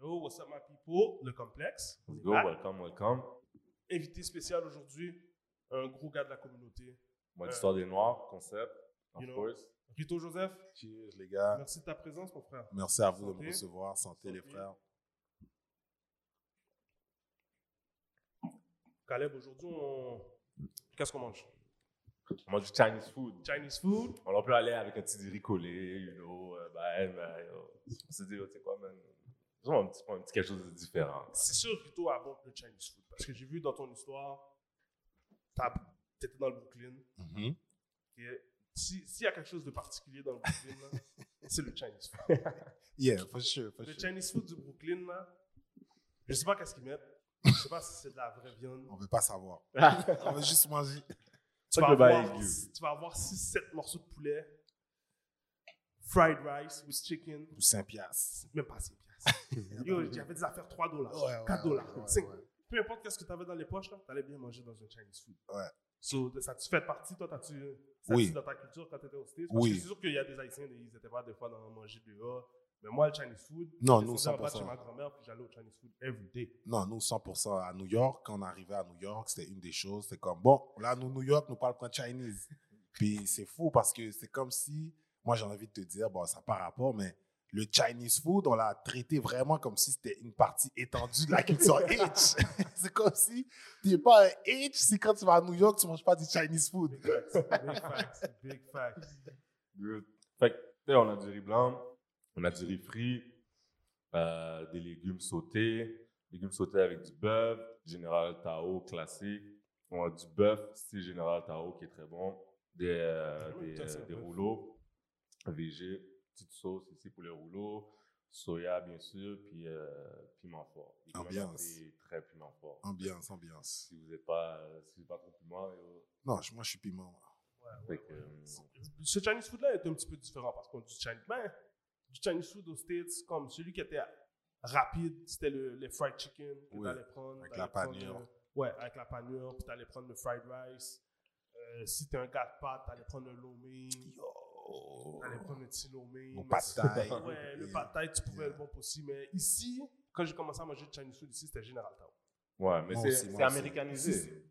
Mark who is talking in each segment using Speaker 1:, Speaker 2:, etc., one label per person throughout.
Speaker 1: what's up my people, le complexe.
Speaker 2: Let's go, welcome, welcome.
Speaker 1: Invité spécial aujourd'hui, un gros gars de la communauté.
Speaker 2: Moi, l'histoire des Noirs, concept, of
Speaker 1: You know.
Speaker 2: course.
Speaker 1: Rito Joseph,
Speaker 3: Cheers, les gars.
Speaker 1: merci de ta présence, mon frère.
Speaker 3: Merci à vous de
Speaker 1: Santé.
Speaker 3: me recevoir. Santé, les
Speaker 1: Santé.
Speaker 3: frères.
Speaker 1: Caleb, aujourd'hui, on... qu'est-ce qu'on mange?
Speaker 2: On mange du Chinese food.
Speaker 1: Chinese food.
Speaker 2: On l'a peut aller avec un petit riz collé, you know, euh, ben, ben, yo. on s'est dit, oh, tu sais quoi, man, faisons un petit, un petit quelque chose de différent.
Speaker 1: C'est sûr que toi, abonde le Chinese food. Parce que j'ai vu dans ton histoire, t'as- t'étais dans le Brooklyn. et si- S'il y a quelque chose de particulier dans le Brooklyn, là, c'est le Chinese food.
Speaker 3: Yeah, for sure, for
Speaker 1: Le
Speaker 3: sure.
Speaker 1: Chinese food du Brooklyn, là, je sais pas qu'est-ce qu'ils mettent. Je sais pas si c'est de la vraie viande.
Speaker 3: On veut pas savoir.
Speaker 2: C'est
Speaker 3: On veut juste manger.
Speaker 1: Tu
Speaker 2: que
Speaker 1: vas,
Speaker 2: le bail
Speaker 1: avoir,
Speaker 2: aigu.
Speaker 1: tu vas avoir 6-7 morceaux de poulet, fried rice with chicken,
Speaker 3: Pour 5 piastres.
Speaker 1: même pas 5 piastres. Yo, j'avais des affaires 3 dollars,
Speaker 3: Ouais, ouais,
Speaker 1: 4
Speaker 3: ouais,
Speaker 1: dollars,
Speaker 3: ouais,
Speaker 1: 5.
Speaker 3: ouais.
Speaker 1: Peu importe qu'est-ce que tu avais dans les poches, là, t'allais bien manger dans un Chinese food.
Speaker 3: Ouais.
Speaker 1: So, ça tu fait partie, toi, t'as-tu ça
Speaker 3: Oui.
Speaker 1: tu dans ta culture quand t'étais au States? Parce
Speaker 3: Oui.
Speaker 1: que c'est sûr qu'il y a des Haïtiens, ils n'étaient pas des fois dans manger dehors. Mais moi, le Chinese food,
Speaker 3: Non,
Speaker 1: je
Speaker 3: nous,
Speaker 1: descendais en bas de chez
Speaker 3: 100%.
Speaker 1: ma grand-mère, puis j'allais au Chinese food every day.
Speaker 3: Non, nous, 100% à New York. Quand on arrivait à New York, c'était une des choses. C'était comme, bon, là, nous, New York, nous parlons pas Chinese. Puis c'est fou parce que c'est comme si, moi, j'ai envie de te dire, bon, ça n'a pas rapport, mais le Chinese food, on l'a traité vraiment comme si c'était une partie étendue de la culture H. c'est comme si tu n'es pas un H si quand tu vas à New York, tu manges pas du Chinese food.
Speaker 1: Big facts, big facts, big facts.
Speaker 2: Good. Fait que, tu sais, on a du riz blanc, on a du riz frit, euh, des légumes sautés, légumes sautés avec du bœuf, général Tao classique. On a du bœuf, style général Tao qui est très bon, des, euh,
Speaker 1: Oui,
Speaker 2: des,
Speaker 1: ça, c'est
Speaker 2: euh,
Speaker 1: un
Speaker 2: des
Speaker 1: bœuf.
Speaker 2: rouleaux, VG, petite sauce ici pour les rouleaux, soya bien sûr, puis euh, piment fort. Légumes
Speaker 3: Ambiance.
Speaker 2: adaptés, Très piment fort.
Speaker 3: Ambiance, ambiance.
Speaker 2: Si vous n'êtes pas, euh, si vous êtes pas trop piment, euh,
Speaker 3: Non, je- moi, je suis piment.
Speaker 2: fait que, euh,
Speaker 1: Ce Chinese food-là est un petit peu différent parce qu'on dit Chinese, ben, du Chinese food aux States, comme celui qui était rapide, c'était le, les fried chicken que
Speaker 3: Oui,
Speaker 1: t'allais prendre.
Speaker 3: avec
Speaker 1: t'allais
Speaker 3: la
Speaker 1: prendre
Speaker 3: panure.
Speaker 1: le- ouais, avec la panure, puis t'allais prendre le fried rice. Euh, si t'es un gars de pâtes, t'allais prendre le lo mein,
Speaker 3: Yo.
Speaker 1: t'allais prendre le petit lo mein.
Speaker 3: Mon
Speaker 1: mais
Speaker 3: pad
Speaker 1: si-
Speaker 3: thai.
Speaker 1: Ouais, le pad thai, tu pouvais
Speaker 3: Yeah.
Speaker 1: le bon aussi, mais ici, quand j'ai commencé à manger du Chinese food ici, c'était General Tao.
Speaker 2: ouais, mais
Speaker 3: Moi
Speaker 2: c'est
Speaker 3: aussi, moi
Speaker 2: c'est
Speaker 3: aussi.
Speaker 2: américanisé.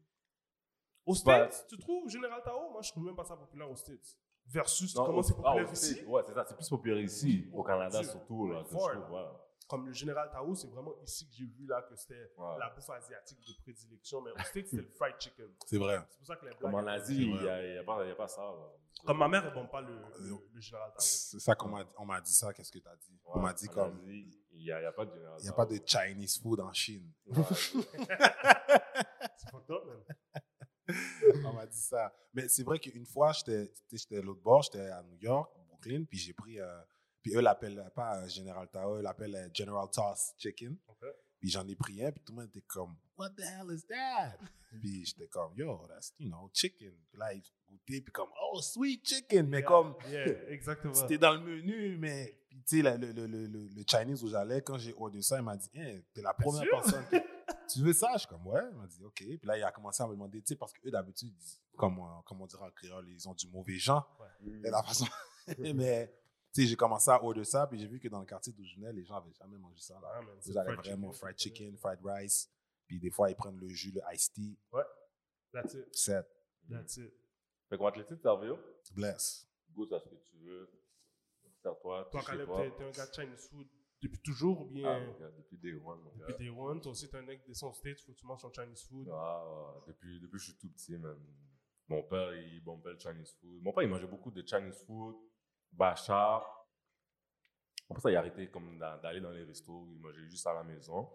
Speaker 1: Aux States, tu trouves General Tao Moi, je trouve même pas ça populaire aux States. Versus
Speaker 2: Non,
Speaker 1: comment
Speaker 2: au-
Speaker 1: c'est populaire
Speaker 2: ah, au-
Speaker 1: ici.
Speaker 2: Ouais, c'est ça, c'est plus populaire ici, au Canada
Speaker 1: Dieu.
Speaker 2: surtout, là, que je
Speaker 1: Fort,
Speaker 2: trouve, ouais.
Speaker 1: Comme le General Tao, c'est vraiment ici que j'ai vu là que c'était
Speaker 2: Ouais.
Speaker 1: la bouffe asiatique de prédilection. Mais aux States, c'était le fried chicken.
Speaker 3: C'est vrai.
Speaker 1: C'est pour ça que les
Speaker 2: Comme en
Speaker 1: Blacks-
Speaker 2: Asie, il
Speaker 3: Ouais.
Speaker 2: n'y a, il y a pas il y a pas ça, là.
Speaker 1: Comme ma mère, elle ne pas le,
Speaker 2: Euh,
Speaker 1: le, le General Tao.
Speaker 3: C'est ça qu'on m'a on m'a dit ça, qu'est-ce que tu as dit
Speaker 2: Ouais,
Speaker 3: On m'a dit
Speaker 2: en
Speaker 3: comme
Speaker 2: Asie, il n'y a, il y a pas de général.
Speaker 3: il n'y a pas de Chinese food en Chine.
Speaker 1: C'est fucked up, man.
Speaker 3: on m'a dit ça. Mais c'est vrai qu'une fois, j'étais j'étais- j'étais à l'autre bord, j'étais à New York, Brooklyn, puis j'ai pris euh, puis eux l'appellent pas euh, General Tao, eux l'appellent euh, General Toss Chicken.
Speaker 1: Ok.
Speaker 3: Puis j'en ai pris un, puis tout le monde était comme What the hell is that? puis j'étais comme Yo, that's you know chicken. Puis là ils goûtaient, puis comme Oh sweet chicken, mais
Speaker 1: Yeah,
Speaker 3: comme
Speaker 1: Yeah, exactement.
Speaker 3: C'était dans le menu, mais puis, tu sais, la- le, le, le, le- le Chinese où j'allais, quand j'ai ordonné ça, il m'a dit Hein, T'es la première
Speaker 1: sûr.
Speaker 3: personne. que- tu veux ça Je suis comme Ouais. Il m'a dit Ok. Puis là, il a commencé à me demander, tu sais, parce qu'eux, d'habitude, ils disent, comme, euh, comme on dirait en créole, ils ont du mauvais genre. Et la façon. mais, tu sais, j'ai commencé à ordonner ça, puis j'ai vu que dans le quartier d'où je venais, les gens n'avaient jamais mangé ça. Là.
Speaker 1: Ah, man, c'est
Speaker 3: Ils avaient
Speaker 1: fried
Speaker 3: vraiment
Speaker 1: chicken.
Speaker 3: fried chicken, fried rice, puis des fois, ils prennent le jus, le iced tea.
Speaker 1: That's it.
Speaker 3: C'est
Speaker 1: That's it.
Speaker 2: Mm. Fait qu'on va te laisser te servir,
Speaker 3: bless.
Speaker 2: goûte à ce que tu veux, sers-toi,
Speaker 1: Toi,
Speaker 2: touche
Speaker 1: Caleb,
Speaker 2: toi.
Speaker 1: t'es t'es un gars de Chinese food depuis toujours ou bien
Speaker 2: Ah, mon gars, depuis day one, mon gars.
Speaker 1: depuis day one Toi aussi, t'es un mec des sons States, faut que tu manges ton Chinese food.
Speaker 2: Ah, ouais, depuis, depuis que je suis tout petit, man. Mon père, il bombait le Chinese food. Mon père, il mangeait beaucoup de Chinese food, bachar. Après ça, il a arrêté comme d'a- d'aller dans les restos. Il mangeait juste à la maison.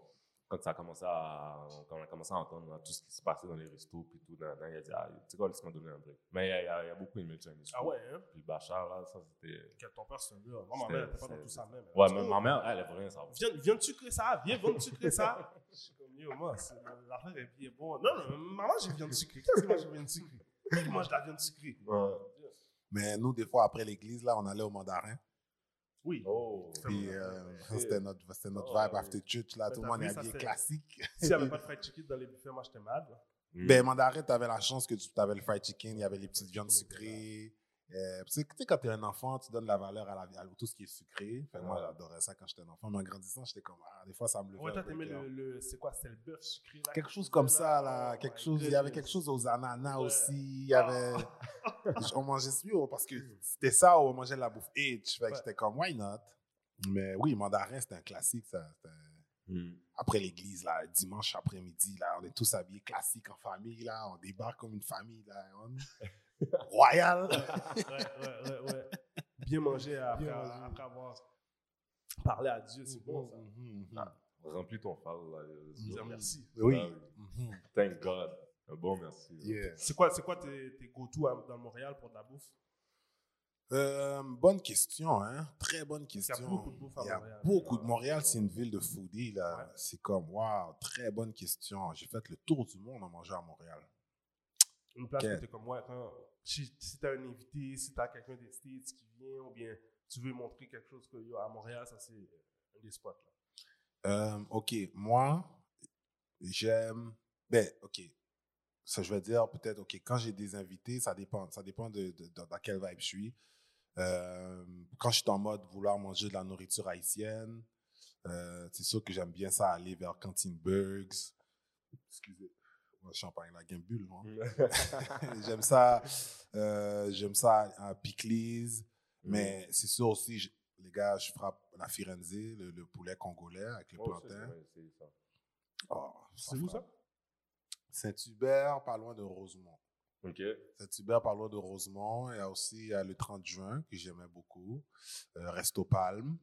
Speaker 2: Quand ça a commencé à, quand on a commencé à entendre tout ce qui se passait dans les restos, puis tout, nan, nan, il a dit, ah, tu sais quoi, laisse-moi donner un break. Mais il a, il a- il a beaucoup aimé le Chinese food.
Speaker 1: Ah ouais, hein?
Speaker 2: Puis le bachar, là, ça, c'était...
Speaker 1: Que ton père, c'est un gars. Moi, ma
Speaker 2: C'était-
Speaker 1: mère, elle était pas dans
Speaker 2: c'était-
Speaker 1: tout ça, même. hein.
Speaker 2: Ouais, mais ma mère, elle, elle veut rien savoir.
Speaker 1: Viens, viens-tu créer ça? Viens, viens-tu créer ça? Je suis comme, yo, moi, c'est- l'affaire est bien bon. Non, non, maman, j'ai viande sucrée. Qu'est-ce que moi, j'ai viande sucrée? Qui mange de la viande sucrée?
Speaker 2: Ouais.
Speaker 3: Mais nous, des fois, après l'église, là, on allait au mandarin.
Speaker 1: Oui.
Speaker 2: Oh.
Speaker 3: Puis
Speaker 1: Ouais. Ah,
Speaker 3: euh, ça, c'était notre, c'était notre
Speaker 2: Ouais,
Speaker 3: vibe
Speaker 2: ouais.
Speaker 3: after church. Là,
Speaker 1: Mais
Speaker 3: tout le
Speaker 1: t'as
Speaker 3: monde
Speaker 1: vu,
Speaker 3: est
Speaker 1: ça,
Speaker 3: habillé
Speaker 1: c'était-
Speaker 3: classique.
Speaker 1: S'il n'y avait pas de fried chicken dans les buffets, moi, j'étais malade.
Speaker 2: Mm.
Speaker 3: Ben, mandarin, t'avais la chance que tu avais le fried chicken, il y avait les petites viandes
Speaker 1: Chicken était
Speaker 3: sucrées, il Euh, tu sais, tu sais, quand t'es un enfant, tu donnes la valeur à, la, à tout ce qui est sucré. Fait que moi,
Speaker 2: Ouais.
Speaker 3: j'adorais ça quand j'étais un enfant. Mais en grandissant, j'étais comme, ah, des fois, ça me le
Speaker 1: Ouais,
Speaker 3: fait un
Speaker 1: toi,
Speaker 3: peu
Speaker 1: t'aimais
Speaker 3: cœur.
Speaker 1: le, le- C'est quoi C'était le bœuf sucré là,
Speaker 3: Quelque
Speaker 1: qui
Speaker 3: chose
Speaker 1: faisait,
Speaker 3: comme ça, là.
Speaker 1: Oh
Speaker 3: quelque
Speaker 1: my
Speaker 3: chose, il y avait quelque
Speaker 1: goodness.
Speaker 3: chose aux ananas
Speaker 1: Ouais. Ah.
Speaker 3: aussi. Il y avait. on mangeait ça, oh, parce que c'était ça où on mangeait de la bouffe itch. Fait que
Speaker 1: Hum. Ouais.
Speaker 3: j'étais comme, why not? Mais oui, mandarin, c'était un classique, ça. C'était-
Speaker 2: Mm.
Speaker 3: Après l'église, là, dimanche après-midi, là, on est tous habillés classique en famille, là. On débarque comme une famille, là. on- Royal!
Speaker 1: Ah, ouais, ouais, ouais, ouais. Bien manger après,
Speaker 3: Bien manger.
Speaker 1: après avoir parlé à Dieu, c'est bon ça.
Speaker 3: Mhm, mhm.
Speaker 2: Ah. Remplis ton phare, là. euh,
Speaker 1: Dire
Speaker 3: Mhm.
Speaker 1: merci.
Speaker 3: Oui.
Speaker 2: Ah
Speaker 3: Mhm.
Speaker 2: Thank God. Un bon merci. là.
Speaker 3: Yeah.
Speaker 1: C'est quoi, c'est quoi tes, tes go-to à- dans Montréal pour de la bouffe
Speaker 3: Euh, bonne question, hein? Très bonne question.
Speaker 1: beaucoup de bouffe à
Speaker 3: Il y a
Speaker 1: Montréal.
Speaker 3: beaucoup de
Speaker 2: Ouais.
Speaker 3: Montréal, c'est une ville de foodie, là.
Speaker 1: Ouais.
Speaker 3: C'est comme, waouh, très bonne question. J'ai fait le tour du monde en mangeant à Montréal.
Speaker 1: Une place
Speaker 3: Quel?
Speaker 1: où t'es comme moi, quand, si, si t'as un invité, si t'as quelqu'un des States qui vient, ou bien tu veux montrer quelque chose que yo, à Montréal, ça c'est un des spots là.
Speaker 3: Euh, OK, moi, j'aime... Ben, OK, ça je vais dire peut-être, OK, quand j'ai des invités, ça dépend. Ça dépend de, de- de- dans quelle vibe je suis. Euh, quand je suis en mode vouloir manger de la nourriture haïtienne, euh, c'est sûr que j'aime bien ça aller vers Cantine Burgs. Excusez. Ouais, Champagne, la guimbule, moi. j'aime ça. euh, j'aime ça à Piclis. Mais
Speaker 2: Mm.
Speaker 3: c'est sûr aussi, je- les gars, je frappe la firenze, le, le poulet congolais avec le
Speaker 2: Oh, ça,
Speaker 3: plantain.
Speaker 2: ouais, c'est ça.
Speaker 3: Oh,
Speaker 1: C'est où ça
Speaker 3: Saint-Hubert, pas loin de Rosemont.
Speaker 2: Ok.
Speaker 3: Saint-Hubert, pas loin de Rosemont. Il y a aussi euh, le 30 juin, que j'aimais beaucoup. Euh, Resto Palme.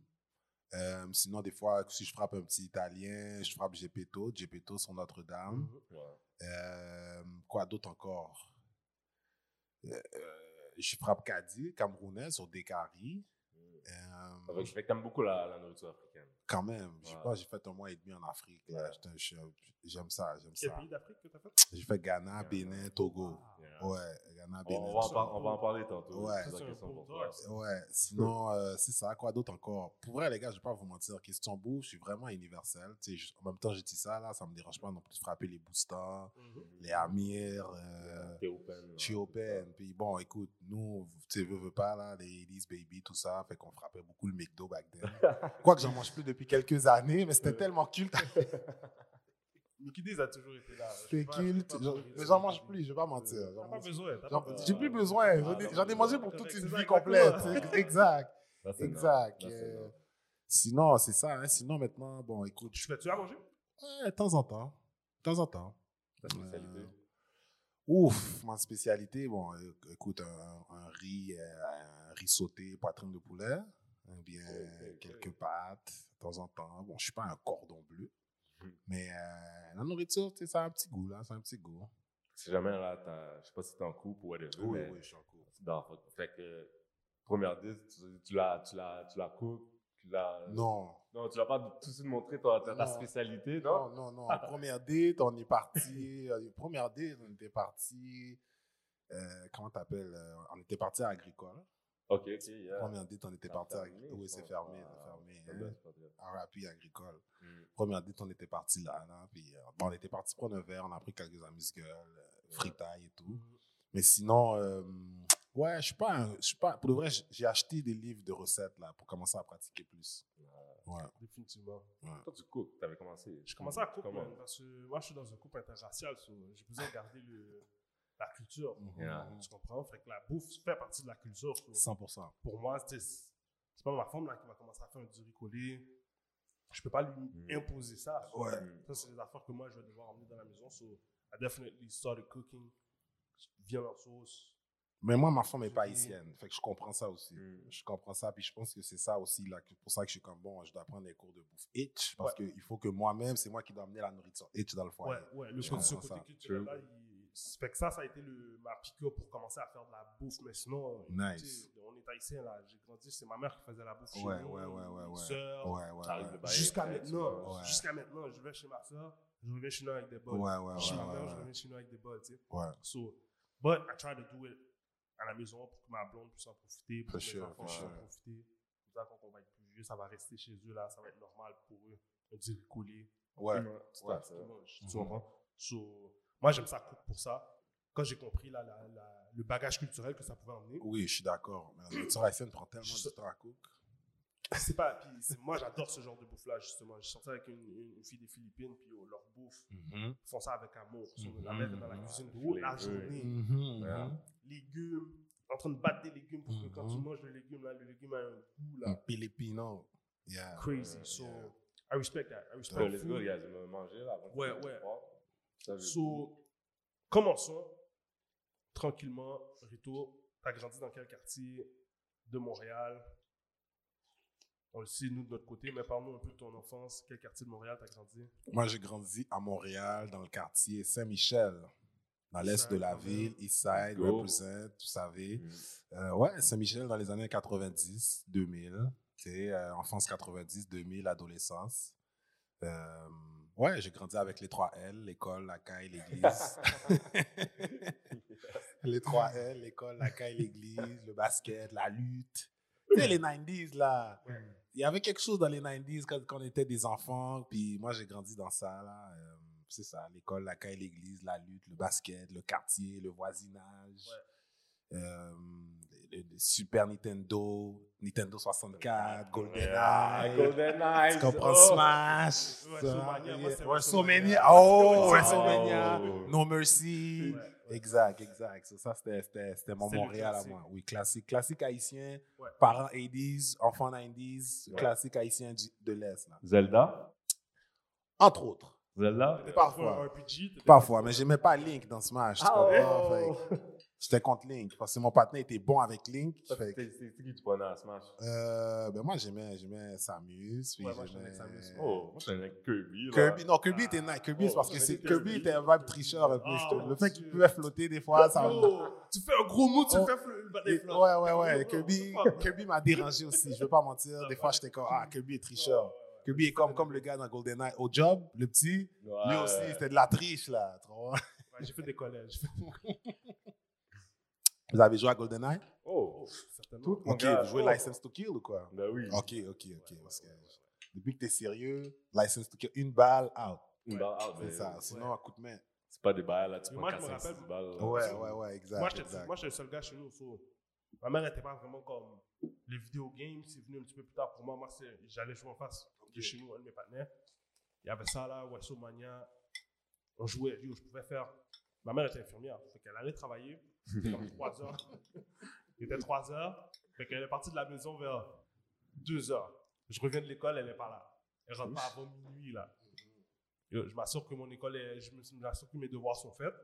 Speaker 3: Euh, sinon, des fois, si je frappe un petit italien, je frappe Gepetto. Gepetto, sur Notre-Dame.
Speaker 2: Ouais.
Speaker 3: Euh, quoi d'autre encore? Euh, euh, je frappe Kadi, Camerounais, sur Décari.
Speaker 2: Mhm.
Speaker 3: Euh,
Speaker 2: Avec- fait que t'aimes beaucoup la, la nourriture africaine.
Speaker 3: Quand même, je sais
Speaker 2: Ouais.
Speaker 3: pas, j'ai fait un mois et demi en Afrique. là.
Speaker 2: Ouais.
Speaker 3: J'étais- je suis un- J'aime ça, j'aime
Speaker 1: Quel
Speaker 3: ça.
Speaker 1: pays d'Afrique que t'as fait
Speaker 3: J'ai fait Ghana,
Speaker 2: Ouais.
Speaker 3: Bénin, Togo.
Speaker 2: Yeah.
Speaker 3: Ouais, Ghana,
Speaker 2: On,
Speaker 3: Bénin.
Speaker 2: on va en
Speaker 3: Togo.
Speaker 2: par- on va en parler tantôt.
Speaker 3: Ouais.
Speaker 2: C'est
Speaker 1: Ça,
Speaker 2: la
Speaker 1: c'est un
Speaker 2: question
Speaker 1: bon
Speaker 2: pour
Speaker 1: drug,
Speaker 2: toi.
Speaker 1: ça.
Speaker 3: Ouais, sinon, euh, c'est ça. Quoi d'autre encore? Pour vrai, les gars, je vais pas vous mentir. Question bouffe, je suis vraiment universel. Tu sais, je- en même temps, j'ai dit ça, là, ça me dérange pas non plus de frapper les boosters, les amirs, euh,
Speaker 2: T'es open.
Speaker 3: je suis open. Puis bon, écoute, nous, tu sais, veux, veux pas, là, les Elise Baby, tout ça, fait qu'on frappait beaucoup le McDo back then. Quoique j'en mange plus depuis quelques années, mais c'était
Speaker 1: Ouais.
Speaker 3: tellement culte.
Speaker 1: Mickey D's a toujours été là.
Speaker 3: C'est culte. J'en- Mais j'en mange plus, je vais pas mentir. J'en
Speaker 1: T'as pas
Speaker 3: mange-
Speaker 1: besoin. t'as
Speaker 3: j'en-
Speaker 1: pas
Speaker 3: J'ai plus besoin.
Speaker 1: Ah,
Speaker 3: J'en ai-
Speaker 1: non,
Speaker 3: J'en ai mangé pour
Speaker 1: correct,
Speaker 3: toute
Speaker 1: c'est
Speaker 3: une
Speaker 1: ça,
Speaker 3: vie complète.
Speaker 1: exactement.
Speaker 3: Exact.
Speaker 2: Ça, c'est
Speaker 3: Exact.
Speaker 2: nice. Ça, c'est
Speaker 3: Euh,
Speaker 2: nice.
Speaker 3: Sinon, c'est ça. hein. Sinon, maintenant, bon, écoute,
Speaker 1: Tu
Speaker 3: je
Speaker 1: fais-tu à manger
Speaker 3: ouais, de temps en temps. De temps en temps.
Speaker 2: Ta spécialité.
Speaker 3: Euh, Ouf, ma spécialité, bon, euh, écoute, un, un riz, euh, un riz sauté, poitrine de poulet, hein, ou bien
Speaker 2: Ok, ok.
Speaker 3: quelques pâtes, de temps en temps. Bon, je suis pas un cordon bleu,
Speaker 2: Mhm.
Speaker 3: mais euh, la nourriture, tu sais, ça a un petit goût, là, ça a un petit goût.
Speaker 2: Si jamais là, t'as- je sais pas si t'es en couple ou whatever. mais
Speaker 3: je suis en cours.
Speaker 2: Non, fait- fait que première disque, tu, tu la, tu la, tu la coupes, tu la.
Speaker 3: Non.
Speaker 2: Non, tu l'as pas tout de suite montré ta, ta, ta
Speaker 3: Non.
Speaker 2: spécialité, non?
Speaker 3: Non, non, non. Première date, on est parti. euh, Première date, on était parti. euh, comment t'appelles euh, On était parti à Agricole.
Speaker 2: Ok, ok, yeah.
Speaker 3: Première date, on était
Speaker 2: Ça
Speaker 3: parti à
Speaker 2: fermé,
Speaker 3: Agricole. Oui,
Speaker 2: ça.
Speaker 3: c'est fermé,
Speaker 2: Ah,
Speaker 3: c'est fermé.
Speaker 2: c'est
Speaker 3: hein.
Speaker 2: bien, c'est pas bien.
Speaker 3: à Rappi Agricole.
Speaker 2: Mm.
Speaker 3: Première date, on était parti là, là, puis euh, bon, on était parti prendre un verre, on a pris quelques amuse-gueules, euh, fritaille et tout.
Speaker 2: Mm-hmm.
Speaker 3: Mais sinon, euh, ouais, je suis pas, un- je suis pas, pour le vrai, j- j'ai acheté des livres de recettes là pour commencer à pratiquer plus. Ouais.
Speaker 1: Définitivement.
Speaker 2: Toi, tu cookes, t'avais commencé.
Speaker 1: Je commençais à couper hein.
Speaker 2: Comment?
Speaker 1: parce que moi, je suis dans un couple interracial. so, J'ai besoin de garder le- la culture.
Speaker 2: Yeah.
Speaker 1: Tu comprends? Fait que la bouffe fait partie de la culture. so,
Speaker 3: 100%.
Speaker 1: Pour moi, c'est c'est pas ma femme là, qui va commencer à faire un duricolé. Je peux pas lui
Speaker 2: Mm.
Speaker 1: imposer ça. so.
Speaker 3: Ouais.
Speaker 2: Mm.
Speaker 1: Ça, c'est des affaires que moi, je vais devoir emmener dans la maison. So, I definitely started cooking. Viande en sauce.
Speaker 3: Mais moi, ma femme n'est pas
Speaker 1: Je dis-
Speaker 3: haïtienne, fait que je comprends ça aussi.
Speaker 2: Mm.
Speaker 3: Je comprends ça, puis je pense que c'est ça aussi, là, que- pour ça que je suis comme bon, je dois prendre des cours de bouffe itch, parce qu'il faut que moi-même, c'est moi qui dois amener la nourriture itch dans le foyer.
Speaker 1: Ouais, ouais, le
Speaker 3: Je
Speaker 1: côté, ce
Speaker 3: comprends
Speaker 1: côté
Speaker 3: ça.
Speaker 1: culturel là, il- c'est- fait que ça, ça a été le, ma piqûre pour commencer à faire de la bouffe. Mais sinon, euh,
Speaker 3: Nice.
Speaker 1: tu sais, on est haïtien là, j'ai grandi, c'est ma mère qui faisait la bouffe chez
Speaker 3: Ouais,
Speaker 1: nous,
Speaker 3: ouais, ouais, ouais,
Speaker 1: mes
Speaker 3: ouais.
Speaker 1: sœurs.
Speaker 3: Ouais, ouais, ouais.
Speaker 2: T'arrives le bail
Speaker 1: Jusqu'à
Speaker 2: prêt, tu
Speaker 1: maintenant,
Speaker 2: vois.
Speaker 3: Ouais.
Speaker 1: jusqu'à maintenant, je vais chez ma soeur, je reviens chez nous avec des bols.
Speaker 3: Ouais, ouais, ouais,
Speaker 1: chez ma
Speaker 3: ouais,
Speaker 1: mère,
Speaker 3: ouais.
Speaker 1: je reviens chez nous avec des bols, tu sais.
Speaker 3: Ouais.
Speaker 1: So, but I try to do it à la maison pour que ma blonde puisse en profiter, pour
Speaker 3: For
Speaker 1: que mes
Speaker 3: sure,
Speaker 1: enfants
Speaker 3: for
Speaker 1: puissent en
Speaker 3: sure.
Speaker 1: profiter. Comme ça, quand on va être plus vieux, ça va rester chez eux là, ça va être normal pour eux. On dit couler.
Speaker 3: Ouais.
Speaker 1: Ouais,
Speaker 2: Ouais,
Speaker 1: c'est
Speaker 2: c'est vrai.
Speaker 1: dimanche,
Speaker 3: Mhm.
Speaker 1: Tu comprends? So, moi, j'aime ça cook pour ça. quand j'ai compris là, la- la- le bagage culturel que ça pouvait emmener.
Speaker 3: Oui, je suis d'accord. Mais la nourriture haïtienne prend tellement de temps à cook.
Speaker 1: C'est pas, puis c'est- moi j'adore ce genre de bouffe-là justement. J'ai sorti avec une, une- une fille des Philippines, puis oh, leur bouffe,
Speaker 2: Mm-hmm.
Speaker 1: ils font ça avec amour. Ils sont de la
Speaker 3: Mhm,
Speaker 1: mer dans la
Speaker 3: mhm.
Speaker 1: cuisine toute la
Speaker 2: Flavor.
Speaker 1: journée.
Speaker 3: Mhm,
Speaker 2: Voilà.
Speaker 3: mhm.
Speaker 1: Légumes, en train de battre des légumes pour que quand tu
Speaker 3: Mhm.
Speaker 1: manges le légume, là, le légume a un goût là,
Speaker 3: Un Filipino. Yeah.
Speaker 1: crazy.
Speaker 2: Ouais,
Speaker 1: So,
Speaker 3: Mm-hmm. yeah.
Speaker 1: I respect that. I
Speaker 2: Yo,
Speaker 1: respect
Speaker 2: let's
Speaker 1: food.
Speaker 2: go, les gars, je vais manger là. avant de
Speaker 1: Ouais,
Speaker 2: faire
Speaker 1: ouais.
Speaker 2: le soir. Ça, je-
Speaker 1: So, commençons tranquillement. Rito, t'as grandi dans quel quartier de Montréal On le sait, nous, de notre côté, mais parle-nous un peu de ton enfance. Quel quartier de Montréal t'as grandi
Speaker 3: Moi, j'ai grandi à Montréal, dans le quartier Saint-Michel, dans l'est
Speaker 1: Eastside,
Speaker 3: de la
Speaker 1: quand même.
Speaker 3: ville, Eastside,
Speaker 2: Go.
Speaker 3: represent, vous savez.
Speaker 2: Mhm.
Speaker 3: Euh, ouais, Saint-Michel dans les années 90, 2000. tu sais, euh, enfance 90, 2000, adolescence. Euh, ouais, j'ai grandi avec les 3L, l'école, la caille, l'église. les 3L, l'école, la caille, l'église, le basket, la lutte. Tu sais, les 90s, là.
Speaker 1: Ouais.
Speaker 3: Il y avait quelque chose dans les 90s quand, quand on était des enfants. Puis moi, j'ai grandi dans ça, là. Euh, c'est ça, l'école, la caille, l'église, la lutte, le basket, le quartier, le voisinage. Euh, le- le Super Nintendo, Nintendo 64,
Speaker 2: Ah,
Speaker 3: GoldenEye.
Speaker 2: GoldenEye.
Speaker 3: Tu comprends
Speaker 2: oh.
Speaker 3: Smash?
Speaker 1: WrestleMania, moi, c'est
Speaker 3: ça,
Speaker 1: WrestleMania.
Speaker 3: WrestleMania. Oh,
Speaker 1: Oh.
Speaker 3: WrestleMania.
Speaker 2: Oh.
Speaker 3: No Mercy.
Speaker 1: Ouais, ouais.
Speaker 3: Exact, exact. So, ça, c'était- c'était c'était mon
Speaker 1: C'est le
Speaker 3: Montréal à
Speaker 1: classique.
Speaker 3: moi. Oui, classique. Classique haïtien,
Speaker 1: Ouais.
Speaker 3: parents 80s, enfants 90s,
Speaker 2: Ouais.
Speaker 3: classique haïtien du- de l'Est. là.
Speaker 2: Zelda?
Speaker 3: Entre autres.
Speaker 2: Zelda?
Speaker 1: T'étais
Speaker 3: Parfois.
Speaker 1: pas un RPG t'étais-
Speaker 3: Parfois, mais j'aimais pas Link dans Smash. tu
Speaker 1: Ah
Speaker 3: comprends?
Speaker 2: Ah, ouais?
Speaker 3: Fait que J'étais contre Link parce que mon partenaire était bon avec Link.
Speaker 2: Ça,
Speaker 3: Fait que-
Speaker 2: C'est c'est- c'est qui tu prenais à Smash?
Speaker 3: Euh, ben moi, j'aimais, j'aimais Samus. puis
Speaker 1: Ouais, moi, je
Speaker 3: j'aimais-
Speaker 1: connais Samus.
Speaker 2: Oh, moi, j'aimais Kirby. là.
Speaker 3: Kirby, non, Kirby
Speaker 1: Ah.
Speaker 3: était nice. Kirby, c'est
Speaker 1: Oh,
Speaker 3: parce que
Speaker 1: j'avais
Speaker 3: c'est,
Speaker 1: dit
Speaker 3: Kirby
Speaker 1: Kirby.
Speaker 3: était un vibe tricheur un peu.
Speaker 1: Ah,
Speaker 3: Je te-
Speaker 1: mon
Speaker 3: le fait qu'il
Speaker 1: Dieu. Oh,
Speaker 3: pouvait flotter des fois, ça.
Speaker 1: Yo, tu fais un gros mot, tu
Speaker 3: Oh.
Speaker 1: fais fle- le
Speaker 3: Et-
Speaker 1: bataille
Speaker 3: ouais,
Speaker 1: flamme.
Speaker 3: ouais, ouais.
Speaker 1: Oh,
Speaker 3: Kirby,
Speaker 1: fuck.
Speaker 3: Kirby m'a dérangé aussi. Je veux pas mentir. Des fois, j'étais comme, ah, Kirby est tricheur. Kirby est comme, comme le gars dans GoldenEye. Au job, le petit,
Speaker 2: Ouais.
Speaker 3: lui aussi, c'était de la triche, là. tu vois.
Speaker 1: Ouais, J'ai fait des collèges.
Speaker 3: Vous avez joué à GoldenEye?
Speaker 2: Oh,
Speaker 1: Oh, certainement.
Speaker 2: Tout- Mon
Speaker 3: Ok,
Speaker 2: gars,
Speaker 3: vous jouez
Speaker 2: oh.
Speaker 3: License to Kill ou quoi?
Speaker 2: ben oui.
Speaker 3: Ok, ok, ok.
Speaker 1: Ouais,
Speaker 3: parce que
Speaker 1: ouais, ouais, ouais.
Speaker 3: depuis que t'es sérieux, License to Kill, une balle, out.
Speaker 2: Bah, ah, ben,
Speaker 3: C'est ça. Sinon, un coup de main.
Speaker 2: C'est pas des balles là, tu
Speaker 1: Mais moi,
Speaker 2: prends
Speaker 1: je me
Speaker 2: 4
Speaker 1: rappelle-
Speaker 2: balles. là.
Speaker 3: Ouais, ouais, ouais, exact.
Speaker 1: Moi, j'étais
Speaker 3: exact.
Speaker 1: moi, j'étais le seul gars chez nous. so, Ma mère n'était pas vraiment comme. Les vidéo games, c'est venu un petit peu plus tard pour moi. Moi, c'est- j'allais jouer en face de chez nous, un de mes partenaires. Il y avait ça là, WrestleMania. On jouait, yo, je pouvais faire. Ma mère était infirmière, fait qu'elle allait travailler. C'était comme 3 heures. Il était 3 heures. Fait qu'elle est partie de la maison vers 2 heures. Je reviens de l'école, elle n'est pas là. Elle rentre pas avant minuit là. Yo, je m'assure que mon école, est- je me- je m'assure que mes devoirs sont faits.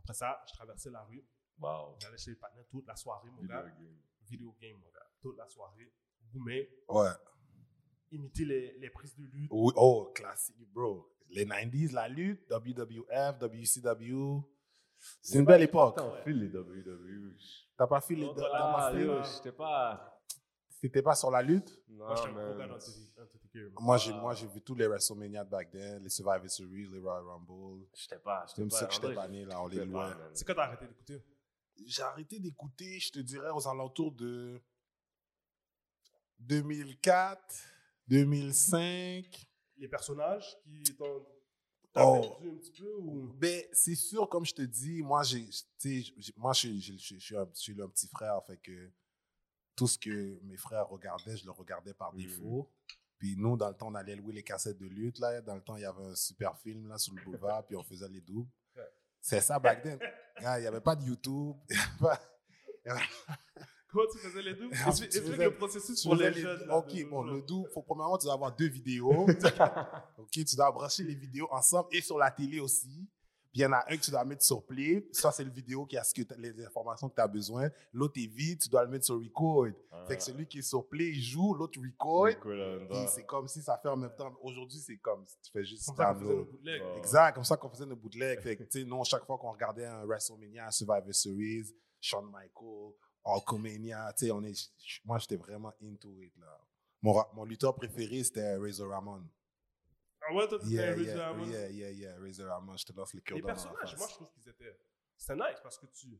Speaker 1: Après ça, je traversais la rue.
Speaker 2: Wow.
Speaker 1: J'allais chez les partenaires toute la soirée, mon
Speaker 2: Video
Speaker 1: gars.
Speaker 2: game.
Speaker 1: Vidéo game, mon gars. Toute la soirée. Gourmet,
Speaker 3: Ouais.
Speaker 1: imiter les, les prises de lutte.
Speaker 3: Oui, oh, classique, bro. Les 90s, la lutte, WWF, WCW. C'est une belle époque.
Speaker 2: Attends, file les E. WWE.
Speaker 3: T'as pas fait les
Speaker 1: Non,
Speaker 3: t'as
Speaker 1: dans la
Speaker 3: pas
Speaker 2: Ah,
Speaker 1: passé,
Speaker 3: fait-
Speaker 2: yo,
Speaker 1: là.
Speaker 2: j'étais pas.
Speaker 3: T'étais pas sur la lutte?
Speaker 2: Non,
Speaker 1: Moi, j'étais un
Speaker 2: man.
Speaker 1: gros gars dans Antiquaire. Antiquaire, moi.
Speaker 3: Moi, j'ai,
Speaker 2: Ah.
Speaker 3: moi, j'ai vu tous les WrestleMania de back then, les Survivor Series, les Royal Rumble.
Speaker 2: J'étais pas.
Speaker 3: C'est comme ça que
Speaker 2: en vrai,
Speaker 3: j'étais pas né, là, on les
Speaker 2: j'étais pas,
Speaker 3: louait.
Speaker 2: man.
Speaker 1: C'est quand t'as arrêté d'écouter
Speaker 3: J'ai arrêté d'écouter, je te dirais, aux alentours de 2004, 2005.
Speaker 1: les personnages qui t'ont
Speaker 3: Oh.
Speaker 1: t'ont perdu un petit peu ou.
Speaker 3: Ben, c'est sûr, comme je te dis, moi, j'ai, tu sais, j'ai- moi je, suis- je, je- je suis un, je suis le petit frère, fait que tout ce que mes frères regardaient, je le regardais par
Speaker 2: Mhm.
Speaker 3: défaut. Puis nous, dans le temps, on allait louer les cassettes de lutte, là. Dans le temps, il y avait un super film, là, sur le boulevard, puis on faisait les doubles.
Speaker 1: Ouais.
Speaker 3: C'est ça, back then. Gars, Il n'y avait pas de YouTube. il y avait pas-
Speaker 1: Comment tu faisais les deux
Speaker 3: Ah, tu
Speaker 1: Explique explique
Speaker 3: faisais-
Speaker 1: le processus
Speaker 3: tu
Speaker 1: pour
Speaker 3: faisais
Speaker 1: les
Speaker 3: les-
Speaker 1: jeunes. là, de
Speaker 3: OK,
Speaker 1: nos
Speaker 3: bon,
Speaker 1: jours.
Speaker 3: le double, faut, premièrement, tu dois avoir deux vidéos. OK, tu dois brancher les vidéos ensemble et sur la télé aussi. Puis il y en a un que tu dois mettre sur play. Ça, c'est le vidéo qui a ce que t'as- les informations que tu as besoin. L'autre est vide, tu dois le mettre sur record.
Speaker 2: Ah,
Speaker 3: Fait que celui qui est sur play, il joue, l'autre record. Puis
Speaker 2: Nicolas,
Speaker 3: c'est comme si ça fait en même temps. Aujourd'hui, c'est comme si tu fais juste
Speaker 1: C'est comme ça qu'on faisait
Speaker 3: download.
Speaker 1: nos bootlegs.
Speaker 2: Ouais.
Speaker 3: Exact, comme ça qu'on faisait nos bootlegs. Fait que, tu sais, nous, chaque fois qu'on regardait un WrestleMania, un Survivor Series, Shawn Michaels, Hulkamania, tu sais, on est, moi, j'étais vraiment into it, là. Mon, ra- mon lutteur préféré, c'était Razor Ramon.
Speaker 1: Ah ouais, toi, tu
Speaker 3: Yeah,
Speaker 1: t'es
Speaker 3: yeah,
Speaker 1: un
Speaker 3: yeah, yeah, yeah, Razor Ramon, je te lance les cœurs
Speaker 1: Les
Speaker 3: dans la face.
Speaker 1: personnages, moi, je trouve qu'ils étaient. C'était nice parce que tu.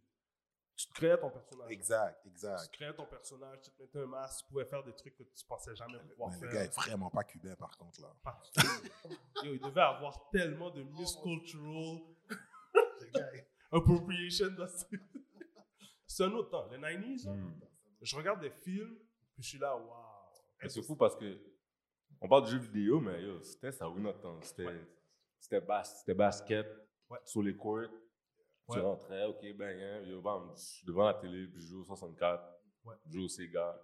Speaker 1: Tu te créais ton personnage.
Speaker 3: Exact,
Speaker 1: Tu
Speaker 3: exact.
Speaker 1: créais ton personnage, tu te mettais un masque, tu pouvais faire des trucs que tu pensais jamais pouvoir
Speaker 3: Mais le
Speaker 1: faire.
Speaker 3: gars est vraiment pas cubain, par contre, là.
Speaker 1: Yo, il devait avoir tellement de miscultural.
Speaker 3: Le gars est-
Speaker 1: Appropriation. dans ce- C'est un autre temps. Les 90s, là,
Speaker 2: Hmm.
Speaker 1: je regarde des films, puis je suis là, waouh.
Speaker 2: Mais C'est fou parce que on parle de jeux vidéo, mais yo, c'était ça ou notre temps. C'était
Speaker 1: Ouais.
Speaker 2: c'était bas- c'était basket
Speaker 1: Ouais.
Speaker 2: sur les courts.
Speaker 1: Ouais.
Speaker 2: Tu rentrais, ok, ben, hein, yo, bam, je suis devant la télé, puis je joue au 64,
Speaker 1: Ouais.
Speaker 2: je joue au Sega,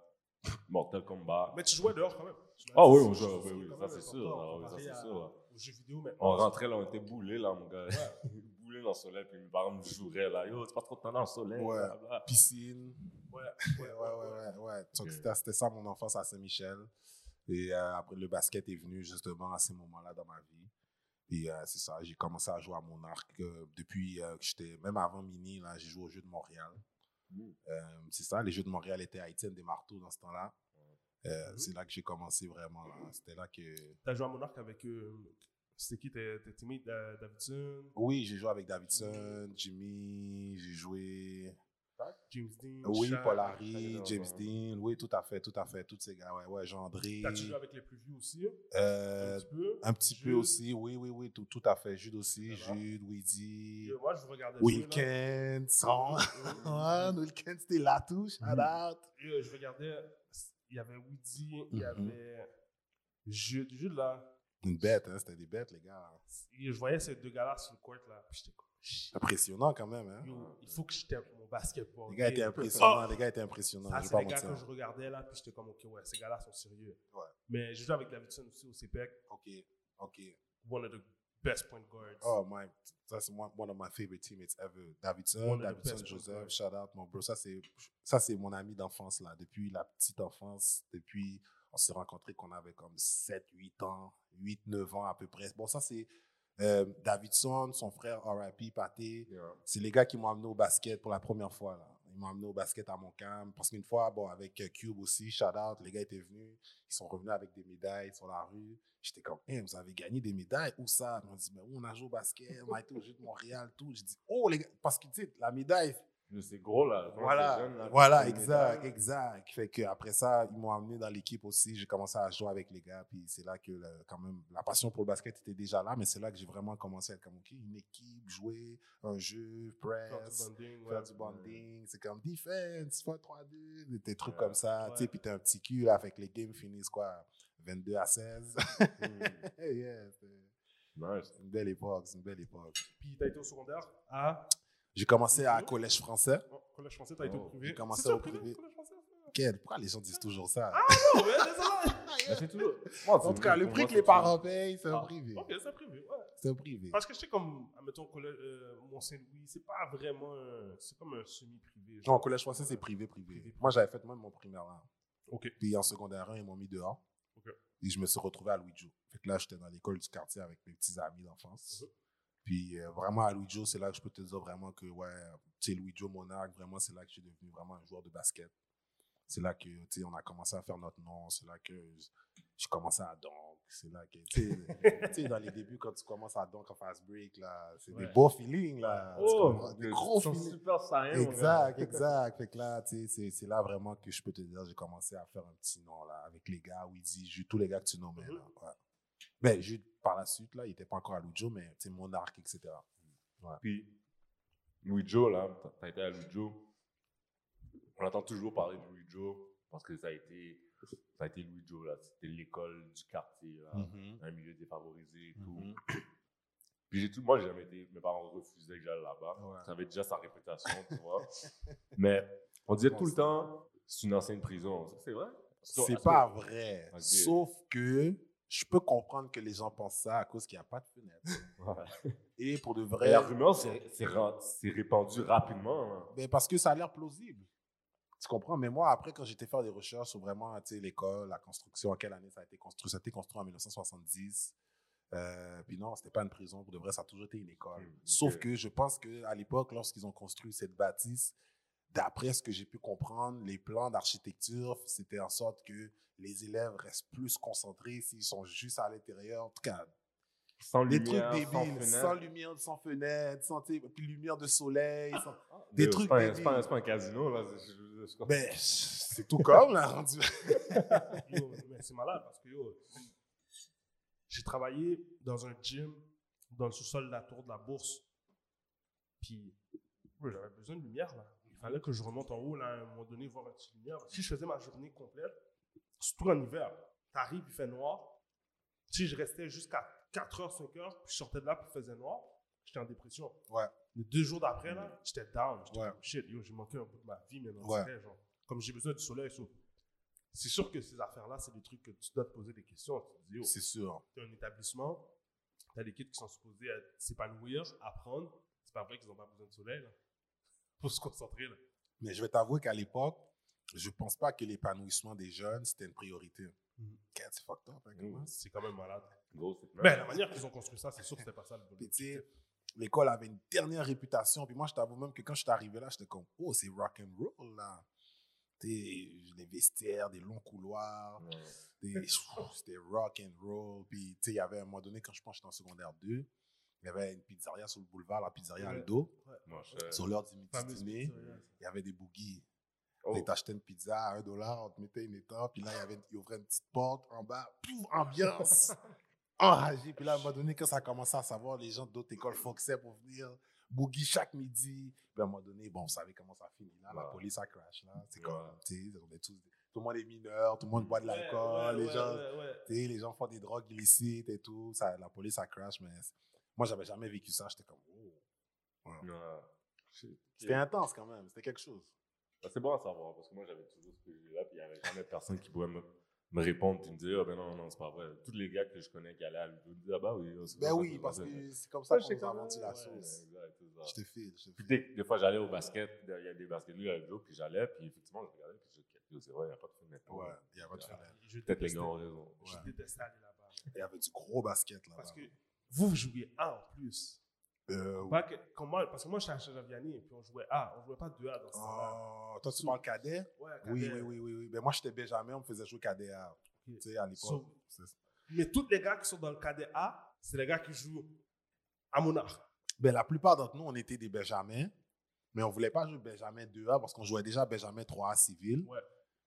Speaker 2: Mortal Kombat.
Speaker 1: Mais tu jouais dehors quand même. Tu l'as
Speaker 2: Ah
Speaker 1: dit,
Speaker 2: oui, on
Speaker 1: je
Speaker 2: jouait,
Speaker 1: trouve
Speaker 2: oui, oui,
Speaker 1: quand
Speaker 2: ça
Speaker 1: même
Speaker 2: c'est
Speaker 1: important,
Speaker 2: sûr, ah oui, ça
Speaker 1: comparé à-
Speaker 2: c'est sûr. ouais.
Speaker 1: Aux jeux vidéo maintenant.
Speaker 2: On rentrait là, on était boulés là, mon gars. boulés dans le soleil, puis mes parents me joueraient là, yo, tu passes trop de temps dans le soleil.
Speaker 3: Ouais.
Speaker 2: blablabla.
Speaker 3: Piscine.
Speaker 1: Ouais,
Speaker 3: Ouais, ouais, ouais. ouais, ouais. Donc,
Speaker 2: Ok.
Speaker 3: c'était- C'était ça mon enfance à Saint-Michel. Et euh, après, le basket est venu justement à ces moments-là dans ma vie. Et euh, c'est ça, j'ai commencé à jouer à mon arc euh, depuis euh, que j'étais, même avant Mini, là, j'ai joué aux Jeux de Montréal.
Speaker 1: Hmm.
Speaker 2: Mm.
Speaker 3: Euh, c'est ça, les Jeux de Montréal étaient à Étienne des Marteaux dans ce temps-là. Euh,
Speaker 1: Mhm.
Speaker 3: C'est là que j'ai commencé vraiment. là. C'était là que.
Speaker 1: T'as joué à Monarch avec. euh, C'était qui tes tes teammates euh, d'habitude
Speaker 3: Oui, j'ai joué avec
Speaker 1: Hmm.
Speaker 3: Davidson, Jimmy, j'ai joué.
Speaker 1: James Dean.
Speaker 3: Oui,
Speaker 1: Shaq,
Speaker 3: Polari,
Speaker 2: Shaq,
Speaker 3: James
Speaker 2: Shaq.
Speaker 3: Dean. Oui, tout à fait, tout à fait. Tous ces gars, ouais, ouais, Gendry.
Speaker 1: T'as-tu joué avec les plus vieux aussi
Speaker 3: euh,
Speaker 1: Un petit peu.
Speaker 3: Un petit peu
Speaker 1: Jude.
Speaker 3: aussi, oui, oui, oui, tout, tout à fait. Jude aussi,
Speaker 1: Ça va?
Speaker 3: Jude, Weedy,
Speaker 1: Euh, Moi, je vous regardais. jouer, là.
Speaker 3: Wilkins,
Speaker 1: Euh,
Speaker 3: son. Wilkins, c'était là tout, shout
Speaker 2: Mhm.
Speaker 3: out.
Speaker 1: Et, euh, je regardais, il y avait Woody, il y
Speaker 3: Mhm.
Speaker 1: avait Jude. Jude, là,
Speaker 3: Une bête, hein, c'était des bêtes, les gars.
Speaker 1: et je voyais ces deux gars-là sur le court, là, puis j'étais comme, Shit,
Speaker 3: Impressionnant quand même, hein.
Speaker 1: yo, il faut que je tape mon basketball.
Speaker 3: Les gars étaient impressionnants, les gars étaient impressionnants,
Speaker 1: Ah,
Speaker 3: je vais
Speaker 1: c'est
Speaker 3: pas
Speaker 1: les gars que
Speaker 3: mentir.
Speaker 1: je regardais, là, puis j'étais comme, OK, ouais, ces gars-là sont sérieux.
Speaker 3: Ouais.
Speaker 1: Mais je jouais avec Davidson aussi au CPEC,
Speaker 3: Ok, ok.
Speaker 1: one of the best point guards.
Speaker 3: Oh my, that's one, one of my favorite teammates ever. Davidson,
Speaker 1: One of the
Speaker 3: Davidson
Speaker 1: best
Speaker 3: Joseph,
Speaker 1: footballers.
Speaker 3: shout out mon bro. Ça c'est, ça c'est mon ami d'enfance là, depuis la petite enfance, depuis on s'est rencontrés qu'on avait comme 7, 8 ans, 8, 9 ans à peu près. Bon ça c'est euh, Davidson, son frère R.I.P. Paté.
Speaker 2: Yeah.
Speaker 3: C'est les gars qui m'ont amené au basket pour la première fois là. Ils m'ont amené au basket à mon camp parce qu'une fois, bon avec euh, Cube aussi, shout out, les gars étaient venus ils sont revenus avec des médailles sur la rue. J'étais comme, Hein, vous avez gagné des médailles, où ça? Ils m'ont dit, mais où on a joué au basket, on a été au Jeu de Montréal, tout. J'ai dit, oh les gars, parce que tu sais, la médaille,
Speaker 2: Yo, C'est gros là. quand
Speaker 3: voilà,
Speaker 2: t'es jeune, là,
Speaker 3: voilà,
Speaker 2: tu fais une
Speaker 3: exact,
Speaker 2: médaille.
Speaker 3: exact. Fait que après ça, ils m'ont amené dans l'équipe aussi, j'ai commencé à jouer avec les gars, puis c'est là que le- quand même, la passion pour le basket était déjà là, mais c'est là que j'ai vraiment commencé à être comme, ok, une équipe, jouer, un jeu,
Speaker 1: Faire du
Speaker 3: press,
Speaker 1: bonding, ouais.
Speaker 3: faire du bonding. C'est comme defense, faire 3-2, des- des trucs
Speaker 2: Ouais.
Speaker 3: comme ça. Tu sais,
Speaker 1: Ouais.
Speaker 3: puis t'es un petit cul, là, fait que les games finissent quoi, 22 à
Speaker 2: Mm.
Speaker 3: 16. yeah, c'est
Speaker 2: Nice.
Speaker 3: une belle époque, c'est une belle époque.
Speaker 1: Puis t'as été au secondaire à.
Speaker 3: J'ai commencé à
Speaker 1: Mhm.
Speaker 3: collège français.
Speaker 1: Oh, collège français, t'as été au
Speaker 2: Oh,
Speaker 1: privé.
Speaker 3: j'ai commencé
Speaker 1: C'est-tu
Speaker 3: au privé.
Speaker 1: collège français, ça?
Speaker 3: Quel, pourquoi les gens disent toujours ça?
Speaker 1: Non, mais désolé.
Speaker 2: Mais c'est toujours.
Speaker 3: Ah! en tout cas, le prix que les parents payent, c'est un
Speaker 1: Ah,
Speaker 3: privé.
Speaker 1: Ok, c'est privé, ouais.
Speaker 3: C'est un privé.
Speaker 1: Parce que j'étais comme, admettons, collège, euh, Mont-Saint-Louis, c'est pas vraiment un- C'est comme un semi-privé.
Speaker 3: Non,
Speaker 1: genre.
Speaker 3: en collège français, c'est privé, privé.
Speaker 1: Privé.
Speaker 3: Moi, j'avais fait même mon primaire là.
Speaker 1: Ok.
Speaker 3: Puis en secondaire 1, ils m'ont mis dehors.
Speaker 1: Ok.
Speaker 3: Et je me suis retrouvé à Louis-Joe. Fait que là, j'étais dans l'école du quartier avec mes petits amis d'enfance.
Speaker 1: Mhm.
Speaker 3: Puis euh, vraiment, à Louis-Joe, c'est là que je peux te dire vraiment que, ouais, tu sais, Louis-Joe Monarch, vraiment, c'est là que je suis devenu vraiment un joueur de basket. C'est là que, tu sais, on a commencé à faire notre nom. C'est là que je, je commençais à donc. C'est là que, tu sais, tu sais, dans les débuts, quand tu commences à donc en fast break, là, c'est des
Speaker 1: Ouais. Oh,
Speaker 3: beaux feelings, là. Tu comprends? des gros
Speaker 2: sont
Speaker 3: feelings.
Speaker 2: super sérieux. mon gars.
Speaker 3: Exact, exact. Fait que là, tu sais, c'est- c'est là vraiment que je peux te dire, j'ai commencé à faire un petit nom là, avec les gars, Weezy, Jude, tous les gars que tu nommais.
Speaker 1: Mhm.
Speaker 3: Là,
Speaker 2: Mm-hmm.
Speaker 3: ouais. Ben, Jude, par la suite, là, il n'était pas encore à Lujo, mais c'est mon arc, etc.
Speaker 2: Puis, Louis Joe, là, t'as- t'as été à Louis Joe. On entend toujours parler de Louis Joe parce que ça a été, ça a été Louis Joe, là. C'était l'école du quartier, là.
Speaker 3: Mm.
Speaker 2: Un milieu défavorisé et tout.
Speaker 3: Mhm.
Speaker 2: Puis j'ai tout, moi, j'ai jamais été, mes parents refusaient que j'aille là-bas.
Speaker 3: Ouais.
Speaker 2: Ça avait déjà sa réputation, tu vois. Mais on disait tout le temps, c'est une ancienne prison. Ça, c'est vrai?
Speaker 3: C'est pas vrai.
Speaker 2: Ok.
Speaker 3: Sauf que je peux comprendre que les gens pensent ça à cause qu'il n'y a pas de fenêtre.
Speaker 2: vrai.
Speaker 3: Et pour de vrai.
Speaker 2: Et la rumeur s'est s'est ra- s'est répandue rapidement. hein.
Speaker 3: Ben, parce que ça a l'air plausible. Tu comprends? Mais moi, après, quand j'étais faire des recherches sur vraiment tu sais, l'école, la construction, en quelle année ça a été construit, ça a été construit en 1970. Euh, puis non, c'était pas une prison. Pour de vrai, ça a toujours été une école.
Speaker 2: Mm, ok.
Speaker 3: Sauf que je pense qu'à l'époque, lorsqu'ils ont construit cette bâtisse, d'après ce que j'ai pu comprendre, les plans d'architecture, c'était en sorte que les élèves restent plus concentrés s'ils sont juste à l'intérieur. En tout cas,
Speaker 2: Sans
Speaker 3: des
Speaker 2: lumière,
Speaker 3: trucs
Speaker 2: sans
Speaker 3: débiles, sans,
Speaker 2: fenêtre.
Speaker 3: lumière, sans fenêtre, sans tu sais, puis lumière de soleil, sans- Des
Speaker 2: Yo, c'est
Speaker 3: trucs
Speaker 2: pas un-
Speaker 3: débiles.
Speaker 2: C'est pas, un- c'est pas un casino, là. c'est- je- je- je-
Speaker 3: Ben, c'est tout comme, là, rendu.
Speaker 1: Yo, mais c'est malade parce que yo, j'ai travaillé dans un gym dans le sous-sol de la tour de la bourse. Puis Ouais, J'avais besoin de lumière, là. Il fallait que je remonte en haut, là, à un moment donné, voir un petit lumière. Si je faisais ma journée complète, surtout en hiver, t'arrives, il fait noir. Si je restais jusqu'à 4 h 5 h puis je sortais de là, puis il faisait noir, j'étais en dépression.
Speaker 3: Ouais.
Speaker 1: Les deux jours d'après, là, j'étais down. J'étais
Speaker 3: Ouais.
Speaker 1: comme, shit, yo, j'ai manqué un bout de ma vie, mais non,
Speaker 3: Ouais.
Speaker 1: c'est vrai, genre, comme j'ai besoin du soleil, so- c'est sûr que ces affaires-là, c'est des trucs que tu dois te poser des questions. Tu te dis, yo,
Speaker 3: C'est sûr.
Speaker 1: t'es un établissement, t'as des kids qui sont supposés être- s'épanouir, apprendre. C'est pas vrai qu'ils n'ont pas besoin de soleil, là, pour se concentrer, là.
Speaker 3: Mais je vais t'avouer qu'à l'époque, je pense pas que l'épanouissement des jeunes, c'était une priorité.
Speaker 1: Mhm.
Speaker 3: Qu'est-ce que C'est fucked up, hein,
Speaker 2: Mhm.
Speaker 3: comment?
Speaker 1: C'est quand même malade.
Speaker 2: Gros,
Speaker 3: ben,
Speaker 2: c'est
Speaker 1: Mais la manière qu'ils ont construit ça, c'est sûr que c'était pas ça le bon
Speaker 3: Puis, tu sais, l'école avait une dernière réputation. Puis moi, je t'avoue même que quand je suis arrivé là, j'étais comme, oh, c'est rock and roll là. Tu sais, les vestiaires, des longs couloirs,
Speaker 2: Ouais.
Speaker 3: des- pff, c'était rock and roll. Puis, tu sais, il y avait un moment donné, quand je pense que j'étais en secondaire 2, il y avait une pizzeria sur le boulevard, la pizzeria
Speaker 1: Ouais.
Speaker 3: Aldo.
Speaker 2: Moi, je-
Speaker 3: Sur l'heure du
Speaker 1: Fameuse
Speaker 3: midi dîner,
Speaker 1: pizzeria.
Speaker 3: il y avait des boogies.
Speaker 2: Oh.
Speaker 3: Fait que T'achetais une pizza à 1 dollar, on te mettait une étoffe, puis là, il y avait, il ouvrait une petite porte en bas, pouf, ambiance, enragé. Puis là, à un moment donné, quand ça commençait à savoir, les gens d'autres écoles foxaient pour venir, boogie chaque midi. Puis à un moment donné, bon, on savait comment ça finit. Là, la
Speaker 2: Ouais.
Speaker 3: police, a crash. Là, c'est
Speaker 2: Ouais.
Speaker 3: comme, tu sais, on est tous, tout le monde est mineur, tout le monde boit de l'alcool,
Speaker 1: Ouais,
Speaker 3: les
Speaker 1: ouais,
Speaker 3: gens,
Speaker 1: ouais, ouais.
Speaker 3: tu sais, les gens font des drogues illicites et tout. Ça, la police, a crash, mais c'est- moi, j'avais jamais vécu ça. J'étais comme, oh.
Speaker 2: Ouais.
Speaker 3: C'était intense quand même, c'était quelque chose.
Speaker 2: Ah, c'est bon à savoir, parce que moi, j'avais toujours ce préjugé-là, puis il n'y avait jamais personne qui pouvait me, me répondre puis me dire, ah ben non, non, c'est pas vrai. Tous les gars que je connais qui allaient à Ludo me disaient, ah bah oui, oh, c'est
Speaker 3: Ben
Speaker 2: comme ça
Speaker 3: oui,
Speaker 2: se
Speaker 3: parce
Speaker 2: passe.
Speaker 3: que c'est comme
Speaker 1: Ouais,
Speaker 3: ça qu'on
Speaker 1: c'est comme-
Speaker 3: nous inventé la
Speaker 1: ouais,
Speaker 2: Ouais,
Speaker 3: sauce.
Speaker 2: exact, c'est ça.
Speaker 3: Je te file, je te
Speaker 2: Puis
Speaker 3: file.
Speaker 2: dès- des fois, j'allais au basket, il y a des baskets, lui, avec Joe, puis j'allais, puis effectivement, je regardais, puis je disais, c'est vrai, il n'y a pas de film maintenant.
Speaker 3: Ouais, il y avait, du-
Speaker 1: Je
Speaker 2: Peut-être les
Speaker 1: détestais-
Speaker 2: gars ont raison.
Speaker 1: Je
Speaker 3: ouais.
Speaker 1: détestais aller là-bas.
Speaker 3: il y avait du gros basket là-bas.
Speaker 1: Parce que vous, vous jouiez A en plus.
Speaker 3: Euh, oui.
Speaker 1: Pas que, comment, parce que moi, j'étais à Chajaviani et puis on jouait A. On jouait pas 2A dans ce temps-là.
Speaker 3: Oh, toi, tu parles cadet?
Speaker 1: Ouais,
Speaker 3: Oui,
Speaker 1: Kader.
Speaker 3: oui, oui, oui, oui. Ben moi, j'étais Benjamin, on me faisait jouer cadet à, tu sais, à l'époque.
Speaker 1: So-
Speaker 3: C'est-
Speaker 1: Mais tous les gars qui sont dans le cadet A, c'est les gars qui jouent à Monarch.
Speaker 3: Ben, la plupart d'entre nous, on était des Benjamins, mais on voulait pas jouer Benjamin 2A parce qu'on jouait déjà Benjamin 3A civil.
Speaker 1: Ouais.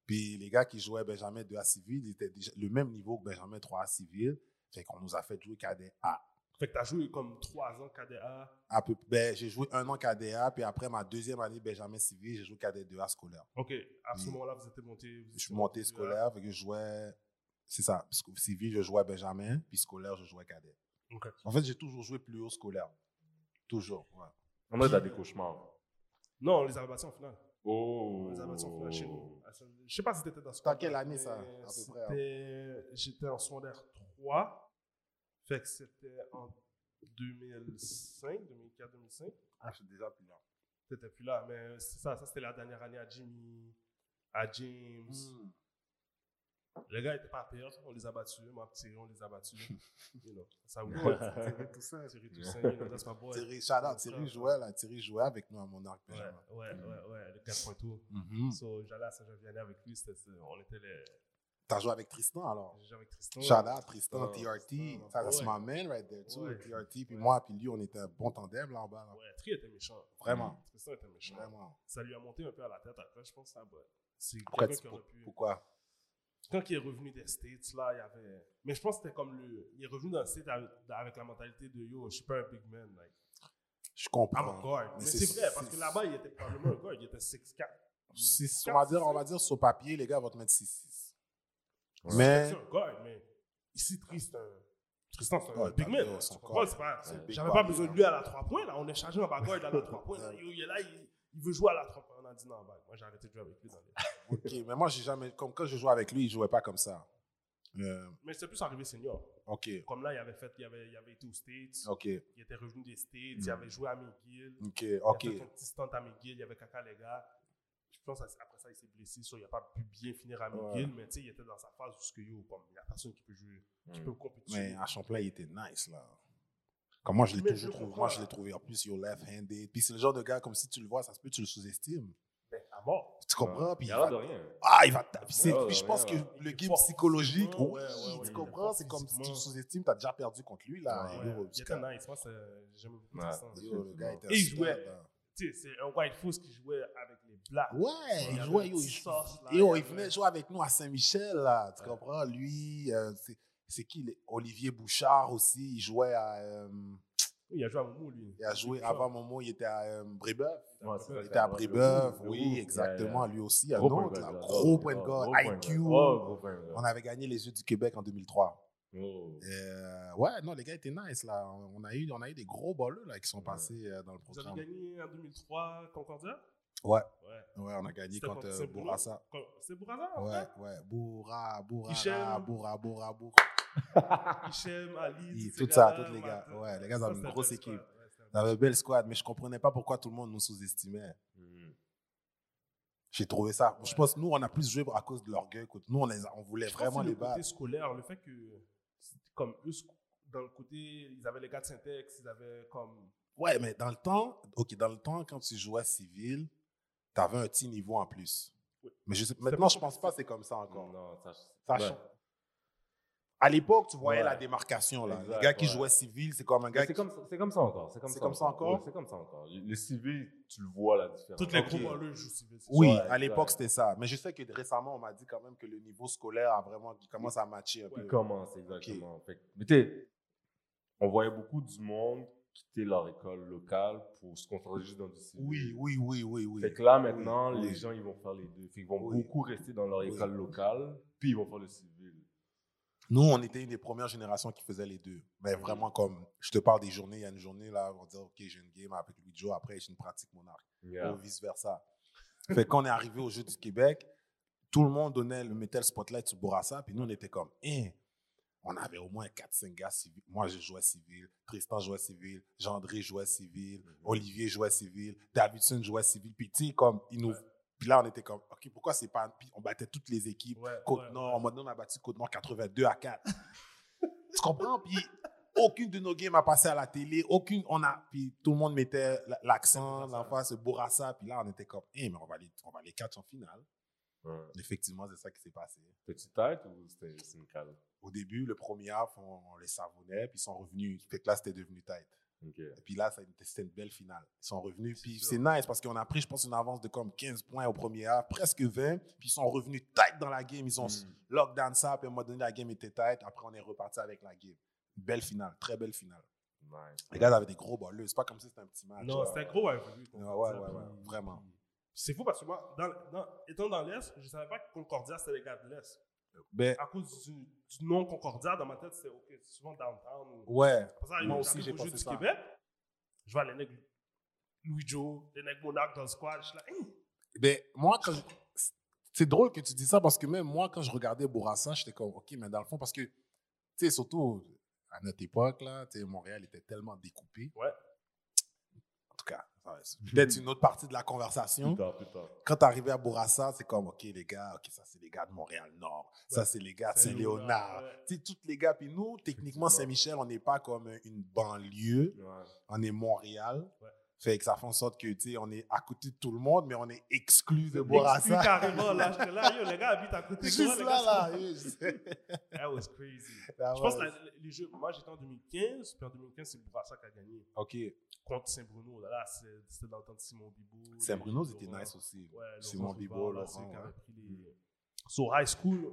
Speaker 3: Puis les gars qui jouaient Benjamin 2A civil, ils étaient déjà le même niveau que Benjamin 3A civil. Fait qu'on nous a fait jouer cadet A.
Speaker 1: Fait que t'as joué comme 3 ans cadet A.
Speaker 3: À peu- ben, j'ai joué un an KDA, puis après ma deuxième année Benjamin Civil, j'ai joué KD 2A scolaire.
Speaker 1: Ok, à ce
Speaker 3: Oui.
Speaker 1: moment-là, vous étiez monté. vous
Speaker 3: Je suis
Speaker 1: étiez
Speaker 3: monté
Speaker 1: 2A.
Speaker 3: scolaire, fait que je jouais, c'est ça, sc- civil, je jouais Benjamin, puis scolaire, je jouais cadet.
Speaker 1: Ok.
Speaker 3: En fait, j'ai toujours joué plus haut scolaire. Toujours, ouais.
Speaker 2: On a des cauchemars.
Speaker 1: Non, on les a battus en finale.
Speaker 2: Oh! Hmm.
Speaker 1: On les a battus en finale chez nous. À Saint- Je sais pas si t'étais dans ce
Speaker 3: T'as
Speaker 1: coin-là,
Speaker 3: quelle année,
Speaker 1: mais
Speaker 3: ça, à peu près, hein?
Speaker 1: c'était- J'étais en secondaire 3. Fait que c'était en 2005, 2004, 2005.
Speaker 3: Ah, je suis déjà plus là.
Speaker 1: T'étais plus là, mais c'est ça, ça c'était la dernière année à Jimmy, à James.
Speaker 3: Hmm.
Speaker 1: Les gars n'étaient pas pires, on les a battus, moi petit, on les a battus. you know, ça vous
Speaker 3: Thierry Toussaint.
Speaker 1: Thierry Toussaint, you know, that's my boy.
Speaker 3: Thierry, shout out, Thierry jouait là, Thierry jouait avec nous à Monarch
Speaker 1: Ouais,
Speaker 3: Benjamin.
Speaker 1: ouais, ouais, ouais, Mm-hmm. le 4 tout.
Speaker 3: Mhm.
Speaker 1: So, j'allais à Saint-Jean-Vianney avec lui, c'était, c'est- on était les.
Speaker 3: T'as joué avec Tristan alors?
Speaker 1: J'étais avec Tristan.
Speaker 3: Shout out, Tristan,
Speaker 2: Tristan,
Speaker 3: TRT.
Speaker 2: Tristan.
Speaker 3: Ça, That's
Speaker 1: Ouais.
Speaker 3: my man right there, too.
Speaker 1: Ouais.
Speaker 3: TRT, puis
Speaker 1: Ouais.
Speaker 3: moi, puis lui, on était un bon tandem là en bas. là.
Speaker 1: Ouais, Tri était méchant.
Speaker 3: Vraiment,
Speaker 1: Tristan était méchant.
Speaker 3: vraiment.
Speaker 1: Ça lui a monté un peu à la tête après, je pense, ça, bah, C'est
Speaker 3: Pourquoi
Speaker 1: quelqu'un
Speaker 3: tu-
Speaker 1: qui aurait pu.
Speaker 3: Pourquoi?
Speaker 1: quand il est revenu des States, là, il y avait. Mais je pense que c'était comme le. Il est revenu dans les States avec, avec la mentalité de yo, je suis pas un big man. Like,
Speaker 3: Je
Speaker 1: I'm a
Speaker 3: comprends.
Speaker 1: guard.
Speaker 3: mais
Speaker 1: Mais,
Speaker 3: c'est-
Speaker 1: c'est vrai, parce
Speaker 3: c'est-
Speaker 1: que là-bas, il était probablement un guard, il était 6'4.
Speaker 3: Si- si on, va dire, on va dire sur papier, les gars vont te mettre 6-6.
Speaker 2: Ouais.
Speaker 3: Mais
Speaker 1: C'est un guard, mais ici, Tristan. Tristan, c'est un
Speaker 3: Ouais,
Speaker 1: big
Speaker 3: t'as
Speaker 1: man.
Speaker 3: raison,
Speaker 1: là,
Speaker 3: son
Speaker 1: tu comprends,
Speaker 3: guard.
Speaker 1: c'est pas-
Speaker 3: C'est un big
Speaker 1: J'avais
Speaker 3: guard,
Speaker 1: pas besoin
Speaker 3: là.
Speaker 1: de lui à la 3 points, là. On est chargé en bas guard à la 3 points. Là.
Speaker 3: Ouais.
Speaker 1: Yo, il est là, il, il veut jouer à la 3 points. On a dit non, bah, moi, j'ai arrêté de jouer avec lui. Dans les...
Speaker 3: ok, mais moi, j'ai jamais. Comme quand je jouais avec lui, il jouait pas comme ça. Euh,
Speaker 1: Mais c'est plus arrivé senior.
Speaker 3: ok,
Speaker 1: Comme là, il avait, fait, il avait, il avait été aux States,
Speaker 3: ok,
Speaker 1: il était revenu des States, il avait joué à McGill.
Speaker 3: ok,
Speaker 1: Ok.
Speaker 3: ok.
Speaker 1: Il a fait son petit stunt à McGill, il y avait caca les gars. Je pense que après ça, il s'est blessé, so il n'a pas pu bien finir à
Speaker 3: Ouais.
Speaker 1: McGill, mais tu sais, il était dans sa phase où ce que, yo, comme, il n'y a personne qui peut jouer, qui peut compétitionner.
Speaker 3: Mm. Mais à Champlain, il était nice, là. Comme moi, je l'ai
Speaker 1: Mais
Speaker 3: toujours
Speaker 1: je
Speaker 3: trouvé.
Speaker 1: comprends,
Speaker 3: Moi, je
Speaker 1: là.
Speaker 3: l'ai trouvé. En plus, il est left-handed. Puis c'est le genre de gars, comme si tu le vois, ça se peut, tu le sous-estimes.
Speaker 1: Ben, à mort.
Speaker 3: Tu comprends? Puis
Speaker 2: Il
Speaker 3: il
Speaker 2: y a l'air
Speaker 3: va.
Speaker 2: de rien.
Speaker 3: Ah, il va te taper. C'est-
Speaker 2: Ouais,
Speaker 3: Puis je
Speaker 2: ouais,
Speaker 3: pense que
Speaker 2: ouais.
Speaker 1: Il
Speaker 3: le
Speaker 1: est
Speaker 3: game
Speaker 1: fort.
Speaker 3: psychologique,
Speaker 1: Ouais,
Speaker 3: oui,
Speaker 1: ouais, ouais,
Speaker 3: tu
Speaker 1: il est
Speaker 3: comprends?
Speaker 1: fort
Speaker 3: C'est comme si tu le
Speaker 1: physiquement.
Speaker 3: sous-estimes, t'as déjà perdu contre lui, là.
Speaker 1: Ouais,
Speaker 3: Et yo,
Speaker 1: il
Speaker 3: du
Speaker 1: était
Speaker 3: gars-
Speaker 1: nice, moi, c'est- euh, j'aime beaucoup
Speaker 2: Ouais.
Speaker 1: Tristan.
Speaker 3: Ah, yo, le gars était hein.
Speaker 1: Et il
Speaker 3: super,
Speaker 1: jouait.
Speaker 3: là.
Speaker 1: Tu sais, c'est un White Fox qui jouait avec les Blacks.
Speaker 3: Ouais,
Speaker 1: il y
Speaker 3: il
Speaker 1: avait
Speaker 3: jouait,
Speaker 1: une
Speaker 3: yo, il,
Speaker 1: petite sauce, là,
Speaker 3: yo,
Speaker 1: il y
Speaker 3: il
Speaker 1: avait-
Speaker 3: venait jouer avec nous à Saint-Michel, là, tu
Speaker 1: Ouais.
Speaker 3: comprends? Lui, euh, c'est- c'est qui? les- Olivier Bouchard aussi, il jouait à... euh,
Speaker 1: Il a joué à Momo, lui.
Speaker 3: Il a joué avant Momo, il était à euh, Brébeuf.
Speaker 2: Ouais, c'est ça,
Speaker 3: Il
Speaker 2: c'est
Speaker 3: était à
Speaker 2: un- de
Speaker 3: Brébeuf,
Speaker 2: ouf,
Speaker 3: oui, exactement.
Speaker 2: ouais,
Speaker 3: Lui aussi, un
Speaker 2: Gros point
Speaker 3: autre,
Speaker 2: guard, là.
Speaker 3: là, gros point de
Speaker 2: Gros
Speaker 3: guard,
Speaker 2: point guard.
Speaker 3: IQ.
Speaker 2: Oh, gros point guard.
Speaker 3: On avait gagné les Jeux du Québec en 2003.
Speaker 2: Oh.
Speaker 3: Euh, ouais, non, les gars étaient nice, là. On a eu, on a eu des gros balleux, là, qui sont
Speaker 2: Ouais.
Speaker 3: passés euh, dans le
Speaker 1: Vous avez
Speaker 3: programme.
Speaker 1: gagné en 2003 Concordia
Speaker 3: Ouais.
Speaker 1: Ouais.
Speaker 3: Ouais, on a gagné
Speaker 1: C'était
Speaker 3: contre
Speaker 1: contre
Speaker 3: euh,
Speaker 1: Saint-Bruno?
Speaker 3: Bourassa.
Speaker 1: Con- C'est Bourassa
Speaker 3: Ouais, ouais. Bourra, Bourra,
Speaker 1: Hichem.
Speaker 3: Bourra, Bourra, Bourra.
Speaker 1: Hichem, Ali,
Speaker 3: Et
Speaker 1: tous
Speaker 3: tout
Speaker 1: ces
Speaker 3: ça,
Speaker 1: gars-là,
Speaker 3: tous les gars.
Speaker 1: Martin.
Speaker 3: Ouais, les gars, ils
Speaker 1: Ça,
Speaker 3: avaient
Speaker 1: c'est
Speaker 3: une
Speaker 1: un
Speaker 3: grosse
Speaker 1: bel
Speaker 3: équipe.
Speaker 1: squad. Ouais, c'est un
Speaker 3: Ils avaient une belle squad, mais je comprenais pas pourquoi tout le monde nous sous-estimait.
Speaker 2: Mhm.
Speaker 3: J'ai trouvé ça. Je
Speaker 1: Ouais.
Speaker 3: pense nous, on a plus joué à cause de l'orgueil. que Nous, on, les a- on voulait
Speaker 1: Je pense
Speaker 3: vraiment
Speaker 1: que
Speaker 3: les
Speaker 1: le côté
Speaker 3: battre.
Speaker 1: scolaire, le fait que, c'était comme eux, sc- dans le côté, ils avaient les gars de Syntex, ils avaient comme.
Speaker 3: Ouais, mais dans le temps, OK, dans le temps, quand tu jouais civil, tu avais un petit niveau en plus.
Speaker 1: Oui.
Speaker 3: Mais je sais-
Speaker 1: C'était
Speaker 3: maintenant,
Speaker 1: pas
Speaker 3: je pense pas que c'est comme ça encore.
Speaker 2: Non, ça,
Speaker 3: Ça
Speaker 2: ouais.
Speaker 3: change. À l'époque, tu voyais
Speaker 2: Ouais.
Speaker 3: la démarcation. Là.
Speaker 2: Exact,
Speaker 3: le gars qui
Speaker 2: ouais.
Speaker 3: jouait civil, c'est comme un
Speaker 2: Mais
Speaker 3: gars
Speaker 2: C'est
Speaker 3: qui...
Speaker 2: comme, ça- c'est comme ça encore. C'est comme,
Speaker 3: C'est comme ça encore?
Speaker 2: Ouais, c'est comme ça encore. Le civil, tu le vois la différence.
Speaker 1: Toutes les
Speaker 3: Ok.
Speaker 1: gros balleux jouent civil. c'est
Speaker 3: Oui,
Speaker 1: sûr.
Speaker 2: Ouais,
Speaker 3: à l'époque,
Speaker 2: ouais.
Speaker 3: c'était ça. Mais je sais que récemment, on m'a dit quand même que le niveau scolaire a vraiment qui commence à matcher un
Speaker 1: Ouais.
Speaker 3: peu.
Speaker 2: Il commence, exactement. Fait que- mais t'sais, on voyait beaucoup du monde quitter leur école locale pour se concentrer juste dans du civil.
Speaker 3: Oui, oui, oui, oui, oui.
Speaker 2: Fait que là, maintenant,
Speaker 3: Oui,
Speaker 2: les
Speaker 3: oui.
Speaker 2: gens, ils vont faire les deux. Fait qu'ils vont
Speaker 3: Oui.
Speaker 2: beaucoup rester dans leur
Speaker 3: Oui.
Speaker 2: école locale, puis ils vont faire le civil.
Speaker 3: Nous, on était une des premières générations qui faisait les deux. Mais vraiment, comme je te parle des journées, il y a une journée là, on dit OK, j'ai une game avec Louis Joe, après j'ai une pratique monarque,
Speaker 2: Yeah.
Speaker 3: ou vice-versa. Fait qu'on est arrivé au Jeu du Québec, tout le monde donnait le mettait le spotlight sur Bourassa, puis nous, on était comme Hein, On avait au moins 4-5 gars civils. Moi, je jouais civil, Tristan jouait civil, Gendré jouait civil, Olivier jouait civil, Davidson jouait civil. Puis tu sais, comme, ils nous. Puis là, on était comme, OK, pourquoi c'est pas. Puis on battait toutes les équipes.
Speaker 1: Ouais, ouais.
Speaker 3: Côte-Nord. En mode, on a battu Côte-Nord 82 à 4. tu comprends? Puis aucune de nos games a passé à la télé. Aucune, on a, puis tout le monde mettait l- l'accent,
Speaker 1: Bourassa.
Speaker 3: l'emphase, Bourassa. Puis là, on était comme, hé, mais on va, les, on va les catch en finale.
Speaker 2: Ouais.
Speaker 3: Effectivement, c'est ça qui s'est passé.
Speaker 2: T'as-tu tête ou c'était c'est une cale?
Speaker 3: Au début, le premier half, on, on les savonnait, puis ils sont revenus. Fait que là, c'était devenu tight.
Speaker 2: Ok.
Speaker 3: Et puis là, ça a été- c'était une belle finale. Ils sont revenus. Puis
Speaker 1: sûr.
Speaker 3: c'est nice parce qu'on a pris, je pense, une avance de comme 15 points au premier half, presque 20. Puis ils sont revenus tight dans la game. Ils ont
Speaker 2: Mm.
Speaker 3: lockdown ça. Puis à un moment donné, la game était tight. Après, on est reparti avec la game. Belle finale, très belle finale.
Speaker 2: Nice.
Speaker 3: Les gars avaient des gros balleux. C'est pas comme si c'était un petit match.
Speaker 1: Non,
Speaker 3: là.
Speaker 1: c'était gros avec lui.
Speaker 3: Ouais, ouais, ouais, ouais, vraiment.
Speaker 1: C'est fou parce que moi, dans- dans- étant dans l'Est, je savais pas que Concordia, c'était les gars de l'Est.
Speaker 3: Ben,
Speaker 1: À cause du, du nom Concordia, dans ma tête, c'était OK, c'est souvent downtown. ou-
Speaker 3: ouais.
Speaker 1: Pour ça,
Speaker 3: Moi
Speaker 1: j'arrive
Speaker 3: aussi, j'ai
Speaker 1: au
Speaker 3: pensé
Speaker 1: jeu du
Speaker 3: ça.
Speaker 1: Québec, je vois les nègres Louis Joe, les nègres Monarch dans le squad. Je suis là, Hein,
Speaker 3: Ben, moi, quand je- c'est drôle que tu dis ça parce que même moi, quand je regardais Bourassa, j'étais comme, OK, mais dans le fond, parce que, tu sais, surtout à notre époque, là, tu sais, Montréal était tellement découpé.
Speaker 1: Ouais.
Speaker 3: En tout cas, ça va, c'est peut-être une autre partie de la conversation.
Speaker 2: Plus tard, plus tard.
Speaker 3: Quand tu arrivé à Bourassa, c'est comme, OK, les gars, OK, ça, c'est les gars de Montréal-Nord. Ça,
Speaker 1: Ouais.
Speaker 3: Ah, c'est les gars de
Speaker 1: Saint-Léonard,
Speaker 3: Saint-Léonard.
Speaker 1: ouais.
Speaker 3: Tu sais, tous les gars. Puis nous, techniquement,
Speaker 2: Effectivement.
Speaker 3: Saint-Michel, on n'est pas comme une banlieue
Speaker 2: Ouais.
Speaker 3: on est Montréal.
Speaker 1: Ouais.
Speaker 3: Fait que ça fait en sorte que, tu sais, on est à côté de tout le monde, mais on est exclu de
Speaker 1: exclu
Speaker 3: Bourassa.
Speaker 1: carrément, là, j'étais là, yo, les gars habitent à côté de moi.
Speaker 3: Juste
Speaker 1: les
Speaker 3: là,
Speaker 1: gars,
Speaker 3: là. oui, je sais.
Speaker 1: c'est- That was crazy.
Speaker 3: Là,
Speaker 1: Je pense que
Speaker 3: ouais.
Speaker 1: la- les jeux, moi j'étais en 2015, puis en 2015, c'est Bourassa qui a gagné.
Speaker 3: OK.
Speaker 1: Contre Saint-Bruno, là, là c'est- c'était dans le temps de Simon Bibo.
Speaker 3: Saint-Bruno,
Speaker 1: les-
Speaker 3: c'était
Speaker 1: Laurent-
Speaker 3: nice aussi.
Speaker 1: Ouais, Laurent
Speaker 3: Simon
Speaker 1: Rivard,
Speaker 3: Bibo,
Speaker 1: là,
Speaker 3: Laurent,
Speaker 1: ceux qui
Speaker 3: ouais.
Speaker 1: avaient pris les- So, high school,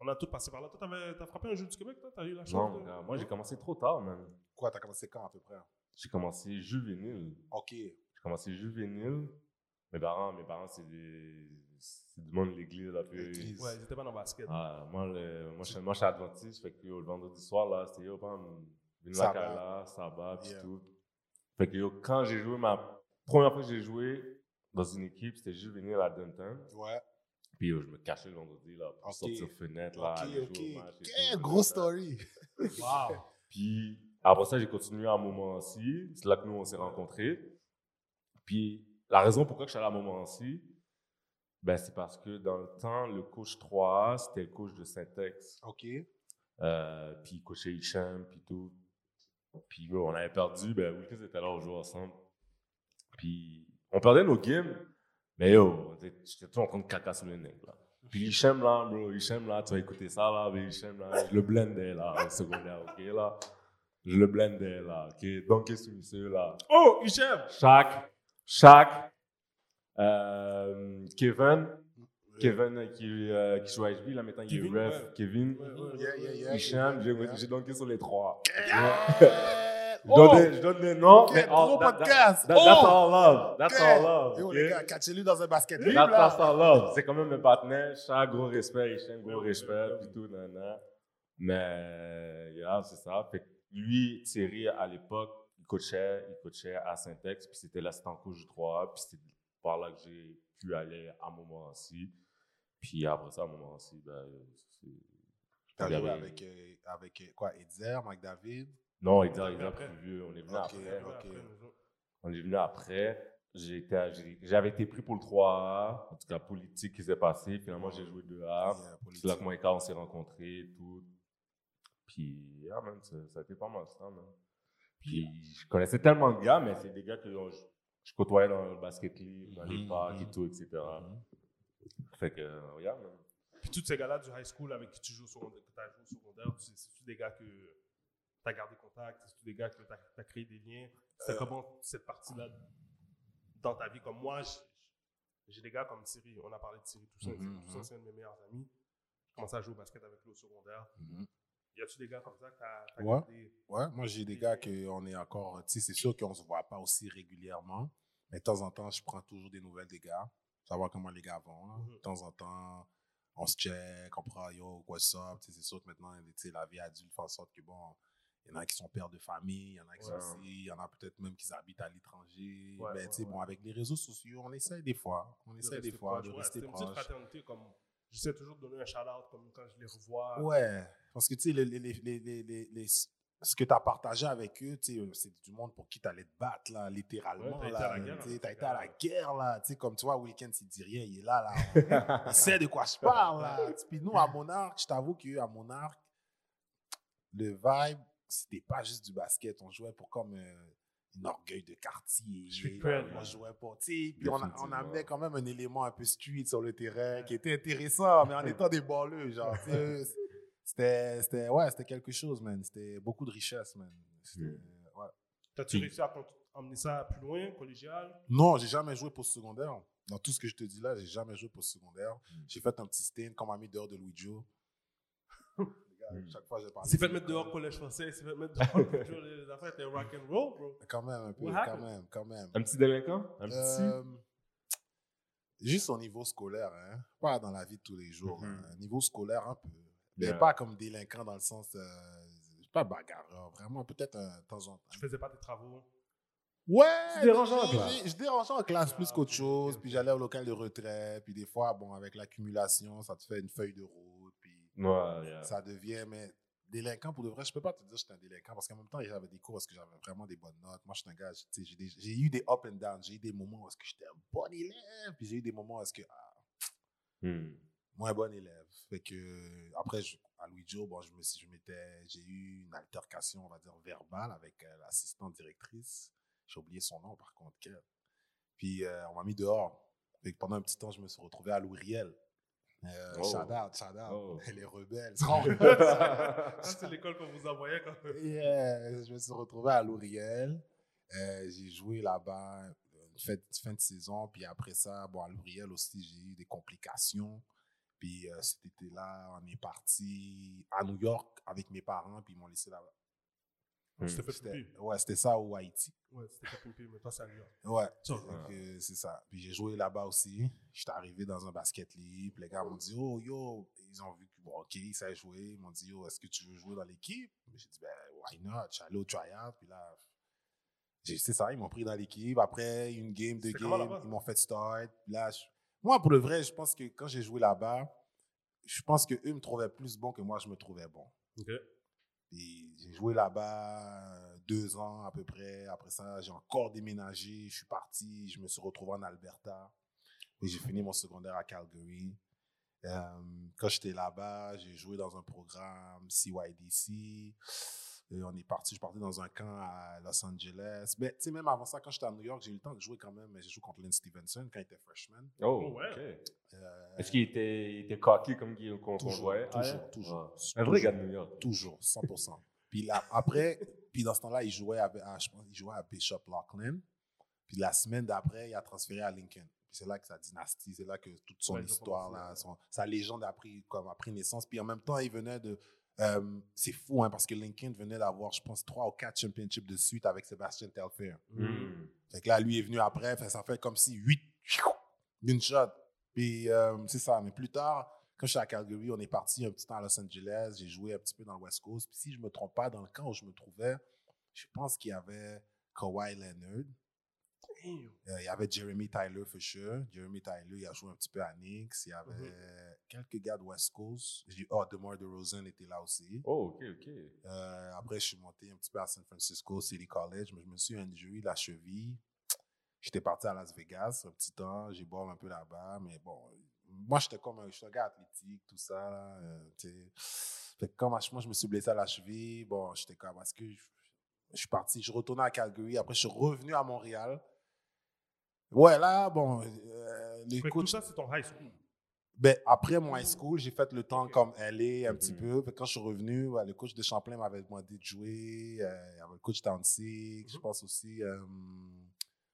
Speaker 1: on a tous passé par là. Toi, t'avais- t'as frappé un jeu du Québec, toi T'as eu la chance
Speaker 2: Non,
Speaker 1: de-
Speaker 2: gars, moi, j'ai commencé trop tard, même.
Speaker 3: Quoi, t'as commencé quand à peu près?
Speaker 2: J'ai commencé juvénile.
Speaker 3: OK.
Speaker 2: J'ai commencé juvénile. Mes parents, mes parents c'est des... C'est du monde de l'église, là. puis-
Speaker 3: L'église.
Speaker 1: Ouais, ils étaient pas dans le basket.
Speaker 2: Ah, moi, le, moi, je, suis- moi, je suis adventiste, fait que yo, le vendredi soir, là, c'était yo, bam, une
Speaker 3: Sabbat.
Speaker 2: lacala, sabbat, puis
Speaker 3: Yeah.
Speaker 2: tout. Fait que yo, quand j'ai joué, ma première fois que j'ai joué dans une équipe, c'était juvénile à Dunton.
Speaker 3: Ouais.
Speaker 2: Puis yo, je me cachais le vendredi, là, pour
Speaker 3: Ok.
Speaker 2: sortir fenêtre, là,
Speaker 3: OK,
Speaker 2: aller
Speaker 3: OK.
Speaker 2: jouer au match. et
Speaker 3: Quelle
Speaker 2: tout,
Speaker 3: grosse
Speaker 2: Dunton.
Speaker 3: story.
Speaker 1: Wow.
Speaker 2: Puis après ça, j'ai continué à Montmorency. C'est là que nous, on s'est rencontrés. Puis la raison pourquoi que je suis allé à Montmorency, ben, c'est parce que dans le temps, le coach 3A, c'était le coach de Syntex.
Speaker 3: OK.
Speaker 2: Euh, puis il coachait Hicham, puis tout. Puis yo, on avait perdu. Ben, Wilkins était là, on jouait ensemble. Puis on perdait nos games, mais yo, t'es- j'étais toujours en train de caca sur le nez, là. Puis Hicham, là, bro, Hicham, là, tu vas écouter ça, là, mais Hicham, là, je le blendais, là, au secondaire, OK, là. Je le blendais, là, OK. Donc, qu'est-ce que c'est, là?
Speaker 1: Oh, Hichem!
Speaker 2: Chaque, chaque, euh, Kevin, Kevin euh, qui, euh, qui joue à HB, là, maintenant, il est
Speaker 1: Kevin,
Speaker 2: ref,
Speaker 1: ouais.
Speaker 2: Kevin.
Speaker 1: Ouais, ouais, ouais,
Speaker 3: Yeah, yeah,
Speaker 1: ouais.
Speaker 3: yeah.
Speaker 2: Hicham,
Speaker 3: yeah,
Speaker 2: j'ai
Speaker 3: yeah.
Speaker 2: j'ai dunké sur les trois.
Speaker 3: Yeah.
Speaker 2: Je donne, des- je donne des noms,
Speaker 3: Ok,
Speaker 2: mais
Speaker 3: gros
Speaker 2: all- that- that-
Speaker 3: podcast.
Speaker 2: that- that's
Speaker 3: Oh!
Speaker 2: all love. That's
Speaker 3: Ok.
Speaker 2: all love.
Speaker 3: Yo,
Speaker 2: ok?
Speaker 3: les gars, catchez-le dans un basket libre,
Speaker 2: That-
Speaker 3: là.
Speaker 2: that's all love. C'est quand même mes partenaires. Chaque gros respect, Hichem, gros respect, puis tout, nana. Mais, yeah, c'est ça. Fait que lui, Thierry, à l'époque, il coachait, il coachait à Syntex, puis c'était l'assistant coach du 3A, puis c'était par là que j'ai pu aller à Montmorency. Puis après ça, à Montmorency, ben, c'est-
Speaker 3: T'as
Speaker 2: Il y
Speaker 3: joué
Speaker 2: avait-
Speaker 3: avec, euh, avec euh, quoi, Edzer, Mike David.
Speaker 2: Non, il est
Speaker 1: Après.
Speaker 2: plus vieux, on est venu
Speaker 3: Ok,
Speaker 2: après.
Speaker 3: ok.
Speaker 2: On est venu après. J'ai été à- j'ai- J'avais été pris pour le 3A, en tout cas politique qui s'est passé. Finalement, j'ai joué 2A.
Speaker 3: Yeah, politique.
Speaker 2: C'est là que moi et Carl, on s'est rencontrés, tout. Puis, ah, man, ça, ça a été pas mal ça, man. Puis, je connaissais tellement de gars, mais c'est des gars que euh, je, je côtoyais dans le basket league, dans les
Speaker 3: Mhm,
Speaker 2: parcs
Speaker 3: mhm.
Speaker 2: et tout, etc.
Speaker 3: Mhm.
Speaker 2: Fait que, euh, yeah, man.
Speaker 1: Puis tous ces gars-là du high school avec qui tu joues au secondaire, que t'as joué au secondaire, c'est tous des gars que t'as gardé contact, c'est tous des gars que t'as as créé des liens.
Speaker 2: Euh.
Speaker 1: C'est comment cette partie-là dans ta vie, comme moi, j'- j'ai des gars comme Thierry, on a parlé de Thierry,
Speaker 2: Mm-hmm,
Speaker 1: tout ça,
Speaker 3: Mhm,
Speaker 1: tout ça, c'est un de mes meilleurs amis. J'ai commencé à jouer au basket avec lui au secondaire.
Speaker 3: Mhm.
Speaker 1: Y a-tu des gars comme ça que t'as t'as
Speaker 3: Ouais.
Speaker 1: gardé
Speaker 3: Ouais, moi j'ai des gars
Speaker 1: Mm-hmm.
Speaker 3: qu'on est encore, tu sais, c'est sûr qu'on se voit pas aussi régulièrement, mais de temps en temps, je prends toujours des nouvelles des gars, savoir comment les gars vont. là.
Speaker 1: Mhm.
Speaker 3: De temps en temps, on se check, on prend yo, what's up, tu sais, c'est sûr que maintenant, tu sais, la vie adulte fait en sorte que bon, il y en a qui sont pères de famille, il y en a qui
Speaker 2: Ouais.
Speaker 3: sont ici, il y en a peut-être même qui habitent à l'étranger.
Speaker 1: Ouais,
Speaker 3: mais
Speaker 1: ouais,
Speaker 3: tu sais,
Speaker 1: ouais.
Speaker 3: bon, avec les réseaux sociaux, on essaie des fois, on
Speaker 1: de
Speaker 3: essaie des
Speaker 1: rester
Speaker 3: fois
Speaker 1: proche?
Speaker 3: de
Speaker 1: Ouais,
Speaker 3: rester
Speaker 1: c'est une petite
Speaker 3: proche.
Speaker 1: fraternité, comme j'essaie toujours de donner un shout-out comme quand je les revois.
Speaker 3: Ouais, parce que tu sais, les, les, les, les, les- les- les- ce que tu as partagé avec eux, tu sais, euh, c'est du monde pour qui tu allais te battre, là, littéralement.
Speaker 1: Ouais, t'as été
Speaker 3: là, euh,
Speaker 1: à la guerre, hein,
Speaker 3: tu sais,
Speaker 1: en
Speaker 3: t'as
Speaker 1: fait,
Speaker 3: été à la
Speaker 1: là.
Speaker 3: guerre, là. Tu sais, comme tu vois, Wilkins, il dit rien, il est là, là. il sait de quoi je parle, là. Puis nous, à Monarch, je t'avoue qu'à Monarch, le vibe, c'était pas juste du basket. On jouait pour comme euh, un orgueil de quartier.
Speaker 1: Street
Speaker 3: là,
Speaker 1: cred,
Speaker 3: on
Speaker 1: là.
Speaker 3: jouait pour, tu sais, puis on, a- on
Speaker 2: Définitivement.
Speaker 3: amenait quand même un élément un peu street sur le terrain qui était intéressant, mais en étant des balleux, genre, tu sais, c'était, c'était, ouais, c'était quelque chose, man. C'était beaucoup de richesse, man. C'était-
Speaker 2: Mm.
Speaker 3: ouais.
Speaker 1: T'as-tu
Speaker 2: Puis-
Speaker 1: réussi à con- emmener ça plus loin, collégial?
Speaker 3: Non, j'ai jamais joué pour secondaire. Dans tout ce que je te dis là, j'ai jamais joué pour secondaire.
Speaker 1: Hmm.
Speaker 2: Mm.
Speaker 3: J'ai fait un petit stint comme ami dehors de Louis Joe. Les gars,
Speaker 2: Mm.
Speaker 3: Chaque fois, j'ai parlé.
Speaker 1: Hmm. C'est fait
Speaker 3: de-
Speaker 1: mettre dehors collège français, c'est fait mettre dehors collège, les affaires étaient rock and roll, bro.
Speaker 3: Quand même, un peu,
Speaker 1: What
Speaker 3: quand
Speaker 1: happened?
Speaker 3: même, quand même.
Speaker 2: Un petit délinquant? Un petit?
Speaker 3: Euh, juste au niveau scolaire, hein. pas dans la vie de tous les jours.
Speaker 1: Hmm.
Speaker 2: Mhm.
Speaker 3: hein. Niveau scolaire, un peu. Mais
Speaker 2: Yeah.
Speaker 3: pas comme délinquant dans le sens. euh, pas bagarreur, vraiment, peut-être un de temps en temps.
Speaker 1: Je faisais pas tes travaux.
Speaker 3: Ouais!
Speaker 2: Tu dérangeais en
Speaker 3: j'ai-
Speaker 2: classe.
Speaker 3: j'ai- Je dérangeais en classe plus
Speaker 1: Ah,
Speaker 3: qu'autre
Speaker 1: ok,
Speaker 3: chose,
Speaker 1: ok.
Speaker 3: puis j'allais au local de retrait, puis des fois, bon, avec l'accumulation, ça te fait une feuille de route, puis
Speaker 2: Ouais, yeah.
Speaker 3: ça devient, mais délinquant pour de vrai, je peux pas te dire que j'étais un délinquant parce qu'en même temps, j'avais des cours parce que j'avais vraiment des bonnes notes. Moi, je suis un gars, tu sais, j'ai des- j'ai eu des up and down, j'ai eu des moments où est-ce que j'étais un bon élève, puis j'ai eu des moments où est-ce que ah,
Speaker 2: Hmm.
Speaker 3: moins bon élève. Fait que euh, après, je- à Louis Joe, bon, je me suis, je m'étais, j'ai eu une altercation, on va dire verbale, avec euh, l'assistante directrice. J'ai oublié son nom par contre. qu'elle. Puis euh, on m'a mis dehors. Fait que pendant un petit temps, je me suis retrouvé à Louriel. Euh,
Speaker 2: Oh.
Speaker 3: Shout out, shout out.
Speaker 2: Oh.
Speaker 3: Les rebelles. Ah,
Speaker 1: Ça, c'est l'école qu'on vous envoyait quand
Speaker 3: Et, euh, je me suis retrouvé à Louriel. Euh, j'ai joué là-bas euh, une fête- fin de saison. Puis après ça, bon, à Louriel aussi, j'ai eu des complications. Puis euh, cet été-là, on est parti à New York avec mes parents. Puis ils m'ont laissé là-bas.
Speaker 2: Hmm.
Speaker 1: Tu t'es fait
Speaker 3: C'était-
Speaker 1: pimper.
Speaker 3: Ouais, c'était ça au Haïti.
Speaker 1: Ouais, c'était fait pimper, mais toi, c'est à New York.
Speaker 3: Ouais,
Speaker 1: Ça,
Speaker 3: donc, euh, c'est ça. Puis j'ai joué là-bas aussi. J'étais arrivé dans un basket libre. Les gars m'ont dit, oh, yo, ils ont vu que, bon, OK, ils savent jouer. Ils m'ont dit, yo, est-ce que tu veux jouer dans l'équipe? J'ai dit, ben, why not? Je suis allé au try-out. Puis là, j'ai- c'est ça, ils m'ont pris dans l'équipe. Après, une game, deux
Speaker 1: C'était comment
Speaker 3: games,
Speaker 1: là-bas?
Speaker 3: ils m'ont fait start. Puis là, je- moi, pour le vrai, je pense que quand j'ai joué là-bas, je pense qu'eux me trouvaient plus bon que moi, je me trouvais bon.
Speaker 1: Ok.
Speaker 3: Puis j'ai joué là-bas euh, deux ans à peu près. Après ça, j'ai encore déménagé. Je suis parti. Je me suis retrouvé en Alberta. Et j'ai fini mon secondaire à Calgary. Euh, quand j'étais là-bas, j'ai joué dans un programme CYDC. Et on est parti, je partais dans un camp à Los Angeles. Mais tu sais, même avant ça, quand j'étais à New York, j'ai eu le temps de jouer quand même. J'ai joué contre Lynn Stevenson quand il était freshman.
Speaker 2: Oh,
Speaker 1: Oh, ouais.
Speaker 2: ok.
Speaker 3: Euh,
Speaker 2: Est-ce qu'il était, il était cocky comme Guillaume qu'on qu'on
Speaker 3: Toujours,
Speaker 2: voyait?
Speaker 3: toujours,
Speaker 2: Ah, ouais?
Speaker 3: toujours.
Speaker 2: Ouais. Un vrai gars de New York.
Speaker 3: Toujours, 100%. puis là, après, puis dans ce temps-là, il jouait, avec- à, je pense, il jouait à Bishop Lachlan. Puis la semaine d'après, il a transféré à Lincoln. Puis c'est là que sa dynastie, c'est là que toute son
Speaker 1: Ouais, ils ont
Speaker 3: histoire, là,
Speaker 1: commencé,
Speaker 3: son- sa légende a pris, comme, a pris naissance. Puis en même temps, il venait de Euh, c'est fou, hein, parce que Lincoln venait d'avoir, je pense, trois ou quatre championships de suite avec Sébastien Telfair.
Speaker 2: Hmm.
Speaker 3: Fait que là, lui est venu après, fait que ça fait comme si huit d'une shot. Puis euh, c'est ça. Mais plus tard, quand je suis à Calgary, on est parti un petit temps à Los Angeles. J'ai joué un petit peu dans le West Coast. Puis si je me trompe pas, dans le camp où je me trouvais, je pense qu'il y avait Kawhi Leonard. Euh, il y avait Jeremy Tyler, for sure. Jeremy Tyler, il a joué un petit peu à Knicks. Il y avait quelques gars de West Coast. J'ai- Oh, DeMar DeRozan était là aussi.
Speaker 2: Oh, ok, ok.
Speaker 3: Euh, après, je suis monté un petit peu à San Francisco City College, mais je me suis injurié la cheville. J'étais parti à Las Vegas un petit temps, j'ai boire un peu là-bas, mais bon, moi j'étais comme un, j'étais un gars athlétique, tout ça. Là, euh, tu sais. fait que quand moi je me suis blessé à la cheville, bon, j'étais comme parce que je, je suis parti, je retournais à Calgary, après je suis revenu à Montréal. Ouais, là, bon, euh, les
Speaker 1: Fait que
Speaker 3: coachs-
Speaker 1: tout ça, c'est ton high school.
Speaker 3: ben, après mon
Speaker 1: Mm.
Speaker 3: high school, j'ai fait le temps
Speaker 1: Ok.
Speaker 3: comme elle est un
Speaker 1: Mm.
Speaker 3: petit
Speaker 2: Mhm.
Speaker 3: peu. Puis quand je suis revenu, ouais, le coach de Champlain m'avait demandé de jouer. Euh, il y avait le coach Town Six, je
Speaker 1: Mhm.
Speaker 3: pense aussi euh,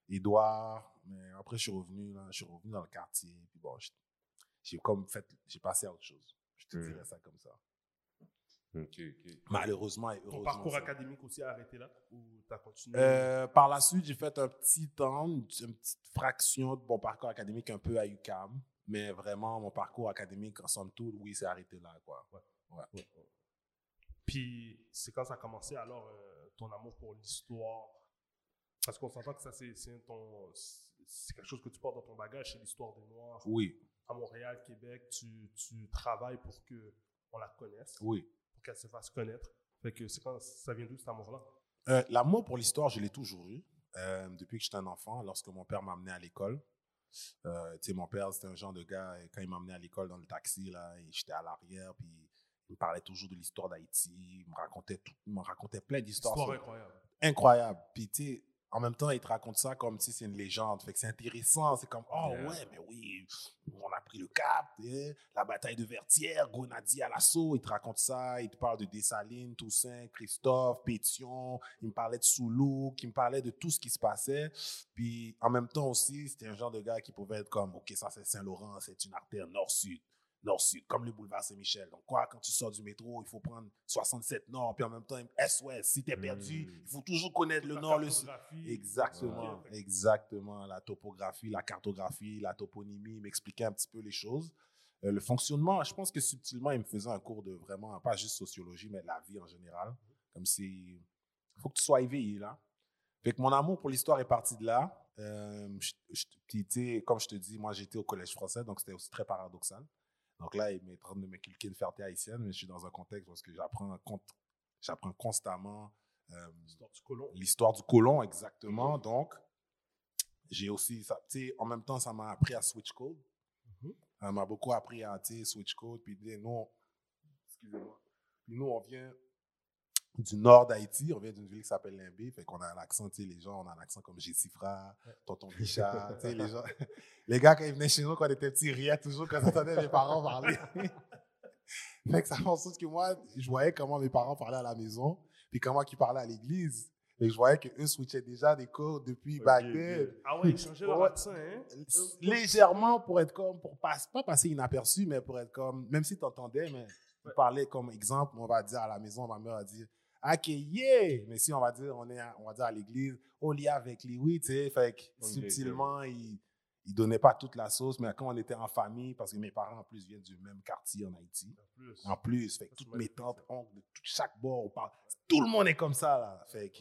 Speaker 3: Edouard. Mais après, je suis revenu, là, je suis revenu dans le quartier. Puis bon, je- j'ai comme fait, j'ai passé à autre chose. Je te
Speaker 1: Mm.
Speaker 2: Mhm.
Speaker 3: dirais ça comme ça.
Speaker 2: Ok, ok.
Speaker 3: Malheureusement et
Speaker 1: Ton
Speaker 3: heureusement.
Speaker 1: parcours
Speaker 3: ça.
Speaker 1: académique aussi a arrêté là Ou t'as continué
Speaker 3: Euh, par la suite, j'ai fait un petit temps, une une petite fraction de mon parcours académique un peu à UCAM. Mais vraiment, mon parcours académique, en somme toute, oui, c'est arrêté là, quoi.
Speaker 1: Puis c'est quand ça a commencé alors euh, ton amour pour l'histoire Parce qu'on s'entend que ça, c'est c'est ton- c'est quelque chose que tu portes dans ton bagage, c'est l'histoire des Noirs.
Speaker 3: Oui,
Speaker 1: À Montréal, Québec, tu, tu travailles pour que on la connaisse,
Speaker 3: oui.
Speaker 1: pour qu'elle se fasse connaître. Fait que c'est quand ça vient d'où cet amour-là
Speaker 3: Euh, L'amour pour l'histoire, je l'ai toujours eu. Euh, depuis que j'étais un enfant, lorsque mon père m'amenait à l'école. Euh, tu sais, mon père, c'était un genre de gars, euh, quand il m'amenait à l'école dans le taxi, là, et j'étais à l'arrière, puis il me parlait toujours de l'histoire d'Haïti, il me racontait tout, il me racontait plein d'histoires.
Speaker 1: Histoire
Speaker 3: sur-
Speaker 1: incroyable.
Speaker 3: incroyable. Puis, tu sais, en même temps, il te raconte ça comme si c'est une légende. Fait que c'est intéressant. C'est comme, oh
Speaker 2: Yeah.
Speaker 3: ouais, mais oui, on a pris le cap. hein. La bataille de Vertières, Gonadi à l'assaut. Il te raconte ça. Il te parle de Dessalines, Toussaint, Christophe, Pétion. Il me parlait de Soulou, qui me parlait de tout ce qui se passait. Puis, en même temps aussi, c'était un genre de gars qui pouvait être comme, OK, ça c'est Saint-Laurent, c'est une artère nord-sud. Nord-Sud, comme le boulevard Saint-Michel. Donc, quoi, quand tu sors du métro, il faut prendre 67 Nord, puis en même temps, Est-Ouest. Si t'es
Speaker 2: Mm.
Speaker 3: perdu, il faut toujours connaître le
Speaker 1: La
Speaker 3: nord, le sud.
Speaker 1: cartographie,
Speaker 3: Exactement,
Speaker 1: Ok, fait
Speaker 3: exactement. La topographie, la cartographie, la toponymie, il m'expliquait un petit peu les choses. Euh, le fonctionnement, je pense que subtilement, il me faisait un cours de vraiment, pas juste sociologie, mais de la vie en général. Comme si, il faut que tu sois éveillé là. Fait que mon amour pour l'histoire est parti de là. Euh, je- je- puis, tu sais, comme je te dis, moi j'étais au collège français, donc c'était aussi très paradoxal. Donc là, il m'est en train de m'inculquer une fierté haïtienne, mais je suis dans un contexte parce que j'apprends con- j'apprends constamment euh,
Speaker 1: Histoire du colon.
Speaker 3: l'histoire du colon exactement. Donc, j'ai aussi, ça, tu sais, en même temps, ça m'a appris à switch code.
Speaker 1: Mhm.
Speaker 3: Ça m'a beaucoup appris à tu sais, switch code. Puis tu sais, nous, on- excusez-moi, puis nous, on vient du nord d'Haïti, on vient d'une ville qui s'appelle Limbé, fait qu'on a l'accent, tu sais, les gens, on a l'accent comme Jessifra, Tonton Bichard, tu sais, les gens, les gars, quand ils venaient chez nous, quand on était petits, ils riaient toujours quand ils entendaient mes parents parler. fait que ça fait en sorte que moi, je voyais comment mes parents parlaient à la maison, puis comment ils parlaient à l'église. Et je voyais qu'eux switchaient déjà des cours depuis
Speaker 2: Ok,
Speaker 3: back
Speaker 2: ok.
Speaker 3: then
Speaker 1: Ah ouais, il changeait leur
Speaker 3: Ouais.
Speaker 1: accent, hein
Speaker 3: légèrement pour être comme, pour pas, pas passer inaperçu, mais pour être comme, même si tu entendais, mais tu parlais comme exemple, on va dire à la maison, ma mère va dire, ok, yeah! Mais si on va dire, on est, à- on va dire à l'église, au lit avec les oui, tu sais, fait que
Speaker 2: Ok,
Speaker 3: subtilement, il, il donnait pas toute la sauce, mais quand on était en famille, parce que mes parents en plus viennent du même quartier en Haïti,
Speaker 1: En plus.
Speaker 3: en plus, fait que
Speaker 1: Tu
Speaker 3: toutes
Speaker 1: m'as
Speaker 3: mes
Speaker 1: dit ça.
Speaker 3: tantes, oncles, de tout- chaque bord, on parle, tout le monde est comme ça, là, fait que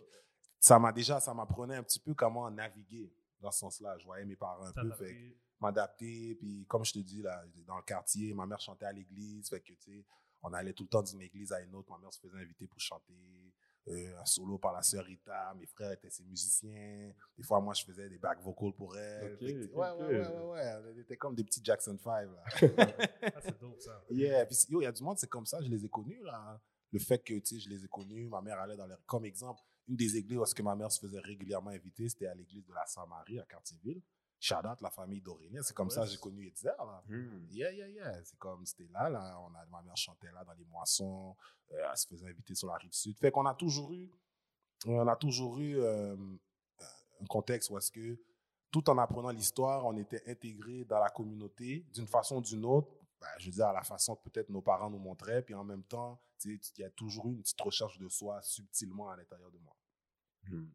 Speaker 3: ça m'a déjà, ça m'apprenait un petit peu comment naviguer dans ce sens-là. Je voyais mes parents un
Speaker 1: Ça
Speaker 3: peu,
Speaker 1: t'a
Speaker 3: fait que
Speaker 1: pris-
Speaker 3: m'adapter. Puis comme je te dis, là, dans le quartier, ma mère chantait à l'église. Fait que, tu sais, on allait tout le temps d'une église à une autre. Ma mère se faisait inviter pour chanter. euh, un solo par la sœur Rita. Mes frères étaient ses musiciens. Des fois, moi, je faisais des back vocals pour elle.
Speaker 2: Ok,
Speaker 3: Fait que,
Speaker 2: ok,
Speaker 3: ouais,
Speaker 2: ok.
Speaker 3: ouais, ouais, ouais, ouais. On était comme des petits Jackson 5, là.
Speaker 1: Ah, c'est dope, ça.
Speaker 3: Yeah, puis il y a du monde, c'est comme ça, je les ai connus, là. Le fait que, tu sais, je les ai connus, ma mère allait dans leur... Comme exemple, une des églises où est-ce que ma mère se faisait régulièrement inviter, c'était à l'église de la Saint-Marie, à Cartierville. Shadat, la famille d'Aurélien, c'est comme ça que j'ai connu Edzer, là.
Speaker 2: Hmm.
Speaker 3: Yeah, yeah, yeah. C'est comme, c'était là, là. On a, ma mère chantait là dans les moissons. euh, elle se faisait inviter sur la rive sud. Fait qu'on a toujours eu, on a toujours eu euh, un contexte où est-ce que, tout en apprenant l'histoire, on était intégré dans la communauté d'une façon ou d'une autre. Ben, je veux dire, à la façon que peut-être nos parents nous montraient, puis en même temps, Tu sais, il y a toujours eu une petite recherche de soi subtilement à l'intérieur de moi.
Speaker 2: Hmm.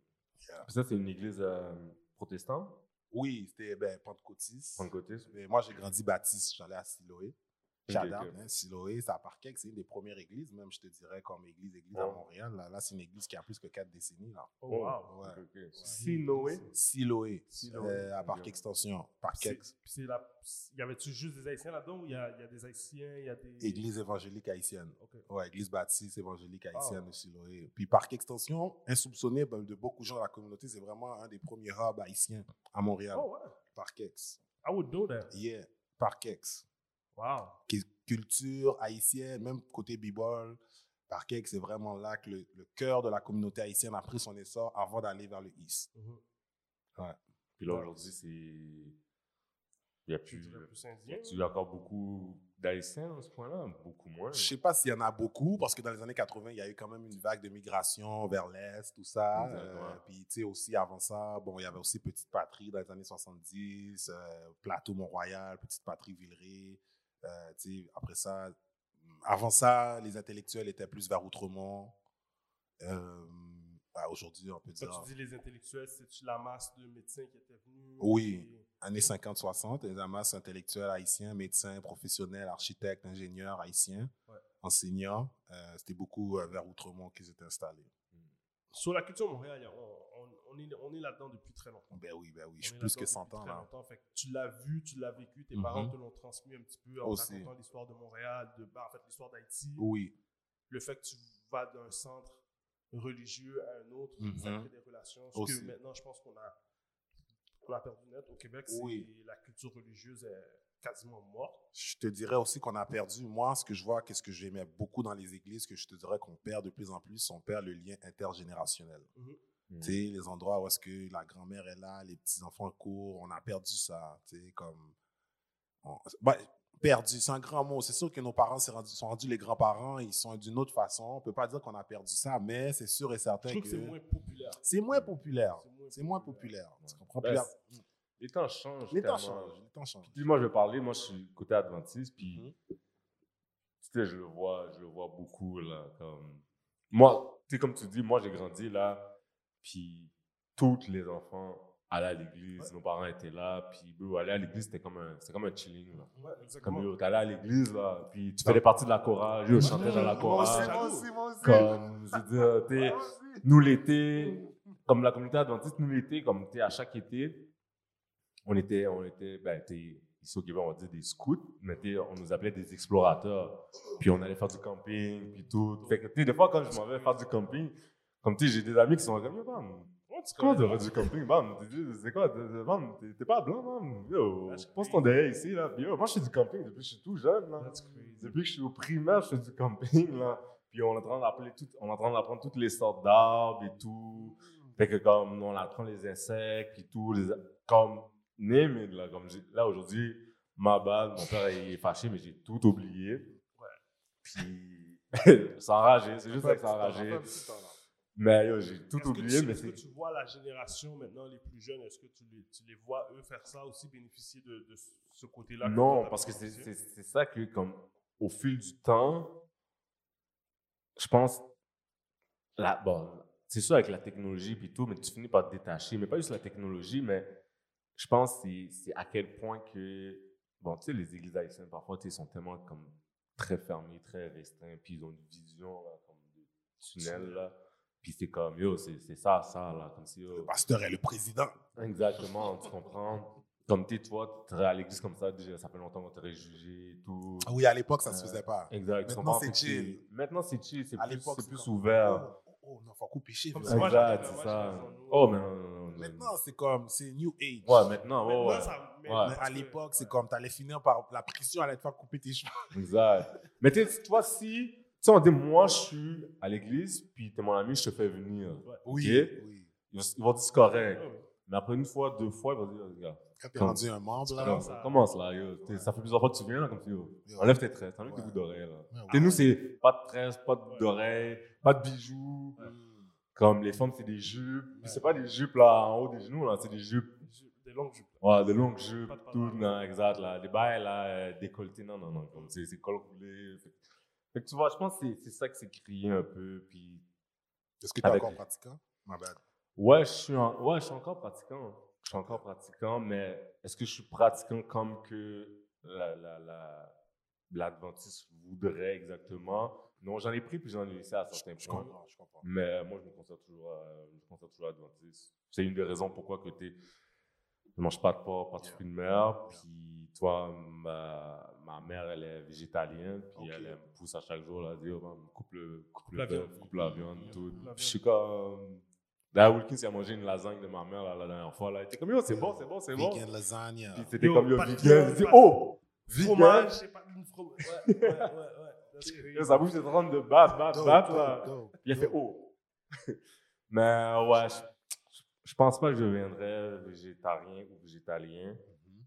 Speaker 3: Yeah.
Speaker 2: Ça, c'est une église euh, protestante,
Speaker 3: Oui, c'était ben, pentecôtiste.
Speaker 2: pentecôtiste.
Speaker 3: Mais moi, j'ai grandi baptiste. J'allais à Siloé. J'adore.
Speaker 2: ok.
Speaker 3: hein, Siloé, ça parquait que c'est une des premières églises, même, je te dirais, comme église, église à
Speaker 2: Ouais.
Speaker 3: Montréal. Là, là c'est une église qui a plus que quatre décennies. Là.
Speaker 1: Oh, wow.
Speaker 3: Ouais.
Speaker 2: Ok, ok.
Speaker 1: Sinoé.
Speaker 3: Siloé,
Speaker 1: Siloé.
Speaker 3: euh, à Parc
Speaker 2: Ok.
Speaker 3: Extension. Parc
Speaker 1: Puis
Speaker 3: Ex,
Speaker 1: c'est la. Y avait-tu juste des Haïtiens là-dedans ou il y a, y a des Haïtiens, il y a des.
Speaker 3: Église évangélique haïtienne.
Speaker 1: Ok.
Speaker 3: Ouais, Église baptiste évangélique haïtienne
Speaker 1: Ah.
Speaker 3: de Siloé. Puis Parc Extension, insoupçonné ben, de beaucoup de gens de la communauté, c'est vraiment un des premiers hubs haïtiens à Montréal.
Speaker 1: Oh, ouais.
Speaker 3: Parc Ex.
Speaker 1: I would know that.
Speaker 3: Yeah, Parc Ex.
Speaker 1: Wow.
Speaker 3: qui- culture haïtienne, même côté b-ball. Parquet, c'est vraiment là que le, le cœur de la communauté haïtienne a pris son essor avant d'aller vers le East.
Speaker 1: Mhm.
Speaker 2: Puis là, aujourd'hui, c'est. Il n'y a
Speaker 1: Tu
Speaker 2: plus.
Speaker 1: dirais plus indien.
Speaker 2: Tu as encore beaucoup d'Haïtiens à ce point-là Beaucoup moins.
Speaker 3: Je sais pas s'il y en a beaucoup, parce que dans les années 80, il y a eu quand même une vague de migration vers l'Est, tout ça.
Speaker 2: Exactement.
Speaker 3: Euh, Puis, tu sais, aussi avant ça, bon, il y avait aussi Petite Patrie dans les années 70, euh, Plateau Mont-Royal, Petite Patrie Villeray. Euh, tu sais, après ça, avant ça, les intellectuels étaient plus vers Outremont. Euh, bah, Aujourd'hui, on peut dire.
Speaker 1: Quand tu dis les intellectuels, c'est-tu la masse de médecins qui étaient venus?
Speaker 3: Oui.
Speaker 1: Et-
Speaker 3: années 50-60, les amas intellectuels haïtiens, médecins, professionnels, architectes, ingénieurs haïtiens,
Speaker 1: Ouais.
Speaker 3: enseignants. Euh, C'était beaucoup euh, vers Outremont qu'ils étaient installés.
Speaker 1: Sur la culture Montréal, on, on- on est, on est là-dedans depuis très longtemps.
Speaker 3: Ben oui, ben oui,
Speaker 1: On
Speaker 3: je suis
Speaker 1: est
Speaker 3: plus que
Speaker 1: là-dedans
Speaker 3: 100
Speaker 1: depuis
Speaker 3: ans
Speaker 1: très
Speaker 3: là.
Speaker 1: longtemps. Fait que tu l'as vu, tu l'as vécu, tes
Speaker 3: Mhm.
Speaker 1: parents te l'ont transmis un petit peu en te
Speaker 3: Aussi.
Speaker 1: racontant l'histoire de Montréal, de, ben, en fait, l'histoire d'Haïti.
Speaker 3: Oui,
Speaker 1: Le fait que tu vas d'un centre religieux à un autre,
Speaker 2: Mm-hmm.
Speaker 1: ça
Speaker 3: Mhm.
Speaker 1: crée des relations. Ce
Speaker 3: Aussi.
Speaker 1: que maintenant, je pense qu'on a, on a perdu net. Au Québec, c'est-
Speaker 3: Oui.
Speaker 1: la culture religieuse est quasiment morte.
Speaker 3: je te dirais aussi qu'on a perdu, moi, ce que je vois, qu'est-ce que j'aimais beaucoup dans les églises, que je te dirais qu'on perd de plus en plus, on perd le lien intergénérationnel.
Speaker 1: Mhm.
Speaker 2: Mhm.
Speaker 3: Tu sais, les endroits où est-ce que la grand-mère est là, les petits-enfants courent, on a perdu ça, tu sais, comme... on- bah, perdu, c'est un grand mot. C'est sûr que nos parents s'est rendu- sont rendus les grands-parents, ils sont d'une autre façon. On peut pas dire qu'on a perdu ça, mais c'est sûr et
Speaker 1: Je
Speaker 3: certain
Speaker 1: trouve
Speaker 3: que...
Speaker 1: que c'est moins populaire.
Speaker 3: c'est moins populaire.
Speaker 1: C'est moins
Speaker 3: C'est moins
Speaker 1: populaire.
Speaker 3: populaire. Tu comprends?
Speaker 2: Ben,
Speaker 3: Puis la-
Speaker 2: Les temps changent.
Speaker 3: les temps
Speaker 2: tellement.
Speaker 3: changent. Les temps changent.
Speaker 2: Puis moi, je vais parler, moi, je suis côté adventiste, puis
Speaker 3: Mhm.
Speaker 2: tu sais, je le vois, je le vois beaucoup, là, comme... Moi, tu sais, comme tu dis, moi, j'ai grandi là, puis tous les enfants allaient à l'église, nos parents étaient là, puis bro, aller à l'église, c'était comme un, c'était comme un chilling, là.
Speaker 1: Ouais,
Speaker 2: Comme,
Speaker 1: exactement.
Speaker 2: yo, t'allais à l'église, là, puis tu faisais partie de la chorale, yo, je chantais dans la
Speaker 3: Moi aussi,
Speaker 2: chorale,
Speaker 3: moi aussi, moi aussi.
Speaker 2: comme, je veux dire, tu sais,
Speaker 3: Moi aussi.
Speaker 2: nous l'été, comme la communauté adventiste, nous l'été, comme tu sais, à chaque été, on était, on était, ben, tu sais, ici au Québec, on dit des scouts, mais tu sais, on nous appelait des explorateurs. Puis on allait faire du camping, puis tout. Fait que, tu sais, des fois, quand je m'en vais faire du camping, comme tu sais, j'ai des amis qui sont comme, Yo, bam,
Speaker 1: Ouais, tu
Speaker 2: comment
Speaker 1: connais.
Speaker 2: tu vas faire du camping, bam, T'es- t'es- c'est quoi, t'es- t'es- bam, t'es- t'es pas blanc, bam, yo,
Speaker 1: Ah, je
Speaker 2: pense ton derrière ici, là, puis yo, moi, je fais du camping depuis que je suis tout jeune, là.
Speaker 1: That's crazy.
Speaker 2: Depuis que je suis au primaire, je fais du camping, là. Puis on est en train d'appeler tout- on est en train d'apprendre toutes les sortes d'arbres et tout. Fait que comme, nous, on apprend les insectes et tout, les, comme, name it, là. Comme j'ai- là, aujourd'hui, ma balle, mon père il est fâché, mais j'ai tout oublié. Puis, ça enragé, c'est juste ça que ça enragé. Mais yo, j'ai tout
Speaker 1: Est-ce que
Speaker 2: oublié,
Speaker 1: tu-
Speaker 2: mais
Speaker 1: Est-ce
Speaker 2: c'est...
Speaker 1: que tu vois la génération maintenant, les plus jeunes, est-ce que tu les, tu les vois, eux, faire ça aussi, bénéficier de, de ce côté-là que toi,
Speaker 2: Non,
Speaker 1: t'as
Speaker 2: parce que c'est
Speaker 1: bénéficié?
Speaker 2: c'est- c'est ça que, comme, au fil du temps, je pense, la, bon, c'est sûr avec la technologie et tout, mais tu finis par te détacher, mais pas juste la technologie, mais je pense que c'est- c'est à quel point que, bon, tu sais, les églises haïtiennes, parfois, tu sais, sont tellement, comme, très fermées, très restreintes, puis ils ont une vision, là, comme, de tunnel, là, puis c'est comme, yo, c'est c'est ça, ça, là, comme si, yo,
Speaker 3: Le pasteur est le président.
Speaker 2: Exactement, tu comprends. Comme tu toi, tu à l'église comme ça, déjà, ça fait longtemps qu'on t'aurait jugé et tout.
Speaker 3: Oui, à l'époque, ça se
Speaker 2: Euh,
Speaker 3: faisait pas.
Speaker 2: Exact. tu
Speaker 3: Ah Maintenant,
Speaker 2: comprends,
Speaker 3: c'est
Speaker 2: fait que
Speaker 3: chill.
Speaker 2: Maintenant, c'est chill, c'est
Speaker 3: À
Speaker 2: plus,
Speaker 3: l'époque,
Speaker 2: c'est
Speaker 3: c'est
Speaker 2: plus
Speaker 3: comme-
Speaker 2: ouvert.
Speaker 3: Oh, oh, non, faut couper chier.
Speaker 1: Comme
Speaker 3: vieux.
Speaker 1: ça, moi,
Speaker 2: Exact,
Speaker 1: j'avais-
Speaker 2: c'est
Speaker 1: moi,
Speaker 2: ça.
Speaker 1: j'avais son-
Speaker 2: Oh, mais non, non, non, non.
Speaker 3: Maintenant, c'est comme, c'est New Age.
Speaker 2: Ouais, maintenant, ouais,
Speaker 1: Maintenant,
Speaker 2: ouais.
Speaker 1: ça- mais-
Speaker 2: Ouais.
Speaker 3: Mais
Speaker 1: parce
Speaker 3: à
Speaker 1: que-
Speaker 3: l'époque, c'est comme, t'allais finir par la pression, allait te faire couper tes cheveux.
Speaker 2: Exact. Mais tu sais, toi, si, tu sais, on dit, moi, je suis à l'église, puis t'es mon ami, je te fais venir. Ok.
Speaker 3: oui.
Speaker 2: Ils vont- ils vont dire, c'est correct.
Speaker 1: Ouais, ouais.
Speaker 2: Mais après une fois, deux fois, ils vont dire, regarde,
Speaker 3: Quand t'es
Speaker 2: Comme-
Speaker 3: rendu un membre, là.
Speaker 2: Commence,
Speaker 1: ça-
Speaker 2: commence là, yo. T'es- Ça fait plusieurs fois que tu viens là, comme tu
Speaker 3: Ouais.
Speaker 2: Enlève tes tresses, enlève
Speaker 3: Ouais.
Speaker 2: tes boucles d'oreilles là.
Speaker 3: Ouais, ouais.
Speaker 2: T'sais, nous, c'est pas de tresses, pas de boucles
Speaker 1: Ouais.
Speaker 2: d'oreilles, pas de bijoux.
Speaker 3: Mm.
Speaker 2: Comme les femmes, c'est des jupes. Puis C'est pas des jupes là, en haut des genoux là, c'est des jupes.
Speaker 1: J'ai- Des longues jupes.
Speaker 2: Ouais, des longues jupes,
Speaker 1: Pas de
Speaker 2: tout,
Speaker 1: pantalon.
Speaker 2: non, exact là. Des bails là, euh, décolletés, non, non, non. Comme c'est c'est col roulé. Fait que tu vois, je pense que c'est- c'est ça que c'est crié un peu. Puis,
Speaker 3: Est-ce que tu es
Speaker 2: Avec-
Speaker 3: encore pratiquant? Ma bad.
Speaker 2: ouais, je suis, en- ouais, je suis encore pratiquant. Je suis encore pratiquant, mais est-ce que je suis pratiquant comme que la, la, la- l'adventiste voudrait exactement? Non, j'en ai pris puis j'en ai laissé à certains
Speaker 3: Je
Speaker 2: points.
Speaker 3: comprends, je comprends.
Speaker 2: Mais euh, moi, je me considère toujours, euh, je me considère toujours adventiste. C'est une des raisons pourquoi que t'es, je mange pas de porc, pas de
Speaker 3: Yeah.
Speaker 2: fruits de mer. Puis toi, ma, ma mère, elle est végétalienne. Puis
Speaker 3: Ok.
Speaker 2: elle, elle me pousse à chaque jour, elle dit, oh, ben, coupe le, coupe,
Speaker 1: la
Speaker 2: le bœuf,
Speaker 1: viande.
Speaker 2: coupe la viande, tout.
Speaker 1: viande.
Speaker 2: Puis je suis comme, d'ailleurs, Wilkins, il a mangé une lasagne de ma mère là, la dernière fois. Là. Il était comme, yo, c'est bon, c'est bon, c'est bon.
Speaker 3: Vegan lasagna.
Speaker 2: Puis c'était
Speaker 1: Yo,
Speaker 2: comme, yo,
Speaker 1: pas de
Speaker 2: vegan.
Speaker 1: viande,
Speaker 2: Il dit,
Speaker 1: pas de-
Speaker 2: oh, vegan.
Speaker 1: Fromage, c'est pas une fromage. Ouais, ouais, ouais. ouais. That's crazy.
Speaker 2: Yo, Sa bouche est en train de battre, battre,
Speaker 3: Go,
Speaker 2: battre.
Speaker 3: go,
Speaker 2: là.
Speaker 3: go,
Speaker 2: Il a
Speaker 3: go.
Speaker 2: fait haut. Mais ouais, je, je pense pas que je deviendrais végétarien ou végétalien,
Speaker 3: Mhm.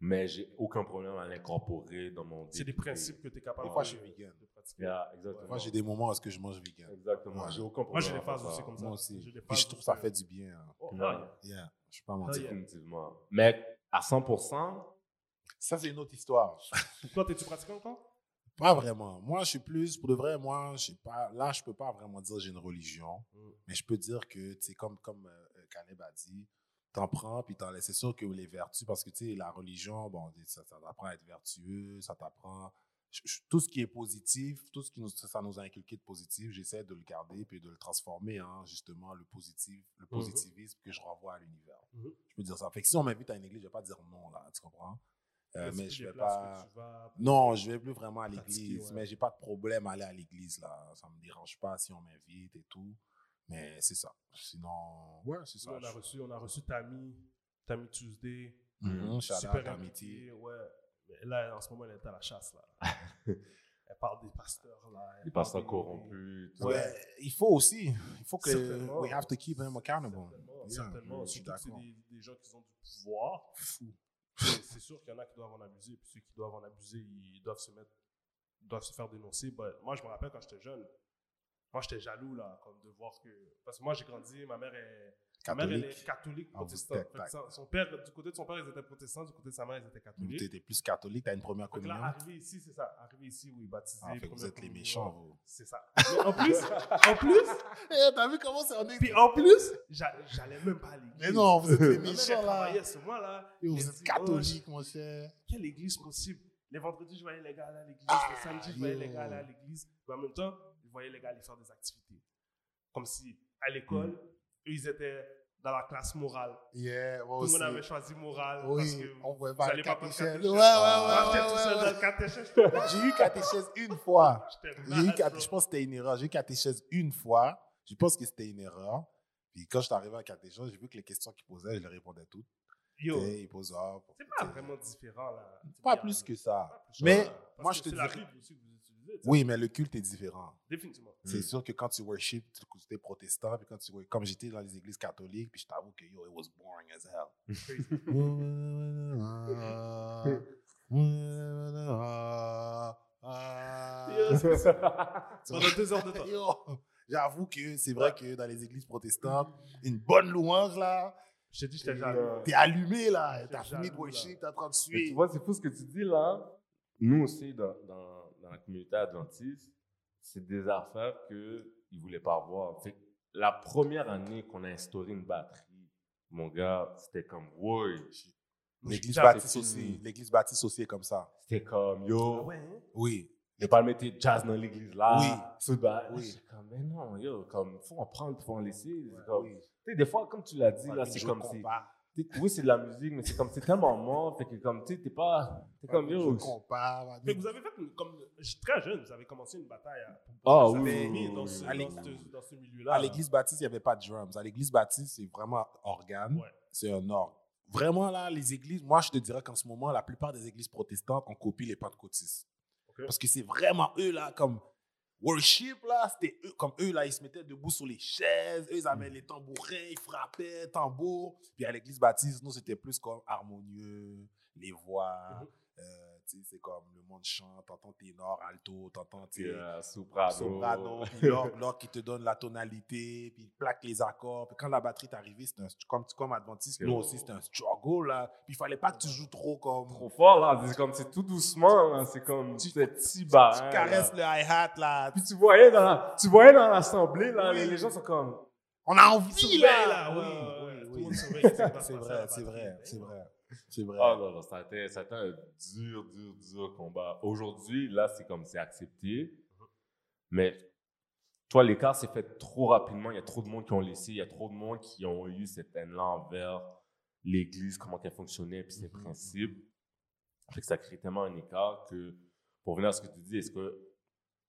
Speaker 2: mais j'ai aucun problème à l'incorporer dans mon
Speaker 1: C'est des
Speaker 2: day-to-day.
Speaker 1: principes que tu es capable
Speaker 3: Des fois,
Speaker 1: de-
Speaker 3: je suis vegan.
Speaker 1: de pratiquer.
Speaker 2: Yeah, exactement.
Speaker 3: Moi, j'ai des moments où est-ce que je mange vegan.
Speaker 2: Exactement.
Speaker 3: Ouais.
Speaker 2: J'ai aucun problème.
Speaker 1: Moi, j'ai des
Speaker 2: à
Speaker 1: phases
Speaker 2: faire
Speaker 1: aussi
Speaker 2: ça.
Speaker 1: comme ça.
Speaker 3: Moi aussi.
Speaker 1: J'ai des
Speaker 3: Et je
Speaker 1: phases
Speaker 3: trouve que
Speaker 1: où
Speaker 3: ça fait du bien. hein.
Speaker 1: Oh,
Speaker 2: Non.
Speaker 1: ouais.
Speaker 3: Oh, Yeah, je peux pas
Speaker 1: Ah,
Speaker 3: mentir.
Speaker 1: yeah.
Speaker 2: Définitivement. Mais à 100%,
Speaker 3: Ça, c'est une autre histoire.
Speaker 1: Toi, t'es-tu pratiquant encore?
Speaker 3: Pas vraiment. Moi, je suis plus, pour de vrai, moi, je sais pas, là, je peux pas vraiment dire j'ai une religion,
Speaker 1: Mm.
Speaker 3: mais je peux dire que, tu sais, comme, comme euh, euh, Caleb a dit, t'en prends, puis t'en laisses. C'est sûr que les vertus, parce que, tu sais, la religion, bon, ça, ça t'apprend à être vertueux, ça t'apprend... je- je- Tout ce qui est positif, tout ce qui nous, ça nous a inculqué de positif, j'essaie de le garder puis de le transformer en justement le positif,
Speaker 1: Mmh
Speaker 3: le positivisme que je renvoie à l'univers.
Speaker 1: Mhm.
Speaker 3: Je peux dire ça. Fait que si on m'invite à une église, je vais pas dire non là, tu comprends? Euh,
Speaker 1: Est-ce
Speaker 3: mais
Speaker 1: que
Speaker 3: je
Speaker 1: les
Speaker 3: vais
Speaker 1: places
Speaker 3: pas.
Speaker 1: que tu vas-
Speaker 3: Non, je vais plus vraiment à
Speaker 1: Pratiquer,
Speaker 3: l'église,
Speaker 1: ouais.
Speaker 3: mais j'ai pas de problème à aller à l'église là. Ça me dérange pas si on m'invite et tout. Mais c'est ça. Sinon, ouais, c'est ça.
Speaker 1: on, a
Speaker 3: Je-
Speaker 1: reçu, on a reçu Tammy, Tammy Tuesday.
Speaker 3: Mhm, shout out
Speaker 1: super
Speaker 3: à
Speaker 1: amitié.
Speaker 3: Miti.
Speaker 1: Ouais. Mais là, en ce moment, elle est à la chasse. Là. elle parle des pasteurs. Là. Elle
Speaker 2: les
Speaker 1: parle
Speaker 2: pasteurs
Speaker 1: des-
Speaker 2: corrompus, tout
Speaker 1: Ouais.
Speaker 3: Ouais, il faut aussi. Il faut que
Speaker 1: Certainement.
Speaker 3: we have to keep him accountable.
Speaker 1: Certainement,
Speaker 3: Yeah,
Speaker 1: certainement.
Speaker 3: je suis
Speaker 1: Surtout que c'est
Speaker 3: d'accord.
Speaker 1: des, des gens qui ont du pouvoir. Fou. C'est sûr qu'il y en a qui doivent en abuser. Puis ceux qui doivent en abuser, ils doivent se mettre, doivent se faire dénoncer. But moi, je me rappelle quand j'étais jeune, moi, j'étais jaloux là, comme de voir que. Parce que moi, j'ai grandi, ma mère est Ma mère, elle est
Speaker 3: Catholique.
Speaker 1: catholique
Speaker 3: Ah,
Speaker 1: protestante.
Speaker 3: vous êtes
Speaker 1: Fait que son- son père, du côté de son père, ils étaient protestants, du côté de sa mère, ils étaient
Speaker 3: Tu
Speaker 1: catholiques.
Speaker 3: étais plus catholique, ah, tu as une première
Speaker 1: Donc là,
Speaker 3: communion.
Speaker 1: arrivé ici, c'est ça. Arrivé ici, oui, baptisé.
Speaker 3: Ah, fait que vous
Speaker 1: première
Speaker 3: êtes les
Speaker 1: communion,
Speaker 3: méchants, vous.
Speaker 1: C'est ça. Mais en plus, en plus,
Speaker 3: Eh, T'as vu comment c'est on est.
Speaker 1: puis en plus, j'a- j'allais même pas à l'église.
Speaker 3: Mais non, vous êtes les
Speaker 1: Ma mère, elle
Speaker 3: méchants là.
Speaker 1: travaillait ce mois-là.
Speaker 3: Et Vous
Speaker 1: Les
Speaker 3: êtes
Speaker 1: dimanches,
Speaker 3: catholique, mon cher.
Speaker 1: Quelle église possible Les vendredis, je voyais les gars aller à l'église.
Speaker 3: Ah,
Speaker 1: les samedis, je voyais
Speaker 3: yo.
Speaker 1: les gars aller à l'église. Mais en même temps, je voyais les gars aller faire des activités. Comme si, à l'école,
Speaker 3: Mm.
Speaker 1: eux, ils étaient dans la classe morale.
Speaker 3: Yeah, moi
Speaker 1: Tout le
Speaker 3: aussi.
Speaker 1: monde avait choisi morale. parce
Speaker 3: Oui,
Speaker 1: que
Speaker 3: on pouvait
Speaker 1: vous
Speaker 3: pas le
Speaker 1: allez pas prendre
Speaker 3: catéchèse.
Speaker 1: catéchèse.
Speaker 3: Ouais, ouais,
Speaker 1: Ah, j'étais tout
Speaker 3: ouais,
Speaker 1: seul
Speaker 3: ouais,
Speaker 1: dans
Speaker 3: ouais.
Speaker 1: le catéchèse, j'étais malade,
Speaker 3: J'ai eu catéchèse une fois.
Speaker 1: j'étais
Speaker 3: J'ai eu
Speaker 1: malade,
Speaker 3: caté-
Speaker 1: bro.
Speaker 3: je pense que c'était une erreur. J'ai eu catéchèse une fois. Je pense que c'était une erreur. Puis quand je suis arrivé à catéchèse, j'ai vu que les questions qu'ils posaient, je les répondais toutes.
Speaker 1: Yo,
Speaker 3: Et Ils posent ah, pour-
Speaker 1: c'est pas vraiment différent, là.
Speaker 3: Pas
Speaker 1: hein.
Speaker 3: plus que ça. Mais moi, je te
Speaker 1: dis. C'est la
Speaker 3: dirais-
Speaker 1: Bible aussi que vous utilisez. tu sais.
Speaker 3: Oui, mais le culte est différent.
Speaker 1: Définitivement.
Speaker 3: C'est sûr que quand tu worship, tu es protestant. Puis quand tu wor- comme j'étais dans les églises catholiques, puis je t'avoue que yo, it was boring as hell.
Speaker 1: Yo, c'est ça.
Speaker 3: Tu vois?
Speaker 1: Pendant deux heures de temps.
Speaker 3: Yo, J'avoue que c'est vrai que dans les églises protestantes, une bonne louange là,
Speaker 1: Je t'ai dit, j'étais
Speaker 2: Et,
Speaker 1: jaloux.
Speaker 2: euh,
Speaker 3: t'es allumé là,
Speaker 1: C'est
Speaker 3: t'as fini de
Speaker 1: jaloux,
Speaker 3: worship, t'es en train de
Speaker 2: Mais tu
Speaker 3: suer.
Speaker 2: vois, c'est fou ce que tu dis là. Nous aussi, dans, dans, dans la communauté adventiste, c'est des affaires qu'ils ne voulaient pas voir. Fait que la première année qu'on a instauré une batterie, mon gars, c'était comme, ouais,
Speaker 3: L'église
Speaker 2: Ça, c'est
Speaker 3: baptiste
Speaker 2: fini.
Speaker 3: aussi, l'église baptiste aussi est comme ça.
Speaker 2: c'était comme, yo,
Speaker 1: Ouais, hein?
Speaker 3: Oui.
Speaker 2: les palmes étaient jazz dans l'église là.
Speaker 3: Ah Oui.
Speaker 2: Sous le bas.
Speaker 3: Oui.
Speaker 2: J'étais comme, mais non, yo, comme, faut en prendre, faut en laisser. C'est
Speaker 3: Ouais,
Speaker 2: comme-
Speaker 3: oui.
Speaker 2: Tu sais, des fois, comme tu l'as dit,
Speaker 3: Ouais,
Speaker 2: là,
Speaker 3: puis
Speaker 2: c'est
Speaker 3: je
Speaker 2: comme, c'est-
Speaker 3: compare.
Speaker 2: t'es- oui, c'est de la musique, mais c'est comme, c'est tellement mort, fait que comme, tu sais, t'es pas, t'es comme,
Speaker 3: Je
Speaker 2: yo,
Speaker 3: compare.
Speaker 1: Fait que vous avez fait, une- comme, je- très jeune, vous avez commencé une bataille. à-
Speaker 2: ah
Speaker 1: vous
Speaker 2: oui,
Speaker 1: avez
Speaker 2: oui,
Speaker 1: mis
Speaker 2: oui,
Speaker 1: dans
Speaker 2: oui,
Speaker 1: ce,
Speaker 2: oui.
Speaker 3: Allez.
Speaker 1: dans ce- dans ce milieu-là.
Speaker 3: À l'église baptiste, il n'y avait pas de drums. À l'église baptiste, c'est vraiment organe.
Speaker 1: Ouais.
Speaker 3: C'est un orgue. Vraiment, là, les églises, moi, je te dirais qu'en ce moment, la plupart des églises protestantes, on copie les pentecôtistes.
Speaker 1: Ok.
Speaker 3: Parce que c'est vraiment eux, là, comme worship, là, c'était eux, comme eux, là, ils se mettaient debout sur les chaises, eux, ils avaient
Speaker 1: Mm.
Speaker 3: les tambourins, ils frappaient, tambour. Puis à l'église baptiste, nous, c'était plus comme harmonieux, les voix,
Speaker 1: Mhm.
Speaker 3: euh, tu tu sais, c'est comme le monde chante, t'entends ténor, alto, t'entends, tu
Speaker 2: Puis,
Speaker 3: sais,
Speaker 2: euh, soprano.
Speaker 3: soprano, puis l'orgue, l'orgue qui te donne la tonalité, puis il plaque les accords. Puis quand la batterie est arrivée, c'était un, comme, comme Adventiste, nous aussi, c'était un struggle, là. Puis il fallait pas que tu joues trop comme...
Speaker 2: Trop fort, là. C'est comme, c'est tout doucement, là. C'est comme,
Speaker 3: Tu-
Speaker 2: c'est petit
Speaker 3: tu
Speaker 2: barré, là.
Speaker 3: caresses le hi-hat, là.
Speaker 2: Puis tu voyais dans la- tu voyais dans l'assemblée, là,
Speaker 3: Oui.
Speaker 2: les, les gens sont comme,
Speaker 3: On a envie,
Speaker 1: Surveille,
Speaker 3: là!
Speaker 1: là, ouais, ouais,
Speaker 3: oui,
Speaker 1: tout le
Speaker 3: oui,
Speaker 1: monde
Speaker 3: oui.
Speaker 1: surveille qu'est-ce qui va se passer
Speaker 3: C'est
Speaker 1: à
Speaker 3: vrai,
Speaker 1: la
Speaker 3: c'est
Speaker 1: batterie.
Speaker 3: vrai, c'est vrai. C'est vrai.
Speaker 2: Ah non, non, ça a été, ça a été un dur, dur, dur combat. Aujourd'hui, là, c'est comme c'est accepté.
Speaker 1: Mm-hmm.
Speaker 2: Mais toi, l'écart s'est fait trop rapidement. Il y a trop de monde qui ont laissé. Il y a trop de monde qui ont eu cette haine-là envers l'Église, comment qu'elle fonctionnait, puis ses
Speaker 1: Mm-hmm.
Speaker 3: Mhm.
Speaker 2: principes. Fait que ça crée tellement un écart que, pour revenir à ce que tu dis, est-ce que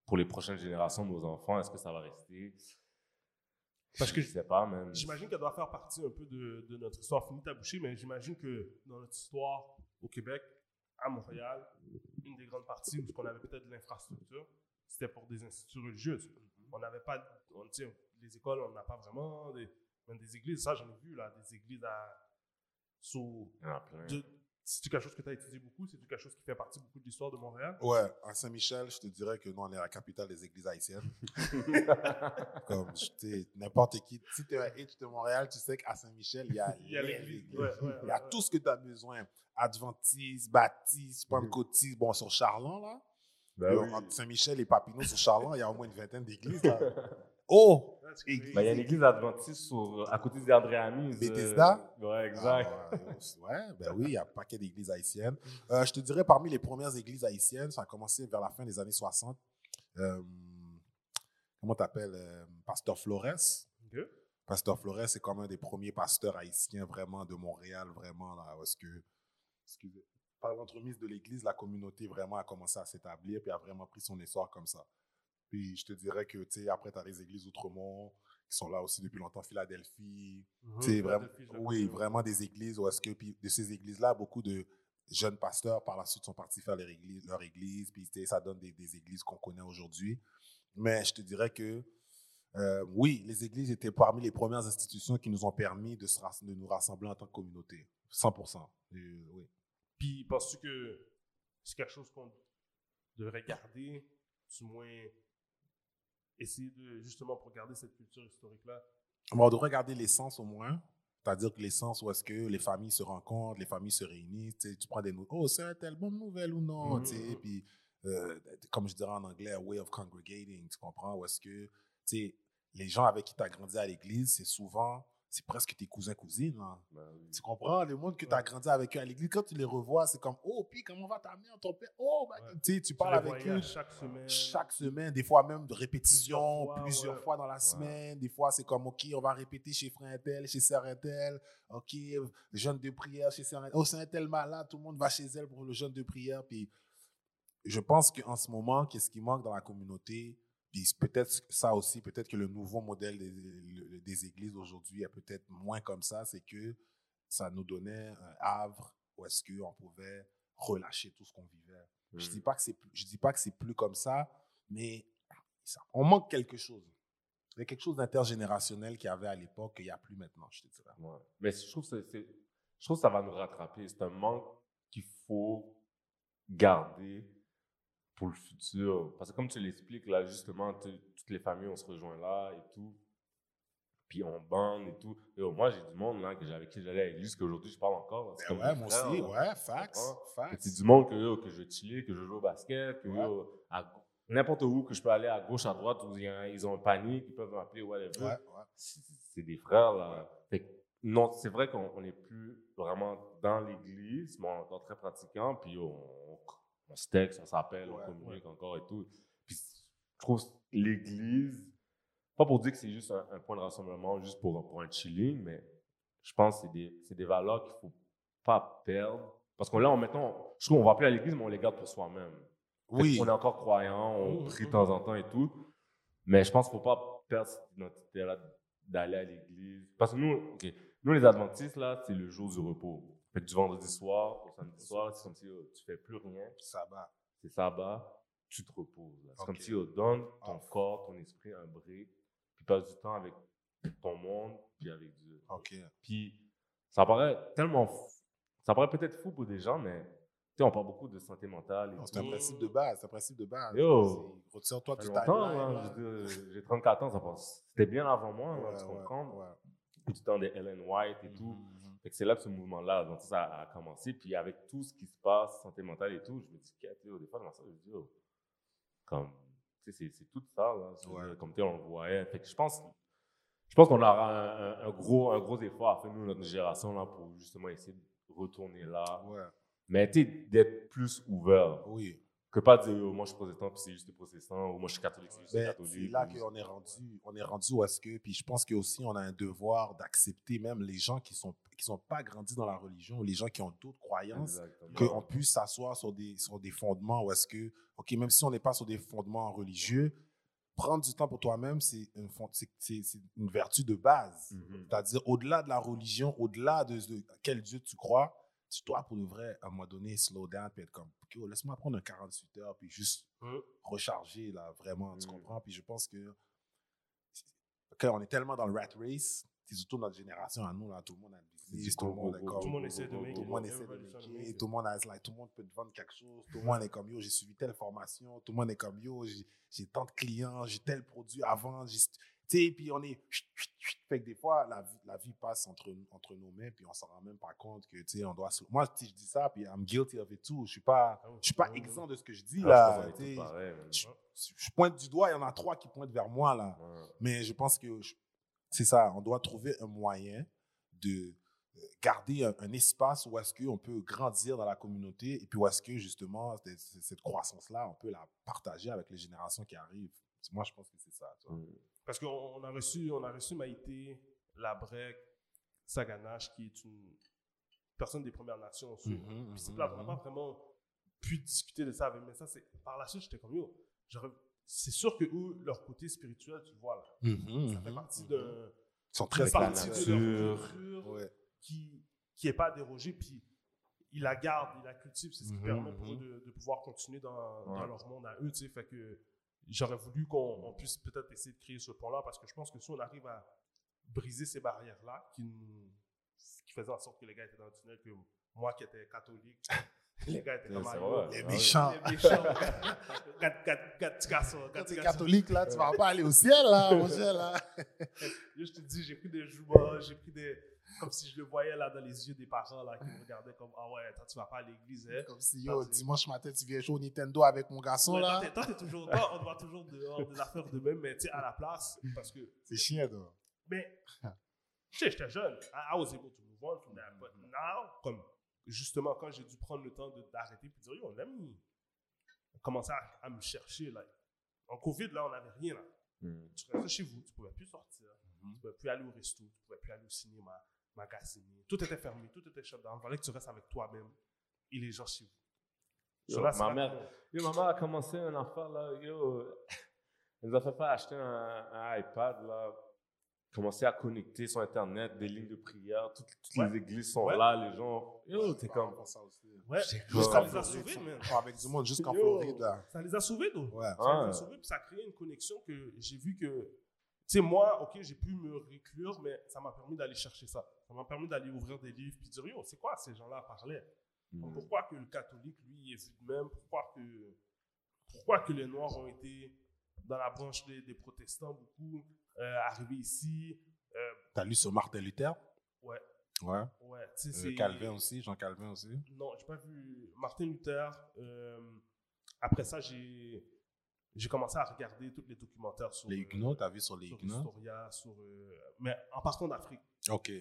Speaker 2: pour les prochaines générations, nos enfants, est-ce que ça va rester
Speaker 1: Parce que
Speaker 2: je sais pas, même.
Speaker 1: J'imagine qu'elle doit faire partie un peu de, de notre histoire. Fini ta bouchée, mais j'imagine que dans notre histoire au Québec, à Montréal, une des grandes parties où on avait peut-être de l'infrastructure, c'était pour des instituts religieux.
Speaker 2: Mm-hmm.
Speaker 1: On n'avait pas, on, tu sais, les écoles, on n'a pas vraiment, des, même des églises, ça j'en ai vu, là, des églises à, sous...
Speaker 2: Il y en a plein.
Speaker 1: de- C'est-tu quelque chose que tu as étudié beaucoup? C'est-tu quelque chose qui fait partie beaucoup de l'histoire de Montréal?
Speaker 3: Ouais, à Saint-Michel, je te dirais que nous, on est la capitale des églises haïtiennes. Comme, tu sais, n'importe qui. Si tu es un H de Montréal, tu sais qu'à Saint-Michel, il y a,
Speaker 1: Il y a
Speaker 3: les
Speaker 1: l'église.
Speaker 3: églises.
Speaker 1: Ouais, ouais,
Speaker 3: Il y a
Speaker 1: ouais.
Speaker 3: tout ce que tu as besoin. Adventiste, baptiste, pentecôtiste, bon, sur Charlan, là.
Speaker 2: Mhm. Ben oui.
Speaker 3: Euh, entre Saint-Michel et Papineau, sur Charlan, il y a au moins une vingtaine d'églises, là. Oh!
Speaker 1: Ah, c'est
Speaker 3: Église.
Speaker 2: Ben, il y a une église adventiste sur, à côté d'André Amis. euh,
Speaker 3: Bethesda?
Speaker 2: ouais, exact.
Speaker 3: Ah, ouais, ouais, ben oui, il y a un paquet d'églises haïtiennes. Euh, je te dirais, parmi les premières églises haïtiennes, ça a commencé vers la fin des années 60. Euh, comment t'appelles? euh, Pasteur Flores.
Speaker 1: Ok.
Speaker 3: Pasteur Flores, c'est comme un des premiers pasteurs haïtiens vraiment de Montréal, vraiment là, parce que, excusez, par l'entremise de l'Église, la communauté vraiment a commencé à s'établir puis a vraiment pris son essor comme ça. Puis je te dirais que, tu sais, après, tu as les églises Outremont qui sont là aussi depuis longtemps, Philadelphie.
Speaker 1: Mhm.
Speaker 3: Tu sais, vraiment,
Speaker 1: Philadelphie, je la
Speaker 3: oui,
Speaker 1: connais.
Speaker 3: vraiment des églises où est-ce que, puis de ces églises-là, beaucoup de jeunes pasteurs par la suite sont partis faire leur église, leur église puis tu sais, ça donne des, des églises qu'on connaît aujourd'hui. Mais je te dirais que, euh, oui, les églises étaient parmi les premières institutions qui nous ont permis de, se rass- de nous rassembler en tant que communauté. 100%. Euh, oui.
Speaker 1: Puis, penses-tu que c'est quelque chose qu'on devrait garder, du moins essayer de, justement, pour garder cette culture historique-là?
Speaker 3: Bon, on devrait garder l'essence au moins. C'est-à-dire que l'essence où est-ce que les familles se rencontrent, les familles se réunissent, tu sais, tu prends des nouvelles. Oh, c'est telle bonne nouvelle ou non,
Speaker 1: Mhm.
Speaker 3: tu sais. Puis, euh, comme je dirais en anglais, a way of congregating, tu comprends? Où est-ce que, tu sais, les gens avec qui tu as grandi à l'église, c'est souvent, c'est presque tes cousins-cousines. hein.
Speaker 2: Ben oui.
Speaker 3: Tu comprends? Le monde que tu as
Speaker 1: Ouais.
Speaker 3: grandi avec eux à l'église, quand tu les revois, c'est comme, oh, puis comment va ta mère, ton père? Oh, bah,
Speaker 1: Ouais.
Speaker 3: tu sais, tu
Speaker 1: Tu
Speaker 3: parles
Speaker 1: les
Speaker 3: avec
Speaker 1: voyais à
Speaker 3: eux
Speaker 1: chaque semaine.
Speaker 3: chaque semaine, des fois même de répétition,
Speaker 1: Plusieurs fois,
Speaker 3: plusieurs
Speaker 1: ouais.
Speaker 3: fois dans la semaine. Des fois, c'est comme, OK, on va répéter chez frère tel, chez sœur tel. OK, jeûne de prière chez sœur Oh, c'est un tel malade, tout le monde va chez elle pour le jeûne de prière. Puis, je pense qu'en ce moment, qu'est-ce qui manque dans la communauté? Puis peut-être ça aussi, peut-être que le nouveau modèle des, le- des églises aujourd'hui est peut-être moins comme ça, c'est que ça nous donnait un havre où est-ce qu'on pouvait relâcher tout ce qu'on vivait. Je
Speaker 2: Mm.
Speaker 3: dis pas que c'est plus- je dis pas que c'est plus comme ça, mais ça- on manque quelque chose. Il y a quelque chose d'intergénérationnel qu'il y avait à l'époque qu'il n'y a plus maintenant, je te dirais.
Speaker 2: Ouais. Mais je trouve, que c'est- c'est- je trouve que ça va nous rattraper. C'est un manque qu'il faut garder pour le futur. Parce que comme tu l'expliques, là, justement, tu- toutes les familles, on se rejoint là et tout. Puis on bande et tout. Et, oh, moi, j'ai du monde là, que j'avais- avec qui j'allais à l'église, qu'aujourd'hui, je parle encore. là. C'est
Speaker 3: Ben
Speaker 2: comme
Speaker 3: ouais,
Speaker 2: mes
Speaker 3: moi
Speaker 2: frères,
Speaker 3: aussi,
Speaker 2: là.
Speaker 3: ouais, fax,
Speaker 2: Et C'est
Speaker 3: fax.
Speaker 2: du monde que, yo, que je veux chiller, que je joue au basket, que
Speaker 3: Ouais.
Speaker 2: yo, à- n'importe où que je peux aller à gauche, à droite, où il y a- ils ont un panier, ils peuvent m'appeler, whatever.
Speaker 3: Ouais, ouais.
Speaker 2: C'est c'est des frères, là. Fait que, non, c'est vrai qu'on on n'est plus vraiment dans l'église, mais on est encore très pratiquant, puis on, on, on se texte, on s'appelle,
Speaker 3: Ouais,
Speaker 2: on communique encore et tout. Puis je trouve l'église, pas pour dire que c'est juste un, un point de rassemblement, juste pour, pour un chilling, mais je pense que c'est des, c'est des valeurs qu'il ne faut pas perdre. Parce que là, on, maintenant, je trouve qu'on va plus à l'église, mais on les garde pour soi-même.
Speaker 3: Oui,
Speaker 2: On est encore croyant, on
Speaker 3: Mm,
Speaker 1: Mhm.
Speaker 2: prie de temps en temps et tout. Mais je pense qu'il ne faut pas perdre cette identité-là d'aller à l'église. Parce que nous, ok, nous, les adventistes, là, c'est le jour du repos. Fait que du vendredi soir au
Speaker 3: Mm.
Speaker 2: samedi soir, c'est comme si euh, tu fais plus rien,
Speaker 3: ça va.
Speaker 2: c'est sabbat, tu te reposes. là. C'est
Speaker 3: Ok.
Speaker 2: comme si on donne ton
Speaker 3: Off.
Speaker 2: corps, ton esprit un break, puis passe du temps avec ton monde, puis avec Dieu.
Speaker 3: OK.
Speaker 2: Puis ça paraît tellement fou. Ça paraît peut-être fou pour des gens, mais sais, on parle beaucoup de santé mentale. et
Speaker 3: Non, C'est
Speaker 2: tout.
Speaker 3: un principe de base, c'est un principe de base.
Speaker 2: Mm. Yo.
Speaker 3: C'est- Retire-toi
Speaker 2: Ça
Speaker 3: du
Speaker 2: fait
Speaker 3: timeline.
Speaker 2: longtemps, hein,
Speaker 3: là.
Speaker 2: je veux dire, j'ai 34 ans, ça passe. C'était bien avant moi, là,
Speaker 3: Ouais,
Speaker 2: tu
Speaker 3: ouais,
Speaker 2: comprends?
Speaker 3: ouais.
Speaker 2: Du temps de Ellen White et tout.
Speaker 3: Mhm.
Speaker 2: Fait que c'est là que ce mouvement-là, donc ça a commencé. Puis avec tout ce qui se passe, santé mentale et tout, je me dis, qu'est-ce que, au départ, je me sens, je me dis, oh, comme, tu sais, c'est- c'est tout ça, là. Je veux
Speaker 3: Ouais.
Speaker 2: dire, Comme tu sais, on le voyait. Fait que je pense, je pense qu'on aura un, un- un gros, un gros effort à faire, nous, notre génération, là, pour justement essayer de retourner là.
Speaker 3: Mm-hmm. Ouais.
Speaker 2: Mais tu sais, d'être plus ouvert.
Speaker 3: Oui.
Speaker 2: Que pas dire, oh, moi, je suis protestant, puis c'est juste des protestants, ou moi, je suis catholique, c'est juste des
Speaker 3: Ben,
Speaker 2: catholiques.
Speaker 3: c'est là
Speaker 2: ou-
Speaker 3: qu'on est rendu, on est rendu où est-ce que, puis je pense que aussi on a un devoir d'accepter même les gens qui sont qui sont pas grandis dans la religion, ou les gens qui ont d'autres croyances,
Speaker 2: Exactement.
Speaker 3: qu'on puisse s'asseoir sur des sur des fondements où est-ce que, ok, même si on n'est pas sur des fondements religieux, prendre du temps pour toi-même, c'est une fond- c'est- c'est c'est une vertu de base.
Speaker 1: Mm.
Speaker 2: Mhm.
Speaker 3: C'est-à-dire, au-delà de la religion, au-delà de, de quel Dieu tu crois, tu dois pour le vrai, à un moment donné, slow down, puis être comme, OK, oh, laisse-moi prendre un 48 heures, puis juste
Speaker 1: Mm.
Speaker 3: recharger, là, vraiment, tu
Speaker 2: Mm.
Speaker 3: comprends? Puis je pense que, OK, on est tellement dans le rat race, c'est surtout notre génération à nous, là, tout le monde a une business,
Speaker 2: C'est
Speaker 3: tout le monde
Speaker 2: gros,
Speaker 3: est
Speaker 2: gros,
Speaker 1: Tout le
Speaker 3: comme,
Speaker 1: monde essaie de make
Speaker 3: tout le
Speaker 1: it.
Speaker 3: monde essaie de
Speaker 1: Everybody's trying to
Speaker 3: liker,
Speaker 1: make it.
Speaker 3: tout le monde a- like, tout le monde peut te vendre quelque chose, tout le monde est comme, yo, j'ai suivi telle formation, tout le monde est comme, yo, j'ai- j'ai tant de clients, j'ai tel produit avant, j'ai- tu sais, puis on est. Fait que des fois, la vie, la vie passe entre, entre nos mains, puis on s'en rend même pas compte que, tu sais, on doit. se- Moi, si je dis ça, puis I'm guilty of it too. Je suis pas,
Speaker 1: Ah oui.
Speaker 3: je suis pas
Speaker 1: Mhm.
Speaker 3: exempt de ce que je dis,
Speaker 2: Ah,
Speaker 3: là.
Speaker 2: je pense qu'on est
Speaker 3: tu
Speaker 2: tous
Speaker 3: sais.
Speaker 2: pareils, man.
Speaker 3: Je, je pointe du doigt, il y en a trois qui pointent vers moi, là.
Speaker 2: Ouais.
Speaker 3: Mais je pense que je- c'est ça, on doit trouver un moyen de euh, garder un, un espace où est-ce qu'on peut grandir dans la communauté et puis où est-ce que justement c'est- c'est- cette croissance-là, on peut la partager avec les générations qui arrivent. Moi, je pense que c'est ça. tu vois.
Speaker 1: Parce qu'on on a reçu, on a reçu Maïté Labrec Saganache, qui est une personne des Premières Nations. sur-
Speaker 3: Mm-hmm,
Speaker 1: Puis c'est plate, on n'a pas vraiment pu discuter de ça avec mais ça c'est par la suite j'étais comme yo j'aurais- c'est sûr que eux leur côté spirituel tu le vois là
Speaker 2: Mm-hmm.
Speaker 1: ça fait partie d'un
Speaker 3: Ils sont
Speaker 1: d'une
Speaker 3: Mm-hmm, très
Speaker 2: la
Speaker 1: partie de
Speaker 3: spirituels.
Speaker 1: leur
Speaker 2: nature.
Speaker 1: culture
Speaker 3: Ouais.
Speaker 1: qui qui est pas dérogée puis ils la gardent ils la cultivent c'est ce qui
Speaker 3: Mhm,
Speaker 1: permet pour
Speaker 3: mhm.
Speaker 1: eux de, de pouvoir continuer dans, dans
Speaker 2: Ouais.
Speaker 1: leur monde à eux tu sais fait que j'aurais voulu qu'on on puisse peut-être essayer de créer ce pont là parce que je pense que si on arrive à briser ces barrières là qui nous- qui faisaient en sorte que les gars étaient dans le tunnel que moi qui étais catholique les gars étaient
Speaker 2: C'est
Speaker 1: comme
Speaker 2: vrai.
Speaker 1: ah, yo,
Speaker 2: Ah
Speaker 3: Les
Speaker 2: oui.
Speaker 3: méchants.
Speaker 1: les méchants. Quatre- quatre- quatre petits garçons,
Speaker 3: Quand
Speaker 1: quatre
Speaker 3: t'es
Speaker 1: petits garçons.
Speaker 3: catholique, là, tu vas pas aller au ciel, là, mon Dieu, là.
Speaker 1: Là, je te dis, j'ai pris des jouets, j'ai pris des. Comme si je le voyais là dans les yeux des parents là, qui me regardaient comme Ah ouais, toi tu vas pas à l'église. Hein?
Speaker 3: Comme si, yo, dimanche matin, tu viens jouer au Nintendo avec mon garçon,
Speaker 1: Ouais,
Speaker 3: là.
Speaker 1: toi, t'es- Toi, t'es toujours. Toi, on te voit toujours dehors des affaires de même, mais tu sais, à la place. Parce que.
Speaker 3: C'est chiant, toi.
Speaker 1: Mais. Tu sais, j'étais jeune. I, I was able to move on from that. But now, comme. Justement, quand j'ai dû prendre le temps de- d'arrêter puis dire Yo, let me. Commencer à, à me chercher. Là. En Covid, là, on n'avait rien. Là.
Speaker 2: Mhm.
Speaker 1: tu restais chez vous, tu pouvais plus sortir, tu pouvais plus aller au resto, tu pouvais plus aller au cinéma, magasiner. Tout était fermé, tout était shut down. Il fallait que tu restes avec toi-même et les gens chez vous.
Speaker 2: Yo,
Speaker 1: So là,
Speaker 2: ma
Speaker 1: c'est là
Speaker 2: mère-
Speaker 1: qu'on-
Speaker 2: Yo, maman a commencé un affaire là, yo. Elle nous a fait faire acheter un, un iPad là. Commencer à connecter sur Internet, des lignes de prière, toutes, toutes
Speaker 1: Ouais.
Speaker 2: les églises sont
Speaker 1: Ouais.
Speaker 2: là, les gens. Yo, t'es
Speaker 3: Par
Speaker 2: comme.
Speaker 3: rapport à ça aussi.
Speaker 1: Ouais,
Speaker 2: J'étais
Speaker 1: juste ça
Speaker 2: comme-
Speaker 1: les a sauvés, man.
Speaker 3: Avec du monde jusqu'en
Speaker 2: Yo.
Speaker 3: Floride, là.
Speaker 1: Ça les a sauvés, donc.
Speaker 3: Ouais.
Speaker 1: Ça les
Speaker 2: Ah.
Speaker 1: a sauvés, puis ça a créé une connexion que j'ai vu que. Tu sais, moi, ok, j'ai pu me réclure, mais ça m'a permis d'aller chercher ça. Ça m'a permis d'aller ouvrir des livres puis dire, yo, c'est quoi ces gens-là parlaient?
Speaker 2: Mhm.
Speaker 1: Pourquoi que le catholique, lui, est vu de même? Pourquoi que, pourquoi que les Noirs ont été dans la branche des, des protestants beaucoup, euh, arrivés ici?
Speaker 3: T'as lu sur Martin Luther?
Speaker 1: Ouais.
Speaker 3: Ouais. Euh,
Speaker 1: Ouais, tu sais, c'est...
Speaker 3: Calvin aussi, Jean Calvin aussi.
Speaker 1: Non, j'ai pas vu Martin Luther. euh, après ça, j'ai, j'ai commencé à regarder tous les documentaires sur...
Speaker 3: Les
Speaker 1: euh,
Speaker 3: Huguenots, t'as vu sur les
Speaker 1: sur
Speaker 3: Huguenots?
Speaker 1: Historia, sur... euh, mais en partant d'Afrique.
Speaker 3: Ok.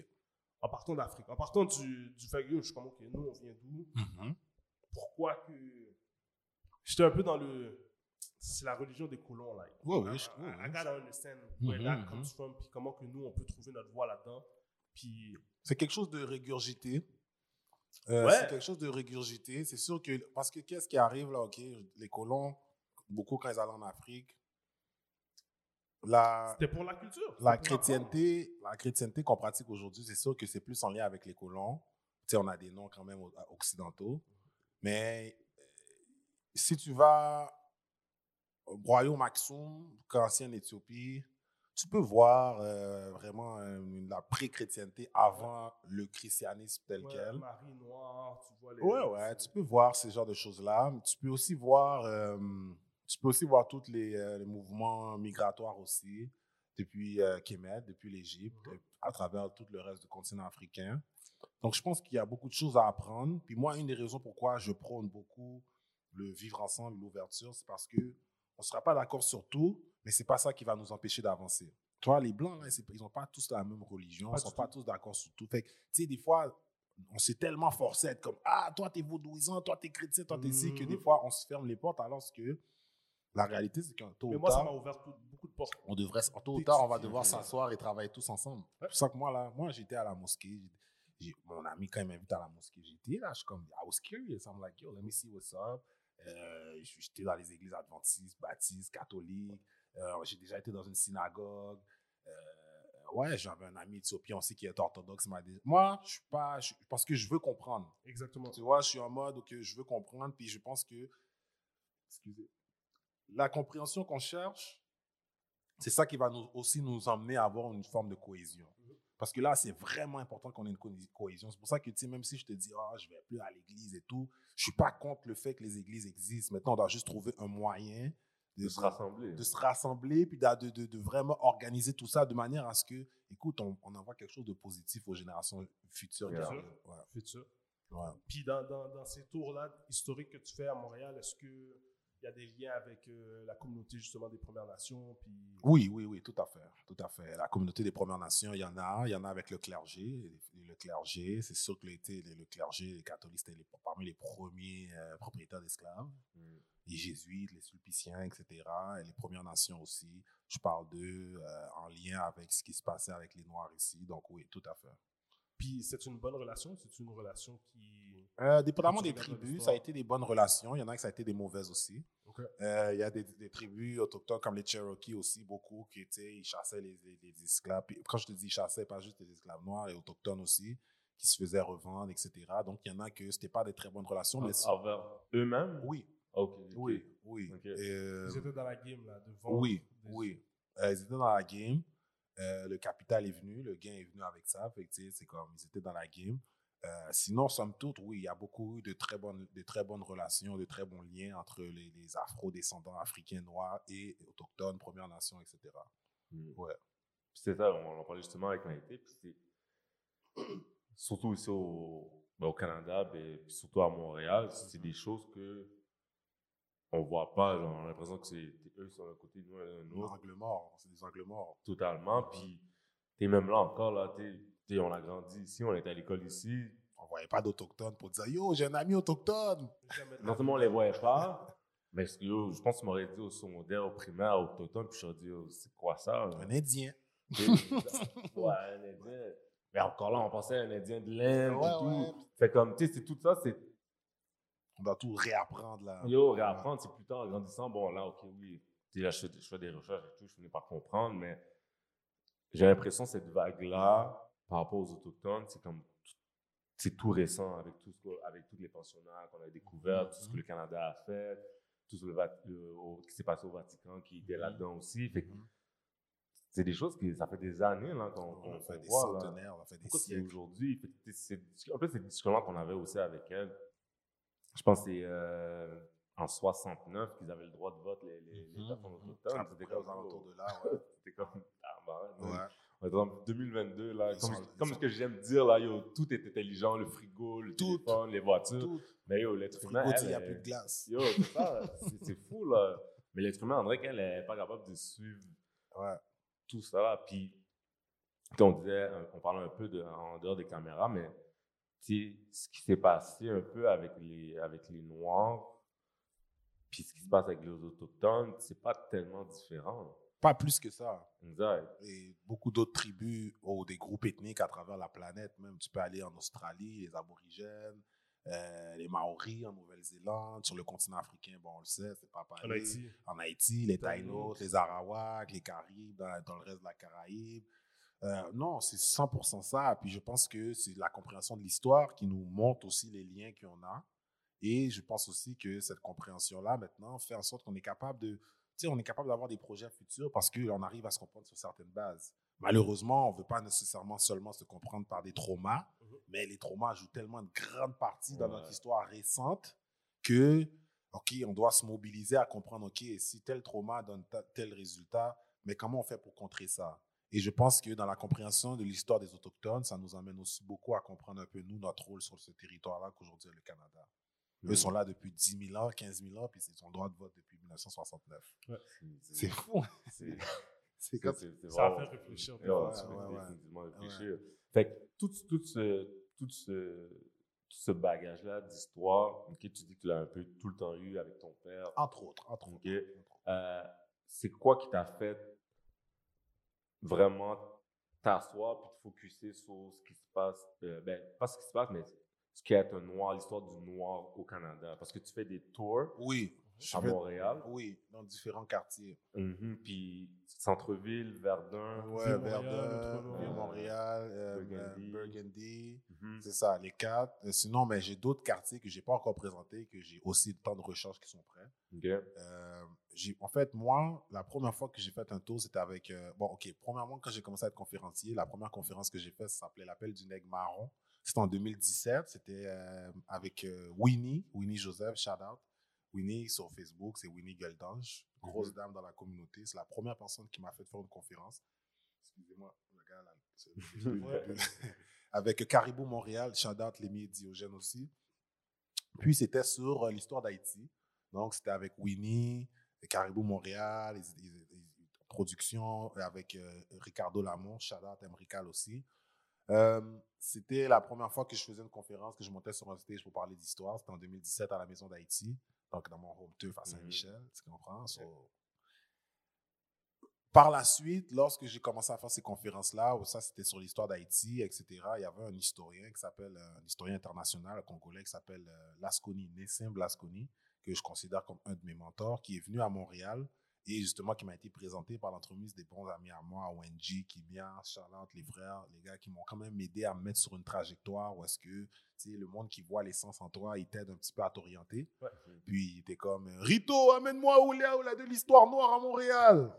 Speaker 1: En partant d'Afrique. En partant du, du fait que je suis comme, OK, nous, on vient d'où?
Speaker 3: Mhm.
Speaker 1: pourquoi que j'étais un peu dans le c'est la religion des colons là.
Speaker 3: Ouais,
Speaker 1: I,
Speaker 3: ouais, je- ouais,
Speaker 1: I
Speaker 3: ouais.
Speaker 1: gotta understand where
Speaker 3: Mhm,
Speaker 1: that
Speaker 3: mhm.
Speaker 1: comes from puis comment que nous on peut trouver notre voie là-dedans. Puis
Speaker 3: C'est quelque chose de régurgité. Euh,
Speaker 1: Ouais.
Speaker 3: C'est quelque chose de régurgité. C'est sûr que. Parce que qu'est-ce qui arrive là, OK? Les colons, beaucoup quand ils allaient en Afrique, la,
Speaker 1: c'était pour la culture.
Speaker 3: la
Speaker 1: c'était pour
Speaker 3: chrétienté la chrétienté qu'on pratique aujourd'hui, c'est sûr que c'est plus en lien avec les colons. Tu sais, on a des noms quand même o- occidentaux. Mais euh, si tu vas au royaume Aksum, qu'ancienne Éthiopie, tu peux voir euh, vraiment euh, la pré-chrétienté avant le christianisme tel
Speaker 1: apprendre. Ouais,
Speaker 3: quel.
Speaker 1: Marie noire, tu vois les.
Speaker 3: Ouais, ouais, tu peux voir ces genres de choses-là. mais Tu peux aussi voir, euh, tu peux aussi voir tous les, euh, les mouvements migratoires aussi, depuis euh, Kemet, depuis l'Égypte,
Speaker 1: Mhm.
Speaker 3: euh, à travers tout le reste du continent africain. Donc, je pense qu'il y a beaucoup de choses à apprendre. Puis moi, une des raisons pourquoi je prône beaucoup le vivre ensemble, l'ouverture, c'est parce que on ne sera pas d'accord sur tout, mais c'est pas ça qui va nous empêcher d'avancer. Toi, les Blancs, là, c'est- ils n'ont pas tous la même religion,
Speaker 1: Pas
Speaker 3: ils ne sont
Speaker 1: du
Speaker 3: pas tous d'accord sur tout. Fait que, tu sais, des fois, on s'est tellement forcé à être comme Ah, toi, t'es vaudouisant, toi, t'es chrétien, toi, t'es ci, que
Speaker 1: Mhm.
Speaker 3: des fois, on se ferme les portes alors que la réalité, c'est qu'un tôt
Speaker 1: Mais
Speaker 3: ou
Speaker 1: moi, ça
Speaker 3: tard,
Speaker 1: m'a ouvert tout- beaucoup de portes.
Speaker 3: on devrait, en tôt ou
Speaker 1: Dès
Speaker 3: tard,
Speaker 1: que
Speaker 3: on va
Speaker 1: tu-
Speaker 3: devoir
Speaker 1: Mhm.
Speaker 3: s'asseoir et travailler tous ensemble. C'est pour ça que moi, là, moi, j'étais à la mosquée. j'ai- j'ai- mon ami, quand il m'invite à la mosquée, j'étais là, je suis comme, I was curious. I'm like, yo, let me see what's up. Euh, je- j'étais dans les églises adventistes, baptistes, catholiques. Euh, j'ai déjà été dans une synagogue. Euh, ouais, j'avais un ami éthiopien aussi qui est orthodoxe. il m'a dit- Moi, je suis pas, je- parce que je veux comprendre.
Speaker 1: Exactement.
Speaker 3: Tu vois, je suis en mode que je veux comprendre, puis je pense que excusez, la compréhension qu'on cherche, c'est ça qui va nous, aussi nous emmener à avoir une forme de cohésion.
Speaker 2: Mhm.
Speaker 3: Parce que là, c'est vraiment important qu'on ait une co- cohésion. C'est pour ça que, tu sais, même si je te dis, ah, je vais plus à l'église et tout, je suis pas contre le fait que les églises existent. Maintenant, on doit juste trouver un moyen
Speaker 2: de se rassembler.
Speaker 3: de se rassembler, puis d'a- de, de- de vraiment organiser tout ça de manière à ce que, écoute, on, on envoie quelque chose de positif aux générations futures. qui
Speaker 2: Yeah.
Speaker 3: arrivent. Ouais,
Speaker 1: Futur.
Speaker 3: ouais.
Speaker 1: Puis dans, dans, dans ces tours-là historiques que tu fais à Montréal, est-ce qu'il y a des liens avec euh, la communauté justement des Premières Nations puis...
Speaker 3: euh, Oui, oui, oui, tout à fait, tout à fait. La communauté des Premières Nations, il y en a, il y en a avec le clergé. Le clergé, c'est sûr que l'été, le, le clergé, les catholiques, c'était les- parmi les premiers euh, propriétaires d'esclaves.
Speaker 2: Mm.
Speaker 3: Les jésuites, les sulpiciens, etc. Et les Premières Nations aussi. Je parle d'eux euh, en lien avec ce qui se passait avec les Noirs ici. Donc oui, tout à fait.
Speaker 1: Puis c'est une bonne relation, c'est une relation qui.
Speaker 3: Euh, dépendamment
Speaker 1: Quand tu
Speaker 3: des
Speaker 1: regardes
Speaker 3: tribus,
Speaker 1: l'histoire.
Speaker 3: ça a été des bonnes relations. Il y en a qui ça a été des mauvaises aussi.
Speaker 1: Ok.
Speaker 3: Euh, Il y a des, des tribus autochtones comme les Cherokees aussi, beaucoup qui étaient, ils chassaient les, les- les esclaves. Puis, quand je te dis chassaient, pas juste les esclaves noirs, les autochtones aussi, qui se faisaient revendre, etc. Donc il y en a que c'était pas des très bonnes relations, mais
Speaker 2: En- Envers eux-mêmes
Speaker 3: oui,
Speaker 2: Ok. ok.
Speaker 3: oui, oui.
Speaker 2: Ok.
Speaker 3: Euh,
Speaker 1: Ils étaient dans la game là, devant.
Speaker 3: oui, oui. Euh, ils étaient dans la game. Euh, le capital est venu, le gain est venu avec ça. Fait que, tu sais, c'est comme ils étaient dans la game. Euh, sinon, somme toute, oui, il y a beaucoup eu de très bonnes, de très bonnes relations, de très bons liens entre les, les afro-descendants africains noirs et autochtones, Premières Nations, etc.
Speaker 2: Mm.
Speaker 3: Ouais.
Speaker 2: Puis c'est ça, on en parlait justement avec Maïté. Puis c'est surtout ici au, ben, au Canada, ben, puis surtout à Montréal, c'est des choses que on voit pas. Genre, on a l'impression que c'est eux sur un côté, nous un
Speaker 3: Des
Speaker 2: autre,
Speaker 3: angles morts, c'est des angles morts.
Speaker 2: totalement. Puis t'es même là encore là, t'es, t'es- on a grandi ici, on était à l'école ici.
Speaker 3: On voyait pas d'autochtones pour dire Yo, j'ai un ami autochtone.
Speaker 1: Jamais de la
Speaker 2: Non seulement on les voyait pas. Mais ce que, yo, je pense que tu m'aurais dit au secondaire, au primaire, au totem, puis je t'aurais dit, Yo, c'est quoi ça? hein? là?
Speaker 3: Un Indien.
Speaker 2: ouais, un Indien. Mais encore là, on pensait à un Indien de l'Inde
Speaker 3: Ouais,
Speaker 2: et tout.
Speaker 3: ouais.
Speaker 2: Fait comme, tu sais, c'est tout ça, c'est
Speaker 3: On doit tout réapprendre là.
Speaker 2: yo, réapprendre, c'est plus tard en grandissant, bon, là, ok, oui, tu sais, là, je fais, je fais des recherches et tout, je finis par comprendre, mais j'ai l'impression que cette
Speaker 3: Ah,
Speaker 2: vague-là, par rapport aux Autochtones, c'est comme, tout- c'est tout récent avec tout ce qu'on- avec tous les pensionnats qu'on a découverts, tout ce
Speaker 3: Mhm.
Speaker 2: que le Canada a fait, tout ce le Va- le- au- qui s'est passé au Vatican qui était
Speaker 3: Mhm.
Speaker 2: là-dedans aussi. Fait que
Speaker 3: Mhm.
Speaker 2: c'est des choses qui, ça fait des années, là, qu'on
Speaker 3: On
Speaker 2: qu'on-
Speaker 3: a fait
Speaker 2: qu'on
Speaker 3: des
Speaker 2: voit, là.
Speaker 3: centenaires, on a fait des
Speaker 2: Pourquoi c'est
Speaker 3: siècles.
Speaker 2: aujourd'hui? Fait que t'sais, c'est- En plus, c'est une discussion qu'on avait aussi avec elle. Je pense que c'est euh, en 69 qu'ils avaient le droit de vote, les, les, les
Speaker 3: Mhm,
Speaker 2: personnes
Speaker 3: mhm.
Speaker 2: autochtones.
Speaker 3: À peu
Speaker 2: C'était
Speaker 3: près aux
Speaker 2: comme,
Speaker 3: alentours
Speaker 2: oh,
Speaker 3: de là, ouais.
Speaker 2: c'était comme, ah, bah, ouais.
Speaker 3: ouais.
Speaker 2: On est en 2022, là,
Speaker 3: Ils
Speaker 2: comme,
Speaker 3: sont- ils
Speaker 2: comme
Speaker 3: sont-
Speaker 2: ce que j'aime dire, là, yo, tout est intelligent, le frigo, le
Speaker 3: Tout.
Speaker 2: téléphone, les voitures.
Speaker 3: Tout.
Speaker 2: Mais yo, l'être
Speaker 3: Frigo,
Speaker 2: humain,
Speaker 3: il
Speaker 2: elle,
Speaker 3: n'y a
Speaker 2: elle- euh,
Speaker 3: plus de glace.
Speaker 2: Yo, c'est ça, c'est- c'est fou, là. Mais l'être humain, on dirait qu'elle n'est pas capable de suivre
Speaker 3: Ouais.
Speaker 2: tout ça là. Puis, tu sais, on disait, euh, on parlait un peu de, en dehors des caméras, mais tu sais, ce qui s'est passé un peu avec les, avec les Noirs, puis ce qui se passe avec les Autochtones, c'est pas tellement différent.
Speaker 3: Pas plus que ça.
Speaker 2: On disait,
Speaker 3: Et beaucoup d'autres tribus ou des groupes ethniques à travers la planète, même. Tu peux aller en Australie, les aborigènes, euh, les Maoris en Nouvelle-Zélande, sur le continent africain, bon, on le sait, c'est pas pareil.
Speaker 1: En Haïti.
Speaker 3: En Haïti, les
Speaker 1: Taïnos.
Speaker 3: Taïnos, les Arawaks, les Caribes, dans, dans le reste de la Caraïbe. Euh, non, c'est 100% ça. Puis je pense que c'est la compréhension de l'histoire qui nous montre aussi les liens qu'on a. Et je pense aussi que cette compréhension-là, maintenant, fait en sorte qu'on est capable de, tu sais, on est capable d'avoir des projets futurs parce qu'on arrive à se comprendre sur certaines bases. Malheureusement, on ne veut pas nécessairement seulement se comprendre par des traumas,
Speaker 1: Mhm.
Speaker 3: mais les traumas jouent tellement une grande partie dans notre
Speaker 2: Ouais.
Speaker 3: histoire récente que, OK, on doit se mobiliser à comprendre, OK, si tel trauma donne ta- tel résultat, mais comment on fait pour contrer ça? Et je pense que dans la compréhension de l'histoire des Autochtones, ça nous amène aussi beaucoup à comprendre un peu, nous, notre rôle sur ce territoire-là qu'aujourd'hui est le Canada. Eux
Speaker 2: Mhm.
Speaker 3: sont là depuis 10 000 ans, 15 000 ans, puis ils ont le droit de vote depuis 1969.
Speaker 2: C'est-
Speaker 3: C'est fou.
Speaker 2: c'est-
Speaker 3: C'est
Speaker 2: C'est-
Speaker 3: comme
Speaker 2: c'est- c'est
Speaker 1: Ça a
Speaker 2: vraiment-
Speaker 1: fait réfléchir.
Speaker 2: Ouais, ouais,
Speaker 3: Ouais,
Speaker 2: ça fait
Speaker 3: ouais, ouais.
Speaker 2: définitivement réfléchir. Fait que tout, ce- tout ce, tout ce, tout ce bagage-là d'histoire, ok, tu dis que tu l'as un peu tout le temps eu avec ton père.
Speaker 3: Entre autres, entre autres.
Speaker 2: Ok. Euh, c'est quoi qui t'a fait vraiment t'asseoir puis te focuser sur ce qui se passe, euh, ben, pas ce qui se passe, mais ce qui est un noir, l'histoire du noir au Canada. Parce que tu fais des tours
Speaker 3: Oui. Je
Speaker 2: à
Speaker 3: fais-
Speaker 2: Montréal,
Speaker 3: Oui, dans différents quartiers.
Speaker 2: mhm, puis centre-ville, Verdun,
Speaker 3: Ouais,
Speaker 1: Montréal,
Speaker 3: Verdun,
Speaker 1: Ottawa,
Speaker 3: Ville Montréal, euh,
Speaker 2: Burgundy.
Speaker 3: euh, Burgundy.
Speaker 2: mhm,
Speaker 3: C'est ça, les quatre. Euh, Sinon, mais j'ai d'autres quartiers que j'ai pas encore présentés, que j'ai aussi le temps de recherche qui sont prêts.
Speaker 2: ok.
Speaker 3: Euh, j'ai- en fait, moi, la première fois que j'ai fait un tour, c'était avec. euh, bon, OK, premièrement, quand j'ai commencé à être conférencier, la première conférence que j'ai faite ça s'appelait L'Appel du Nègre Marron. C'était en 2017. C'était euh, avec euh, Winnie, Winnie Joseph, shout out. Winnie sur Facebook, c'est Winnie Gueldange, grosse dame dans la communauté. C'est la première personne qui m'a fait faire une conférence. Excusez-moi, le gars là. c'est- c'est-
Speaker 1: Ouais.
Speaker 3: avec Caribou Montréal, shout out Lémi et Diogène aussi. Puis c'était sur euh, l'histoire d'Haïti. Donc c'était avec Winnie, et Caribou Montréal, les, les- les- les productions, euh, avec euh, Ricardo Lamont, shout out Emrical aussi. Euh, c'était la première fois que je faisais une conférence, que je montais sur un stage pour parler d'histoire. C'était en 2017 à la Maison d'Haïti, donc dans mon home turf à Saint-Michel, tu comprends? So, par la suite, lorsque j'ai commencé à faire ces conférences-là, où ça c'était sur l'histoire d'Haïti, etc., il y avait un historien qui s'appelle, euh, un historien international un congolais qui s'appelle euh, Lasconi, Nessim Lasconi, que je considère comme un de mes mentors, qui est venu à Montréal et justement qui m'a été présenté par l'entremise des bons amis à moi, Wenji, Kimia, Charlotte, les frères, les gars qui m'ont quand même aidé à me mettre sur une trajectoire où est-ce que tu sais, le monde qui voit l'essence en toi, il t'aide un petit peu à t'orienter. Puis il était comme euh, Rito, amène-moi Oula Oula de l'histoire noire à Montréal.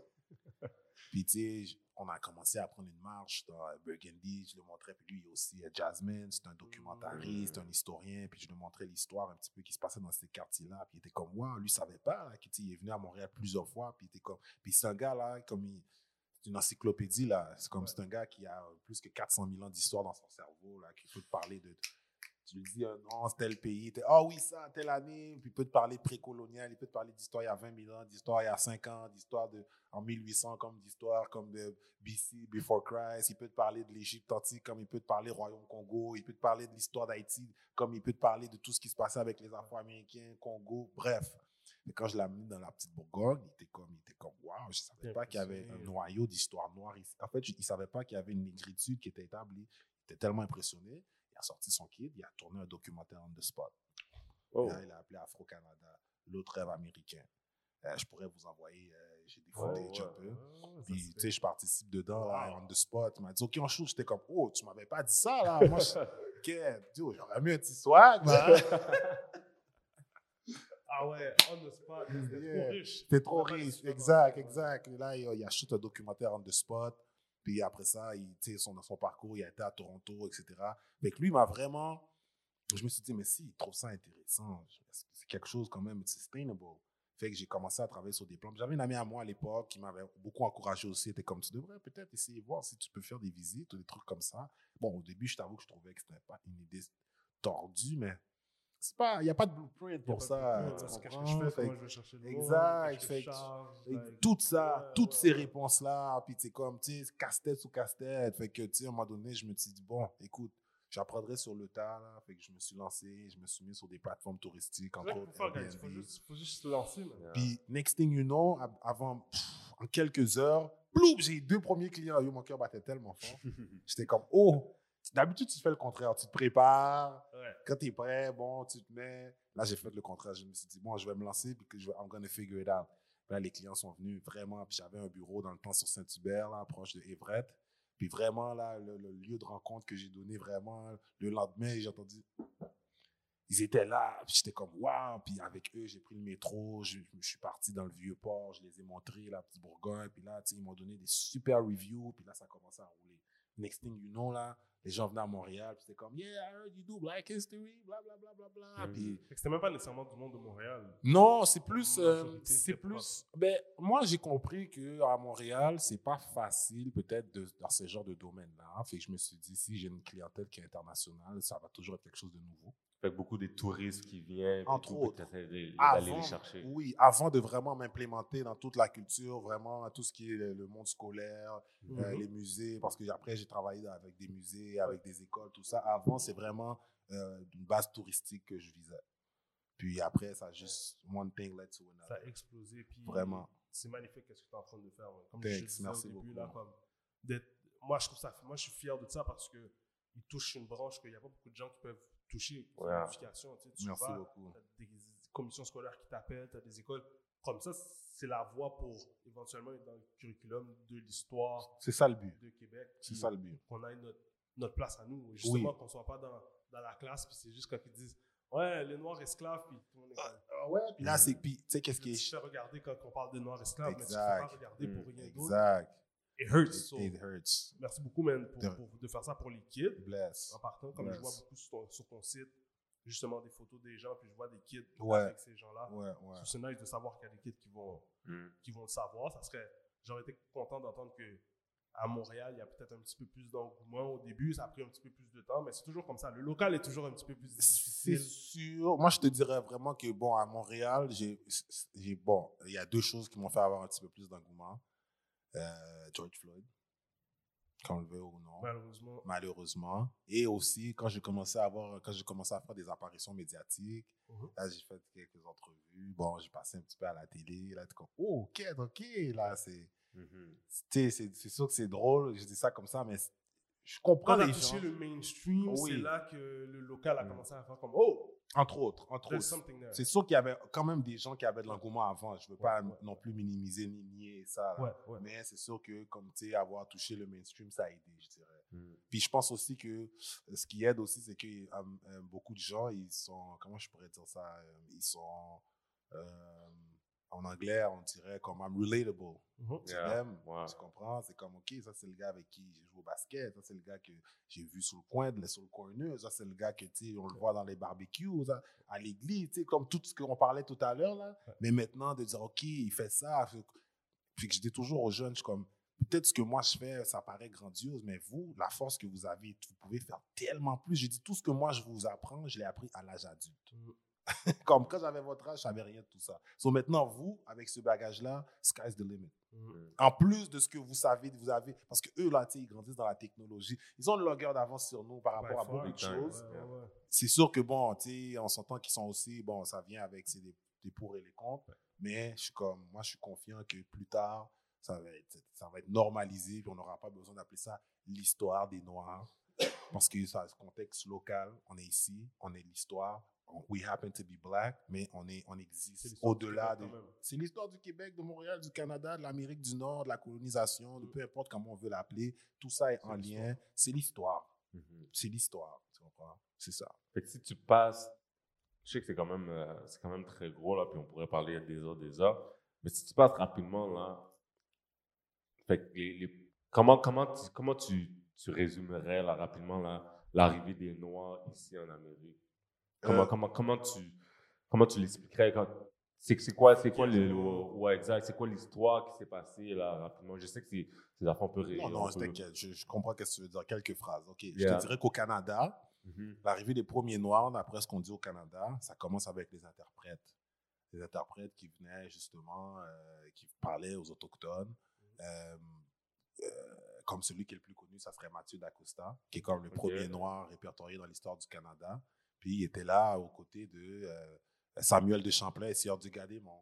Speaker 3: puis tu sais, j- on a commencé à prendre une marche dans euh, Burgundy. Je le montrais, puis lui aussi, euh, Jasmine, c'est un documentariste, un historien. Puis je lui montrais l'histoire un petit peu qui se passait dans ces quartiers-là. Puis il était comme Waouh, lui, il savait pas. là, que, tu sais, il est venu à Montréal plusieurs fois. Puis il était comme. Puis c'est un gars là, comme il. C'est une encyclopédie, là. C'est comme c'est un gars qui a euh, plus que 400 000 ans d'histoire dans son cerveau, là, qui peut te parler de. Tu lui dis, euh, non, c'est tel pays. t'es, Ah oui, ça, telle année. Puis il peut te parler précolonial, il peut te parler d'histoire il y a 20 000 ans, d'histoire il y a 5 ans, d'histoire de, en 1800, comme d'histoire comme de BC, Before Christ. Il peut te parler de l'Égypte antique, comme il peut te parler Royaume Congo. Il peut te parler de l'histoire d'Haïti, comme il peut te parler de tout ce qui se passait avec les Afro-Américains, Congo, bref. Et quand je l'ai amené dans la petite Bourgogne, il était comme, il était comme, waouh, je savais pas qu'il y avait un
Speaker 1: Impressionné.
Speaker 3: noyau d'histoire noire ici. En fait, je- il savait pas qu'il y avait une négritude qui était établie. Il était tellement impressionné. Il a sorti son kid, il a tourné un documentaire on the spot.
Speaker 2: Oh.
Speaker 3: Là, il a appelé Afro-Canada, l'autre rêve américain. Euh, je pourrais vous envoyer, euh, j'ai des
Speaker 2: Ouais,
Speaker 3: footage
Speaker 2: ouais.
Speaker 3: un peu.
Speaker 1: Ouais, Ah, ça
Speaker 3: Puis,
Speaker 1: se
Speaker 3: tu sais, je participe dedans, là,
Speaker 1: Wow.
Speaker 3: on the spot. Il m'a dit, OK, on shoot. J'étais comme, oh, tu m'avais pas dit ça, là. Moi, je- OK, dude, j'aurais mis un petit swag, là.
Speaker 1: Ah ouais, on the spot, c'était
Speaker 3: Yeah.
Speaker 1: trop riche.
Speaker 3: T'es trop
Speaker 1: On a pas
Speaker 3: riche.
Speaker 1: les-
Speaker 3: Exact, exact. Et là, il, il a shoot un documentaire on the spot. Puis après ça, il, tu sais, son, son parcours, il a été à Toronto, etc. Fait que lui, il m'a vraiment. Je me suis dit, mais si, il trouve ça intéressant. Est-ce que C'est quelque chose quand même sustainable. Fait que j'ai commencé à travailler sur des plans. J'avais une amie à moi à l'époque qui m'avait beaucoup encouragé aussi. Elle était comme, tu devrais peut-être essayer de voir si tu peux faire des visites ou des trucs comme ça. Bon, au début, je t'avoue que je trouvais que c'était pas une idée tordue, mais c'est pas, il n'y a pas de blueprint
Speaker 1: Y a
Speaker 3: pour
Speaker 1: pas euh,
Speaker 3: ça.
Speaker 1: de-
Speaker 3: tu
Speaker 1: Qu'est-ce que
Speaker 3: comprends?
Speaker 1: je fais,
Speaker 3: Fait que-
Speaker 1: comment je vais chercher le monde,
Speaker 3: Exact,
Speaker 1: qu'est-ce que
Speaker 3: fait
Speaker 1: je
Speaker 3: que-
Speaker 1: charge,
Speaker 3: et
Speaker 1: like-
Speaker 3: tout ça,
Speaker 1: Ouais,
Speaker 3: toutes
Speaker 1: ouais,
Speaker 3: ces
Speaker 1: euh, ouais.
Speaker 3: réponses-là, puis c'est comme, tu sais, casse-tête sous casse-tête. Fait que, tu sais, à un moment donné, je me suis dit, bon, écoute, j'apprendrai sur le tas, là. Fait que je me suis lancé, je me suis mis sur des plateformes
Speaker 1: C'est
Speaker 3: touristiques,
Speaker 1: ça
Speaker 3: entre
Speaker 1: qu'il faut
Speaker 3: autres
Speaker 1: faire, guys,
Speaker 3: Airbnb.
Speaker 1: il faut juste, faut juste se lancer, man.
Speaker 2: euh,
Speaker 3: Puis, next thing you know, av- avant, pff, en quelques heures, plouf, j'ai eu deux premiers clients. Yo, mon cœur battait tellement fort. J'étais comme, oh, d'habitude, tu fais le contraire. Tu te prépares,
Speaker 1: Ouais.
Speaker 3: quand t'es prêt, bon, tu te mets. Là, j'ai fait le contraire. Je me suis dit, bon, je vais me lancer, puis que je vais, I'm gonna figure it out. Là, les clients sont venus vraiment, puis j'avais un bureau dans le temps sur Saint-Hubert, là, proche de Everett. Puis vraiment, là, le, le lieu de rencontre que j'ai donné, vraiment, le lendemain, j'ai entendu ils étaient là, puis j'étais comme waouh, puis avec eux, j'ai pris le métro, je, je suis parti dans le vieux port, je les ai montrés la petite Bourgogne, puis là, tu sais, ils m'ont donné des super reviews, puis là, ça a commencé à rouler. Next thing you know, là, les gens venaient à Montréal, puis c'était comme yeah, I heard you do Black History, bla bla bla bla
Speaker 1: Mm.
Speaker 3: bla. Puis
Speaker 1: Fait que C'était même pas nécessairement du monde de Montréal.
Speaker 3: non, c'est plus,
Speaker 1: La
Speaker 3: euh,
Speaker 1: majorité,
Speaker 3: c'est
Speaker 1: c'était
Speaker 3: plus. Ben, moi, j'ai compris que à Montréal, c'est pas facile peut-être de- dans ce genre de domaine-là. Fait que je me suis dit, si j'ai une clientèle qui est internationale, ça va toujours être quelque chose de nouveau.
Speaker 2: Fait que beaucoup des touristes qui viennent. puis
Speaker 3: Entre
Speaker 2: tout,
Speaker 3: autres.
Speaker 2: puis t'essaies de- d'aller
Speaker 3: Avant,
Speaker 2: les
Speaker 1: Mm.
Speaker 2: chercher.
Speaker 3: oui, avant de vraiment m'implémenter dans toute la culture, vraiment tout ce qui est le, le monde scolaire, euh, les musées, parce que après j'ai travaillé dans- avec des musées, avec des écoles, tout ça. Avant, c'est vraiment euh, une base touristique que je visais. Puis après, ça a juste one thing led to another.
Speaker 1: Ça a explosé. Puis
Speaker 3: Vraiment.
Speaker 1: C'est magnifique ce que tu es en train de faire. ouais. Comme
Speaker 3: Thanks,
Speaker 1: je te disais
Speaker 3: merci
Speaker 1: au début,
Speaker 3: beaucoup.
Speaker 1: là, comme d'être- moi, je trouve ça, moi, je suis fier de ça parce que il touche une branche qu'il n'y a pas beaucoup de gens qui peuvent toucher. C'est
Speaker 2: Ouais.
Speaker 1: une modification, Tu, sais, tu
Speaker 3: Merci
Speaker 1: vas,
Speaker 3: beaucoup.
Speaker 1: t'as des commissions scolaires qui t'appellent, tu as des écoles. Comme ça, c'est la voie pour éventuellement être dans le curriculum de l'histoire
Speaker 3: C'est ça le but.
Speaker 1: de Québec.
Speaker 3: C'est
Speaker 1: Puis
Speaker 3: ça le but.
Speaker 1: Qu'on ait notre, notre place à nous. Justement, qu'on soit pas dans, dans la classe, puis c'est juste quand ils disent Ouais, les Noirs esclaves, puis tout le monde est comme-
Speaker 3: Ah ouais, puis là, c'est. Puis, tu sais, qu'est-ce qui
Speaker 1: tu
Speaker 3: est.
Speaker 1: te fais regarder quand on parle de noirs esclaves, mais tu te fais
Speaker 3: Exact.
Speaker 1: pas regarder pour
Speaker 2: Mm,
Speaker 1: rien d'autre.
Speaker 3: Exact.
Speaker 1: It hurts.
Speaker 3: It,
Speaker 1: So,
Speaker 3: it hurts.
Speaker 1: merci beaucoup, man, pour,
Speaker 3: De-
Speaker 1: pour- de faire ça pour les kids.
Speaker 3: Bless.
Speaker 1: En partant, comme je vois
Speaker 3: Yes.
Speaker 1: beaucoup sur ton, sur ton site, justement des photos des gens, puis je vois des kids
Speaker 3: Ouais.
Speaker 1: avec ces gens-là.
Speaker 3: Ouais, ouais.
Speaker 1: So, C'est nice de savoir qu'il y a des kids qui vont,
Speaker 2: Mm.
Speaker 1: qui vont le savoir. Ça serait, j'aurais été content d'entendre que à Montréal, il y a peut-être un petit peu plus d'engouement au début. Ça a pris un petit peu plus de temps, mais c'est toujours comme ça. Le local est toujours un petit peu plus
Speaker 3: C'est
Speaker 1: difficile.
Speaker 3: sûr. Moi, je te dirais vraiment que, bon, à Montréal, j'ai, j'ai- bon, il y a deux choses qui m'ont fait avoir un petit peu plus d'engouement. Euh, George Floyd, qu'on le veut ou non,
Speaker 1: Malheureusement,
Speaker 3: malheureusement. Et aussi, quand j'ai commencé à avoir, quand j'ai commencé à faire des apparitions médiatiques,
Speaker 1: Mhm.
Speaker 3: là, j'ai fait quelques entrevues. Bon, j'ai passé un petit peu à la télé. Là, t'es comme, oh, ok, ok, là, c'est,
Speaker 2: Mhm.
Speaker 3: tu sais, c'est, c'est sûr que c'est drôle. Je dis ça comme ça, mais c'est- je comprends
Speaker 1: quand on a
Speaker 3: les
Speaker 1: touché
Speaker 3: gens.
Speaker 1: le mainstream,
Speaker 3: Oui.
Speaker 1: c'est là que le local a
Speaker 2: Mm.
Speaker 1: commencé à faire comme Oh,
Speaker 3: Entre autres, entre
Speaker 1: There's
Speaker 3: autres.
Speaker 1: something there.
Speaker 3: C'est sûr qu'il y avait quand même des gens qui avaient de l'engouement avant. Je ne veux pas
Speaker 1: Ouais, ouais.
Speaker 3: non plus minimiser ni nier ça. là.
Speaker 1: Ouais, ouais.
Speaker 3: Mais c'est sûr que, comme tu sais, avoir touché le mainstream, ça a aidé, je dirais.
Speaker 2: Mm.
Speaker 3: Puis je pense aussi que euh, ce qui aide aussi, c'est que euh, euh, beaucoup de gens, ils sont, comment je pourrais dire ça, euh, ils sont, euh, en anglais, on dirait comme I'm relatable.
Speaker 1: Mhm.
Speaker 3: Tu
Speaker 2: Yeah.
Speaker 3: m'aimes,
Speaker 2: Ouais.
Speaker 3: tu comprends, c'est comme, OK, ça c'est le gars avec qui j'ai joué au basket, ça c'est le gars que j'ai vu sur le coin, de- sur le corner, ça c'est le gars que, tu sais, on le voit dans les barbecues, ça, à l'église, tu sais, comme tout ce qu'on parlait tout à l'heure, là. Mais maintenant, de dire, OK, il fait ça, fait- puis que je dis toujours aux jeunes, je suis comme, peut-être ce que moi je fais, ça paraît grandiose, mais vous, la force que vous avez, vous pouvez faire tellement plus. Je dis, tout ce que moi je vous apprends, je l'ai appris à l'âge adulte. comme quand j'avais votre âge, je savais rien de tout ça. Donc maintenant, vous, avec ce bagage-là, sky's the limit.
Speaker 1: Mhm.
Speaker 3: En plus de ce que vous savez, vous avez, parce que eux, là, tu sais, ils grandissent dans la technologie. Ils ont une longueur d'avance sur nous par
Speaker 1: Mhm. By
Speaker 3: rapport à
Speaker 1: far.
Speaker 3: beaucoup de
Speaker 2: Big time.
Speaker 3: choses.
Speaker 1: Ouais, ouais, ouais.
Speaker 3: C'est sûr que, bon, tu sais, on s'entend qu'ils sont aussi, bon, ça vient avec c'est des, des pour et les contre, mais je suis comme, moi, je suis confiant que plus tard, ça va être, ça va être normalisé, puis on n'aura pas besoin d'appeler ça l'histoire des Noirs, parce que ça a ce contexte local, on est ici, on est l'histoire, on- we happen to be black, mais on, est, on
Speaker 1: C'est
Speaker 3: existe
Speaker 1: l'histoire du
Speaker 3: au-delà de,
Speaker 1: Québec, quand même.
Speaker 3: c'est l'histoire du Québec, de Montréal, du Canada, de l'Amérique du Nord, de la colonisation, de peu importe comment on veut l'appeler. Tout ça est en
Speaker 2: Mm. C'est
Speaker 3: lien. C'est l'histoire.
Speaker 2: Mhm.
Speaker 3: C'est l'histoire. Tu comprends? C'est ça.
Speaker 2: Fait que si tu passes, je sais que c'est quand même, euh, c'est quand même très gros là, puis on pourrait parler des heures, des heures. Mais si tu passes rapidement là, fait que les, les- comment, comment, tu, comment tu, tu résumerais là rapidement là l'arrivée des Noirs ici en Amérique Comment,
Speaker 3: Euh,
Speaker 2: comment, comment tu, comment tu l'expliquerais quand c'est c'est quoi, c'est quoi le, le- ouais, exact, c'est quoi l'histoire qui s'est passée là rapidement Je sais que c'est, c'est un peu réel.
Speaker 3: non, non,
Speaker 2: un
Speaker 3: je
Speaker 2: peu-
Speaker 3: t'inquiète. Je, je comprends qu'est-ce que tu veux dire. Quelques phrases. OK. Je
Speaker 2: Yeah.
Speaker 3: te dirais qu'au Canada,
Speaker 2: Mhm.
Speaker 3: l'arrivée des premiers Noirs, d'après ce qu'on dit au Canada, ça commence avec les interprètes. Les interprètes qui venaient justement, euh, qui parlaient aux Autochtones. Euh, euh, comme celui qui est le plus connu, ça serait Mathieu D'Acosta, qui est comme le
Speaker 2: Ok.
Speaker 3: premier Noir répertorié dans l'histoire du Canada. Puis il était là aux côtés de euh, Samuel de Champlain et Sieur du Gadémon.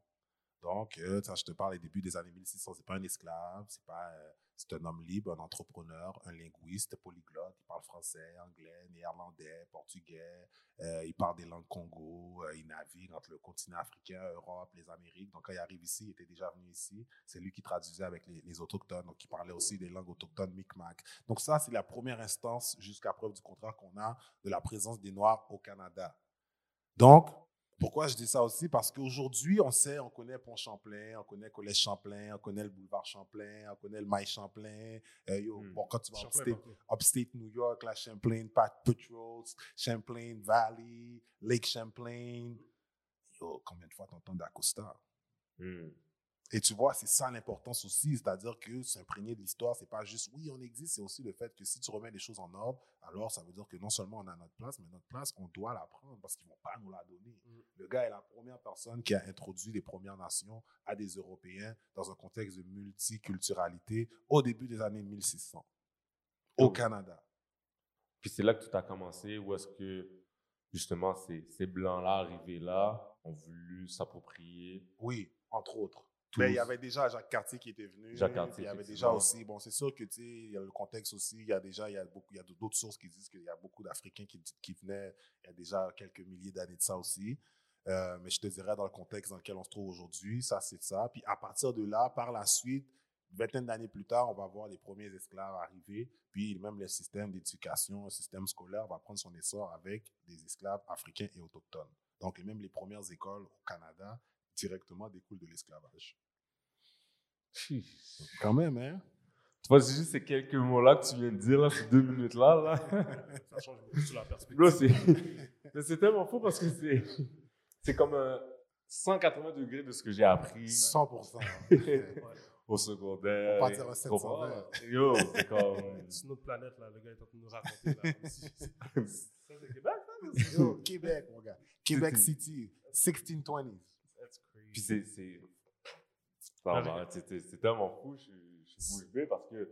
Speaker 3: Donc, euh, ça, je te parle des débuts des années 1600. C'est pas un esclave, c'est pas... euh, c'est un homme libre, un entrepreneur, un linguiste, polyglotte. Il parle français, anglais, néerlandais, portugais. Euh, il parle des langues Congo. Euh, il navigue entre le continent africain, Europe, les Amériques. Donc, quand il arrive ici, il était déjà venu ici. C'est lui qui traduisait avec les, les autochtones. Donc, il parlait aussi des langues autochtones Micmac. Donc, ça, c'est la première instance, jusqu'à preuve du contraire, qu'on a de la présence des Noirs au Canada. Donc, pourquoi je dis ça aussi? Parce qu'aujourd'hui, on sait, on connaît Pont Champlain, on connaît Collège Champlain, on connaît le boulevard Champlain, on connaît le Mail Champlain. Euh, yo,
Speaker 2: Hmm.
Speaker 3: bon, quand tu vas en
Speaker 1: Champlain,
Speaker 3: upstate,
Speaker 1: partout.
Speaker 3: upstate New York, la Champlain, Pack Patrols, Champlain Valley, Lake Champlain. Yo, combien de fois t'entends d'Acosta?
Speaker 2: Hmm.
Speaker 3: Et tu vois, c'est ça l'importance aussi, c'est-à-dire que s'imprégner de l'histoire, c'est pas juste oui, on existe, c'est aussi le fait que si tu remets les choses en ordre, alors ça veut dire que non seulement on a notre place, mais notre place, on doit la prendre parce qu'ils vont pas nous la donner.
Speaker 1: Mm.
Speaker 3: Le gars est la première personne qui a introduit les Premières Nations à des Européens dans un contexte de multiculturalité au début des années 1600 au
Speaker 2: Mm.
Speaker 3: Canada.
Speaker 2: Puis c'est là que tout a commencé, où est-ce que justement ces, ces blancs-là arrivés là ont voulu s'approprier.
Speaker 3: Oui, entre autres.
Speaker 2: Tous.
Speaker 3: Mais il y avait déjà Jacques Cartier qui était venu.
Speaker 2: Jacques Cartier,
Speaker 3: puis il y avait déjà
Speaker 2: effectivement.
Speaker 3: aussi, bon, c'est sûr que tu sais, il y a le contexte aussi. Il y a déjà, il y a beaucoup, il y a d'autres sources qui disent qu'il y a beaucoup d'Africains qui, qui venaient il y a déjà quelques milliers d'années de ça aussi. Euh, mais je te dirais, dans le contexte dans lequel on se trouve aujourd'hui, ça, c'est ça. Puis à partir de là, par la suite, une vingtaine d'années plus tard, on va voir les premiers esclaves arriver. Puis même le système d'éducation, le système scolaire va prendre son essor avec des esclaves africains et autochtones. Donc, et même les premières écoles au Canada directement découlent de l'esclavage.
Speaker 2: Tu
Speaker 3: Quand même, hein?
Speaker 2: vois, c'est juste ces quelques mots-là que tu viens de dire, là, ces deux minutes-là. Là.
Speaker 1: Ça change beaucoup sur la perspective.
Speaker 2: Bro, c'est mais c'est tellement fou parce que c'est c'est comme un 180 degrés de ce que j'ai appris
Speaker 3: 100%.
Speaker 1: Ouais.
Speaker 2: au secondaire.
Speaker 3: On va dire un
Speaker 2: Et-
Speaker 3: 720.
Speaker 2: Yo, c'est comme.
Speaker 1: C'est notre planète, là. Le gars est en train de nous raconter. Là. C'est- c'est- Ça, c'est Québec, ça?
Speaker 3: Yo, Québec, mon gars. Québec
Speaker 2: C'était-
Speaker 3: City, 1620s.
Speaker 1: That's
Speaker 2: Puis
Speaker 1: crazy.
Speaker 2: c'est. c'est- Non, mais arrête, C'est c'est- c'est tellement fou, je suis je suis bouche bée parce que.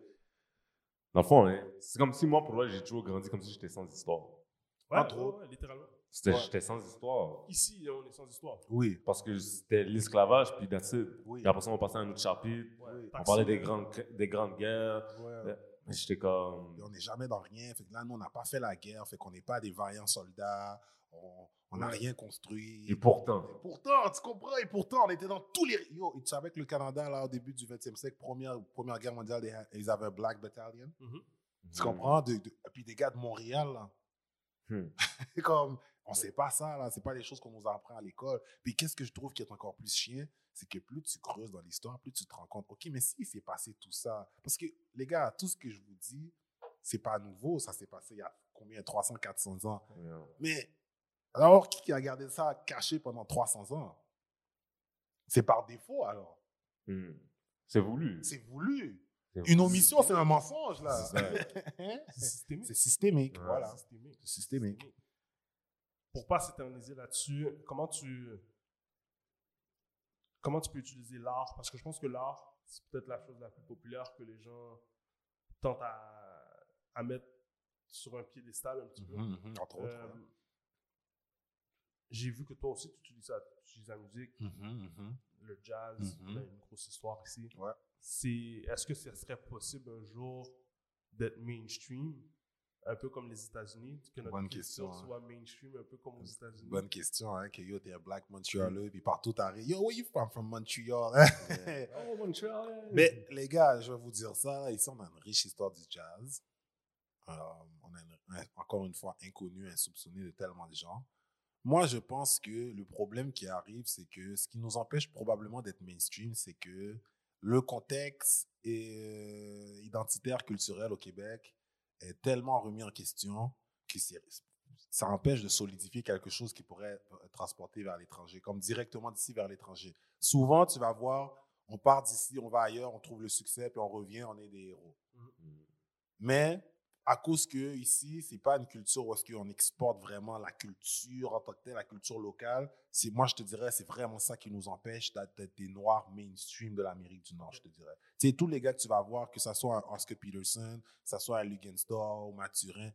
Speaker 2: Dans le fond, hein, c'est comme si moi, pour moi, j'ai toujours grandi comme si j'étais sans histoire.
Speaker 1: Ouais,
Speaker 3: entre
Speaker 1: ouais,
Speaker 3: autres.
Speaker 1: ouais, littéralement.
Speaker 2: C'était-
Speaker 3: Ouais.
Speaker 2: J'étais sans histoire.
Speaker 1: Ici, on est sans histoire.
Speaker 3: Oui,
Speaker 2: Parce que c'était l'esclavage, puis that's it.
Speaker 3: oui.
Speaker 2: Et après ça, on passait à un autre chapitre.
Speaker 1: Ouais,
Speaker 3: Oui.
Speaker 2: On
Speaker 1: taxi. euh,
Speaker 2: parlait des grandes, des grandes guerres.
Speaker 3: Ouais.
Speaker 2: Mais j'étais comme.
Speaker 3: Et on n'est jamais dans rien. Fait que là, nous, on n'a pas fait la guerre. Fait qu'on n'est pas des vaillants soldats. On on n'a
Speaker 2: Ouais.
Speaker 3: rien construit.
Speaker 2: Et pourtant.
Speaker 3: Et pourtant, tu comprends, et pourtant, on était dans tous les. Yo, tu savais que le Canada, là, au début du 20e siècle, première, première guerre mondiale, ils- ils avaient un Black Battalion.
Speaker 1: Mhm.
Speaker 2: Mmh.
Speaker 3: Tu comprends? De, de- et puis des gars de Montréal, là.
Speaker 2: Hmm.
Speaker 3: C'est comme, on sait pas ça, là. C'est pas des choses qu'on nous apprend à l'école. Puis qu'est-ce que je trouve qui est encore plus chien, c'est que plus tu creuses dans l'histoire, plus tu te rends compte, OK, mais s'il s'est passé tout ça, parce que, les gars, tout ce que je vous dis, c'est pas nouveau. Ça s'est passé il y a combien? 300, 400 ans.
Speaker 2: Yeah.
Speaker 3: Mais alors, qui qui a gardé ça caché pendant 300 ans? C'est par défaut, alors.
Speaker 2: Hmm. C'est voulu.
Speaker 3: C'est voulu.
Speaker 2: C'est
Speaker 3: Une
Speaker 2: voulu.
Speaker 3: omission, c'est un mensonge, là.
Speaker 2: C'est ça.
Speaker 3: Hein?
Speaker 1: C'est systémique.
Speaker 3: C'est systémique,
Speaker 2: Ouais.
Speaker 3: voilà.
Speaker 1: Systémique.
Speaker 3: C'est systémique.
Speaker 1: Pour pas s'éterniser là-dessus, comment tu comment tu peux utiliser l'art Parce que je pense que l'art, c'est peut-être la chose la plus populaire que les gens tentent à, à mettre sur un piédestal un petit peu.
Speaker 3: Mhm, mhm, Entre autres.
Speaker 1: Euh, J'ai vu que toi aussi, tu utilises, ça, tu utilises la musique,
Speaker 3: ouais. Mhm, mhm.
Speaker 1: le jazz,
Speaker 3: Mhm.
Speaker 1: on a une grosse histoire ici.
Speaker 3: Ouais.
Speaker 1: C'est, est-ce que ce serait possible un jour d'être mainstream, un peu comme les États-Unis, que notre
Speaker 3: Bonne
Speaker 1: culture
Speaker 3: question, hein.
Speaker 1: soit mainstream, un peu comme aux États-Unis
Speaker 3: Bonne question, hein, que yo, t'es un black Montrealais, puis partout t'arrives, yo, where you from, from Montreal?
Speaker 2: Oh, Montréal.
Speaker 3: Mais les gars, je vais vous dire ça, ici on a une riche histoire du jazz. Euh, on a une- un- encore une fois inconnu, insoupçonné de tellement de gens. Moi, je pense que le problème qui arrive, c'est que ce qui nous empêche probablement d'être mainstream, c'est que le contexte euh, identitaire culturel au Québec est tellement remis en question que c'est- ça empêche de solidifier quelque chose qui pourrait être transporté vers l'étranger, comme directement d'ici vers l'étranger. Souvent, tu vas voir, on part d'ici, on va ailleurs, on trouve le succès, puis on revient, on est des héros. Mais à cause que ici, c'est pas une culture où est-ce qu'on exporte vraiment la culture en tant que telle, la culture locale. C'est moi, je te dirais, c'est vraiment ça qui nous empêche d'être d'être des noirs mainstream de l'Amérique du Nord, je te dirais. Tu sais, tous les gars que tu vas voir, que ce soit un Oscar Peterson, que ce soit un Lugensdorf ou Maturin,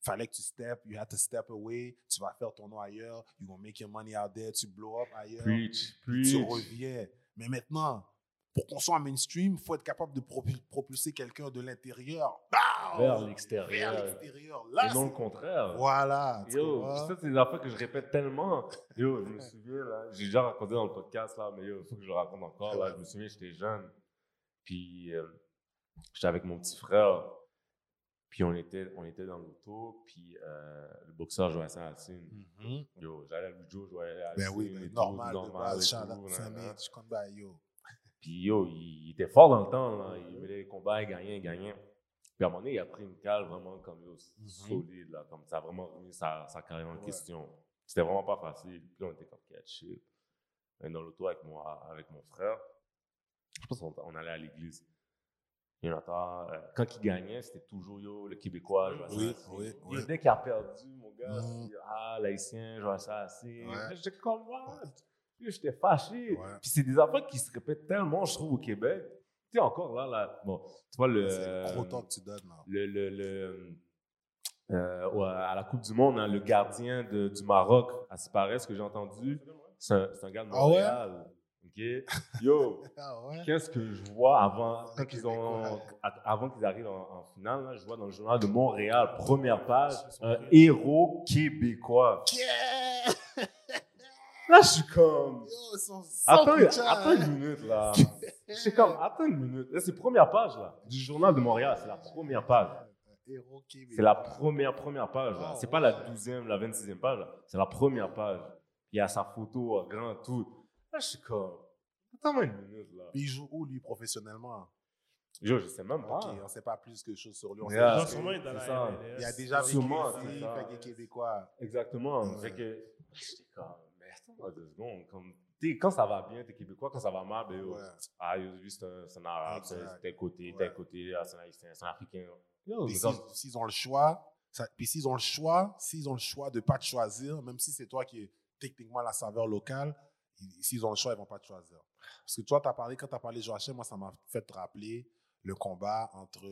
Speaker 3: fallait que tu step, you had to step away, tu vas faire ton nom ailleurs, you gonna make your money out there, tu blow up ailleurs
Speaker 2: Preach,
Speaker 3: puis
Speaker 2: preach.
Speaker 3: tu reviens. Mais maintenant, pour qu'on soit en mainstream, il faut être capable de propul- propulser quelqu'un de l'intérieur bam,
Speaker 2: Vers l'extérieur.
Speaker 3: vers l'extérieur. Là,
Speaker 2: Et non le
Speaker 3: c'est-
Speaker 2: contraire.
Speaker 3: voilà. tu
Speaker 2: Yo,
Speaker 3: comprends?
Speaker 2: ça, c'est des affaires que je répète tellement. Yo, je me souviens, là, j'ai déjà raconté dans le podcast, là, mais il faut que je le raconte encore. Là, je me souviens, j'étais jeune. Puis, euh, j'étais avec mon petit frère. Puis on était, on était dans l'auto, puis euh, le boxeur jouait ça à Sainte. Yo, j'allais à Lujo, je voyais à
Speaker 3: Mm. Mhm. Ben
Speaker 2: Sainte
Speaker 3: oui,
Speaker 2: et
Speaker 3: mais
Speaker 2: tout,
Speaker 3: normal, de
Speaker 2: normal
Speaker 3: base,
Speaker 2: et tout,
Speaker 3: shout
Speaker 2: hein.
Speaker 3: out
Speaker 2: nanana.
Speaker 3: Saint-Mitch, je compte by yo.
Speaker 2: Puis yo, il, il était fort dans le temps, là. il menait les combats, il gagnait, il gagnait. Puis à un moment donné, il a pris une cale vraiment comme yo,
Speaker 3: Mhm.
Speaker 2: solide, là, comme ça a vraiment remis sa, sa carrière en
Speaker 3: Ouais.
Speaker 2: question. C'était vraiment pas facile. Puis on était comme catch shit. On est Dans l'auto avec, moi, avec mon frère, je pense qu'on on allait à l'église. Jonathan, euh, quand il gagnait, c'était toujours yo, le Québécois, je vois ça
Speaker 3: Mm. Oui,
Speaker 2: assez.
Speaker 3: oui,
Speaker 2: Yo,
Speaker 3: oui.
Speaker 2: Dès qu'il a perdu, mon gars,
Speaker 3: Mhm.
Speaker 2: c'est, ah, l'haïtien, je vois ça assez.
Speaker 3: Ouais.
Speaker 2: Là, J'étais comme, what? Puis J'étais fâché.
Speaker 3: Ouais.
Speaker 2: Puis c'est des affaires qui se répètent tellement, je trouve, au Québec. Tu sais, encore là, là bon, tu vois, le.
Speaker 3: C'est le gros temps que tu donnes, hein. là.
Speaker 2: le, le, le- euh, ouais, à la Coupe du Monde, hein, le gardien de- du Maroc, à ce qui paraît, ce que j'ai entendu, c'est un, c'est un gars de
Speaker 3: Ah ouais?
Speaker 2: Montréal. OK? Yo,
Speaker 3: Ah ouais?
Speaker 2: qu'est-ce que je vois avant,
Speaker 3: Le
Speaker 2: quand ils ont,
Speaker 3: Québécois.
Speaker 2: à- avant qu'ils arrivent en, en finale? là, je vois dans le journal de Montréal, première page,
Speaker 1: Son
Speaker 2: un
Speaker 1: frère.
Speaker 2: héros québécois.
Speaker 3: Yeah!
Speaker 2: Là, je suis comme.
Speaker 3: Yo, ils sont hein.
Speaker 2: Attends,
Speaker 3: sans
Speaker 2: attends une minute là. C'est comme, attends une minute. Là, c'est première page là, du journal de Montréal. C'est la première page.
Speaker 3: Héros Québec.
Speaker 2: C'est la première, première page là.
Speaker 3: Ah,
Speaker 2: C'est pas
Speaker 3: ouais.
Speaker 2: la douzième, la vingt-sixième page là. C'est la première page. Il y a sa photo, euh, grand tout. Là, je suis comme, attends une minute là.
Speaker 3: Puis il joue où, lui, professionnellement?
Speaker 2: Yo, je sais même pas.
Speaker 3: Ok, on sait pas plus que chose sur lui. On
Speaker 2: Mais
Speaker 3: sait
Speaker 2: là,
Speaker 1: Genre,
Speaker 3: juste
Speaker 1: sûrement, il est dans
Speaker 2: c'est
Speaker 1: la
Speaker 2: ça.
Speaker 1: MLS.
Speaker 3: qu'il a déjà vécu
Speaker 2: Sûrement, c'est
Speaker 3: ici,
Speaker 2: ça.
Speaker 3: fait qu'il est québécois.
Speaker 2: Exactement.
Speaker 3: Ouais.
Speaker 2: Fait que, j'étais comme, mais attends deux secondes. Comme, t'sais, quand ça va bien, t'es québécois. Quand ça va mal, ben yo,
Speaker 3: Ouais.
Speaker 2: ah, yo, lui, c'est un, c'est un arabe, c'est
Speaker 3: Exact.
Speaker 2: c'est tel côté,
Speaker 3: Ouais.
Speaker 2: tel côté, ah, c'est un haïtien, c'est un africain. Yo,
Speaker 3: Puis
Speaker 2: mais
Speaker 3: s'ils
Speaker 2: comme-
Speaker 3: s'ils ont le choix, ça- puis s'ils ont le choix, s'ils ont le choix de pas te choisir, même si c'est toi qui es techniquement la saveur locale, ils- s'ils ont le choix, ils vont pas te choisir. Parce que toi, t'as parlé, quand tu as parlé de Joachim, moi, ça m'a fait te rappeler le combat entre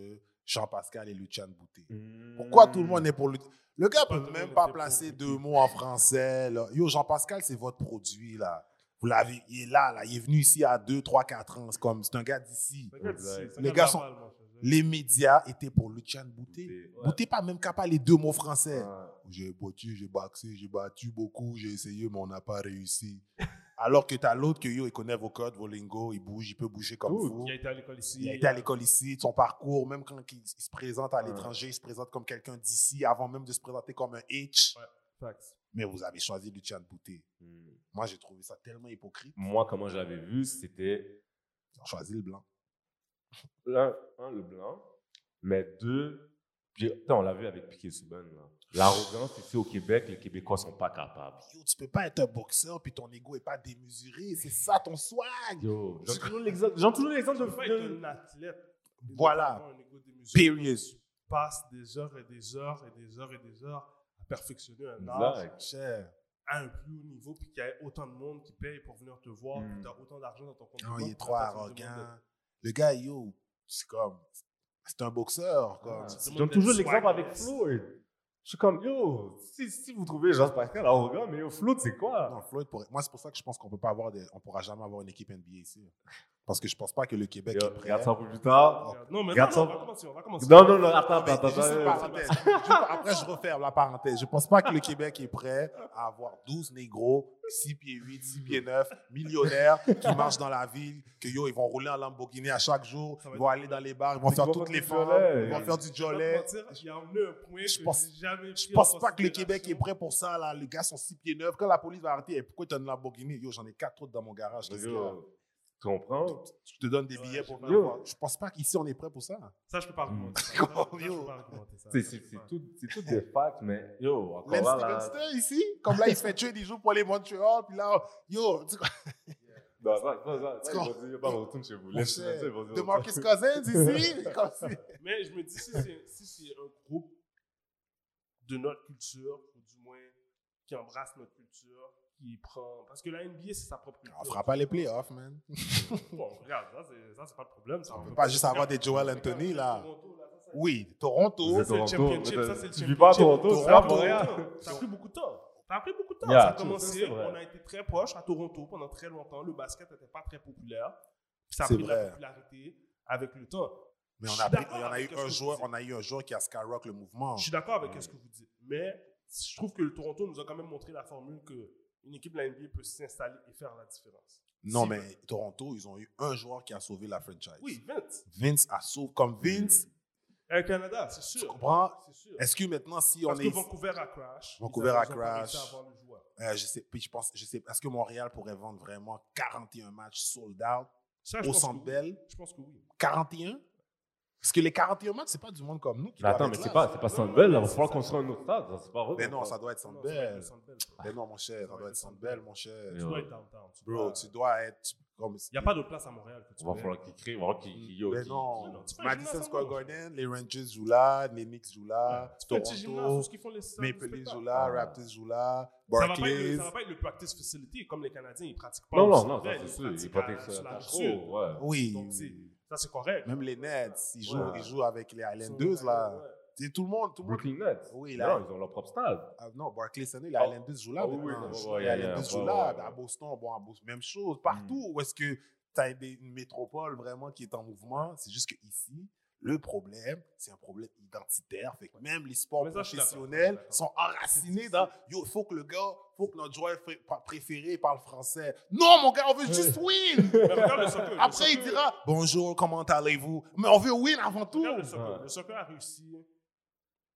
Speaker 3: Jean-Pascal et Lucien Bouté.
Speaker 2: Hmm.
Speaker 3: Pourquoi tout le monde est pour le. Le gars peut
Speaker 1: Pourquoi tout le
Speaker 3: même
Speaker 1: monde
Speaker 3: pas
Speaker 1: était
Speaker 3: placer
Speaker 1: pour
Speaker 3: deux mots en français. là. Yo, Jean-Pascal, c'est votre produit, là. Vous l'avez, il est là, là. Il est venu ici à 2, 3, 4 ans. C'est comme, c'est un gars d'ici.
Speaker 1: C'est un gars d'ici,
Speaker 2: Exact.
Speaker 1: c'est un
Speaker 3: Les
Speaker 1: gars
Speaker 3: gars
Speaker 1: de
Speaker 3: sont-
Speaker 1: Laval, moi, je veux dire.
Speaker 3: Les médias étaient pour Lucien Bouté.
Speaker 2: Ouais. Ah.
Speaker 3: Bouté pas même capable les deux mots français.
Speaker 2: Ouais.
Speaker 3: J'ai battu, j'ai boxé, j'ai battu beaucoup, j'ai essayé, mais on n'a pas réussi. Alors que t'as l'autre que yo, il connaît vos codes, vos lingots, il bouge, il peut bouger comme
Speaker 2: Dude,
Speaker 3: vous.
Speaker 1: Il a été à l'école ici.
Speaker 3: Il a été à l'école ici, son parcours, même quand il, il se présente à
Speaker 2: Ouais.
Speaker 3: l'étranger, il se présente comme quelqu'un d'ici avant même de se présenter comme un H.
Speaker 1: Facts.
Speaker 3: Mais vous avez choisi Lucien Bouté.
Speaker 2: Hmm.
Speaker 3: Moi, j'ai trouvé ça tellement hypocrite.
Speaker 2: Moi, comment je l'avais vu, c'était
Speaker 3: Ils ont choisi le blanc.
Speaker 2: un, un, le blanc, mais deux, puis, putain, on l'a vu avec Piquet Souban. là. L'arrogance ici au Québec, les Québécois sont pas capables.
Speaker 3: Yo, tu peux pas être un boxeur puis ton ego est pas démesuré. C'est ça ton swag.
Speaker 2: Yo, j'ai toujours l'exemple j'ai toujours l'exemple de,
Speaker 1: Tu peux être
Speaker 2: de-
Speaker 1: un athlète. Il
Speaker 3: Voilà.
Speaker 1: doit avoir un ego démesuré.
Speaker 3: Period.
Speaker 1: passe des heures et des heures et des heures et des heures à perfectionner un art
Speaker 2: Exact.
Speaker 3: Cher.
Speaker 1: à un plus haut niveau, puis qu'il y ait autant de monde qui paye pour venir te voir,
Speaker 2: Mm.
Speaker 1: puis tu as autant d'argent dans ton compte.
Speaker 3: Hmm. Non,
Speaker 1: de
Speaker 3: Ah, il
Speaker 1: banque,
Speaker 3: est trop
Speaker 1: attends, tu me demandes
Speaker 3: arrogant. Le gars, yo, c'est comme. C'est un boxeur. Comme.
Speaker 2: Ah,
Speaker 1: tu te
Speaker 2: Je
Speaker 1: demandes
Speaker 2: donne
Speaker 1: de
Speaker 2: toujours
Speaker 1: swag,
Speaker 2: l'exemple avec
Speaker 1: mais-
Speaker 2: Floyd. Je suis comme, yo, si, si vous trouvez Jean-Pascal arrogant, mais yo, Floyd, c'est quoi?
Speaker 3: Non, Floyd pourrait- Moi, c'est pour ça que je pense qu'on peut pas avoir des... on pourra jamais avoir une équipe NBA ici. Parce que je pense pas que le Québec
Speaker 2: Yo,
Speaker 3: est prêt.
Speaker 2: regarde ça pour plus tard.
Speaker 1: de- Non, mais
Speaker 2: Regarde
Speaker 1: non, non,
Speaker 2: ça.
Speaker 1: on va commencer, on va commencer.
Speaker 2: Non, non, non, attends,
Speaker 3: Oh. Non, mais
Speaker 2: attends, attends.
Speaker 3: juste une
Speaker 2: attends.
Speaker 3: parenthèse. Je- Après, je referme la parenthèse. Je pense pas que le Québec est prêt à avoir 12 négros, 6 pieds 8, 6 pieds 9, millionnaires qui marchent dans la ville, que yo, ils vont rouler en Lamborghini à chaque jour,
Speaker 1: Ça va
Speaker 3: ils
Speaker 1: être-
Speaker 3: vont aller dans les bars, ils vont faire
Speaker 2: vont
Speaker 3: toutes
Speaker 2: faire
Speaker 3: les
Speaker 2: du
Speaker 3: femmes,
Speaker 2: jolet.
Speaker 3: ils vont faire du
Speaker 1: Je vais
Speaker 3: jollet.
Speaker 1: pas te mentir, j'ai emmené un point que
Speaker 3: Je
Speaker 1: je
Speaker 3: pense-
Speaker 1: pense, jamais
Speaker 3: Je pense pas que le Québec est prêt pour ça, là. Les gars sont 6 pieds 9. Quand la police va arrêter, Eh, pourquoi tu as une Lamborghini? Yo, j'en ai 4 autres dans mon garage. qu'est-ce qu'il y a?
Speaker 2: Yo, tu comprends?
Speaker 3: Je te donne des
Speaker 1: Ouais,
Speaker 3: billets
Speaker 1: je
Speaker 3: pour
Speaker 1: sais pas.
Speaker 3: yo. Je pense pas qu'ici, on est prêt pour ça.
Speaker 1: Ça, je peux pas argumenter. ça. Ça,
Speaker 3: Hmm. Yo.
Speaker 1: je peux pas argumenter ça.
Speaker 2: C'est c'est- c'est tout, c'est tout des facts, mais yo, encore
Speaker 3: Même
Speaker 2: là,
Speaker 3: Steven
Speaker 2: là,
Speaker 3: Stein ici, comme là, il se fait tuer des jours pour les Montreal, puis là, yo, tu
Speaker 2: Non, ça, ça, ça,
Speaker 3: Tu
Speaker 2: ça, ils vont dire, bah, on retourne chez vous. Laisse-
Speaker 3: sais,
Speaker 2: ça, ils vont dire,
Speaker 3: de Marcus Cousins ici, comme si.
Speaker 1: Mais je me dis, si c'est si c'est un groupe de notre culture, ou du moins qui embrasse notre culture, qui prend. Parce que la NBA, c'est sa propre culture.
Speaker 3: On fera pas les playoffs, man.
Speaker 1: Bon, regarde, ça, c'est- ça, c'est pas le problème. ça,
Speaker 3: On peut pas juste avoir des Joel Anthony, là. Oui, Toronto.
Speaker 2: Vous
Speaker 1: Ça,
Speaker 2: êtes
Speaker 1: c'est le
Speaker 2: Toronto, vous
Speaker 1: championship.
Speaker 2: êtes-
Speaker 1: Ça, c'est le
Speaker 2: tu vis pas à Toronto,
Speaker 3: tu
Speaker 1: championship.
Speaker 3: vas
Speaker 1: Ça
Speaker 3: à
Speaker 1: a pris
Speaker 2: Montréal.
Speaker 1: beaucoup de temps. Ça a pris beaucoup de temps. Ça a pris beaucoup de temps.
Speaker 2: Yeah,
Speaker 1: ça a
Speaker 2: true, ça,
Speaker 1: commencé.
Speaker 2: c'est vrai.
Speaker 1: On a été très proche à Toronto pendant très longtemps. Le basket n'était pas très populaire. Puis ça a
Speaker 3: C'est
Speaker 1: pris de la
Speaker 3: vrai.
Speaker 1: popularité avec le temps.
Speaker 3: Mais
Speaker 1: Je
Speaker 3: on
Speaker 1: suis
Speaker 3: a, pris-
Speaker 1: d'accord
Speaker 3: on a
Speaker 1: avec
Speaker 3: eu
Speaker 1: ce que
Speaker 3: un
Speaker 1: vous
Speaker 3: joueur,
Speaker 1: dites.
Speaker 3: on a eu un joueur qui a skyrock le mouvement.
Speaker 1: Je suis d'accord avec
Speaker 2: Mm.
Speaker 1: ce que vous dites, mais je trouve que le Toronto nous a quand même montré la formule que une équipe de la NBA peut s'installer et faire la différence.
Speaker 3: Non,
Speaker 1: Si-
Speaker 3: mais Toronto, ils ont eu un joueur qui a sauvé la franchise.
Speaker 1: Oui, Vince.
Speaker 3: Vince a sauvé, comme Vince,
Speaker 1: Air Canada, c'est sûr.
Speaker 3: Tu comprends?
Speaker 1: C'est sûr.
Speaker 3: Est-ce que maintenant, si
Speaker 1: Parce
Speaker 3: on
Speaker 1: que
Speaker 3: est.
Speaker 1: Vancouver a crash.
Speaker 3: Vancouver
Speaker 1: Ils
Speaker 3: a
Speaker 1: avaient- ils ont pas
Speaker 3: crash.
Speaker 1: réussi à avoir le joueur.
Speaker 3: Euh, je sais, puis je pense, je sais, est-ce que Montréal pourrait vendre vraiment 41 matchs sold out
Speaker 1: Ça, Ah, je
Speaker 3: au
Speaker 1: pense que
Speaker 3: Centre
Speaker 1: oui.
Speaker 3: Bell?
Speaker 1: Je pense que oui.
Speaker 3: 41? Parce que les 41 matchs, c'est pas du monde comme nous qui
Speaker 2: Mais attends,
Speaker 3: doit
Speaker 2: mais
Speaker 3: être
Speaker 2: c'est
Speaker 3: là,
Speaker 2: pas,
Speaker 3: ça.
Speaker 2: c'est pas Centre Bell, là. Il va falloir construire un autre stade. ça, C'est pas vrai.
Speaker 3: Mais non, ça doit être Centre
Speaker 1: Non, ça va être
Speaker 3: Bell.
Speaker 1: le Centre Bell, bro.
Speaker 3: Mais non, mon cher, ça doit être Centre Bell, mon cher.
Speaker 1: Tu dois
Speaker 2: Ouais.
Speaker 1: être downtown. tu
Speaker 3: Bro,
Speaker 1: dois-
Speaker 3: tu dois être tu- comme
Speaker 1: Il n'y Ah. a pas de place à Montréal. que tu
Speaker 2: Il va
Speaker 1: peux-
Speaker 2: falloir qu'ils créent, il va falloir qu'ils- qu'ils-
Speaker 3: Mais
Speaker 2: qu'ils-
Speaker 1: qui-
Speaker 3: non,
Speaker 1: tu fais un
Speaker 3: Madison
Speaker 1: gymnase à
Speaker 3: Square
Speaker 1: Londres.
Speaker 3: Garden, les Rangers jouent là, les Knicks jouent là,
Speaker 1: Tu fais un Ah. petit gymnase, tout
Speaker 3: Ah, Toronto,
Speaker 1: ce qu'ils font les salles de
Speaker 3: Maple Leafs
Speaker 1: spectacle.
Speaker 3: jouent
Speaker 2: Ah.
Speaker 3: là, Raptors jouent là,
Speaker 1: Ça va, pas être le,
Speaker 3: Barclays.
Speaker 1: ça va pas être le practice facility comme les Canadiens, ils pratiquent pas.
Speaker 2: Non,
Speaker 1: au
Speaker 2: non,
Speaker 1: Centre
Speaker 2: non, ça
Speaker 1: Bell,
Speaker 2: c'est
Speaker 1: ils
Speaker 2: sûr. Ils
Speaker 1: pratiquent à-
Speaker 2: protègent
Speaker 1: sur la
Speaker 2: ça.
Speaker 1: rive sud.
Speaker 2: Trop, ouais.
Speaker 3: Oui,
Speaker 1: Donc, c'est- Ça, c'est correct.
Speaker 3: même les Nets, ils jouent,
Speaker 2: Ouais.
Speaker 3: ils jouent avec les
Speaker 1: Ils sont-
Speaker 3: Islanders là.
Speaker 1: ouais.
Speaker 3: C'est tout le monde, tout le monde.
Speaker 2: Brooklyn Nets.
Speaker 3: Oui,
Speaker 2: Mais
Speaker 3: là.
Speaker 2: Non, ils ont leur propre stade.
Speaker 3: Ah, non, Barclays, c'est
Speaker 1: Oh.
Speaker 3: les
Speaker 2: Ah,
Speaker 3: Islanders jouent là.
Speaker 2: ah oui, oui,
Speaker 3: maintenant.
Speaker 2: ouais, ouais,
Speaker 3: les
Speaker 2: yeah,
Speaker 3: Islanders
Speaker 2: yeah,
Speaker 3: jouent
Speaker 2: ouais,
Speaker 3: là,
Speaker 2: ouais,
Speaker 3: à
Speaker 2: ouais.
Speaker 3: Boston, bon, à Boston, même chose. Partout
Speaker 1: Mm.
Speaker 3: où est-ce que tu as une métropole vraiment qui est en mouvement, c'est juste qu'ici, le problème, c'est un problème identitaire. Fait que même les sports
Speaker 1: Mais ça, je suis d'accord,
Speaker 3: professionnels
Speaker 1: je suis
Speaker 3: sont enracinés dans Yo, faut que le gars, faut que notre joueur fr- pa- préféré parle français. Non, mon gars, on veut juste win!
Speaker 1: Mais regarde le soccer, le
Speaker 3: Après, il
Speaker 1: soccer-
Speaker 3: dira Bonjour, comment allez-vous? Mais on veut win avant tout!
Speaker 1: Regarde le soccer.
Speaker 2: Ouais.
Speaker 1: Le soccer a réussi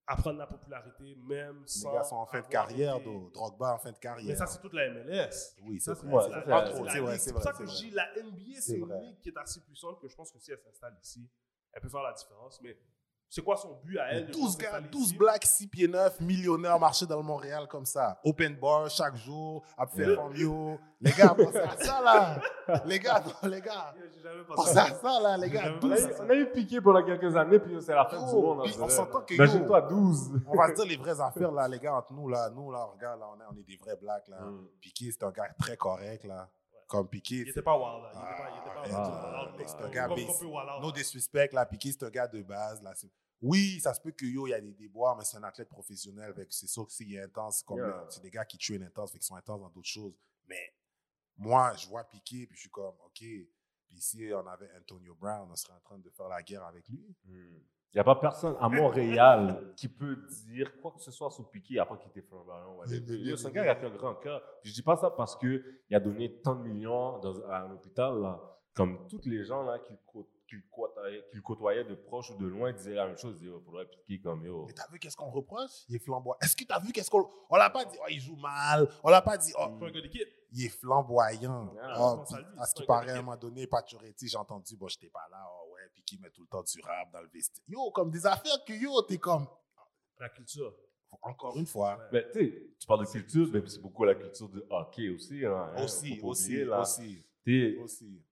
Speaker 1: à prendre la popularité, même
Speaker 3: Les
Speaker 1: sans.
Speaker 3: gars sont en fin de
Speaker 1: avoir
Speaker 3: carrière,
Speaker 1: été-
Speaker 3: though. Drogba en fin de carrière.
Speaker 1: Mais ça, c'est toute la MLS.
Speaker 3: Oui,
Speaker 1: Ça,
Speaker 3: c'est
Speaker 1: c'est
Speaker 3: vrai.
Speaker 2: Ouais,
Speaker 1: la-
Speaker 2: ça,
Speaker 1: la-
Speaker 2: c'est
Speaker 1: la-
Speaker 2: vrai,
Speaker 1: la-
Speaker 3: c'est vrai,
Speaker 1: c'est
Speaker 3: c'est
Speaker 1: pour ça
Speaker 3: vrai,
Speaker 1: que
Speaker 3: c'est
Speaker 1: je dis la NBA, c'est
Speaker 3: C'est
Speaker 1: une
Speaker 3: vrai.
Speaker 1: ligue qui est assez puissante que je pense que si elle s'installe ici, elle peut faire la différence. Mais c'est quoi son but à elle de
Speaker 3: 12 gars,
Speaker 1: s'installer
Speaker 3: 12
Speaker 1: ici?
Speaker 3: blacks, 6 pieds 9, millionnaires marché dans le Montréal comme ça. Open bar chaque jour, à faire
Speaker 2: Yeah.
Speaker 3: famio. Les gars, pensez à ça là. Les gars, non, les gars,
Speaker 1: J'ai jamais pensé
Speaker 3: pensez
Speaker 1: à
Speaker 3: à ça là, les gars.
Speaker 1: Jamais
Speaker 2: On
Speaker 3: 12
Speaker 2: a, eu, on a eu piqué pendant quelques années, puis c'est la fin
Speaker 3: Yo,
Speaker 2: du monde. hein,
Speaker 3: puis
Speaker 2: je
Speaker 3: on
Speaker 2: dirais.
Speaker 3: s'entend que, yo.
Speaker 2: Imagine-toi 12.
Speaker 3: On va se dire les vraies affaires là, les gars, entre nous là. Nous là, regarde là, on est, on est des vrais blacks là.
Speaker 2: Mm.
Speaker 3: Piqué, c'est un gars très correct là. Comme Piqué,
Speaker 1: Il
Speaker 3: c'est
Speaker 1: était pas wild, là. Il était
Speaker 3: Ah,
Speaker 1: pas, il était pas
Speaker 3: arrête,
Speaker 1: wild.
Speaker 2: là.
Speaker 1: Wild,
Speaker 2: Mais
Speaker 1: là.
Speaker 2: c'est un
Speaker 3: gars
Speaker 1: Comme-
Speaker 3: basic.
Speaker 1: comme wild, là.
Speaker 3: nos disrespects là. Piqué, c'est un gars de base là. C'est- Oui, ça se peut que yo, il y a des déboires, mais c'est un athlète professionnel. fait que C'est sûr que s'il est intense, comme
Speaker 2: Yeah.
Speaker 3: le- c'est des gars qui tuent intense, fait qu'ils sont intenses dans d'autres choses. Mais moi, je vois Piqué, puis je suis comme, OK. Puis si on avait Antonio Brown, on serait en train de faire la guerre avec lui.
Speaker 2: Il n'y mm. a pas personne à Montréal qui peut dire quoi que ce soit sur Piqué après qu'il était flamboyant. Ouais.
Speaker 3: Oui, oui,
Speaker 2: Yo,
Speaker 3: oui,
Speaker 2: C'est un
Speaker 3: oui,
Speaker 2: gars
Speaker 3: oui.
Speaker 2: qui a fait un grand cœur. Puis Je dis pas ça parce qu'il a donné tant de millions dans, à un hôpital. Là. Comme toutes les gens là, qui, le cô- qui le côtoyaient, qui le côtoyaient de proche ou de loin disaient la même chose. Yo, pour vrai, Piqué, comme yo.
Speaker 3: Mais t'as vu qu'est-ce qu'on le reproche? Il est flamboyant. Est-ce que t'as vu qu'est-ce qu'on. On l'a pas dit, oh, il joue mal. On l'a pas dit, oh,
Speaker 1: Pas un gars d'équipe.
Speaker 3: il est flamboyant.
Speaker 2: Ah,
Speaker 3: Ah,
Speaker 1: je pense
Speaker 3: puis,
Speaker 1: à lui,
Speaker 3: à
Speaker 1: c'est
Speaker 3: ce
Speaker 1: pas un
Speaker 3: qui
Speaker 1: gars
Speaker 3: paraît, à un moment donné, Pacioretty, j'ai entendu, bon, j'étais pas là, oh ouais, puis qui met tout le temps du rap dans le vestiaire. Yo, comme des affaires que yo, t'es comme,
Speaker 1: La culture.
Speaker 3: encore une fois,
Speaker 1: Ouais.
Speaker 2: Mais Ben, tu sais, tu parles de culture, mais c'est beaucoup la culture du hockey aussi. hein, hein,
Speaker 3: aussi,
Speaker 2: faut pas
Speaker 3: aussi,
Speaker 2: oublier, là.
Speaker 3: aussi,
Speaker 2: Tu sais,
Speaker 3: aussi.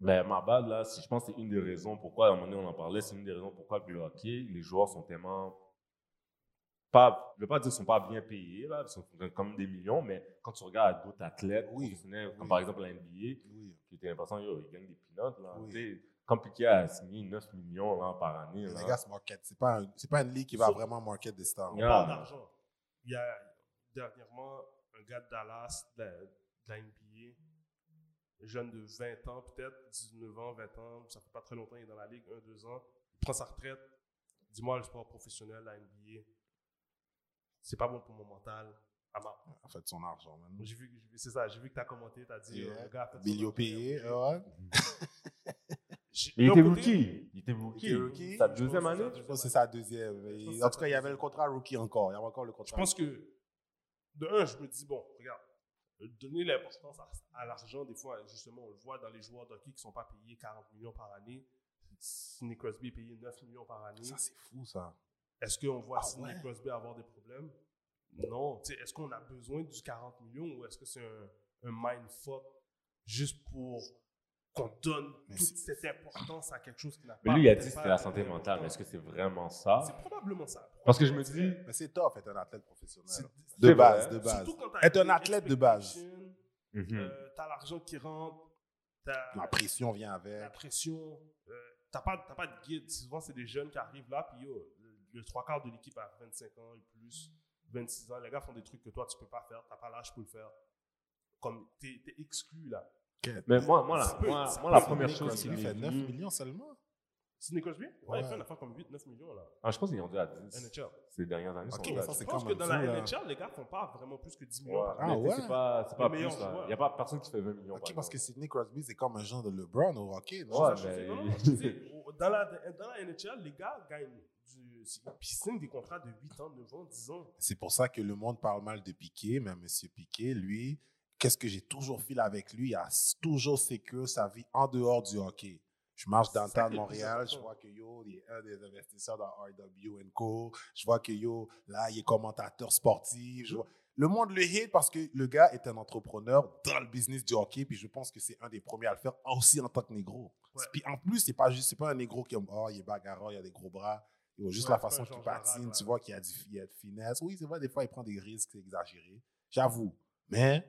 Speaker 2: Ben, ma bad, là, si je pense que c'est une des raisons pourquoi, à un moment donné, on en parlait, c'est une des raisons pourquoi que le hockey, les joueurs sont tellement. Pas, je ne veux pas dire qu'ils ne sont pas bien payés, là, ils sont comme des millions, mais quand tu regardes d'autres athlètes
Speaker 3: Oui,
Speaker 2: professionnels, comme
Speaker 3: oui.
Speaker 2: par exemple la NBA,
Speaker 3: Oui.
Speaker 2: qui était l'impression, yo, ils gagnent des peanuts, là.
Speaker 3: Oui.
Speaker 2: Tu sais, Quand Piquet a signé 9 millions là, par année,
Speaker 3: Les
Speaker 2: là.
Speaker 3: gars se market. C'est pas, un- c'est pas une ligue qui va
Speaker 1: Sauf-
Speaker 3: vraiment market des stars.
Speaker 1: On
Speaker 2: Yeah.
Speaker 1: parle d'argent. Il y a dernièrement un gars de Dallas, de la, de la NBA, jeune de 20 ans peut-être, 19 ans, 20 ans, ça fait pas très longtemps, il est dans la ligue, 1-2 ans. Il prend sa retraite. Dis-moi, le sport professionnel, la NBA, c'est pas bon pour mon mental. Ah, ma-
Speaker 3: En fait, son argent, même.
Speaker 1: J'ai vu, j'ai vu- c'est ça, j'ai vu que t'as commenté, t'as dit,
Speaker 3: Yeah.
Speaker 1: euh, le gars a fait son
Speaker 3: Bilio
Speaker 1: argent, il a
Speaker 3: payé,
Speaker 1: bougé.
Speaker 3: ouais.
Speaker 1: J'ai-
Speaker 2: Mais il
Speaker 1: d'un
Speaker 2: était
Speaker 1: côté,
Speaker 2: rookie. Il était rookie.
Speaker 3: était rookie.
Speaker 2: Sa deuxième année.
Speaker 3: Je pense que c'est sa deuxième.
Speaker 1: Je pense
Speaker 3: Et-
Speaker 1: que
Speaker 3: En
Speaker 1: c'est
Speaker 3: tout
Speaker 1: sa
Speaker 3: cas, il y avait
Speaker 1: deuxième.
Speaker 3: le contrat rookie encore. Il y avait encore le
Speaker 1: Je
Speaker 3: contrat.
Speaker 1: pense que, de un, je me dis, bon, regarde, euh, donner l'importance à, à l'argent, des fois, justement, on le voit dans les joueurs d'hockey qui ne sont pas payés 40 millions par année. Sidney Crosby est payé 9 millions par année.
Speaker 3: rookie. Ça, c'est fou, ça.
Speaker 1: Est-ce qu'on voit
Speaker 3: Ah
Speaker 1: Sidney
Speaker 3: ouais?
Speaker 1: Crosby avoir des problèmes? Non. Tu sais, Est-ce qu'on a besoin du 40 millions ou est-ce que c'est un, un mindfuck juste pour qu'on donne
Speaker 3: Mais
Speaker 1: toute
Speaker 3: c'est-
Speaker 1: cette importance à quelque chose qui n'a pas...
Speaker 2: Mais lui, il a dit
Speaker 1: peut-être
Speaker 2: que
Speaker 1: pas
Speaker 2: c'était la santé
Speaker 1: d'importance.
Speaker 2: mentale. mais Est-ce que c'est vraiment ça?
Speaker 1: C'est probablement ça.
Speaker 2: Parce que je me dis,
Speaker 3: Mais c'est top être un athlète
Speaker 1: C'est-
Speaker 3: professionnel.
Speaker 2: c'est
Speaker 3: De
Speaker 2: vrai.
Speaker 3: base, de base.
Speaker 1: Euh, surtout quand t'as
Speaker 3: Être un
Speaker 1: des
Speaker 3: athlète de base. Hmm.
Speaker 1: expectations,
Speaker 2: Mhm.
Speaker 1: Euh, t'as l'argent qui rentre, t'as
Speaker 3: La pression vient
Speaker 1: la
Speaker 3: avec.
Speaker 1: pression, euh, t'as pas, t'as pas de guide. Souvent, c'est des jeunes qui arrivent là, puis yo, le, le trois quarts de l'équipe a 25 ans et plus, 26 ans. Les gars font des trucs que toi, tu peux pas faire, t'as pas l'âge pour le faire. Comme, t'es t'es exclu là.
Speaker 2: Mais moi, moi,
Speaker 1: Ça
Speaker 2: la,
Speaker 1: peut-
Speaker 2: moi,
Speaker 1: ça
Speaker 2: moi,
Speaker 1: peut
Speaker 2: la
Speaker 1: être
Speaker 2: première
Speaker 1: unique
Speaker 2: chose
Speaker 1: aussi,
Speaker 2: qui
Speaker 3: il
Speaker 2: m'est
Speaker 3: fait 9
Speaker 2: venue,
Speaker 3: millions seulement.
Speaker 1: Sidney Crosby Ouais, il
Speaker 3: Ouais.
Speaker 1: fait une affaire comme 8-9 millions, là.
Speaker 2: Ah, je pense qu'il est rendu à 10
Speaker 1: NHL.
Speaker 2: ces dernières années.
Speaker 3: Ok,
Speaker 2: ils sont rendus
Speaker 3: mais
Speaker 2: à
Speaker 3: ça,
Speaker 1: Je
Speaker 3: c'est
Speaker 1: pense que
Speaker 3: quand même
Speaker 1: dans
Speaker 3: fou,
Speaker 1: la
Speaker 3: là.
Speaker 1: NHL, les gars font pas vraiment plus que 10
Speaker 2: Ouais,
Speaker 1: millions par
Speaker 3: Ah
Speaker 2: mais tu sais,
Speaker 3: ouais?
Speaker 2: C'est pas, c'est pas
Speaker 1: Les
Speaker 2: plus,
Speaker 1: meilleurs
Speaker 2: là.
Speaker 1: joueurs.
Speaker 2: Il n'y a pas personne qui fait 20 millions.
Speaker 3: Ok,
Speaker 2: par
Speaker 3: parce que
Speaker 2: exemple.
Speaker 3: Sidney Crosby, c'est comme un genre de LeBron au hockey, non?
Speaker 2: Ouais,
Speaker 1: Ça, je
Speaker 2: mais-
Speaker 1: sais, non, non, je sais, au- dans, la, dans la NHL, les gars gagnent du. c'est- Puis ils signent des contrats de 8 ans, 9 ans, 10 ans.
Speaker 3: C'est pour ça que le monde parle mal de Piqué, mais Monsieur Piqué, lui, qu'est-ce que j'ai toujours filé avec lui? Il a s- toujours sécure sa vie en dehors du hockey. Je marche
Speaker 1: C'est ça
Speaker 3: dans le temps de
Speaker 1: qui est le plus
Speaker 3: Montréal, je
Speaker 1: important.
Speaker 3: vois que yo, il est un des investisseurs dans RW Co. Je vois que yo, là, il est commentateur sportif. Je vois- Le monde le hate parce que le gars est un entrepreneur dans le business du hockey, puis je pense que c'est un des premiers à le faire aussi en tant que négro.
Speaker 1: Ouais.
Speaker 3: Puis en plus, c'est pas juste, c'est pas un négro qui est, oh, il est bagarreur, il a des gros bras. Yo, juste
Speaker 1: Ouais,
Speaker 3: la
Speaker 1: c'est pas
Speaker 3: façon
Speaker 1: un
Speaker 3: qu'il
Speaker 1: Georges Larac,
Speaker 3: patine,
Speaker 1: ouais.
Speaker 3: tu vois qu'il y a du il y a de finesse. Oui, c'est vrai, des fois, il prend des risques, c'est exagéré. J'avoue. Mais,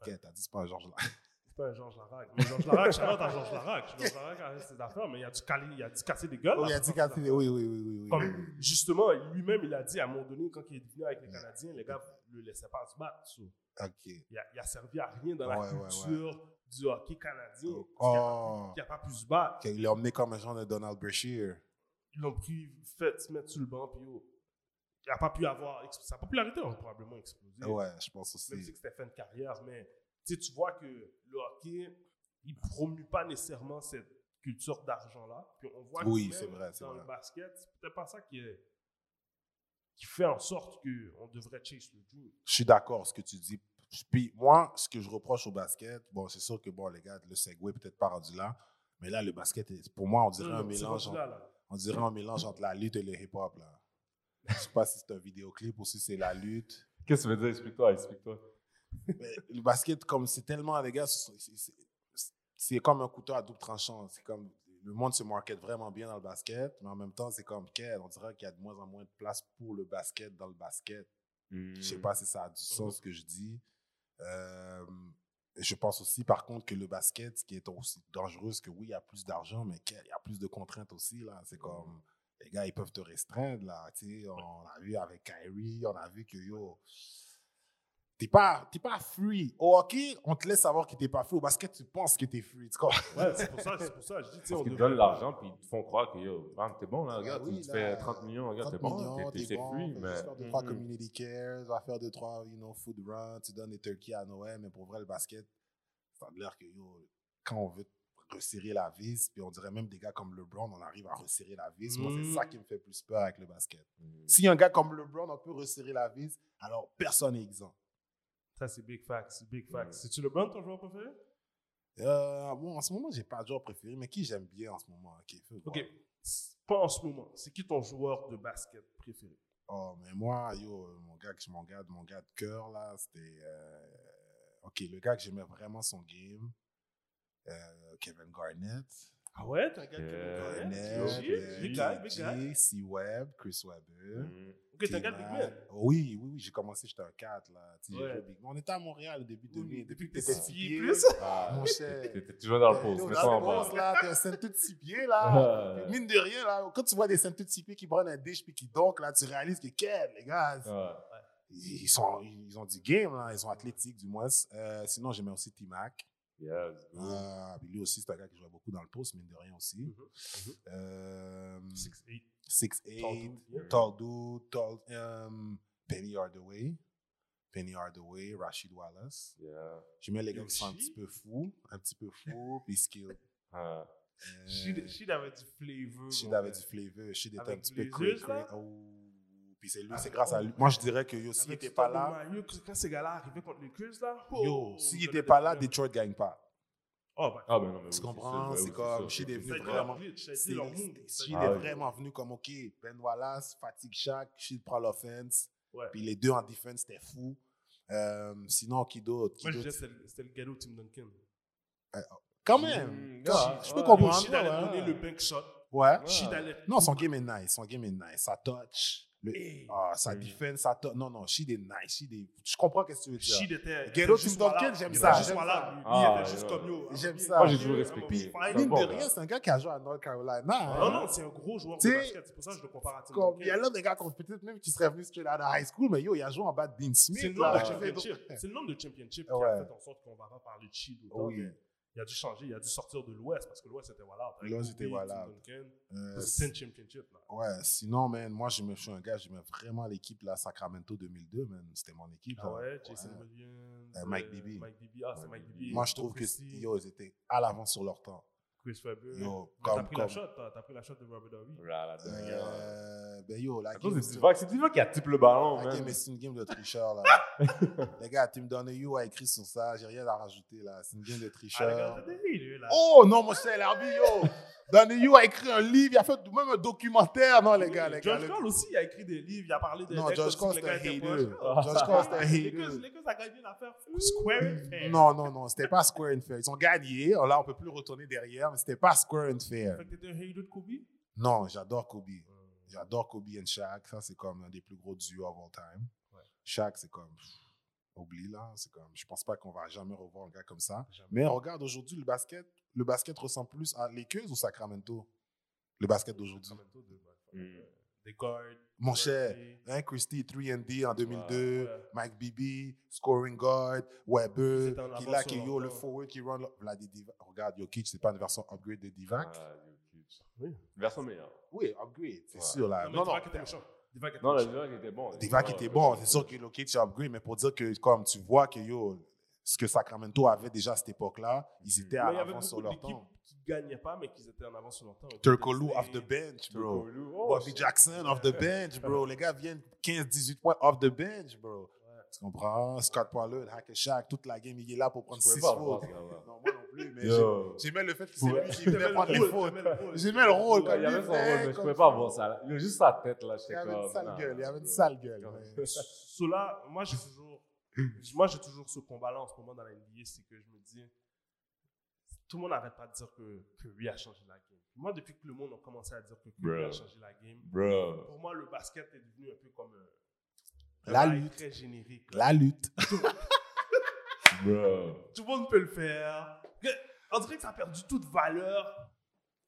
Speaker 3: ok, t'as dit, c'est pas un Georges Larac.
Speaker 1: C'est pas un Georges Larac. Mais Georges Larac, je à Georges Larac. Georges Larac a ses affaires, mais il a dû, caler, il a dû casser des gueules.
Speaker 3: Oh,
Speaker 1: là,
Speaker 3: il a
Speaker 1: dans
Speaker 3: dit
Speaker 1: ses
Speaker 3: qu'à-
Speaker 1: affaires.
Speaker 3: oui, oui, oui, oui, oui.
Speaker 1: Comme, justement, lui-même, il a dit à un moment donné, quand il est venu avec les Canadiens, les gars le laissaient pas se battre. so.
Speaker 3: Ok.
Speaker 1: Il, a, il a servi à rien dans
Speaker 3: Ouais,
Speaker 1: la
Speaker 3: ouais, ouais.
Speaker 1: culture du hockey canadien.
Speaker 3: Oh,
Speaker 1: Il n'a pas pu se battre.
Speaker 3: ok, il l'a emmené comme un genre de Donald Brashear.
Speaker 1: Ils l'ont pris, fait se mettre sur le banc, puis oh, il n'a pas pu avoir. ex- Sa popularité a probablement explosé.
Speaker 3: Ouais, je pense
Speaker 1: Même si
Speaker 3: aussi.
Speaker 1: c'était fin de carrière, mais tu sais, tu vois que le hockey, il ne promue pas nécessairement cette culture d'argent-là. Puis on voit que
Speaker 3: Oui,
Speaker 1: même
Speaker 3: c'est vrai, c'est
Speaker 1: dans
Speaker 3: vrai.
Speaker 1: le basket, c'est peut-être pas ça qui, est- qui fait en sorte qu'on devrait chase le dream.
Speaker 3: Je suis d'accord ce que tu dis. Puis moi, ce que je reproche au basket, bon, c'est sûr que, bon, les gars, le segway peut-être pas rendu là. Mais là, le basket, est- pour moi, on dirait un
Speaker 1: C'est
Speaker 3: mélange
Speaker 1: rendu
Speaker 3: entre
Speaker 1: là, là.
Speaker 3: On dirait un mélange entre la lutte et le hip-hop, là. Je sais pas si c'est un vidéoclip ou si c'est la lutte.
Speaker 2: Qu'est-ce que tu veux dire Explique-toi, explique-toi.
Speaker 3: Mais le basket, comme c'est tellement, les gars, c'est- c'est- c'est c'est comme un couteau à double tranchant. C'est comme, le monde se market vraiment bien dans le basket, mais en même temps, c'est comme, ok, on dirait qu'il y a de moins en moins de place pour le basket dans le basket. Je
Speaker 2: Hmm. Mm.
Speaker 3: sais pas si ça a du sens ce que je dis. Euh, je pense aussi, par contre, que le basket, ce qui est aussi dangereux, c'est que oui, il y a plus d'argent, mais qu'il y a- il y a plus de contraintes aussi. là. C'est comme, les gars, ils peuvent te restreindre. Là. Tu sais, On a vu avec Kyrie, on a vu que yo. T'es pas, t'es pas free. Au hockey, on te laisse savoir que t'es pas free. Au basket, tu penses que t'es free. Tu comprends?
Speaker 1: Ouais, c'est pour ça, c'est pour ça. Je dis, tu sais,
Speaker 2: Parce
Speaker 1: on
Speaker 2: qu'ils
Speaker 1: devrait
Speaker 2: te donnent
Speaker 1: pas-
Speaker 2: l'argent puis ils te font croire que yo, bam, t'es bon là,
Speaker 3: Ah
Speaker 2: regarde,
Speaker 3: oui,
Speaker 2: tu te
Speaker 3: là,
Speaker 2: fais 30 millions, regarde,
Speaker 3: 30
Speaker 2: t'es bon,
Speaker 3: millions,
Speaker 2: t'es- t'es
Speaker 3: bon,
Speaker 2: fruit,
Speaker 3: fais
Speaker 2: mais.
Speaker 3: juste faire deux, trois
Speaker 2: Mhm.
Speaker 3: community cares, va faire deux, trois, you know, food run, tu donnes des turkeys à Noël, mais pour vrai, le basket, ça a l'air que, yo, quand on veut resserrer la vis, puis on dirait même des gars comme LeBron, on arrive à resserrer la vis. Moi, c'est
Speaker 1: Mm.
Speaker 3: ça qui me fait plus peur avec le basket.
Speaker 2: Mhm.
Speaker 3: Si un gars comme LeBron, on peut resserrer la vis, alors personne n'est exempt.
Speaker 1: Ça, c'est Big Facts. Big Facts.
Speaker 2: Mm.
Speaker 1: C'est-tu le bon, ton joueur préféré?
Speaker 3: Euh, bon, en ce moment, j'ai pas de joueur préféré, mais qui j'aime bien en ce moment? Ok, fais voir.
Speaker 1: Ok. C'est Pas en ce moment. C'est qui ton joueur de basket préféré?
Speaker 3: Oh, mais moi, yo, mon gars, que je m'en garde, mon gars de cœur, là, c'était. euh, Ok, le gars que j'aimais vraiment son game, euh, Kevin Garnett.
Speaker 1: Ah ouais? T'as un gars de Kevin
Speaker 2: Yeah.
Speaker 1: Garnett?
Speaker 3: Garnett,
Speaker 1: KG?
Speaker 3: euh,
Speaker 1: Big guy, big guy.
Speaker 3: KG, C. Webb, Chris Webber.
Speaker 2: Mhm.
Speaker 1: Ok, t'as un gars de
Speaker 3: Kennard.
Speaker 1: big man.
Speaker 3: Oui, oui, oui, j'ai commencé, j'étais un 4, là. tu sais, j'ai
Speaker 1: Ouais.
Speaker 3: joué au big man. On était à Montréal au début de
Speaker 1: Oui,
Speaker 3: mai.
Speaker 1: Depuis que t'es
Speaker 3: t'étais
Speaker 1: six
Speaker 3: six
Speaker 1: pieds
Speaker 3: pieds,
Speaker 1: plus.
Speaker 3: Ah, mon cher.
Speaker 2: T'es- T'es toujours dans le
Speaker 3: T'es-
Speaker 2: pause,
Speaker 3: t'es au
Speaker 2: mets toi en
Speaker 3: Dallas,
Speaker 2: pause.
Speaker 3: là, t'es un saint tout de six pieds, là. Puis Mine de rien, là, quand tu vois des saints tout de six pieds qui prennent un dish puis qui donkent, là, tu réalises que, quel, les gars, ils, sont, ils ont du game, là. ils sont athlétiques du moins. Euh, sinon, j'aimais aussi T-Mac.
Speaker 2: Yeah, let's go.
Speaker 3: Ah, puis lui aussi, c'est un gars qui jouait beaucoup dans le poste, mine de rien aussi.
Speaker 1: Mhm.
Speaker 3: Euh,
Speaker 1: 6'8".
Speaker 3: 6'8,
Speaker 1: Yeah.
Speaker 3: Tall Dude, tall, euh, Penny Hardaway. Penny Hardaway, Rashid Wallace.
Speaker 2: Yeah.
Speaker 3: J'aimais les gars qui sont un
Speaker 1: Yoshi.
Speaker 3: petit peu fous, un petit peu fous, puis skilled.
Speaker 2: Ah.
Speaker 3: Euh,
Speaker 1: Sheed Sheed avait du flavor.
Speaker 3: Shid
Speaker 1: mon
Speaker 3: avait
Speaker 1: gars.
Speaker 3: du flavor. Shid était un
Speaker 1: Avec
Speaker 3: petit peu
Speaker 1: les
Speaker 3: cray
Speaker 1: yeux, là.
Speaker 3: Puis c'est lui, c'est
Speaker 1: Avec-
Speaker 3: grâce à lui. Moi, je dirais que yo, s'il
Speaker 1: Avec
Speaker 3: n'était
Speaker 1: ce
Speaker 3: pas
Speaker 1: temps
Speaker 3: là,
Speaker 1: de Mario, Quand ces gars-là arrivaient contre les Cubs, là.
Speaker 3: Yo,
Speaker 1: oh,
Speaker 3: s'il
Speaker 1: vous
Speaker 3: n'était
Speaker 1: avez
Speaker 3: pas
Speaker 1: des
Speaker 3: là,
Speaker 1: problèmes.
Speaker 3: Detroit ne gagne pas.
Speaker 1: Oh, ben.
Speaker 2: Ah, mais non, mais oui,
Speaker 3: Tu
Speaker 2: c'est
Speaker 3: comprends,
Speaker 2: sûr,
Speaker 3: c'est
Speaker 2: oui,
Speaker 3: comme,
Speaker 2: sûr,
Speaker 3: she
Speaker 2: c'est
Speaker 3: devenu
Speaker 1: Ça a
Speaker 2: sûr.
Speaker 1: été
Speaker 3: vraiment-
Speaker 1: leur
Speaker 3: Ah
Speaker 1: glitch, ça a été
Speaker 3: S'il
Speaker 1: leur move. Ça Ah a été
Speaker 3: est
Speaker 1: leur
Speaker 2: ouais.
Speaker 3: vraiment venu comme, OK, Ben Wallace, Fatigue Shack, Shid prend l'offense.
Speaker 1: Ouais.
Speaker 3: Puis les deux en defense, c'était fou. Euh, sinon, qui d'autre? Qui
Speaker 1: Moi, je
Speaker 3: d'autre?
Speaker 1: disais, c'était le- c'était le ghetto Tim Duncan.
Speaker 3: Quand même!
Speaker 2: Mm,
Speaker 3: Je-
Speaker 2: ouais,
Speaker 3: Ah, je peux
Speaker 2: ouais.
Speaker 1: Yo,
Speaker 3: comprendre. Ah.
Speaker 1: Sheed allait
Speaker 3: ouais.
Speaker 1: donner le bank shot.
Speaker 3: Ouais.
Speaker 2: Ouais.
Speaker 1: Sheed allait.
Speaker 3: Non, son game est nice. Son game est nice. Sa touch. le-
Speaker 1: Hey.
Speaker 3: ah, sa
Speaker 2: Mm.
Speaker 3: defense, sa touch. Non, non, Sheed est nice. Sheed est- Je comprends ce que tu veux dire.
Speaker 1: Sheed était.
Speaker 3: Ghetto
Speaker 1: était juste
Speaker 3: Tim Duncan,
Speaker 1: malade.
Speaker 3: j'aime
Speaker 1: Il
Speaker 3: ça,
Speaker 1: était juste
Speaker 3: j'aime
Speaker 1: malade,
Speaker 3: ça.
Speaker 1: lui.
Speaker 2: Ah,
Speaker 1: Il était juste
Speaker 2: ouais.
Speaker 1: comme yo.
Speaker 3: J'aime
Speaker 1: ah,
Speaker 3: ça.
Speaker 1: oui,
Speaker 3: Moi, j'ai
Speaker 1: oui,
Speaker 2: toujours
Speaker 1: oui,
Speaker 2: respecté.
Speaker 1: oui,
Speaker 3: Mine
Speaker 2: Bon,
Speaker 3: de
Speaker 2: là.
Speaker 3: rien, c'est un gars qui a joué à North Carolina. hein.
Speaker 1: Ah Non, non, c'est un gros joueur de
Speaker 3: T'sais,
Speaker 1: basket. C'est pour ça que je le compare à Tim
Speaker 3: Comme, il y a
Speaker 1: Duncan.
Speaker 3: là des gars qu'on peut-être même qui seraient venus straight out of high school, mais yo, il a joué en bas de Dean Smith.
Speaker 1: C'est le
Speaker 3: là.
Speaker 1: nombre de
Speaker 3: Je fais donc-
Speaker 1: championships. C'est le nombre de championships qui
Speaker 3: Ouais.
Speaker 1: a fait en sorte qu'on va pas parler de Sheed autant.
Speaker 3: Oui.
Speaker 1: mais Il il a dû changer, il a dû sortir de l'Ouest parce que l'Ouest était hein. voilà.
Speaker 3: L'Ouest était valable. Euh,
Speaker 1: C'est une championship. Là.
Speaker 3: ouais, sinon, man, moi, je me suis un gars, j'aimais vraiment l'équipe, là, Sacramento 2002, man. C'était mon équipe.
Speaker 1: Ah
Speaker 3: là.
Speaker 1: ouais, Jason
Speaker 3: Ouais.
Speaker 1: Williams.
Speaker 3: Euh, Mike Bibby.
Speaker 1: Mike Bibby. Ah, c'est
Speaker 2: Ouais.
Speaker 1: Mike Bibby.
Speaker 3: Moi, je trouve que
Speaker 1: Christie,
Speaker 3: yo, ils étaient à l'avance sur leur temps.
Speaker 1: Chris Webber.
Speaker 3: Yo,
Speaker 1: Mais T'as
Speaker 3: comme-
Speaker 1: pris la
Speaker 3: comme-
Speaker 1: shot, t'as t'as pris la shot de Robert Downey.
Speaker 2: Oh Là, la dernière.
Speaker 3: Euh, ben yo, la
Speaker 2: À cause
Speaker 3: game,
Speaker 2: des
Speaker 3: c'est-
Speaker 2: Divac, c'est Divac qui a type le ballon,
Speaker 3: la
Speaker 2: man.
Speaker 3: game, mais c'est une game de tricheur, là. les gars, Tim Donahue a écrit sur ça, j'ai rien à rajouter, là. C'est une game de
Speaker 1: Ah, le gars,
Speaker 3: tricheur.
Speaker 1: t'as des vies, lui, là.
Speaker 3: Oh non, mon cher l'arbitre, yo! Donahue a écrit un livre, il a fait même un documentaire, non, les gars, les gars.
Speaker 1: George
Speaker 3: le-
Speaker 1: Cole aussi, il a écrit des livres, il a parlé des.
Speaker 3: Non,
Speaker 1: des
Speaker 3: George Cole,
Speaker 1: comme si les
Speaker 3: c'est un
Speaker 1: gars étaient
Speaker 3: hater.
Speaker 1: proches.
Speaker 2: Ah,
Speaker 3: George Cole, c'est un hater.
Speaker 1: Lakers, Lakers a gagné l'affaire Square and Fair.
Speaker 3: Non, non, non, c'était pas square and fair. Ils ont gagné, alors là, on peut plus retourner derrière, mais c'était pas square and fair.
Speaker 1: Fait que t'étais un hater de Kobe?
Speaker 3: Non, j'adore Kobe. J'adore Kobe et Shaq. Ça, c'est comme un des plus gros duos of all time.
Speaker 1: Ouais.
Speaker 3: Shaq, c'est comme. pff, Oublie là. C'est comme. Je pense pas qu'on va jamais revoir un gars comme ça.
Speaker 1: Jamais.
Speaker 3: Mais regarde aujourd'hui le basket. Le basket ressemble plus à Lakers ou Sacramento Le basket d'aujourd'hui.
Speaker 1: Sacramento, deux, ouais.
Speaker 2: Mm.
Speaker 1: bah, Des guards.
Speaker 3: Mon
Speaker 1: Murphy,
Speaker 3: cher, hein, Christie, 3D en 2002.
Speaker 1: ouais.
Speaker 3: Mike Bibby, scoring guard, Weber,
Speaker 1: C'était en avance
Speaker 3: qui là,
Speaker 1: sur
Speaker 3: qui
Speaker 1: leur
Speaker 3: yo, le
Speaker 1: temps.
Speaker 3: forward qui run. là, Là, des Divac- Regarde, Jokic, c'est pas une version upgrade de Divac.
Speaker 2: Ah, Jokic.
Speaker 1: Oui.
Speaker 2: Version meilleure.
Speaker 3: Oui, upgrade, c'est
Speaker 2: Ouais.
Speaker 3: sûr là.
Speaker 1: Non, mais
Speaker 3: Ah, Non, non,
Speaker 1: Divac était méchant. Divac était
Speaker 2: Non, le
Speaker 1: méchant.
Speaker 2: Divac était bon.
Speaker 3: Divac était bon, c'est sûr que Lokic a upgrade, mais pour dire que comme tu vois que yo, ce que Sacramento avait déjà à cette époque-là, ils
Speaker 2: Mhm.
Speaker 3: étaient
Speaker 1: Mm-hmm. Mais
Speaker 3: à
Speaker 1: il y avait
Speaker 3: l'avance sur
Speaker 1: beaucoup
Speaker 3: leur
Speaker 1: d'équipes
Speaker 3: temps.
Speaker 1: qui gagnaient pas, mais qui étaient en avance sur leur temps.
Speaker 3: Turkoglu off the bench, bro.
Speaker 1: Oh,
Speaker 2: Bro.
Speaker 3: Bobby Jackson off the bench, bro. Les gars viennent 15-18 points off the bench, bro.
Speaker 1: Ouais.
Speaker 3: Tu comprends? Scott Pollard, Hack Shack, toute la game, il est là pour prendre
Speaker 2: Je pouvais
Speaker 3: 6
Speaker 2: pas avoir
Speaker 3: fautes.
Speaker 2: ce gars-là.
Speaker 3: Non, moi non plus, mais j'ai-
Speaker 2: Yo.
Speaker 3: j'aimais le fait que c'est
Speaker 2: Ouais.
Speaker 3: lui qui venait prendre les fautes. J'aimais
Speaker 1: J'aimais
Speaker 3: le rôle.
Speaker 2: Ouais, Il y avait son rôle, mais je pouvais pas voir ça. Il y a juste sa tête là, je
Speaker 3: Il y avait une sale gueule, il y avait une sale gueule. mais-
Speaker 1: Cela, moi j'ai toujours, moi j'ai toujours ce combat-là en ce moment dans la NBA, c'est que je me dis, tout le monde n'arrête pas de dire que Curry a changé la game. Moi, depuis que le monde a commencé à dire que Curry a
Speaker 2: Bruh.
Speaker 1: changé la game,
Speaker 2: Bro.
Speaker 1: pour moi le basket est devenu un peu comme euh, un-
Speaker 3: La
Speaker 1: un bail
Speaker 3: lutte.
Speaker 1: très générique.
Speaker 3: La lutte.
Speaker 2: Bro.
Speaker 1: tout le monde peut le faire. Que- On dirait que ça a perdu toute valeur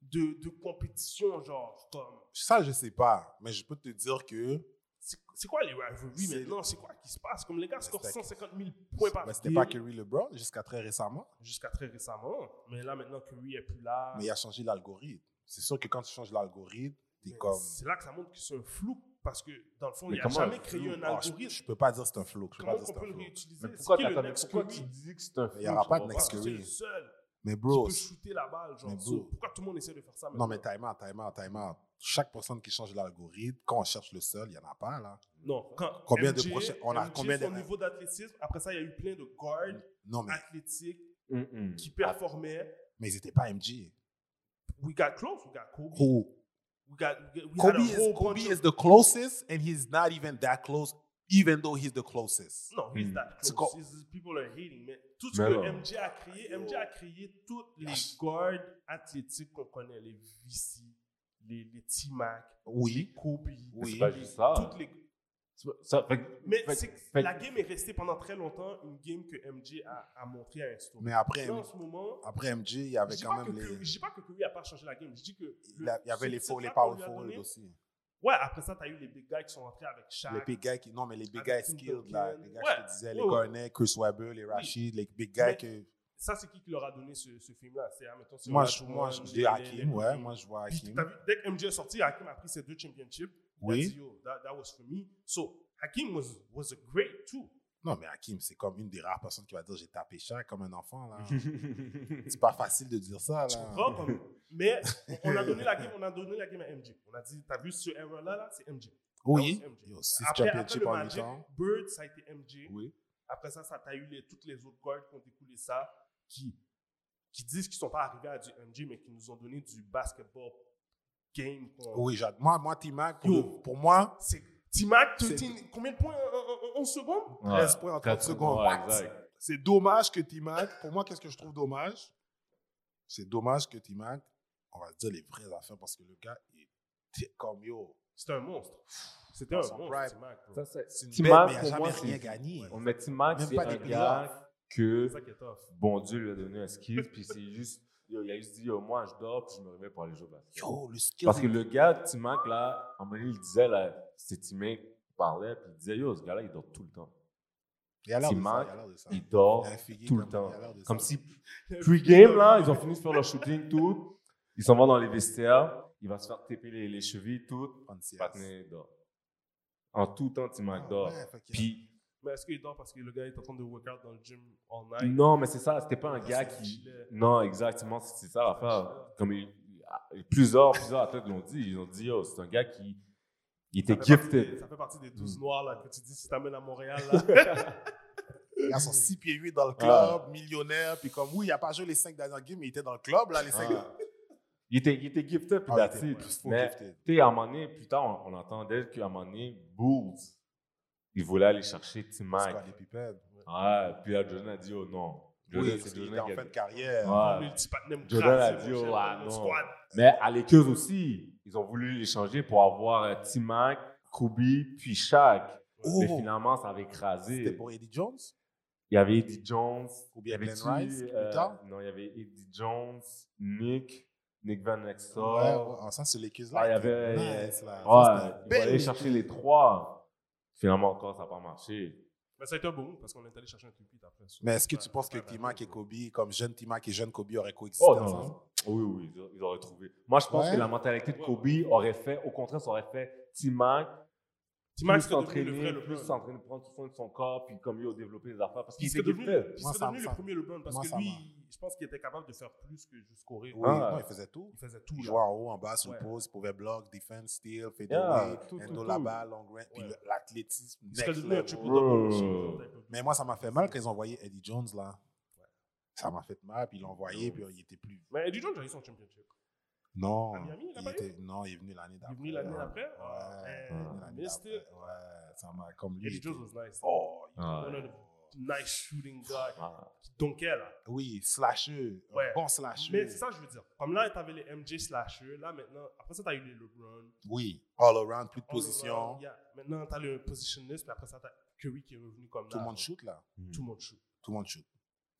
Speaker 1: de, de compétition, genre, comme,
Speaker 3: Ça, je sais pas, mais je peux te dire que
Speaker 1: c'est c'est quoi les rivalries
Speaker 3: C'est-
Speaker 1: maintenant? C'est quoi qui se passe? Comme les gars scorent
Speaker 3: C'était-
Speaker 1: 150 000 points par
Speaker 3: Ben, c'était
Speaker 1: game
Speaker 3: pas Curry LeBron jusqu'à très récemment,
Speaker 1: jusqu'à très récemment, mais là maintenant Curry est plus là.
Speaker 3: mais il a changé l'algorithme. C'est sûr que quand tu changes l'algorithme, t'es
Speaker 1: Mais
Speaker 3: comme.
Speaker 1: C'est là que ça montre que c'est un flou parce que dans le fond,
Speaker 2: Mais
Speaker 1: il n'a
Speaker 2: comment
Speaker 1: jamais
Speaker 2: un
Speaker 1: créé
Speaker 2: flou?
Speaker 1: un
Speaker 3: Ah, je,
Speaker 1: algorithme.
Speaker 3: je peux pas dire que c'est un flou. Je peux
Speaker 1: Comment
Speaker 3: pas dire
Speaker 1: on
Speaker 3: que c'est
Speaker 1: peut le
Speaker 3: un flou.
Speaker 1: réutiliser?
Speaker 2: Mais
Speaker 1: C'est
Speaker 2: pourquoi
Speaker 1: qui le
Speaker 2: t'attends-
Speaker 1: next
Speaker 2: pourquoi
Speaker 1: Curry?
Speaker 2: tu dis que c'est un
Speaker 3: Il y aura
Speaker 2: je
Speaker 3: pas de
Speaker 2: comprends
Speaker 3: next
Speaker 1: Parce que
Speaker 3: Curry?
Speaker 1: C'est le seul
Speaker 3: Mais
Speaker 1: qui
Speaker 3: bro,
Speaker 1: peut shooter la balle. Genre,
Speaker 3: Mais bro.
Speaker 1: pourquoi tout le monde essaie de faire ça maintenant?
Speaker 3: non mais time out, time out, time out. Chaque personne qui change l'algorithme, quand on cherche le seul, il y en a pas là.
Speaker 1: Non, quand
Speaker 3: Combien de
Speaker 1: MJ,
Speaker 3: prochains- on a
Speaker 1: MJ,
Speaker 3: combien de-
Speaker 1: son niveau d'athlétisme. Après ça, il y a eu plein de guards
Speaker 3: Non mais,
Speaker 1: athlétiques
Speaker 2: Mm-mm.
Speaker 1: qui performaient.
Speaker 3: mais ils étaient pas MJ.
Speaker 1: We got close, we got Kobe.
Speaker 3: Who?
Speaker 1: We got, we got- we had
Speaker 3: Kobe
Speaker 1: a
Speaker 3: is
Speaker 1: whole
Speaker 3: Kobe
Speaker 1: bunch of-
Speaker 3: is the closest and he's not even that close, even though he's the closest.
Speaker 1: Non, he's
Speaker 2: Hmm.
Speaker 1: that
Speaker 3: C'est
Speaker 1: close.
Speaker 3: quoi?
Speaker 1: It's- it's people are hating, mais tout ce
Speaker 2: Mais
Speaker 1: que
Speaker 2: non.
Speaker 1: MJ a créé, MJ a créé toutes les
Speaker 3: Yes.
Speaker 1: guards athlétiques qu'on connaît, les VC, les, les T-Mac,
Speaker 3: Oui.
Speaker 1: Kobe,
Speaker 3: Oui.
Speaker 2: C'est
Speaker 1: les-
Speaker 2: pas juste ça.
Speaker 1: toutes les...
Speaker 2: C'est pas- ça fait, que-
Speaker 1: Mais
Speaker 2: fait-
Speaker 1: c'est que
Speaker 2: fait-
Speaker 1: la game est restée pendant très longtemps une game que MJ a, a montré à instaurer.
Speaker 3: Mais après,
Speaker 1: Là, en ce moment,
Speaker 3: après MJ, il y
Speaker 1: je
Speaker 3: avait
Speaker 1: dis
Speaker 3: quand
Speaker 1: pas que
Speaker 3: même les,
Speaker 1: Curry- je dis pas que Curry n'a pas changé la game, je dis que...
Speaker 3: il a- il y avait
Speaker 1: ce
Speaker 3: les faux, les
Speaker 1: titre-là qu'on
Speaker 3: power
Speaker 1: lui a
Speaker 3: forward
Speaker 1: donné-
Speaker 3: aussi.
Speaker 1: Ouais, après ça, tu as eu les big guys qui sont rentrés avec Shaq.
Speaker 3: Les big guys qui. Non, mais les big
Speaker 1: Avec
Speaker 3: guys
Speaker 1: Tim
Speaker 3: skilled, là.
Speaker 1: Duncan.
Speaker 3: Les gars, je
Speaker 1: Ouais,
Speaker 3: te disais,
Speaker 1: ouais,
Speaker 3: les
Speaker 1: ouais.
Speaker 3: Garnett, Chris Webber, les Rashid, les big guys
Speaker 1: Mais-
Speaker 3: que.
Speaker 1: Ça, c'est qui qui leur a donné ce, ce film-là C'est, admettons, c'est
Speaker 3: Moi, je,
Speaker 1: Olajuwon,
Speaker 3: moi, je
Speaker 1: les-
Speaker 3: dis
Speaker 1: les-
Speaker 3: Hakim,
Speaker 1: les-
Speaker 3: ouais, moi, je vois
Speaker 1: Puis,
Speaker 3: Hakim.
Speaker 1: t'as vu, dès que MJ est sorti, Hakim a pris ses deux championships. Il a dit,
Speaker 3: Oui.
Speaker 1: yo, that, that was for me. So, Hakim was, was a great too.
Speaker 3: Non, mais Hakim, c'est comme une des rares personnes qui va dire j'ai tapé cher comme un enfant, là. c'est pas facile de dire ça,
Speaker 1: Tu
Speaker 3: là.
Speaker 1: comprends? Comme, mais on on a, donné la game, on a donné la game à MJ. On a dit, t'as vu ce erreur-là, là, c'est MJ.
Speaker 3: Oui.
Speaker 1: That was MJ.
Speaker 3: Yo, six
Speaker 1: Après, après
Speaker 3: championships
Speaker 1: le
Speaker 3: en
Speaker 1: Magic,
Speaker 3: 8 ans.
Speaker 1: Bird, ça a été MJ.
Speaker 3: Oui.
Speaker 1: Après ça, ça t'a eu les, toutes les autres guards qui ont découlé ça, qui, qui disent qu'ils sont pas arrivés à du MJ, mais qui nous ont donné du basketball game. qu'on-
Speaker 3: Oui, j'adore. Moi, moi T-Mac, pour,
Speaker 1: Yo.
Speaker 3: le- pour moi,
Speaker 1: C'est T-Mac,
Speaker 3: C'est-
Speaker 1: 13, combien de points en- en- en- en secondes?
Speaker 2: Ouais.
Speaker 3: 13 points en 30
Speaker 2: Quatre-
Speaker 3: secondes.
Speaker 2: ouais,
Speaker 3: What?
Speaker 2: exact.
Speaker 3: C'est dommage que Timac, pour moi, qu'est-ce que je trouve dommage? C'est dommage que Timac, on va dire les vraies affaires parce que le gars, il était comme yo.
Speaker 1: C'était un monstre. C'était
Speaker 3: Dans
Speaker 1: un
Speaker 3: son
Speaker 1: monstre,
Speaker 3: prime.
Speaker 1: T-Mac. bro.
Speaker 2: Ça, c'est-
Speaker 3: C'est une
Speaker 2: Tim
Speaker 3: bête,
Speaker 2: Mack,
Speaker 3: mais il n'a
Speaker 2: pour
Speaker 3: jamais
Speaker 2: moi,
Speaker 3: rien
Speaker 2: c'est-
Speaker 3: gagné.
Speaker 2: On met Tim Mack,
Speaker 3: Même
Speaker 2: c'est
Speaker 3: pas
Speaker 2: un
Speaker 3: des
Speaker 2: gars
Speaker 1: C'est
Speaker 2: que
Speaker 1: ça qui est tough.
Speaker 2: bon Dieu lui a donné un skill, puis c'est juste, yo, il a juste dit, yo, moi je dors, puis je me réveille pour aller jouer au basket.
Speaker 3: Yo, le skill.
Speaker 2: Parce que le gars, Timac, là, à un moment donné, il disait, là, c'est Timac qui parlait, puis il disait, yo, ce gars-là, il dort tout le temps.
Speaker 3: Il a l'air de
Speaker 2: Petit
Speaker 3: ça,
Speaker 2: Mac,
Speaker 3: il a l'air de ça.
Speaker 2: Il dort
Speaker 3: Il a un figuier
Speaker 2: tout
Speaker 3: comme-
Speaker 2: le temps.
Speaker 3: il a l'air Ah, de ça.
Speaker 2: Comme si Pre-game, là, ils ont fini de faire leur shooting, tout. Ils s'en vont dans les vestiaires. Il va se faire taper les, les chevilles, tout.
Speaker 3: Pontius.
Speaker 2: Patnais dort. En tout temps, Timac
Speaker 3: Ah,
Speaker 2: dort.
Speaker 3: ouais, fait qu'il-
Speaker 2: Puis,
Speaker 1: Mais est-ce qu'il dort parce que le gars est en train de workout dans le gym all night?
Speaker 2: non, mais c'est ça, c'était pas un
Speaker 1: Ça,
Speaker 2: gars
Speaker 1: c'est
Speaker 2: qui.
Speaker 1: chillait.
Speaker 2: Non, exactement, c'est c'est ça l'affaire. Comme il- il- plusieurs, plusieurs athlètes l'ont dit, ils ont dit, oh, c'est un gars qui. Il
Speaker 1: Ça
Speaker 2: était
Speaker 1: fait partie des-
Speaker 2: gifted.
Speaker 1: Ça fait partie
Speaker 2: Hmm.
Speaker 1: des 12 noirs là, que tu dis si t'amènes à Montréal. Là.
Speaker 3: Il a son 6 pieds 8 dans le
Speaker 2: Ah.
Speaker 3: club, millionnaire. Puis comme, oui, il n'a pas joué les 5 dernières games, mais il était dans le club, là, les Ah, 5
Speaker 2: Ah. Il était, il était gifted, puis that's it. Mais- Tu sais, à un moment donné, plus tard, on, on entendait qu'à un moment donné, Bulls, ils voulaient aller chercher T-Mac.
Speaker 3: Squad et Pippen.
Speaker 2: Ouais, puis là, Jordan a dit, oh non. Jordan,
Speaker 3: Oui, parce
Speaker 2: c'est
Speaker 3: qu'il
Speaker 2: Jordan
Speaker 3: était en
Speaker 2: qui a
Speaker 3: fin de
Speaker 2: dit-
Speaker 3: carrière.
Speaker 2: Ouais.
Speaker 1: Le petit patinet me
Speaker 2: Jordan
Speaker 1: crasse,
Speaker 2: a
Speaker 1: mon
Speaker 2: dit, oh,
Speaker 1: chef,
Speaker 2: ah,
Speaker 1: le
Speaker 2: non.
Speaker 1: squad.
Speaker 2: Mais à Lakers aussi, ils ont voulu l'échanger pour avoir euh, T-Mac, Kobe, puis Shaq. Mais
Speaker 3: Oh,
Speaker 2: finalement, ça avait
Speaker 3: c'était
Speaker 2: écrasé.
Speaker 3: pour Eddie Jones?
Speaker 2: Il y avait Eddie Jones. Il
Speaker 3: Ou
Speaker 2: y
Speaker 3: bien
Speaker 2: avait euh,
Speaker 3: Glenn Rice, plus tard?
Speaker 2: Non, il y avait Eddie Jones, Nick, Nick Van Exel.
Speaker 3: Ouais, ouais, ah, ça, c'est les Lakers, là.
Speaker 2: Ah, il y avait-
Speaker 3: Nice,
Speaker 2: Ouais,
Speaker 3: là. Ça, c'était
Speaker 2: ils vont aller
Speaker 3: belle.
Speaker 2: chercher les trois. Finalement, encore, ça n'a pas marché.
Speaker 1: Mais Ben, ça a été un bon move parce qu'on est allé chercher un clip après. ça.
Speaker 3: Mais est-ce que
Speaker 1: Ouais,
Speaker 3: tu penses que
Speaker 1: ouais,
Speaker 3: Timac
Speaker 1: ouais.
Speaker 3: et Kobe, comme jeune Timac et jeune Kobe, auraient coexisté
Speaker 2: Oh non,
Speaker 3: ensemble?
Speaker 2: non. Oui, oui, ils auraient- ils auraient trouvé. Moi, je pense
Speaker 3: Ouais.
Speaker 2: que la mentalité de Kobe aurait fait, au contraire, ça aurait fait T-Mac
Speaker 1: Timac
Speaker 2: plus
Speaker 1: serait devenu le
Speaker 2: s'entraîner,
Speaker 1: vrai LeBron.
Speaker 2: plus s'entraîner, prendre soin de son corps, puis comme il a développé des affaires, parce
Speaker 1: Il
Speaker 2: qu'il
Speaker 1: serait
Speaker 2: s'est
Speaker 1: devenu,
Speaker 2: gifté.
Speaker 1: il
Speaker 3: Moi,
Speaker 1: serait
Speaker 3: ça
Speaker 1: devenu
Speaker 3: me-
Speaker 1: le premier LeBron parce
Speaker 3: moi,
Speaker 1: que
Speaker 3: ça
Speaker 1: lui,
Speaker 3: me-
Speaker 1: je pense qu'il était capable de faire plus que juste courir.
Speaker 3: Oui,
Speaker 2: Ah.
Speaker 3: non, il faisait tout.
Speaker 1: Il faisait tout.
Speaker 3: Il
Speaker 1: là.
Speaker 3: jouait en haut, en bas, sous
Speaker 1: Ouais.
Speaker 3: pause, il pouvait block, defense, steal,
Speaker 2: hein. Yeah,
Speaker 3: fadeaway,
Speaker 2: tout, tout,
Speaker 3: endo
Speaker 2: tout.
Speaker 3: la balle, long range, puis
Speaker 1: Ouais.
Speaker 3: le- l'athlétisme.
Speaker 1: Il serait
Speaker 3: next
Speaker 1: devenu un
Speaker 3: level.
Speaker 1: triple
Speaker 2: Bro.
Speaker 1: double.
Speaker 3: Mais moi, ça m'a fait mal quand ils ont envoyé Eddie Jones, là. Ça m'a fait mal, puis ils l'ont envoyé, puis euh, il était plus...
Speaker 1: Mais Eddie Jones a eu son championship.
Speaker 3: Non,
Speaker 1: À Miami, il l'a
Speaker 3: il
Speaker 1: pas
Speaker 3: était- non, il est venu l'année
Speaker 1: Il est
Speaker 3: d'après.
Speaker 1: venu l'année
Speaker 3: Ouais.
Speaker 1: après. Ah,
Speaker 3: Ouais,
Speaker 1: eh,
Speaker 3: il est venu l'année
Speaker 1: missed
Speaker 3: d'après.
Speaker 1: it.
Speaker 3: Ouais, ça m'a comme lui.
Speaker 1: Eddie
Speaker 3: était-
Speaker 1: Jones was nice.
Speaker 3: Oh,
Speaker 2: Ah,
Speaker 1: One
Speaker 2: ouais.
Speaker 1: of the nice shooting guy.
Speaker 2: Ah.
Speaker 1: Donc elle. là.
Speaker 3: oui, slasher, un
Speaker 1: Ouais.
Speaker 3: bon slasher.
Speaker 1: Mais c'est ça que je veux dire. Comme là, t'avais les MJ slasher. Là, maintenant, après ça, t'as eu les LeBron.
Speaker 3: Oui, all around, plus de
Speaker 1: All
Speaker 3: position,
Speaker 1: around, yeah. Maintenant, t'as le positionist. Puis après ça, t'as Curry qui est revenu comme
Speaker 3: tout le
Speaker 1: là.
Speaker 3: monde shoot, là.
Speaker 2: hmm.
Speaker 1: Tout le monde shoot.
Speaker 3: Tout le monde shoot.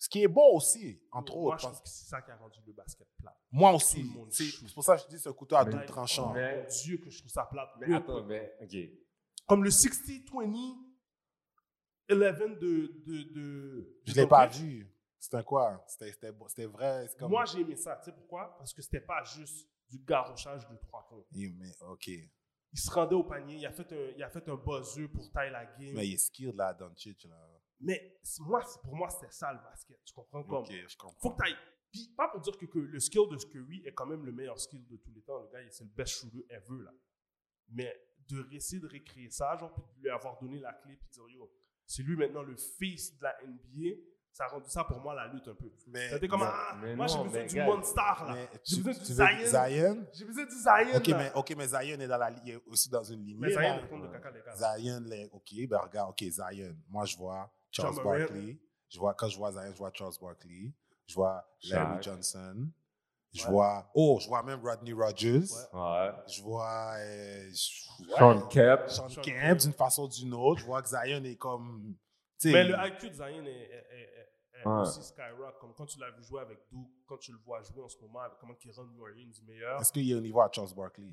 Speaker 3: Ce qui est bon aussi, entre
Speaker 1: Moi,
Speaker 3: autres.
Speaker 1: je
Speaker 3: parce-
Speaker 1: pense que c'est ça qui a rendu le basket plat.
Speaker 3: Moi,
Speaker 1: Tout
Speaker 3: aussi.
Speaker 1: le monde
Speaker 3: C'est
Speaker 1: shoot.
Speaker 3: c'est pour ça que je dis c'est un couteau à
Speaker 2: Mais-
Speaker 3: double tranchant.
Speaker 2: mais-
Speaker 1: Oh, Mon Dieu, que je trouve ça plate.
Speaker 2: Mais attends, mais, ben, ok.
Speaker 1: Comme le 60-20, 11 de. de, de
Speaker 3: Je
Speaker 1: de
Speaker 3: l'ai pas
Speaker 1: Jokic.
Speaker 3: vu. C'était quoi C'était- C'était beau- c'était vrai. c'est Comme...
Speaker 1: Moi, j'ai aimé ça. Tu sais pourquoi Parce que c'était pas juste du garochage de trois points.
Speaker 3: Eh, mais ok.
Speaker 1: Il se rendait au panier, il a fait un, il a fait un buzzer pour tailler la game.
Speaker 3: Mais il est skilled là, Doncic là.
Speaker 1: Mais c'est- moi, c'est- pour moi, c'était ça le basket. Tu comprends comme
Speaker 3: Ok, je comprends.
Speaker 1: Faut que t'ailles. Puis, pas pour dire que, que le skill de Curry est quand même le meilleur skill de tous les temps. Le gars, il- c'est le best shooter ever, là. Mais de essayer de récréer ça, genre, puis de lui avoir donné la clé, puis de dire, yo, c'est lui maintenant le fils de la NBA, ça a rendu ça pour moi la lutte un peu.
Speaker 3: Mais,
Speaker 1: C'était comme,
Speaker 2: mais-
Speaker 1: ah,
Speaker 2: mais
Speaker 1: moi, j'ai
Speaker 2: non,
Speaker 1: besoin
Speaker 2: mais
Speaker 1: du
Speaker 2: gars,
Speaker 1: Monster, là.
Speaker 3: mais
Speaker 1: J'ai
Speaker 3: tu,
Speaker 1: besoin du
Speaker 3: tu veux
Speaker 1: Ah, Zion.
Speaker 3: Zion
Speaker 1: J'ai besoin du Zion,
Speaker 3: Ok,
Speaker 1: là.
Speaker 3: mais, ok, mais Zion est dans la, il est aussi dans une lignée.
Speaker 1: Mais Zion,
Speaker 3: là.
Speaker 1: il compte de caca, les gars.
Speaker 3: Zion, les- ok, ben regarde, ok, Zion. Moi, je vois Charles
Speaker 1: John Morant.
Speaker 3: Barkley. Je vois, quand je vois Zion, je vois Charles Barkley. Je vois Larry
Speaker 2: Shaq.
Speaker 3: Johnson. Je
Speaker 1: Ouais.
Speaker 3: vois, oh, je vois même Rodney Rogers.
Speaker 1: Ouais.
Speaker 2: Ouais.
Speaker 3: Je vois euh, je- ouais,
Speaker 2: Sean Kemp.
Speaker 3: Sean
Speaker 1: Sean
Speaker 3: Kemp
Speaker 1: Kemp.
Speaker 3: d'une façon ou d'une autre. Je vois que Zion est comme. tu sais,
Speaker 1: Mais le IQ de Zion est, est- est- est- est
Speaker 2: Ouais.
Speaker 1: aussi skyrock. Comme quand tu l'as vu jouer avec Duke, quand tu le vois jouer en ce moment, avec comment il rend New Orleans meilleur.
Speaker 3: Est-ce qu'il y a un niveau à Charles Barkley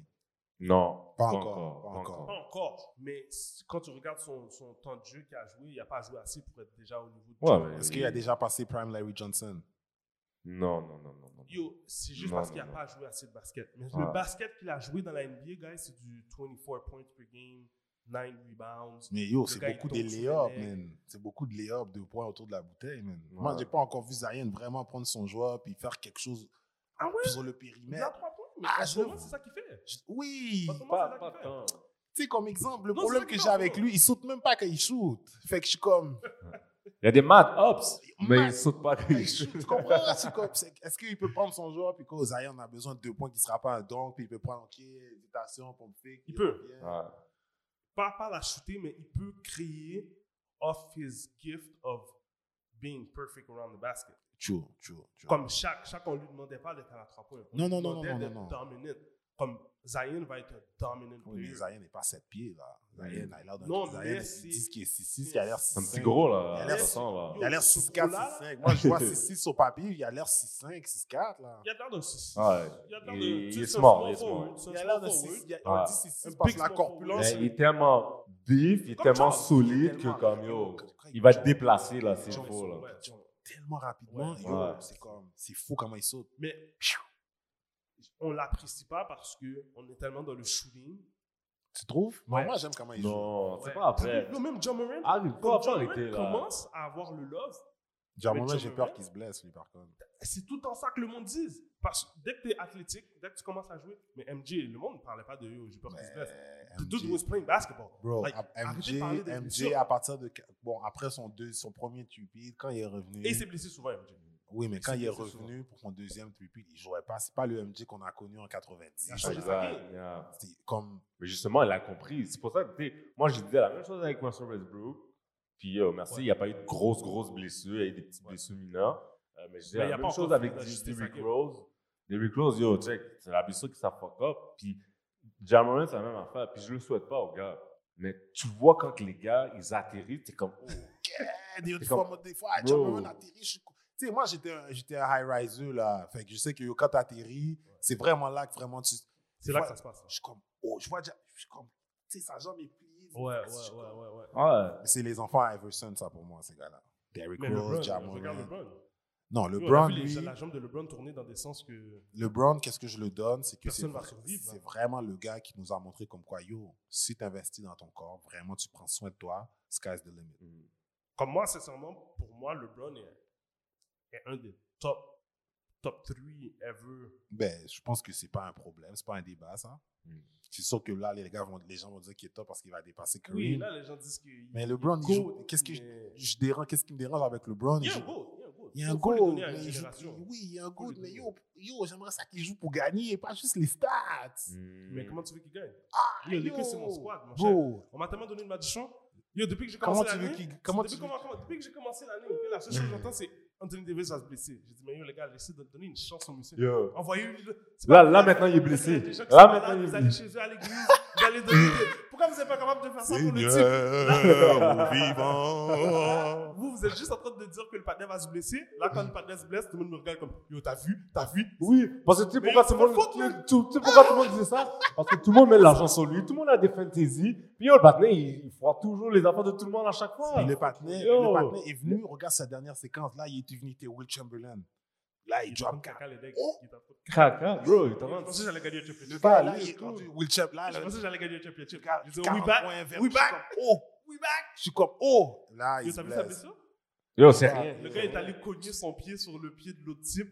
Speaker 2: Non.
Speaker 3: Pas encore, pas encore.
Speaker 1: Pas encore, mais c- quand tu regardes son, son temps de jeu qu'il a joué, il n'a pas joué assez pour être déjà au niveau de
Speaker 2: Ouais, mais-
Speaker 3: Est-ce qu'il a déjà passé Prime Larry Johnson
Speaker 2: Non, non, non, non. non.
Speaker 1: Yo, c'est juste
Speaker 2: Non,
Speaker 1: parce
Speaker 2: non,
Speaker 1: qu'il n'a
Speaker 2: non.
Speaker 1: pas joué assez de basket. Mais
Speaker 2: Ouais.
Speaker 1: le basket qu'il a joué dans la NBA, guys, c'est du 24 points per game, 9 rebounds.
Speaker 3: Mais yo,
Speaker 1: Le
Speaker 3: c'est
Speaker 1: gars, il
Speaker 3: beaucoup
Speaker 1: tombe
Speaker 3: des
Speaker 1: sur
Speaker 3: layups,
Speaker 1: les
Speaker 3: man. C'est beaucoup de layups, de points autour de la bouteille, man.
Speaker 2: Ouais.
Speaker 3: Moi, j'ai pas encore vu Zion vraiment prendre son joueur puis faire quelque chose
Speaker 1: Ah ouais?
Speaker 3: sur le
Speaker 1: Il a
Speaker 3: périmètre.
Speaker 1: 3 points, mais
Speaker 3: Ah,
Speaker 1: en
Speaker 3: je
Speaker 1: ce moment,
Speaker 3: le-
Speaker 1: c'est ça qu'il fait.
Speaker 3: Je- Oui!
Speaker 1: En ce moment,
Speaker 2: Pas,
Speaker 1: c'est ça
Speaker 2: pas
Speaker 1: qu'il fait.
Speaker 2: tant.
Speaker 3: Tu sais, comme exemple, le
Speaker 1: Non,
Speaker 3: problème
Speaker 1: c'est
Speaker 3: que
Speaker 1: ça,
Speaker 3: j'ai
Speaker 1: non,
Speaker 3: avec
Speaker 1: non.
Speaker 3: lui, il saute même pas quand il shoot. Fait que je suis comme.
Speaker 2: Il y a des mad ups, mais
Speaker 3: Mad
Speaker 2: ils sautent pas
Speaker 3: Hey, je- tu comprends? C'est comme- c'est- Est-ce qu'il peut prendre son joueur puis que Zion a besoin de deux points qui ne sera pas un don, puis il peut prendre OK, invitation, pompe fake.
Speaker 1: Il peut. Ah.
Speaker 3: revient.
Speaker 2: Ouais.
Speaker 1: pas, pas la shooter, mais il peut créer off his gift of being perfect around the basket.
Speaker 3: True, true, true.
Speaker 2: Ah.
Speaker 1: Comme chaque, chaque on lui demandait pas d'être à la 3 points. On
Speaker 3: Non,
Speaker 1: lui
Speaker 3: non, non,
Speaker 1: demandait
Speaker 3: non, non,
Speaker 1: d'être
Speaker 3: non, non.
Speaker 1: dominant. Comme Zion va être un dominant
Speaker 3: Oui, mais
Speaker 1: player.
Speaker 3: Zayn n'est pas 7 pieds, là. Zayn a l'air d'un
Speaker 1: Non,
Speaker 3: Zayn,
Speaker 1: mais
Speaker 3: ils
Speaker 1: c'est-
Speaker 3: disent qu'il est 6'6, il a l'air 6'5.
Speaker 2: C'est un petit gros,
Speaker 3: Il
Speaker 2: là.
Speaker 3: a
Speaker 2: Ça
Speaker 3: l'air-
Speaker 2: sent, là.
Speaker 3: Il a l'air 6'4,
Speaker 1: Là,
Speaker 3: 6'5. Moi, je vois 6'6 sur papier, il a l'air 6'5, 6'4, là.
Speaker 1: Il y a de l'air d'un 6
Speaker 2: Ah ouais.
Speaker 1: Il y a de l'air
Speaker 2: Il-
Speaker 1: de-
Speaker 2: il
Speaker 1: tu
Speaker 2: est
Speaker 1: sais, c'est un
Speaker 2: smart, il est
Speaker 1: small
Speaker 2: smart.
Speaker 1: forward, c'est un
Speaker 3: Il a l'air
Speaker 1: small
Speaker 3: de
Speaker 1: forward.
Speaker 3: 6'6. il a-
Speaker 2: Ouais.
Speaker 3: On dit 6'6
Speaker 1: Un
Speaker 3: parce
Speaker 1: big
Speaker 3: que la
Speaker 1: small
Speaker 3: corpulence...
Speaker 1: forward.
Speaker 2: Mais il est tellement vif, il est
Speaker 1: Comme
Speaker 2: tellement
Speaker 1: Charles.
Speaker 2: solide que,
Speaker 3: Tellement
Speaker 2: comme
Speaker 3: rapide.
Speaker 2: yo,
Speaker 3: Comme-
Speaker 2: il va te déplacer, là, c'est
Speaker 3: Comme-
Speaker 2: faux, là.
Speaker 1: Ouais.
Speaker 3: Tellement rapidement,
Speaker 1: Ouais.
Speaker 3: yo,
Speaker 2: Ouais.
Speaker 3: c'est comme... C'est fou comment il saute.
Speaker 1: Mais on l'apprécie pas parce qu'on est tellement dans le shooting.
Speaker 3: Tu trouves? Moi,
Speaker 1: Ouais.
Speaker 3: moi, j'aime comment il joue.
Speaker 2: Non,
Speaker 1: Ouais.
Speaker 2: c'est pas après.
Speaker 1: Nous, même John Moran,
Speaker 2: Arrête,
Speaker 1: comme
Speaker 2: faut pas
Speaker 1: Ja Morant
Speaker 2: arrêter, là.
Speaker 1: commence à avoir le love.
Speaker 3: Genre,
Speaker 1: Mais
Speaker 3: moi,
Speaker 1: John
Speaker 3: j'ai
Speaker 1: Moran-
Speaker 3: peur qu'il se blesse, lui, par contre.
Speaker 1: C'est tout en ça que le monde dise. Parce que dès que tu es athlétique, dès que tu commences à jouer, mais MJ, le monde ne parlait pas de yo, j'ai peur
Speaker 3: Ben,
Speaker 1: qu'il se blesse. The dude was playing basketball.
Speaker 3: Bro,
Speaker 1: Like,
Speaker 3: à-
Speaker 1: arrêtez de
Speaker 3: MJ,
Speaker 1: parler des
Speaker 3: MJ
Speaker 1: blessures.
Speaker 3: à partir de. Bon, après son, deux, son premier tupide, quand il est revenu.
Speaker 1: Et il s'est blessé souvent, MJ.
Speaker 3: oui, mais
Speaker 1: il
Speaker 3: quand
Speaker 1: s'est
Speaker 3: il est
Speaker 1: blessé
Speaker 3: revenu pour son deuxième tupide, il jouait pas. C'est pas le MJ qu'on a connu en 90.
Speaker 1: Il a changé.
Speaker 2: Exact, yeah.
Speaker 3: C'est comme.
Speaker 2: Mais justement, elle a compris. C'est pour ça que, tu sais, moi, j'ai dit la même chose avec Russell Westbrook. Puis, euh, merci, il n'y a pas eu de grosses, grosses blessures. Il y a eu des petites
Speaker 1: Ouais.
Speaker 2: blessures mineures. Euh, mais je disais
Speaker 1: Mais il y a pas
Speaker 2: la même
Speaker 1: encore
Speaker 2: chose avec
Speaker 1: d'ajuster sa
Speaker 2: Derrick
Speaker 1: game.
Speaker 2: Rose. Derrick Rose, yo, check, c'est la blessure qui s'en fuck up. Puis, Jamoran, c'est la même affaire. Puis, je le souhaite pas aux gars. Mais tu vois quand que les gars, ils atterrissent, t'es comme, oh,
Speaker 3: Eh, Des
Speaker 2: C'est
Speaker 3: fois,
Speaker 2: comme-
Speaker 3: moi, des fois, ah,
Speaker 2: Bro.
Speaker 3: John Moran atterrit. je suis cou- Tu sais, moi, j'étais un, j'étais un high riser, là. Fait que je sais que yo, quand t'atterris, c'est vraiment là que vraiment tu.
Speaker 1: C'est là que ça se passe. hein.
Speaker 3: Je suis comme. Oh, je vois. déjà- Je suis comme. Tu sais, sa jambe est pliée.
Speaker 1: Ouais, ouais,
Speaker 3: Je suis
Speaker 1: ouais,
Speaker 3: comme-
Speaker 1: ouais. ouais.
Speaker 2: ah,
Speaker 3: C'est les enfants à Iverson, ça, pour moi, ces gars-là. Derrick
Speaker 1: Mais
Speaker 3: Rose,
Speaker 1: LeBron,
Speaker 3: Ja
Speaker 1: regarde
Speaker 3: Morant.
Speaker 1: LeBron.
Speaker 3: Non,
Speaker 1: Yo, on a
Speaker 3: LeBron,
Speaker 1: vu les-
Speaker 3: lui.
Speaker 1: la jambe de LeBron tourner dans des sens que.
Speaker 3: LeBron, qu'est-ce que je le donne, c'est que c'est
Speaker 1: Personne va
Speaker 3: vra-
Speaker 1: survivre,
Speaker 3: c'est
Speaker 1: hein.
Speaker 3: vraiment le gars qui nous a montré comme quoi, yo, si tu investis dans ton corps, vraiment, tu prends soin de toi, sky's the limit.
Speaker 1: Comme moi, sincèrement, pour moi, LeBron est, est un des top, top 3 ever.
Speaker 3: Ben, je pense que c'est pas un problème, c'est pas un débat, ça.
Speaker 1: Hmm.
Speaker 2: Mm.
Speaker 3: C'est sûr que là, les, gars vont, les gens vont dire qu'il est top parce qu'il va dépasser Curry.
Speaker 1: Oui, là, les gens disent qu'il.
Speaker 3: mais LeBron, il
Speaker 1: Goat,
Speaker 3: joue- qu'est-ce qui
Speaker 1: mais-
Speaker 3: je dérange, qu'est-ce qui me dérange avec LeBron?
Speaker 1: Il y a
Speaker 3: joue-
Speaker 1: un goal.
Speaker 3: il y a un
Speaker 1: Faut le
Speaker 3: goal,
Speaker 1: donner à
Speaker 3: mais
Speaker 1: une
Speaker 3: il joue-
Speaker 1: génération.
Speaker 3: oui, il y a un goal,
Speaker 1: lui
Speaker 3: mais
Speaker 1: donner.
Speaker 3: yo, yo j'aimerais ça qu'il joue pour gagner et pas juste les stats.
Speaker 1: Mais
Speaker 2: Mm. Hmm.
Speaker 1: comment tu veux qu'il gagne
Speaker 3: Ah,
Speaker 1: Yo, les
Speaker 3: yo,
Speaker 1: Lakers, c'est mon squad, mon cher.
Speaker 3: Bro,
Speaker 1: On m'a tellement donné le magicien. Yo, depuis que j'ai
Speaker 3: Comment
Speaker 1: commencé
Speaker 3: tu veux
Speaker 1: l'année.
Speaker 3: qu'il- comment
Speaker 1: depuis,
Speaker 3: tu
Speaker 1: comment- comment- depuis que j'ai commencé l'année, ok, la seule chose que j'entends, c'est Anthony Davis va se blesser. J'ai dit, mais yo, les gars, laissez de donner une chance au monsieur.
Speaker 2: Yo.
Speaker 1: Envoyez-lui. le- c'est
Speaker 2: Là,
Speaker 1: pas-
Speaker 2: là, maintenant, il est blessé.
Speaker 1: Il y a des gens qui
Speaker 2: Là,
Speaker 1: sont
Speaker 2: maintenant,
Speaker 1: malades,
Speaker 2: il est
Speaker 1: Vous allez chez eux à l'église, vous allez donner. Pourquoi vous n'êtes pas capable de faire ça pour le type
Speaker 3: Seigneur vivant.
Speaker 1: Vous, vous êtes juste en train de dire que le partenaire va se blesser. Là, quand le partenaire se blesse, tout le monde me regarde comme Yo, t'as vu T'as vu
Speaker 2: Oui, parce que tu sais
Speaker 1: Mais
Speaker 2: pourquoi
Speaker 1: il
Speaker 2: tout le
Speaker 1: faut
Speaker 2: monde,
Speaker 1: faute,
Speaker 2: tu-
Speaker 1: man.
Speaker 2: tu- tu sais pourquoi tout le monde disait ça Parce que tout le monde met de l'argent sur lui, tout le monde a des fantaisies. Puis yo, le partenaire, il, il fera toujours les affaires de tout le monde à chaque fois.
Speaker 3: Puis le partenaire,
Speaker 2: Yo.
Speaker 3: le partenaire est venu, regarde sa dernière séquence. Là, il est devenu t'es Will Chamberlain. Là, il drop quatre.
Speaker 1: les decks.
Speaker 3: Oh.
Speaker 1: Il est en train de-
Speaker 2: Caca, bro, il t'a
Speaker 1: Je pensais que j'allais gagner le championship.
Speaker 2: Pas
Speaker 3: Là,
Speaker 2: lui,
Speaker 3: il est
Speaker 2: tout.
Speaker 3: rendu Will Chamberlain.
Speaker 1: Je
Speaker 3: Là,
Speaker 1: pensais que j'allais gagner le championship.
Speaker 3: regarde,
Speaker 1: Je disais,
Speaker 3: Ah, quarante
Speaker 1: we back,
Speaker 3: points, vingt,
Speaker 1: we
Speaker 3: je suis
Speaker 1: back.
Speaker 3: comme, Oh,
Speaker 1: we back.
Speaker 3: je suis comme, oh. Là,
Speaker 1: Yo,
Speaker 3: il se
Speaker 1: t'as vu sa
Speaker 3: blesse.
Speaker 1: blessure
Speaker 2: Yo, c'est rien.
Speaker 1: Le gars est allé cogner son pied sur le pied de l'autre type.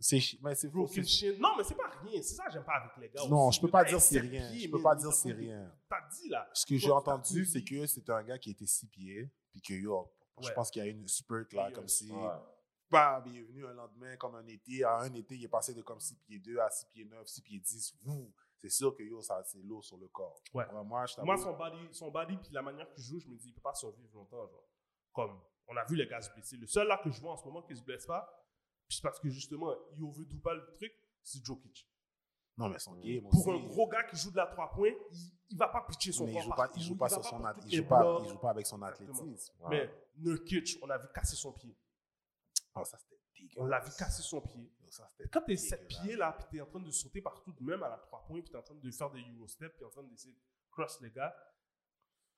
Speaker 3: C'est chi- mais c'est faux.
Speaker 1: Broken shin. Non, mais c'est pas rien. C'est ça que j'aime pas avec les gars.
Speaker 3: Non,
Speaker 1: aussi.
Speaker 3: je peux
Speaker 1: Le
Speaker 3: pas
Speaker 1: gars
Speaker 3: dire
Speaker 1: est
Speaker 3: c'est
Speaker 1: sept
Speaker 3: rien.
Speaker 1: pieds,
Speaker 3: Je peux
Speaker 1: man.
Speaker 3: pas
Speaker 1: Il
Speaker 3: dire
Speaker 1: t'a
Speaker 3: c'est
Speaker 1: coupé.
Speaker 3: rien.
Speaker 1: T'as dit là.
Speaker 3: Ce que j'ai
Speaker 1: Toi,
Speaker 3: entendu,
Speaker 1: t'as
Speaker 3: c'est
Speaker 1: dit-
Speaker 3: que c'était un gars qui était six pieds, puis que yo, je
Speaker 1: Ouais. euh,
Speaker 3: pense qu'il y a une spurt là,
Speaker 1: Yo.
Speaker 3: comme si. bam, il est venu un lendemain comme un été. À un été, il est passé de comme 6 pieds 2 à 6 pieds 9, 6 pieds 10. Ouh, c'est sûr que yo, ça, c'est lourd sur le corps.
Speaker 1: Ouais.
Speaker 3: Vraiment, Moi, je
Speaker 1: Moi,
Speaker 3: t'avoue.
Speaker 1: son body, son body puis la manière qu'il joue, je me dis, il peut pas survivre longtemps. Genre. Comme, on a vu les gars se blesser. Le seul là que je vois en ce moment qui se blesse pas, puis c'est parce que justement, il overdo pas le truc, c'est Jokic.
Speaker 3: Non, mais son
Speaker 2: Mm.
Speaker 3: game aussi.
Speaker 1: Pour un gros gars qui joue de la 3 points, il, il va pas pitcher son
Speaker 3: mais il
Speaker 1: corps
Speaker 3: joue pas,
Speaker 1: partout,
Speaker 3: il joue pas
Speaker 1: va
Speaker 3: sur son at-
Speaker 1: partout,
Speaker 3: il joue
Speaker 1: est
Speaker 3: pas,
Speaker 1: bloc.
Speaker 3: il joue pas avec son
Speaker 1: Exactement.
Speaker 3: athlétisme.
Speaker 1: Mais Nurkic, on a vu casser son pied.
Speaker 3: Oh, ça c'était dégueulasse.
Speaker 1: On l'a vu casser son pied.
Speaker 3: Yo, ça, c'était
Speaker 1: Quand t'es
Speaker 3: dégueulasse.
Speaker 1: 7 pieds là, puis t'es en train de sauter partout, même à la 3 points, puis t'es en train de faire des Eurostep, puis en train d'essayer de cross les gars,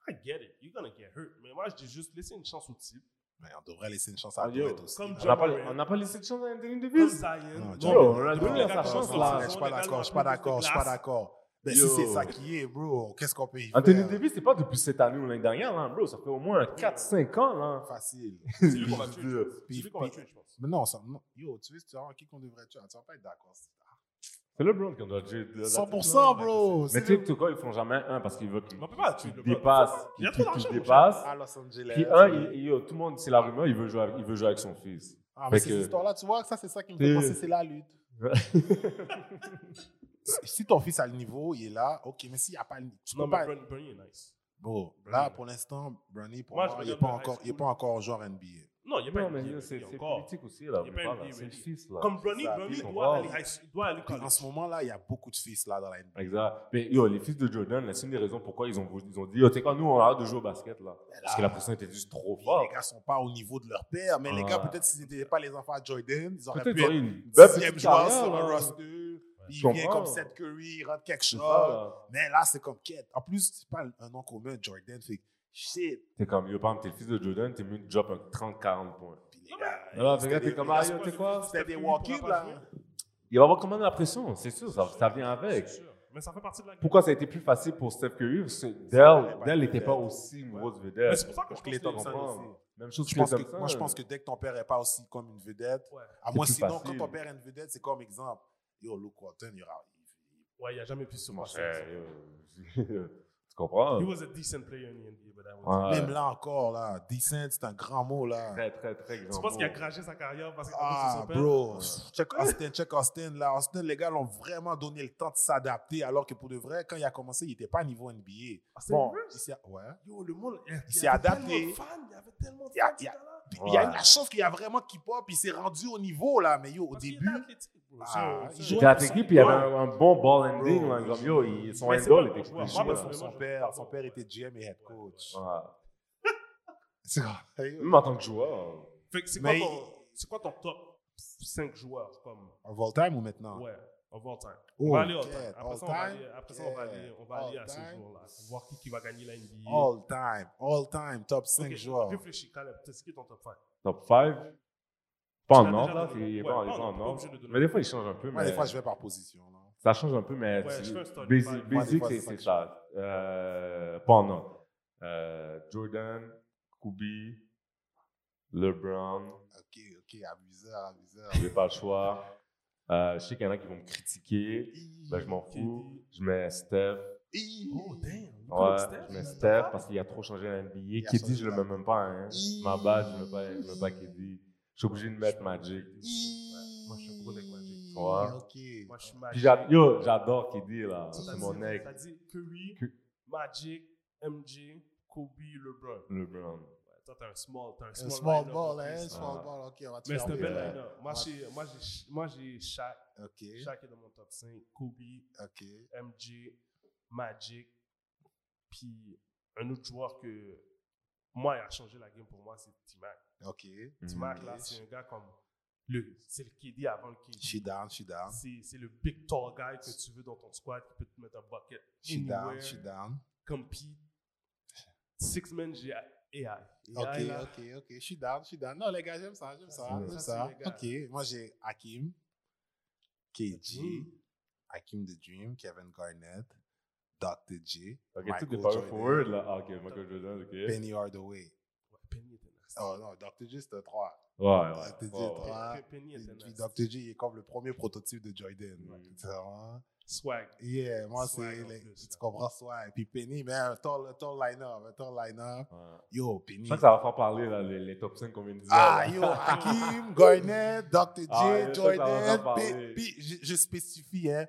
Speaker 1: I get it, you're gonna get hurt. Mais moi, je dis juste, laissez une chance au type.
Speaker 3: Mais on devrait laisser une chance à
Speaker 2: Ah, yo,
Speaker 3: Dwight aussi.
Speaker 1: comme
Speaker 3: hein. là.
Speaker 2: On n'a pas,
Speaker 1: Jamoran.
Speaker 2: on n'a pas laissé de chance à Anthony
Speaker 1: Comme
Speaker 2: Davis.
Speaker 1: Zion.
Speaker 3: Non,
Speaker 1: Donc,
Speaker 3: Ah, John-
Speaker 2: Yo, on a
Speaker 3: non,
Speaker 2: donné
Speaker 1: les
Speaker 2: la
Speaker 1: gars
Speaker 2: sa
Speaker 1: qui
Speaker 2: chance
Speaker 1: ont
Speaker 2: là.
Speaker 3: Je suis pas d'accord, je suis pas d'accord, je suis pas d'accord. Ben, si
Speaker 2: Yo.
Speaker 3: c'est ça qui est, bro, qu'est-ce qu'on peut y faire?
Speaker 2: Anthony Davis, c'est pas depuis cette année ou l'année dernière, là, bro. Ça fait au moins 4-5 ans, là.
Speaker 3: Facile.
Speaker 1: C'est lui qu'on va tuer, je pense. C'est
Speaker 3: Puis-
Speaker 1: lui qu'on va
Speaker 3: puis-
Speaker 1: tuer, je pense.
Speaker 3: Mais non, ça- non. yo, tu veux, tu vas voir qui qu'on devrait tuer, Ah, tu vas pas être d'accord.
Speaker 2: C'est LeBron qu'on doit tuer.
Speaker 3: 100%, bro.
Speaker 2: Mais
Speaker 3: c'est
Speaker 2: tu sais, pourquoi ils font jamais un Parce qu'ils veulent
Speaker 1: Mais on peut pas tuer
Speaker 2: qu'il
Speaker 1: le
Speaker 2: dépasse.
Speaker 1: Il y a
Speaker 2: Qu'il
Speaker 1: trop d'argent,
Speaker 2: qu'il
Speaker 1: mon cher.
Speaker 2: dépasse.
Speaker 3: à Los Angeles.
Speaker 2: Puis un, il- il- yo, tout le monde, c'est la rumeur, il veut jouer avec, il veut jouer avec son fils.
Speaker 3: Ah, mais
Speaker 2: Fait
Speaker 3: ces
Speaker 2: que-
Speaker 3: histoires-là, tu vois, ça, c'est ça qui me fait
Speaker 2: Euh.
Speaker 3: penser, c'est la lutte.
Speaker 2: Ouais.
Speaker 3: si ton fils a le niveau, il est là, ok, mais s'il n'y a pas le niveau, tu
Speaker 1: Non,
Speaker 3: peux
Speaker 1: mais
Speaker 3: pas.
Speaker 1: Bron- Bronny est nice.
Speaker 3: Bon,
Speaker 1: Brownie,
Speaker 3: là,
Speaker 1: ouais.
Speaker 3: pour l'instant, Brownie, pour
Speaker 1: Moi,
Speaker 3: moi,
Speaker 1: je
Speaker 3: il n'est
Speaker 1: regarde
Speaker 3: pas,
Speaker 1: le high
Speaker 3: encore- il est
Speaker 1: school.
Speaker 3: pas encore joueur NBA.
Speaker 1: Non, encore, il n'y a pas
Speaker 2: Non,
Speaker 1: une
Speaker 2: mais
Speaker 1: NBA,
Speaker 2: là, c'est c'est
Speaker 1: encore.
Speaker 2: politique aussi, là.
Speaker 1: Il y a
Speaker 2: on
Speaker 1: pas
Speaker 2: parle,
Speaker 1: une
Speaker 2: là, C'est le
Speaker 1: NBA.
Speaker 2: fils, là.
Speaker 1: Comme Bronny,
Speaker 3: Ça,
Speaker 1: Bronny
Speaker 2: puis on
Speaker 1: doit
Speaker 2: va.
Speaker 1: aller, high school- il doit aller
Speaker 3: Puis en
Speaker 1: college.
Speaker 3: ce moment-là, il y a beaucoup de fils là dans la NBA.
Speaker 2: Exact. Mais yo, les fils de Jordan, là, c'est une des raisons pourquoi ils ont, voulu- ils ont dit, oh, t'es quand nous, on arrête de jouer au basket, là. Parce que la pression était juste trop
Speaker 3: Ben Puis
Speaker 2: forte.
Speaker 3: Les gars sont pas au niveau de leur père, mais les gars,
Speaker 2: Ouais.
Speaker 3: peut-être s'ils n'étaient pas les enfants à Jordan, ils auraient
Speaker 2: Peut-être
Speaker 3: pu
Speaker 2: ils auraient
Speaker 3: être
Speaker 2: eu une belle
Speaker 3: sixième
Speaker 2: petite
Speaker 3: joueur
Speaker 2: carrière,
Speaker 3: sur un
Speaker 2: là.
Speaker 3: roster. Puis
Speaker 2: Je
Speaker 3: il vient
Speaker 2: comprends.
Speaker 3: comme Seth Curry, il rentre quelque
Speaker 2: C'est
Speaker 3: chose.
Speaker 2: ça, là.
Speaker 3: Mais là, c'est comme quête. En plus, c'est pas un nom commun, Jordan. Fait que shit.
Speaker 2: T'es comme, yo, par exemple, t'es le fils de Jordan, t'es mieux de drop un 30-40 points.
Speaker 3: Puis les gars,
Speaker 2: Alors, fait que là,
Speaker 3: c'était
Speaker 2: t'es comme,
Speaker 3: des-
Speaker 2: ah, yo, t'es quoi?
Speaker 3: c'était des
Speaker 1: Steph Curry
Speaker 3: walk-ins
Speaker 1: pourra
Speaker 3: là.
Speaker 1: pas jouer.
Speaker 2: Il va y avoir quand même la pression, c'est sûr, ça, ça vient avec.
Speaker 1: C'est sûr. Mais ça fait partie de la game.
Speaker 2: Pourquoi ça a été plus facile pour Steph Curry Parce que Dell,
Speaker 3: Ouais.
Speaker 2: Dell n'était pas aussi une grosse
Speaker 1: Mais
Speaker 2: vedette.
Speaker 1: c'est pour ça que je
Speaker 3: Pour que les
Speaker 1: pense que ça-
Speaker 3: temps comprennent.
Speaker 2: Même chose
Speaker 3: Je
Speaker 2: que
Speaker 3: pense
Speaker 2: Thompson.
Speaker 3: que, moi, je pense que dès que ton père n'est pas aussi comme une vedette,
Speaker 1: Ouais.
Speaker 3: à moins
Speaker 2: plus
Speaker 3: sinon,
Speaker 2: facile.
Speaker 3: quand ton père est une vedette, c'est comme exemple. Yo, Luke Walton, il aura.
Speaker 1: Ouais, il n'y a jamais pu se
Speaker 2: Mon
Speaker 1: passer.
Speaker 2: cher, euh, tu comprends
Speaker 1: He was a decent player in the NBA, but that was-
Speaker 2: Ouais.
Speaker 3: Même là encore, là, decent, c'est un grand mot, là.
Speaker 2: Très, très, très grand.
Speaker 1: Tu penses qu'il a
Speaker 2: mot.
Speaker 1: craché sa carrière parce que
Speaker 3: Ah,
Speaker 1: son père?
Speaker 3: bro. Check Austin, check Austin. Là, Austin, les gars l'ont vraiment donné le temps de s'adapter, alors que pour de vrai, quand il a commencé, il n'était pas à niveau NBA.
Speaker 1: Austin
Speaker 3: Bon,
Speaker 1: Rivers?
Speaker 3: il s'est ouais.
Speaker 1: Yo, le monde, il, y
Speaker 3: s'est
Speaker 1: avait
Speaker 3: adapté.
Speaker 1: tellement de fans, Il y avait tellement de
Speaker 3: Il y a-
Speaker 1: fans.
Speaker 3: il y a-
Speaker 1: tout à l'heure.
Speaker 3: Puis, Il y a eu
Speaker 2: Ouais.
Speaker 3: la chance qu'il a vraiment keep-up, il s'est rendu au niveau, là. Mais yo, au
Speaker 1: Parce qu'il
Speaker 3: début,
Speaker 1: était athlétique, bro.
Speaker 3: Ah,
Speaker 1: C'est-
Speaker 3: il
Speaker 1: c'est-
Speaker 2: Il était athlétique, puis il y avait un, un bon ball
Speaker 3: Bro.
Speaker 2: ending. Là, comme, yo, il- son
Speaker 1: Mais c'est pas un
Speaker 2: handle était
Speaker 1: bon
Speaker 2: plus
Speaker 1: joueur.
Speaker 2: chaud.
Speaker 1: Moi,
Speaker 2: là.
Speaker 1: parce
Speaker 3: son,
Speaker 1: je-
Speaker 3: père, son père était GM et head coach.
Speaker 2: Ouais.
Speaker 3: C'est vrai.
Speaker 2: Même en tant que joueur.
Speaker 1: Fait que c'est
Speaker 3: Mais-
Speaker 1: quoi, ton- c'est quoi ton top 5 joueurs comme,
Speaker 3: En all time ou maintenant?
Speaker 1: Ouais, of all time.
Speaker 3: Ah. Oh,
Speaker 1: on va aller all
Speaker 3: yeah,
Speaker 1: time. Après,
Speaker 3: all
Speaker 1: ça, on va
Speaker 3: time,
Speaker 1: aller, après ça, on va
Speaker 3: yeah,
Speaker 1: aller, on va
Speaker 3: all
Speaker 1: aller à ce
Speaker 3: time.
Speaker 1: jour-là. Voir qui, qui va gagner la NBA.
Speaker 3: All time, all time, top 5
Speaker 1: Ok,
Speaker 3: joueurs.
Speaker 1: Réfléchis, Caleb. C'est qui ton top 5
Speaker 2: Top 5.
Speaker 1: Tu
Speaker 2: Pas
Speaker 1: l'as
Speaker 2: en ordre,
Speaker 1: déjà
Speaker 2: là.
Speaker 1: donné.
Speaker 2: Il est
Speaker 1: Ouais,
Speaker 2: pas en- il
Speaker 1: pas
Speaker 2: est pas
Speaker 1: en
Speaker 2: en
Speaker 1: ordre,
Speaker 2: ordre.
Speaker 1: pas obligé de donner.
Speaker 2: Mais des fois, il change un peu.
Speaker 3: Moi,
Speaker 2: mais-
Speaker 3: des fois, je vais par position. Là.
Speaker 2: Ça change un peu, mais
Speaker 1: Ouais,
Speaker 2: tu-
Speaker 1: je fais un story
Speaker 2: basic,
Speaker 1: five.
Speaker 3: Moi, des
Speaker 2: basic,
Speaker 3: fois,
Speaker 2: c'est
Speaker 3: c'est
Speaker 2: c'est
Speaker 3: ça
Speaker 2: ça. Euh, pas en ordre. Euh, Jordan, Kobe, LeBron,
Speaker 3: Ok, ok, abuseur, abuseur.
Speaker 2: j'ai pas le choix. Euh, je sais qu'il y en a qui vont me critiquer. Ben, je m'en fous. Je mets Steph.
Speaker 3: Hi.
Speaker 1: Oh, damn.
Speaker 2: Ouais,
Speaker 1: Nicolas Steph,
Speaker 2: je
Speaker 1: il
Speaker 2: mets
Speaker 1: a
Speaker 2: Steph
Speaker 1: pas-
Speaker 2: parce qu'il a trop changé la NBA.
Speaker 3: a
Speaker 2: Keddy,
Speaker 3: changé
Speaker 2: je le
Speaker 3: la-
Speaker 2: mets même pas. Hein.
Speaker 3: Hi.
Speaker 2: Ma bad, je mets pas, je mets pas Keddy. Je suis obligé de mettre Magic.
Speaker 3: Hi.
Speaker 1: Ouais, Moi, je suis gros avec Magic.
Speaker 2: Ouais.
Speaker 3: Ok.
Speaker 1: Moi, je suis
Speaker 2: Puis
Speaker 1: Magic.
Speaker 2: j'a- yo, j'adore Keddy là.
Speaker 1: T'as
Speaker 2: C'est
Speaker 1: dit-
Speaker 2: mon mec,
Speaker 1: T'as dit Curry,
Speaker 2: Cu-
Speaker 1: Magic, MJ, Kobe, LeBron. Ouais,
Speaker 2: LeBron.
Speaker 1: toi, t'as un small, t'as un
Speaker 3: Un
Speaker 1: small,
Speaker 3: é small
Speaker 1: lineup en
Speaker 3: ball,
Speaker 1: plus.
Speaker 3: hein, small
Speaker 2: Ah.
Speaker 3: ball, ok, on va te
Speaker 1: Mais
Speaker 3: faire
Speaker 1: c'est un bel
Speaker 3: plaisir.
Speaker 1: line-up. Moi, j'ai- Moi, j'ai- moi, j'ai Shaq.
Speaker 3: É, Ok,
Speaker 1: Shaq est dans mon top 5. Kobe,
Speaker 3: ok.
Speaker 1: MJ, Magic. Puis un autre joueur que, moi, il a changé la game pour moi, c'est T-Mac.
Speaker 3: Ok.
Speaker 2: Mhm.
Speaker 1: T-Mac,
Speaker 3: Mm.
Speaker 1: là, c'est un gars comme. le- C'est le KD avant le
Speaker 3: Je suis
Speaker 1: KD.
Speaker 3: down, je suis down.
Speaker 1: C'est c'est le big tall guy que tu veux dans ton squad qui peut te mettre un bucket.
Speaker 3: Je suis down,
Speaker 1: anywhere.
Speaker 3: je suis down.
Speaker 1: compete. Six men, j'ai AI.
Speaker 3: Ok,
Speaker 1: AI, là,
Speaker 3: ok, ok. Je suis down, je suis down. Non, les gars, j'aime ça, j'aime ça,
Speaker 2: Ouais.
Speaker 3: j'aime
Speaker 1: Ça,
Speaker 3: ça.
Speaker 1: c'est les
Speaker 3: Ok, moi j'ai Hakim, KG,
Speaker 1: Dream.
Speaker 3: Hakim The Dream, Kevin Garnett, Dr. J,
Speaker 2: Ok, tout
Speaker 3: Michael
Speaker 2: des power
Speaker 3: Jordan,
Speaker 2: forward là. Ah, ok, Michael Jordan, ok. Ouais,
Speaker 3: Penny Hardaway.
Speaker 1: ouais, Penny était nasty.
Speaker 3: Oh non, Dr. J c'est un 3.
Speaker 2: ouais.
Speaker 3: Dr. J
Speaker 2: ouais, ouais.
Speaker 1: Pe-
Speaker 3: Ah,
Speaker 1: Pe- Penny était
Speaker 3: Puis
Speaker 1: nasty.
Speaker 3: Dr. J il est comme le premier prototype de Jordan.
Speaker 2: Mm.
Speaker 3: C'est vraiment-
Speaker 1: Swag.
Speaker 3: Yeah, euh, moi
Speaker 1: Swag
Speaker 3: c'est.
Speaker 1: en
Speaker 3: les-
Speaker 1: plus,
Speaker 3: Tu
Speaker 1: là.
Speaker 3: comprends swag. Puis Penny, mais un tall, un tall line-up, un tall line-up.
Speaker 2: Ouais.
Speaker 3: Yo,
Speaker 2: Je
Speaker 3: Penny.
Speaker 2: sens que ça va faire parler là, les, les top 5 qu'on vient de dire.
Speaker 3: Ah,
Speaker 2: là.
Speaker 3: yo, Hakim, Garnett, Dr. J,
Speaker 2: Ah, yo, ça, ça va
Speaker 3: Jordan.
Speaker 2: pas
Speaker 3: Puis,
Speaker 2: parler.
Speaker 3: puis je, je spécifie, hein,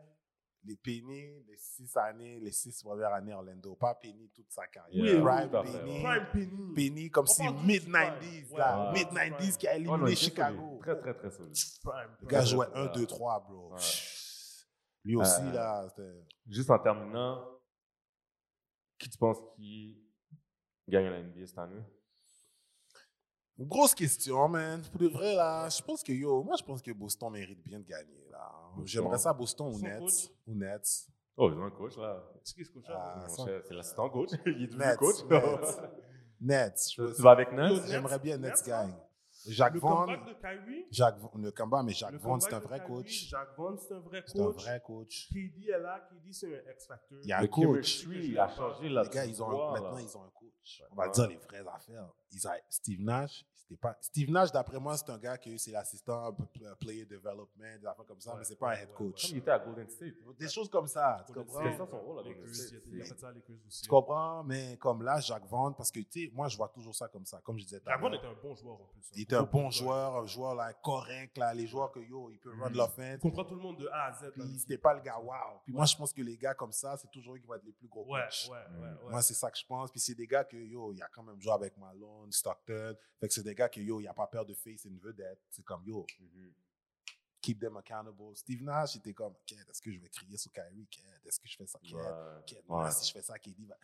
Speaker 3: les Penny, les six années, les six premières années Orlando, pas Penny toute sa carrière.
Speaker 2: Yeah, tout à
Speaker 3: Prime
Speaker 2: fait,
Speaker 3: Penny.
Speaker 2: ouais.
Speaker 1: Prime Penny.
Speaker 3: Penny, comme
Speaker 1: On
Speaker 3: si
Speaker 1: parle du
Speaker 3: mid-90s,
Speaker 1: prime.
Speaker 3: là.
Speaker 2: Ouais.
Speaker 3: Mid-90s qui a
Speaker 2: Ouais, non,
Speaker 3: éliminé
Speaker 2: il est très
Speaker 3: Chicago.
Speaker 2: solide. Très, très, très solide.
Speaker 1: Prime.
Speaker 3: Le
Speaker 1: Penny.
Speaker 3: gars jouait
Speaker 2: Ouais.
Speaker 3: 1, 2, 3, bro.
Speaker 2: Ouais.
Speaker 3: Lui aussi,
Speaker 2: Euh,
Speaker 3: là, c'était.
Speaker 2: Juste en terminant, qui tu penses qui gagne la NBA cette année
Speaker 3: Grosse question, man. Pour de vrai, là, je pense que, yo, moi, je pense que Boston mérite bien de gagner, là.
Speaker 2: Boston.
Speaker 3: J'aimerais ça, Boston ou
Speaker 1: Son
Speaker 3: Nets.
Speaker 1: coach.
Speaker 3: Ou Nets.
Speaker 2: Oh, ils ont un coach là.
Speaker 1: C'est qui ce coach
Speaker 3: Ah,
Speaker 1: là?
Speaker 2: Mon
Speaker 3: son-
Speaker 2: cher, C'est l'assistant coach. Il est devenu
Speaker 3: Nets,
Speaker 2: coach.
Speaker 3: Nets. Nets. je
Speaker 2: Tu
Speaker 3: veux-
Speaker 2: tu vas avec Nets
Speaker 1: Yo,
Speaker 3: Hein? J'aimerais bien
Speaker 1: Nets,
Speaker 3: Nets
Speaker 1: Nets,
Speaker 3: gagne. Jacques
Speaker 1: Le
Speaker 3: Vaughn,
Speaker 1: comeback de Kyrie.
Speaker 3: Jacques, Vaughn- le Kemba, mais
Speaker 1: le
Speaker 3: Jacques Vaughn, c'est un
Speaker 1: comeback de
Speaker 3: vrai
Speaker 1: Kyrie,
Speaker 3: coach.
Speaker 1: Jacques Vaughn, c'est un vrai
Speaker 3: C'est un
Speaker 1: coach.
Speaker 3: vrai coach.
Speaker 1: KD est là. KD, c'est un X-Factor.
Speaker 3: Il y a un
Speaker 2: Le
Speaker 3: coach.
Speaker 2: chemistry a changé là.
Speaker 3: Les gars, ils ont un- maintenant, ils ont un coach. On va
Speaker 2: Ouais.
Speaker 3: dire les vraies affaires. Ils ont Steve Nash, c'était pas... Steve Nash, d'après moi, c'est un gars qui c'est l'assistant p- p- player development, des affaires comme ça,
Speaker 1: Ouais,
Speaker 3: mais c'est pas un
Speaker 1: ouais,
Speaker 3: head
Speaker 1: ouais,
Speaker 3: coach.
Speaker 2: Il était à Golden State.
Speaker 3: Des choses comme ça, tu
Speaker 1: Golden
Speaker 3: comprends?
Speaker 2: C'est
Speaker 1: State,
Speaker 2: ça son rôle, là,
Speaker 1: les
Speaker 2: Golden
Speaker 1: Lakers,
Speaker 2: State,
Speaker 1: Il a
Speaker 2: c'est-
Speaker 1: fait ça à Lakers aussi.
Speaker 3: Tu comprends? Mais comme là, Jacques Vaughn, parce que, tu sais, moi, je vois toujours ça comme ça, comme je disais tout à
Speaker 1: Jacques Vaughn
Speaker 3: l'heure.
Speaker 1: était un bon joueur en plus. Mm-hmm. hein.
Speaker 3: Il était un
Speaker 1: Gros
Speaker 3: bon joueur, un joueur là, correct, là, les joueurs que yo, il peut
Speaker 2: Mhm.
Speaker 3: run
Speaker 1: Il
Speaker 3: l'offense.
Speaker 1: comprend tout le monde de A à Z. là.
Speaker 3: Puis c'était pas le gars, wow. Puis moi, je pense que les gars comme ça, c'est toujours eux qui vont être les plus gros
Speaker 1: Ouais,
Speaker 3: coachs.
Speaker 2: Mm.
Speaker 1: ouais, ouais. ouais.
Speaker 3: Moi, c'est ça que je pense. Puis c'est des gars que que, yo, il a quand même joué avec Malone, Stockton. Fait que c'est des gars que, yo, il a pas peur de face, c'est une vedette. C'est comme, yo, keep them accountable. Steve Nash, il était comme, OK, est-ce que je vais crier sur Kyrie? OK, est-ce que je fais ça? OK, OK, non,
Speaker 2: Ouais.
Speaker 3: si je fais ça, KD va...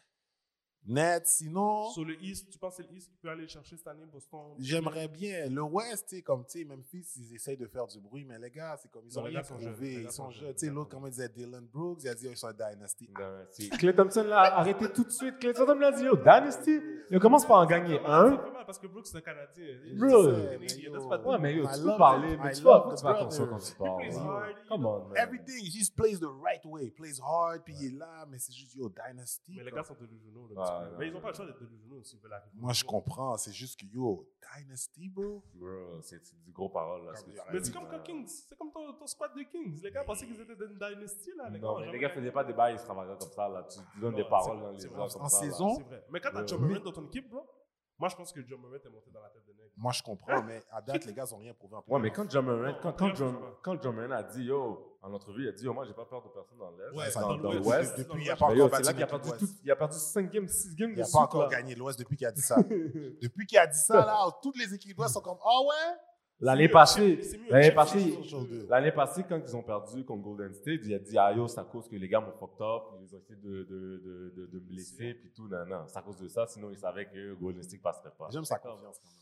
Speaker 3: Net, sinon...
Speaker 1: Sur le East, tu penses que c'est le East qui peut aller chercher cette année Boston
Speaker 3: J'aimerais bien. Le West, tu sais, comme, tu sais, Memphis, ils essayent de faire du bruit, mais les gars, c'est comme, ils
Speaker 1: Non,
Speaker 3: ont
Speaker 1: les
Speaker 3: rien
Speaker 1: gars sont jeunes,
Speaker 3: prouvé.
Speaker 1: les gars
Speaker 3: Ils sont
Speaker 1: sont
Speaker 3: jeunes.
Speaker 1: jeunes,
Speaker 3: Tu sais,
Speaker 1: les gars
Speaker 3: l'autre,
Speaker 1: sont
Speaker 3: comment il disait Dylan Brooks, il a dit, oh, ils sont Dynasty.
Speaker 2: Dynasty. Ben, Clay Thompson l'a arrêté tout de suite. Clay Thompson l'a dit, yo, Dynasty, il commence par en gagner un.
Speaker 1: C'est pas mal parce que Brooks, c'est un Canadien.
Speaker 2: Bro.
Speaker 1: Il est- il est- c'est pas-
Speaker 2: Ouais, mais yo,
Speaker 3: I
Speaker 2: tu
Speaker 3: love
Speaker 2: peux parler,
Speaker 3: it.
Speaker 2: mais
Speaker 3: I
Speaker 2: tu
Speaker 3: love
Speaker 2: vas
Speaker 3: the
Speaker 2: tu fais attention quand
Speaker 3: brothers.
Speaker 2: tu parles.
Speaker 1: plays
Speaker 2: man.
Speaker 1: hard,
Speaker 2: Come
Speaker 1: you
Speaker 2: on,
Speaker 1: know.
Speaker 2: man.
Speaker 3: Everything, he just plays the right way. He plays hard, puis il est là, mais c'est juste, yo, Dynasty.
Speaker 1: Mais les
Speaker 3: comme.
Speaker 1: gars sont delusionaux. là,
Speaker 2: Ouais,
Speaker 1: un petit peu.
Speaker 2: ouais,
Speaker 1: mais ils n'ont
Speaker 2: ouais.
Speaker 1: pas le choix d'être delusionaux s'ils veulent arriver.
Speaker 3: Moi, je comprends. C'est juste que, yo, Dynasty, bro.
Speaker 2: Bro, c'est c'est du gros parole, là. ce que tu
Speaker 1: Mais
Speaker 2: dis,
Speaker 1: c'est comme
Speaker 2: là.
Speaker 1: quand Kings, c'est comme ton, ton squad de Kings. Les gars pensaient qu'ils étaient dans une dynasty là. Les
Speaker 2: Non,
Speaker 1: gars,
Speaker 2: mais les gars faisaient pas des bails extravagants comme ça, là. Tu tu donnes
Speaker 1: Non,
Speaker 2: des
Speaker 1: c'est
Speaker 2: paroles
Speaker 1: vrai,
Speaker 2: dans
Speaker 1: c'est
Speaker 2: les
Speaker 1: vrai.
Speaker 2: airs comme
Speaker 3: En
Speaker 2: ça, là.
Speaker 3: saison,
Speaker 1: Ah, C'est vrai. Mais quand t'as
Speaker 2: Ouais.
Speaker 1: John Morant dans ton équipe, bro, moi je pense que John Morant est monté dans la tête de Ned.
Speaker 3: Moi, je comprends, mais à date, les gars, ils ont rien prouvé. en
Speaker 2: Ouais,
Speaker 3: playoff.
Speaker 2: mais quand John Moran, quand, quand,
Speaker 1: Non,
Speaker 2: John,
Speaker 1: je sais pas.
Speaker 2: quand John Moran a dit, yo, en entrevue, il a dit, yo, moi, j'ai pas peur de personne dans l'Est.
Speaker 3: Ouais,
Speaker 1: Ouais,
Speaker 3: ça,
Speaker 2: dans,
Speaker 1: le
Speaker 2: dans
Speaker 1: Ouest,
Speaker 2: l'Ouest.
Speaker 1: c'est-
Speaker 3: Depuis, il n'a pas
Speaker 2: Ben, yo,
Speaker 3: encore
Speaker 2: c'est
Speaker 3: battu
Speaker 2: là qu'il a
Speaker 3: l'équipe
Speaker 2: perdu
Speaker 3: Ouest.
Speaker 2: tout, il a perdu 5 games, 6 games.
Speaker 3: Il
Speaker 2: de
Speaker 3: n'a
Speaker 2: suite,
Speaker 3: pas encore
Speaker 2: là.
Speaker 3: gagné l'Ouest depuis qu'il a dit ça. depuis qu'il a dit ça, là, toutes les équipes d'Ouest sont comme, ah ouais?
Speaker 2: L'année
Speaker 1: mieux,
Speaker 2: passée,
Speaker 1: c'est mieux,
Speaker 2: l'année
Speaker 1: c'est
Speaker 2: passée,
Speaker 1: mieux.
Speaker 2: l'année passée, quand ils ont perdu contre Golden State, il a dit, ah yo, c'est à cause que les gars m'ont fucked up, ils ont essayé de, de, de, de, de me blesser, puis tout, nan, nan. C'est à cause de ça, sinon ils savaient que Golden State passerait pas.
Speaker 3: J'aime sa confiance quand même.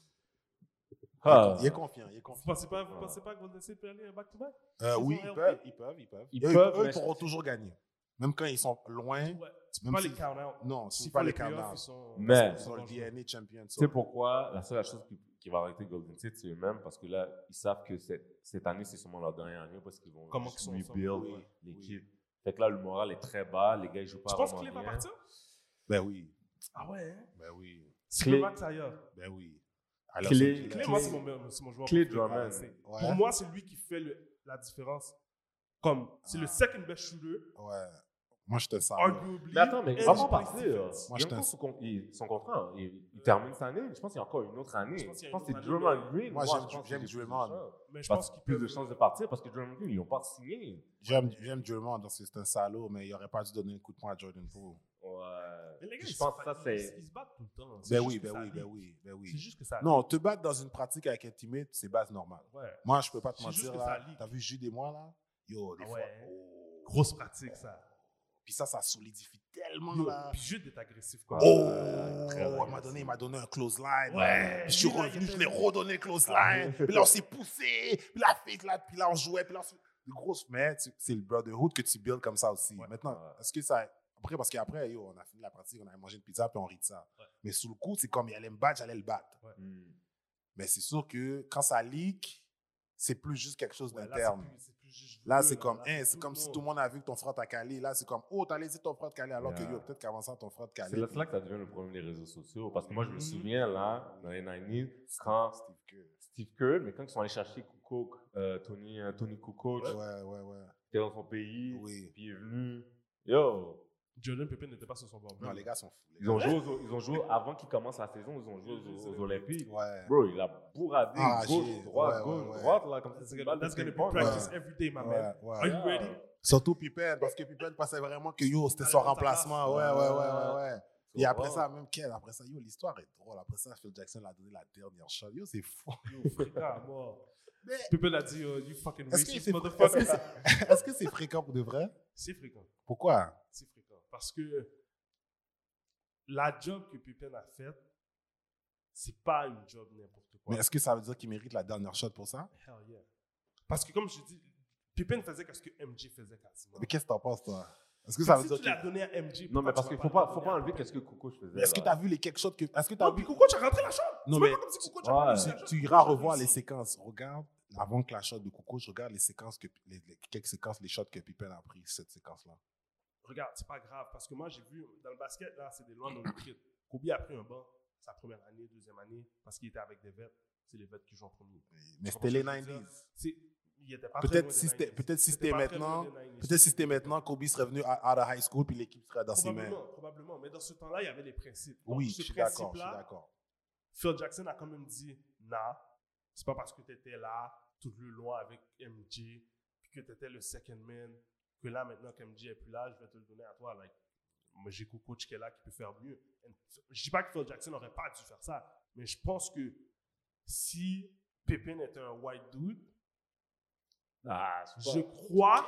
Speaker 2: Ah.
Speaker 3: Il est confiant, il est
Speaker 1: Vous
Speaker 3: confiant.
Speaker 1: pensez pas, vous
Speaker 2: Ouais.
Speaker 1: pensez pas que Golden State peut aller back-to-back
Speaker 3: Euh,
Speaker 1: Ils
Speaker 3: oui,
Speaker 1: sont
Speaker 3: ils
Speaker 1: RP.
Speaker 3: peuvent, ils peuvent, ils peuvent.
Speaker 2: Ils
Speaker 3: Eux,
Speaker 2: peuvent,
Speaker 3: eux
Speaker 2: mais-
Speaker 3: pourront toujours gagner. Même quand ils sont loin,
Speaker 1: Ouais. Tu peux
Speaker 3: Même
Speaker 1: pas
Speaker 3: si-
Speaker 1: les count out.
Speaker 3: non, tu
Speaker 1: S'ils
Speaker 3: peux pas
Speaker 1: font
Speaker 3: les
Speaker 1: playoffs,
Speaker 3: count out.
Speaker 1: ils sont-
Speaker 2: Mais-
Speaker 3: ils sont le DNA champions.
Speaker 2: Tu sais pourquoi la seule chose qui, qui va arrêter Golden State, c'est eux-mêmes, parce que là, ils savent que cette, cette année, c'est sûrement leur dernière année, parce qu'ils vont
Speaker 1: Comment
Speaker 2: juste
Speaker 1: qu'ils sont ensemble,
Speaker 2: rebuild
Speaker 1: ouais.
Speaker 2: l'équipe. Fait que là, le moral est très bas, les gars, ils jouent pas
Speaker 1: Tu penses
Speaker 2: vraiment
Speaker 1: que Clay va
Speaker 2: bien.
Speaker 1: partir
Speaker 3: Ben oui,
Speaker 1: Ah ouais, hein
Speaker 3: ben oui,
Speaker 1: Si
Speaker 2: Clay-
Speaker 1: le Max ailleurs.
Speaker 3: ben oui.
Speaker 2: Clé-
Speaker 3: c'est-
Speaker 1: Clay,
Speaker 2: Clay-
Speaker 1: moi, c'est mon, meilleur- c'est mon joueur.
Speaker 2: Clay
Speaker 1: préféré.
Speaker 2: Drummond.
Speaker 1: C'est-
Speaker 3: Ouais.
Speaker 1: Pour moi, c'est lui qui fait le- la différence. Comme, c'est
Speaker 3: Ah.
Speaker 1: le second best shooter,
Speaker 3: Ouais. Moi, je te sens.
Speaker 1: arguably.
Speaker 2: Mais attends, mais
Speaker 1: and
Speaker 2: vraiment
Speaker 1: he plays
Speaker 2: partir.
Speaker 1: defense.
Speaker 3: Moi,
Speaker 2: Moi, je
Speaker 3: je te-
Speaker 2: son contrat. Il, il termine cette année. Je pense qu'il y a encore une autre année.
Speaker 1: Je pense qu'il y
Speaker 2: Je
Speaker 1: a
Speaker 2: pense que
Speaker 1: une
Speaker 2: c'est
Speaker 1: autre année,
Speaker 2: Drummond Green.
Speaker 3: Moi, j'aime-
Speaker 2: je pense
Speaker 3: j'aime
Speaker 2: que j'ai
Speaker 3: Drummond.
Speaker 2: plus de chance.
Speaker 1: Mais je
Speaker 2: Je
Speaker 1: pense qu'il
Speaker 2: plus
Speaker 1: peut-
Speaker 2: de chances de partir parce que Drummond Green, ils l'ont pas signé.
Speaker 3: J'aime j'aime Drummond parce que c'est un salaud, mais il aurait pas dû donner le coup de poing à Jordan Poole.
Speaker 1: Mais les
Speaker 2: Ouais.
Speaker 1: gars,
Speaker 2: Je
Speaker 1: ils
Speaker 2: pense
Speaker 1: se
Speaker 2: que ça,
Speaker 1: battent- ils-
Speaker 2: c'est.
Speaker 1: Ils se battent tout le temps. C'est
Speaker 3: Ben
Speaker 1: juste
Speaker 3: oui,
Speaker 1: que
Speaker 3: ben
Speaker 1: ça
Speaker 3: oui, ben
Speaker 1: arrive.
Speaker 3: oui, ben
Speaker 1: C'est
Speaker 3: oui.
Speaker 1: juste que ça.
Speaker 3: Non, te battre dans une pratique avec un teammate, c'est base normale.
Speaker 1: arrive. Ouais.
Speaker 3: Moi, je peux pas te
Speaker 1: C'est juste
Speaker 3: mentir,
Speaker 1: que ça
Speaker 3: là.
Speaker 1: leak.
Speaker 3: T'as vu Jude et moi, là? Yo, des
Speaker 1: Ah
Speaker 3: fois.
Speaker 1: ouais.
Speaker 3: oh.
Speaker 1: Grosse pratique, ça.
Speaker 3: Puis ça, ça solidifie tellement,
Speaker 1: Yo,
Speaker 3: Oh là.
Speaker 1: Puis juste d'être agressif, quoi.
Speaker 3: Oh,
Speaker 2: très agressif.
Speaker 3: il m'a donné, il m'a donné un close line.
Speaker 1: Ouais.
Speaker 3: Puis je suis
Speaker 1: Lui, là,
Speaker 3: revenu,
Speaker 1: il
Speaker 3: je
Speaker 1: était-
Speaker 3: l'ai redonné le close line. puis là, on s'est poussé. Puis là, fait là, puis là, on jouait. Puis là, on se- Des grosses mais tu- c'est le brotherhood que tu builds comme ça aussi.
Speaker 1: Ouais.
Speaker 3: Maintenant,
Speaker 2: Ouais.
Speaker 3: est-ce que ça. Après, parce qu'après, yo, on a fini la pratique, on a mangé une pizza, puis on rit de ça.
Speaker 1: Ouais.
Speaker 3: Mais sous le coup, c'est comme il allait me battre, j'allais le battre.
Speaker 2: Hmm.
Speaker 3: Mais c'est sûr que quand ça leak, c'est plus juste quelque chose
Speaker 1: Ouais, là, c'est
Speaker 3: d'interne.
Speaker 1: plus- c'est plus juste
Speaker 3: Là,
Speaker 1: bleu,
Speaker 3: c'est comme,
Speaker 1: là,
Speaker 3: hein, c'est comme si tout le monde a vu que ton frère t'a calé. Là, c'est comme, oh, t'as laissé ton frère te caler alors que
Speaker 2: Yeah.
Speaker 3: yo, peut-être qu'avant ça, ton frère te
Speaker 2: C'est
Speaker 3: calait.
Speaker 2: là, c'est là que ça devient le problème des réseaux sociaux. Parce que moi, je me
Speaker 1: Mhm.
Speaker 2: souviens, là, dans les 90s, quand
Speaker 3: Steve Kerr.
Speaker 2: Steve Kerr, mais quand ils sont allés chercher Kukoc, euh, Tony, euh, Tony Kukoc, qui
Speaker 3: Ouais, ouais, ouais.
Speaker 2: était dans son pays,
Speaker 3: Oui.
Speaker 2: puis il est venu. Yo,
Speaker 1: Jordan Pippen n'était pas sur son banc.
Speaker 3: Non, les gars sont fous. les
Speaker 2: Ils ont joué, aux- ils ont joué avant qu'ils commencent la saison, ils ont joué aux, aux Olympiques.
Speaker 3: gars. Ouais.
Speaker 2: Bro, il a bourradé
Speaker 3: Ah, j'ai-
Speaker 2: gauche, droite,
Speaker 3: ouais,
Speaker 2: gauche,
Speaker 3: ouais, ouais.
Speaker 2: droite, là, comme ça,
Speaker 1: That's
Speaker 2: c'est une balle
Speaker 1: gonna,
Speaker 2: de
Speaker 1: that's gonna be
Speaker 2: ping-pong, là.
Speaker 1: practice every day, my man.
Speaker 3: Ouais, ouais.
Speaker 1: Are you
Speaker 2: Yeah.
Speaker 1: ready?
Speaker 3: Surtout Pippen, parce que Pippen pensait vraiment que yo, c'était
Speaker 1: Allez,
Speaker 3: son
Speaker 1: dans ta
Speaker 3: remplacement. Ouais,
Speaker 2: place.
Speaker 3: ouais, ouais, ouais, ouais.
Speaker 2: Tu
Speaker 3: Et après
Speaker 2: comprends?
Speaker 3: ça, même Ken, après ça, yo, l'histoire est drôle. Après ça, Phil Jackson l'a donné la dernière shot. Yo, c'est fou.
Speaker 1: Yo, frère, moi.
Speaker 3: Mais-
Speaker 1: Pippen a dit, yo, you fucking
Speaker 3: Est-ce que
Speaker 1: racist
Speaker 3: c'est
Speaker 1: motherfucker.
Speaker 3: est-ce que c'est- est-ce que c'est fréquent pour de vrai?
Speaker 1: C'est fréquent.
Speaker 3: Pourquoi?
Speaker 1: C'est fréquent. Parce que la job que Pippen a faite, c'est pas une job n'importe quoi.
Speaker 3: Mais est-ce que ça veut dire qu'il mérite la dernière shot pour ça?
Speaker 1: Hell yeah. Parce que comme je dis, Pippen faisait ce que MJ faisait quasiment.
Speaker 3: Mais qu'est-ce que t'en penses, toi? Est-ce que ça veut
Speaker 1: si
Speaker 3: dire
Speaker 1: tu
Speaker 3: que.
Speaker 1: l'as donné à MJ.
Speaker 2: Non, mais parce qu'il
Speaker 1: qu'il
Speaker 2: ne faut pas, faut pas enlever qu'est-ce que Coco faisait.
Speaker 3: Mais Est-ce que
Speaker 2: là.
Speaker 3: t'as vu les quelque chose que. Est-ce que t'as
Speaker 1: bah. Non,
Speaker 3: vu.
Speaker 1: puis Kukoc a rentré la shot.
Speaker 3: Non,
Speaker 1: Non,
Speaker 3: mais-
Speaker 1: mais. comme si Kukoc a
Speaker 2: Ouais.
Speaker 1: pas réussi la shot.
Speaker 3: Tu iras revoir
Speaker 1: Kukoc a
Speaker 3: les
Speaker 1: réussi.
Speaker 3: séquences. Regarde, avant que la shot de Coco, je regarde les séquences que. Les, les- quelques séquences, les shots que Pippen a pris, cette séquence-là.
Speaker 1: Regarde, c'est pas grave. Parce que moi, j'ai vu dans le basket, là, c'est des lois dans le kit. Kobe a pris un banc sa première année, deuxième année, parce qu'il était avec des vets. C'est les vets qui jouent en premier.
Speaker 3: Mais
Speaker 1: Tu
Speaker 3: c'était
Speaker 1: comprends
Speaker 3: les
Speaker 1: ce que je veux dire?
Speaker 3: 90s.
Speaker 1: C'est- Il était pas
Speaker 3: Peut-être si c'était- peut-être si c'était maintenant, Peut-être si c'était maintenant, Kobe serait venu à- out of high school puis l'équipe serait dans ses mains.
Speaker 1: Probablement, probablement. Mais dans ce temps-là, il y avait les principes. Donc,
Speaker 3: Oui,
Speaker 1: ce
Speaker 3: je suis d'accord, je suis
Speaker 1: principe-là,
Speaker 3: d'accord.
Speaker 1: Phil Jackson a quand même dit nah, c'est pas parce que tu étais là tout le long avec MJ, puis que tu étais le second man, que là maintenant que MJ est plus là, je vais te le donner à toi. Like, moi, j'ai Coco Chikela qui peut faire mieux. Je dis pas que Phil Jackson n'aurait pas dû faire ça, mais je pense que si Pippen était un white dude,
Speaker 2: Ah,
Speaker 1: je crois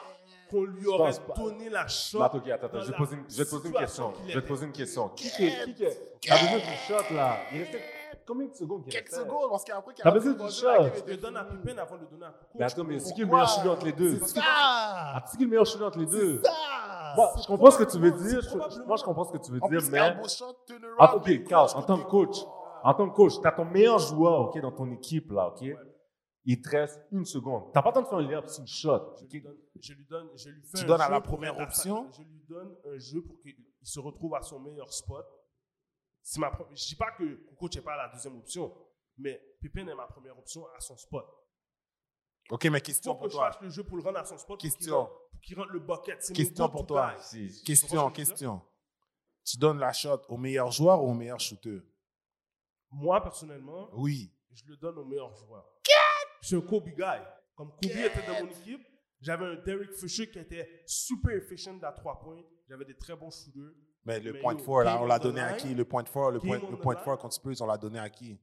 Speaker 1: qu'on lui aurait
Speaker 2: pense pas. Bah,
Speaker 1: donné la
Speaker 2: Attends,
Speaker 1: chance.
Speaker 2: ok, attends, attends,
Speaker 1: Dans
Speaker 2: je vais
Speaker 1: la
Speaker 2: te poser une- je vais te poser une
Speaker 1: situation
Speaker 2: question.
Speaker 1: qu'il
Speaker 2: Je vais te
Speaker 1: était.
Speaker 2: poser une question. Qui est, qui est, t'as besoin du shot là Il restait combien de secondes qu'il
Speaker 3: Quelques
Speaker 2: restait
Speaker 3: secondes, parce qu'après,
Speaker 2: T'as besoin d'une chose.
Speaker 1: Je le donne à Pippen avant de le donner à Coco.
Speaker 2: Mais Bah, attends, mais
Speaker 1: Je
Speaker 2: c'est qui le meilleur
Speaker 3: Pourquoi
Speaker 2: shooter entre les deux
Speaker 3: C'est ça!
Speaker 2: C'est qui le meilleur shooter entre les deux
Speaker 3: Ça!
Speaker 2: Moi, je comprends ce que tu veux
Speaker 1: probablement-
Speaker 2: dire.
Speaker 1: c'est
Speaker 2: je- Moi, je comprends ce que tu veux
Speaker 3: En
Speaker 2: dire,
Speaker 3: plus,
Speaker 2: mais
Speaker 3: elbow shot, turnaround,
Speaker 2: Ah, ok,
Speaker 3: big
Speaker 2: Carl,
Speaker 3: coach,
Speaker 2: en tant que
Speaker 3: big
Speaker 2: coach. en tant que coach, t'as ton meilleur joueur ok, dans ton équipe là, ok Il te reste une seconde. T'as pas le temps de faire un layup, c'est une shot. ok?
Speaker 1: lui donne- Je lui donne, je lui fais
Speaker 3: Tu
Speaker 1: un
Speaker 3: donnes à
Speaker 1: jeu
Speaker 3: la
Speaker 1: pour
Speaker 3: première
Speaker 1: être à sa-
Speaker 3: option?
Speaker 1: Je lui donne un jeu pour qu'il il se retrouve à son meilleur spot. C'est ma pre- Je dis pas que Coco n'est pas la deuxième option, mais Pippen est ma première option à son spot.
Speaker 3: Ok, mais
Speaker 1: Il faut
Speaker 3: question
Speaker 1: que
Speaker 3: pour
Speaker 1: je
Speaker 3: toi.
Speaker 1: fasse le jeu pour le rendre à son spot. pour qu'il
Speaker 3: Question.
Speaker 1: rentre- Pour qu'il rentre le bucket. C'est
Speaker 3: Question
Speaker 1: mon go-to
Speaker 3: pour toi.
Speaker 1: guy.
Speaker 2: Si-
Speaker 3: Question, question. Tu donnes la shot au meilleur joueur ou au meilleur shooter?
Speaker 1: Moi, personnellement,
Speaker 3: Oui.
Speaker 1: je le donne au meilleur joueur. Je suis un Kobe guy. Comme Kobe était dans mon équipe, j'avais un Derek Fisher qui était super efficient à trois points. J'avais des très bons shooters.
Speaker 3: Mais le
Speaker 1: Mais
Speaker 3: point
Speaker 1: yo,
Speaker 3: fort, là,
Speaker 1: game
Speaker 3: on l'a
Speaker 1: on the
Speaker 3: donné à
Speaker 1: line.
Speaker 3: qui? Le point fort, le
Speaker 1: Game
Speaker 3: point,
Speaker 1: on
Speaker 3: le
Speaker 1: the
Speaker 3: point
Speaker 1: line.
Speaker 3: fort contre Spurs, on l'a donné à qui?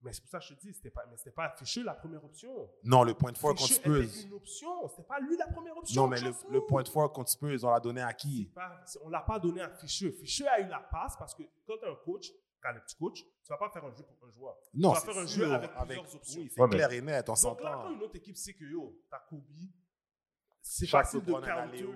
Speaker 1: Mais c'est pour ça que je te dis, c'était pas, mais c'était pas Fisher la première option.
Speaker 3: Non, le point fort contre
Speaker 1: Fisher
Speaker 3: Spurs.
Speaker 1: était une option. C'était pas lui la première option.
Speaker 3: Non, mais
Speaker 1: on
Speaker 3: le,
Speaker 1: s'en
Speaker 3: le
Speaker 1: fout.
Speaker 3: point fort contre Spurs, on l'a donné à qui?
Speaker 1: C'est pas- c'est- On l'a pas donné à Fisher. Fisher a eu la passe parce que quand tu un coach, quand tu coach, tu vas pas faire un jeu pour un joueur.
Speaker 3: Non,
Speaker 1: va
Speaker 3: c'est
Speaker 1: faire un
Speaker 3: sûr.
Speaker 1: jeu avec plusieurs options.
Speaker 3: oui, c'est
Speaker 2: Ouais, mais-
Speaker 3: clair et net, on
Speaker 1: Donc là,
Speaker 3: s'entend.
Speaker 1: quand une autre équipe sait que yo, t'as Kobe, c'est
Speaker 3: Shaq
Speaker 1: facile
Speaker 3: peut
Speaker 1: de
Speaker 3: prendre un
Speaker 1: counter.
Speaker 3: aller-oop.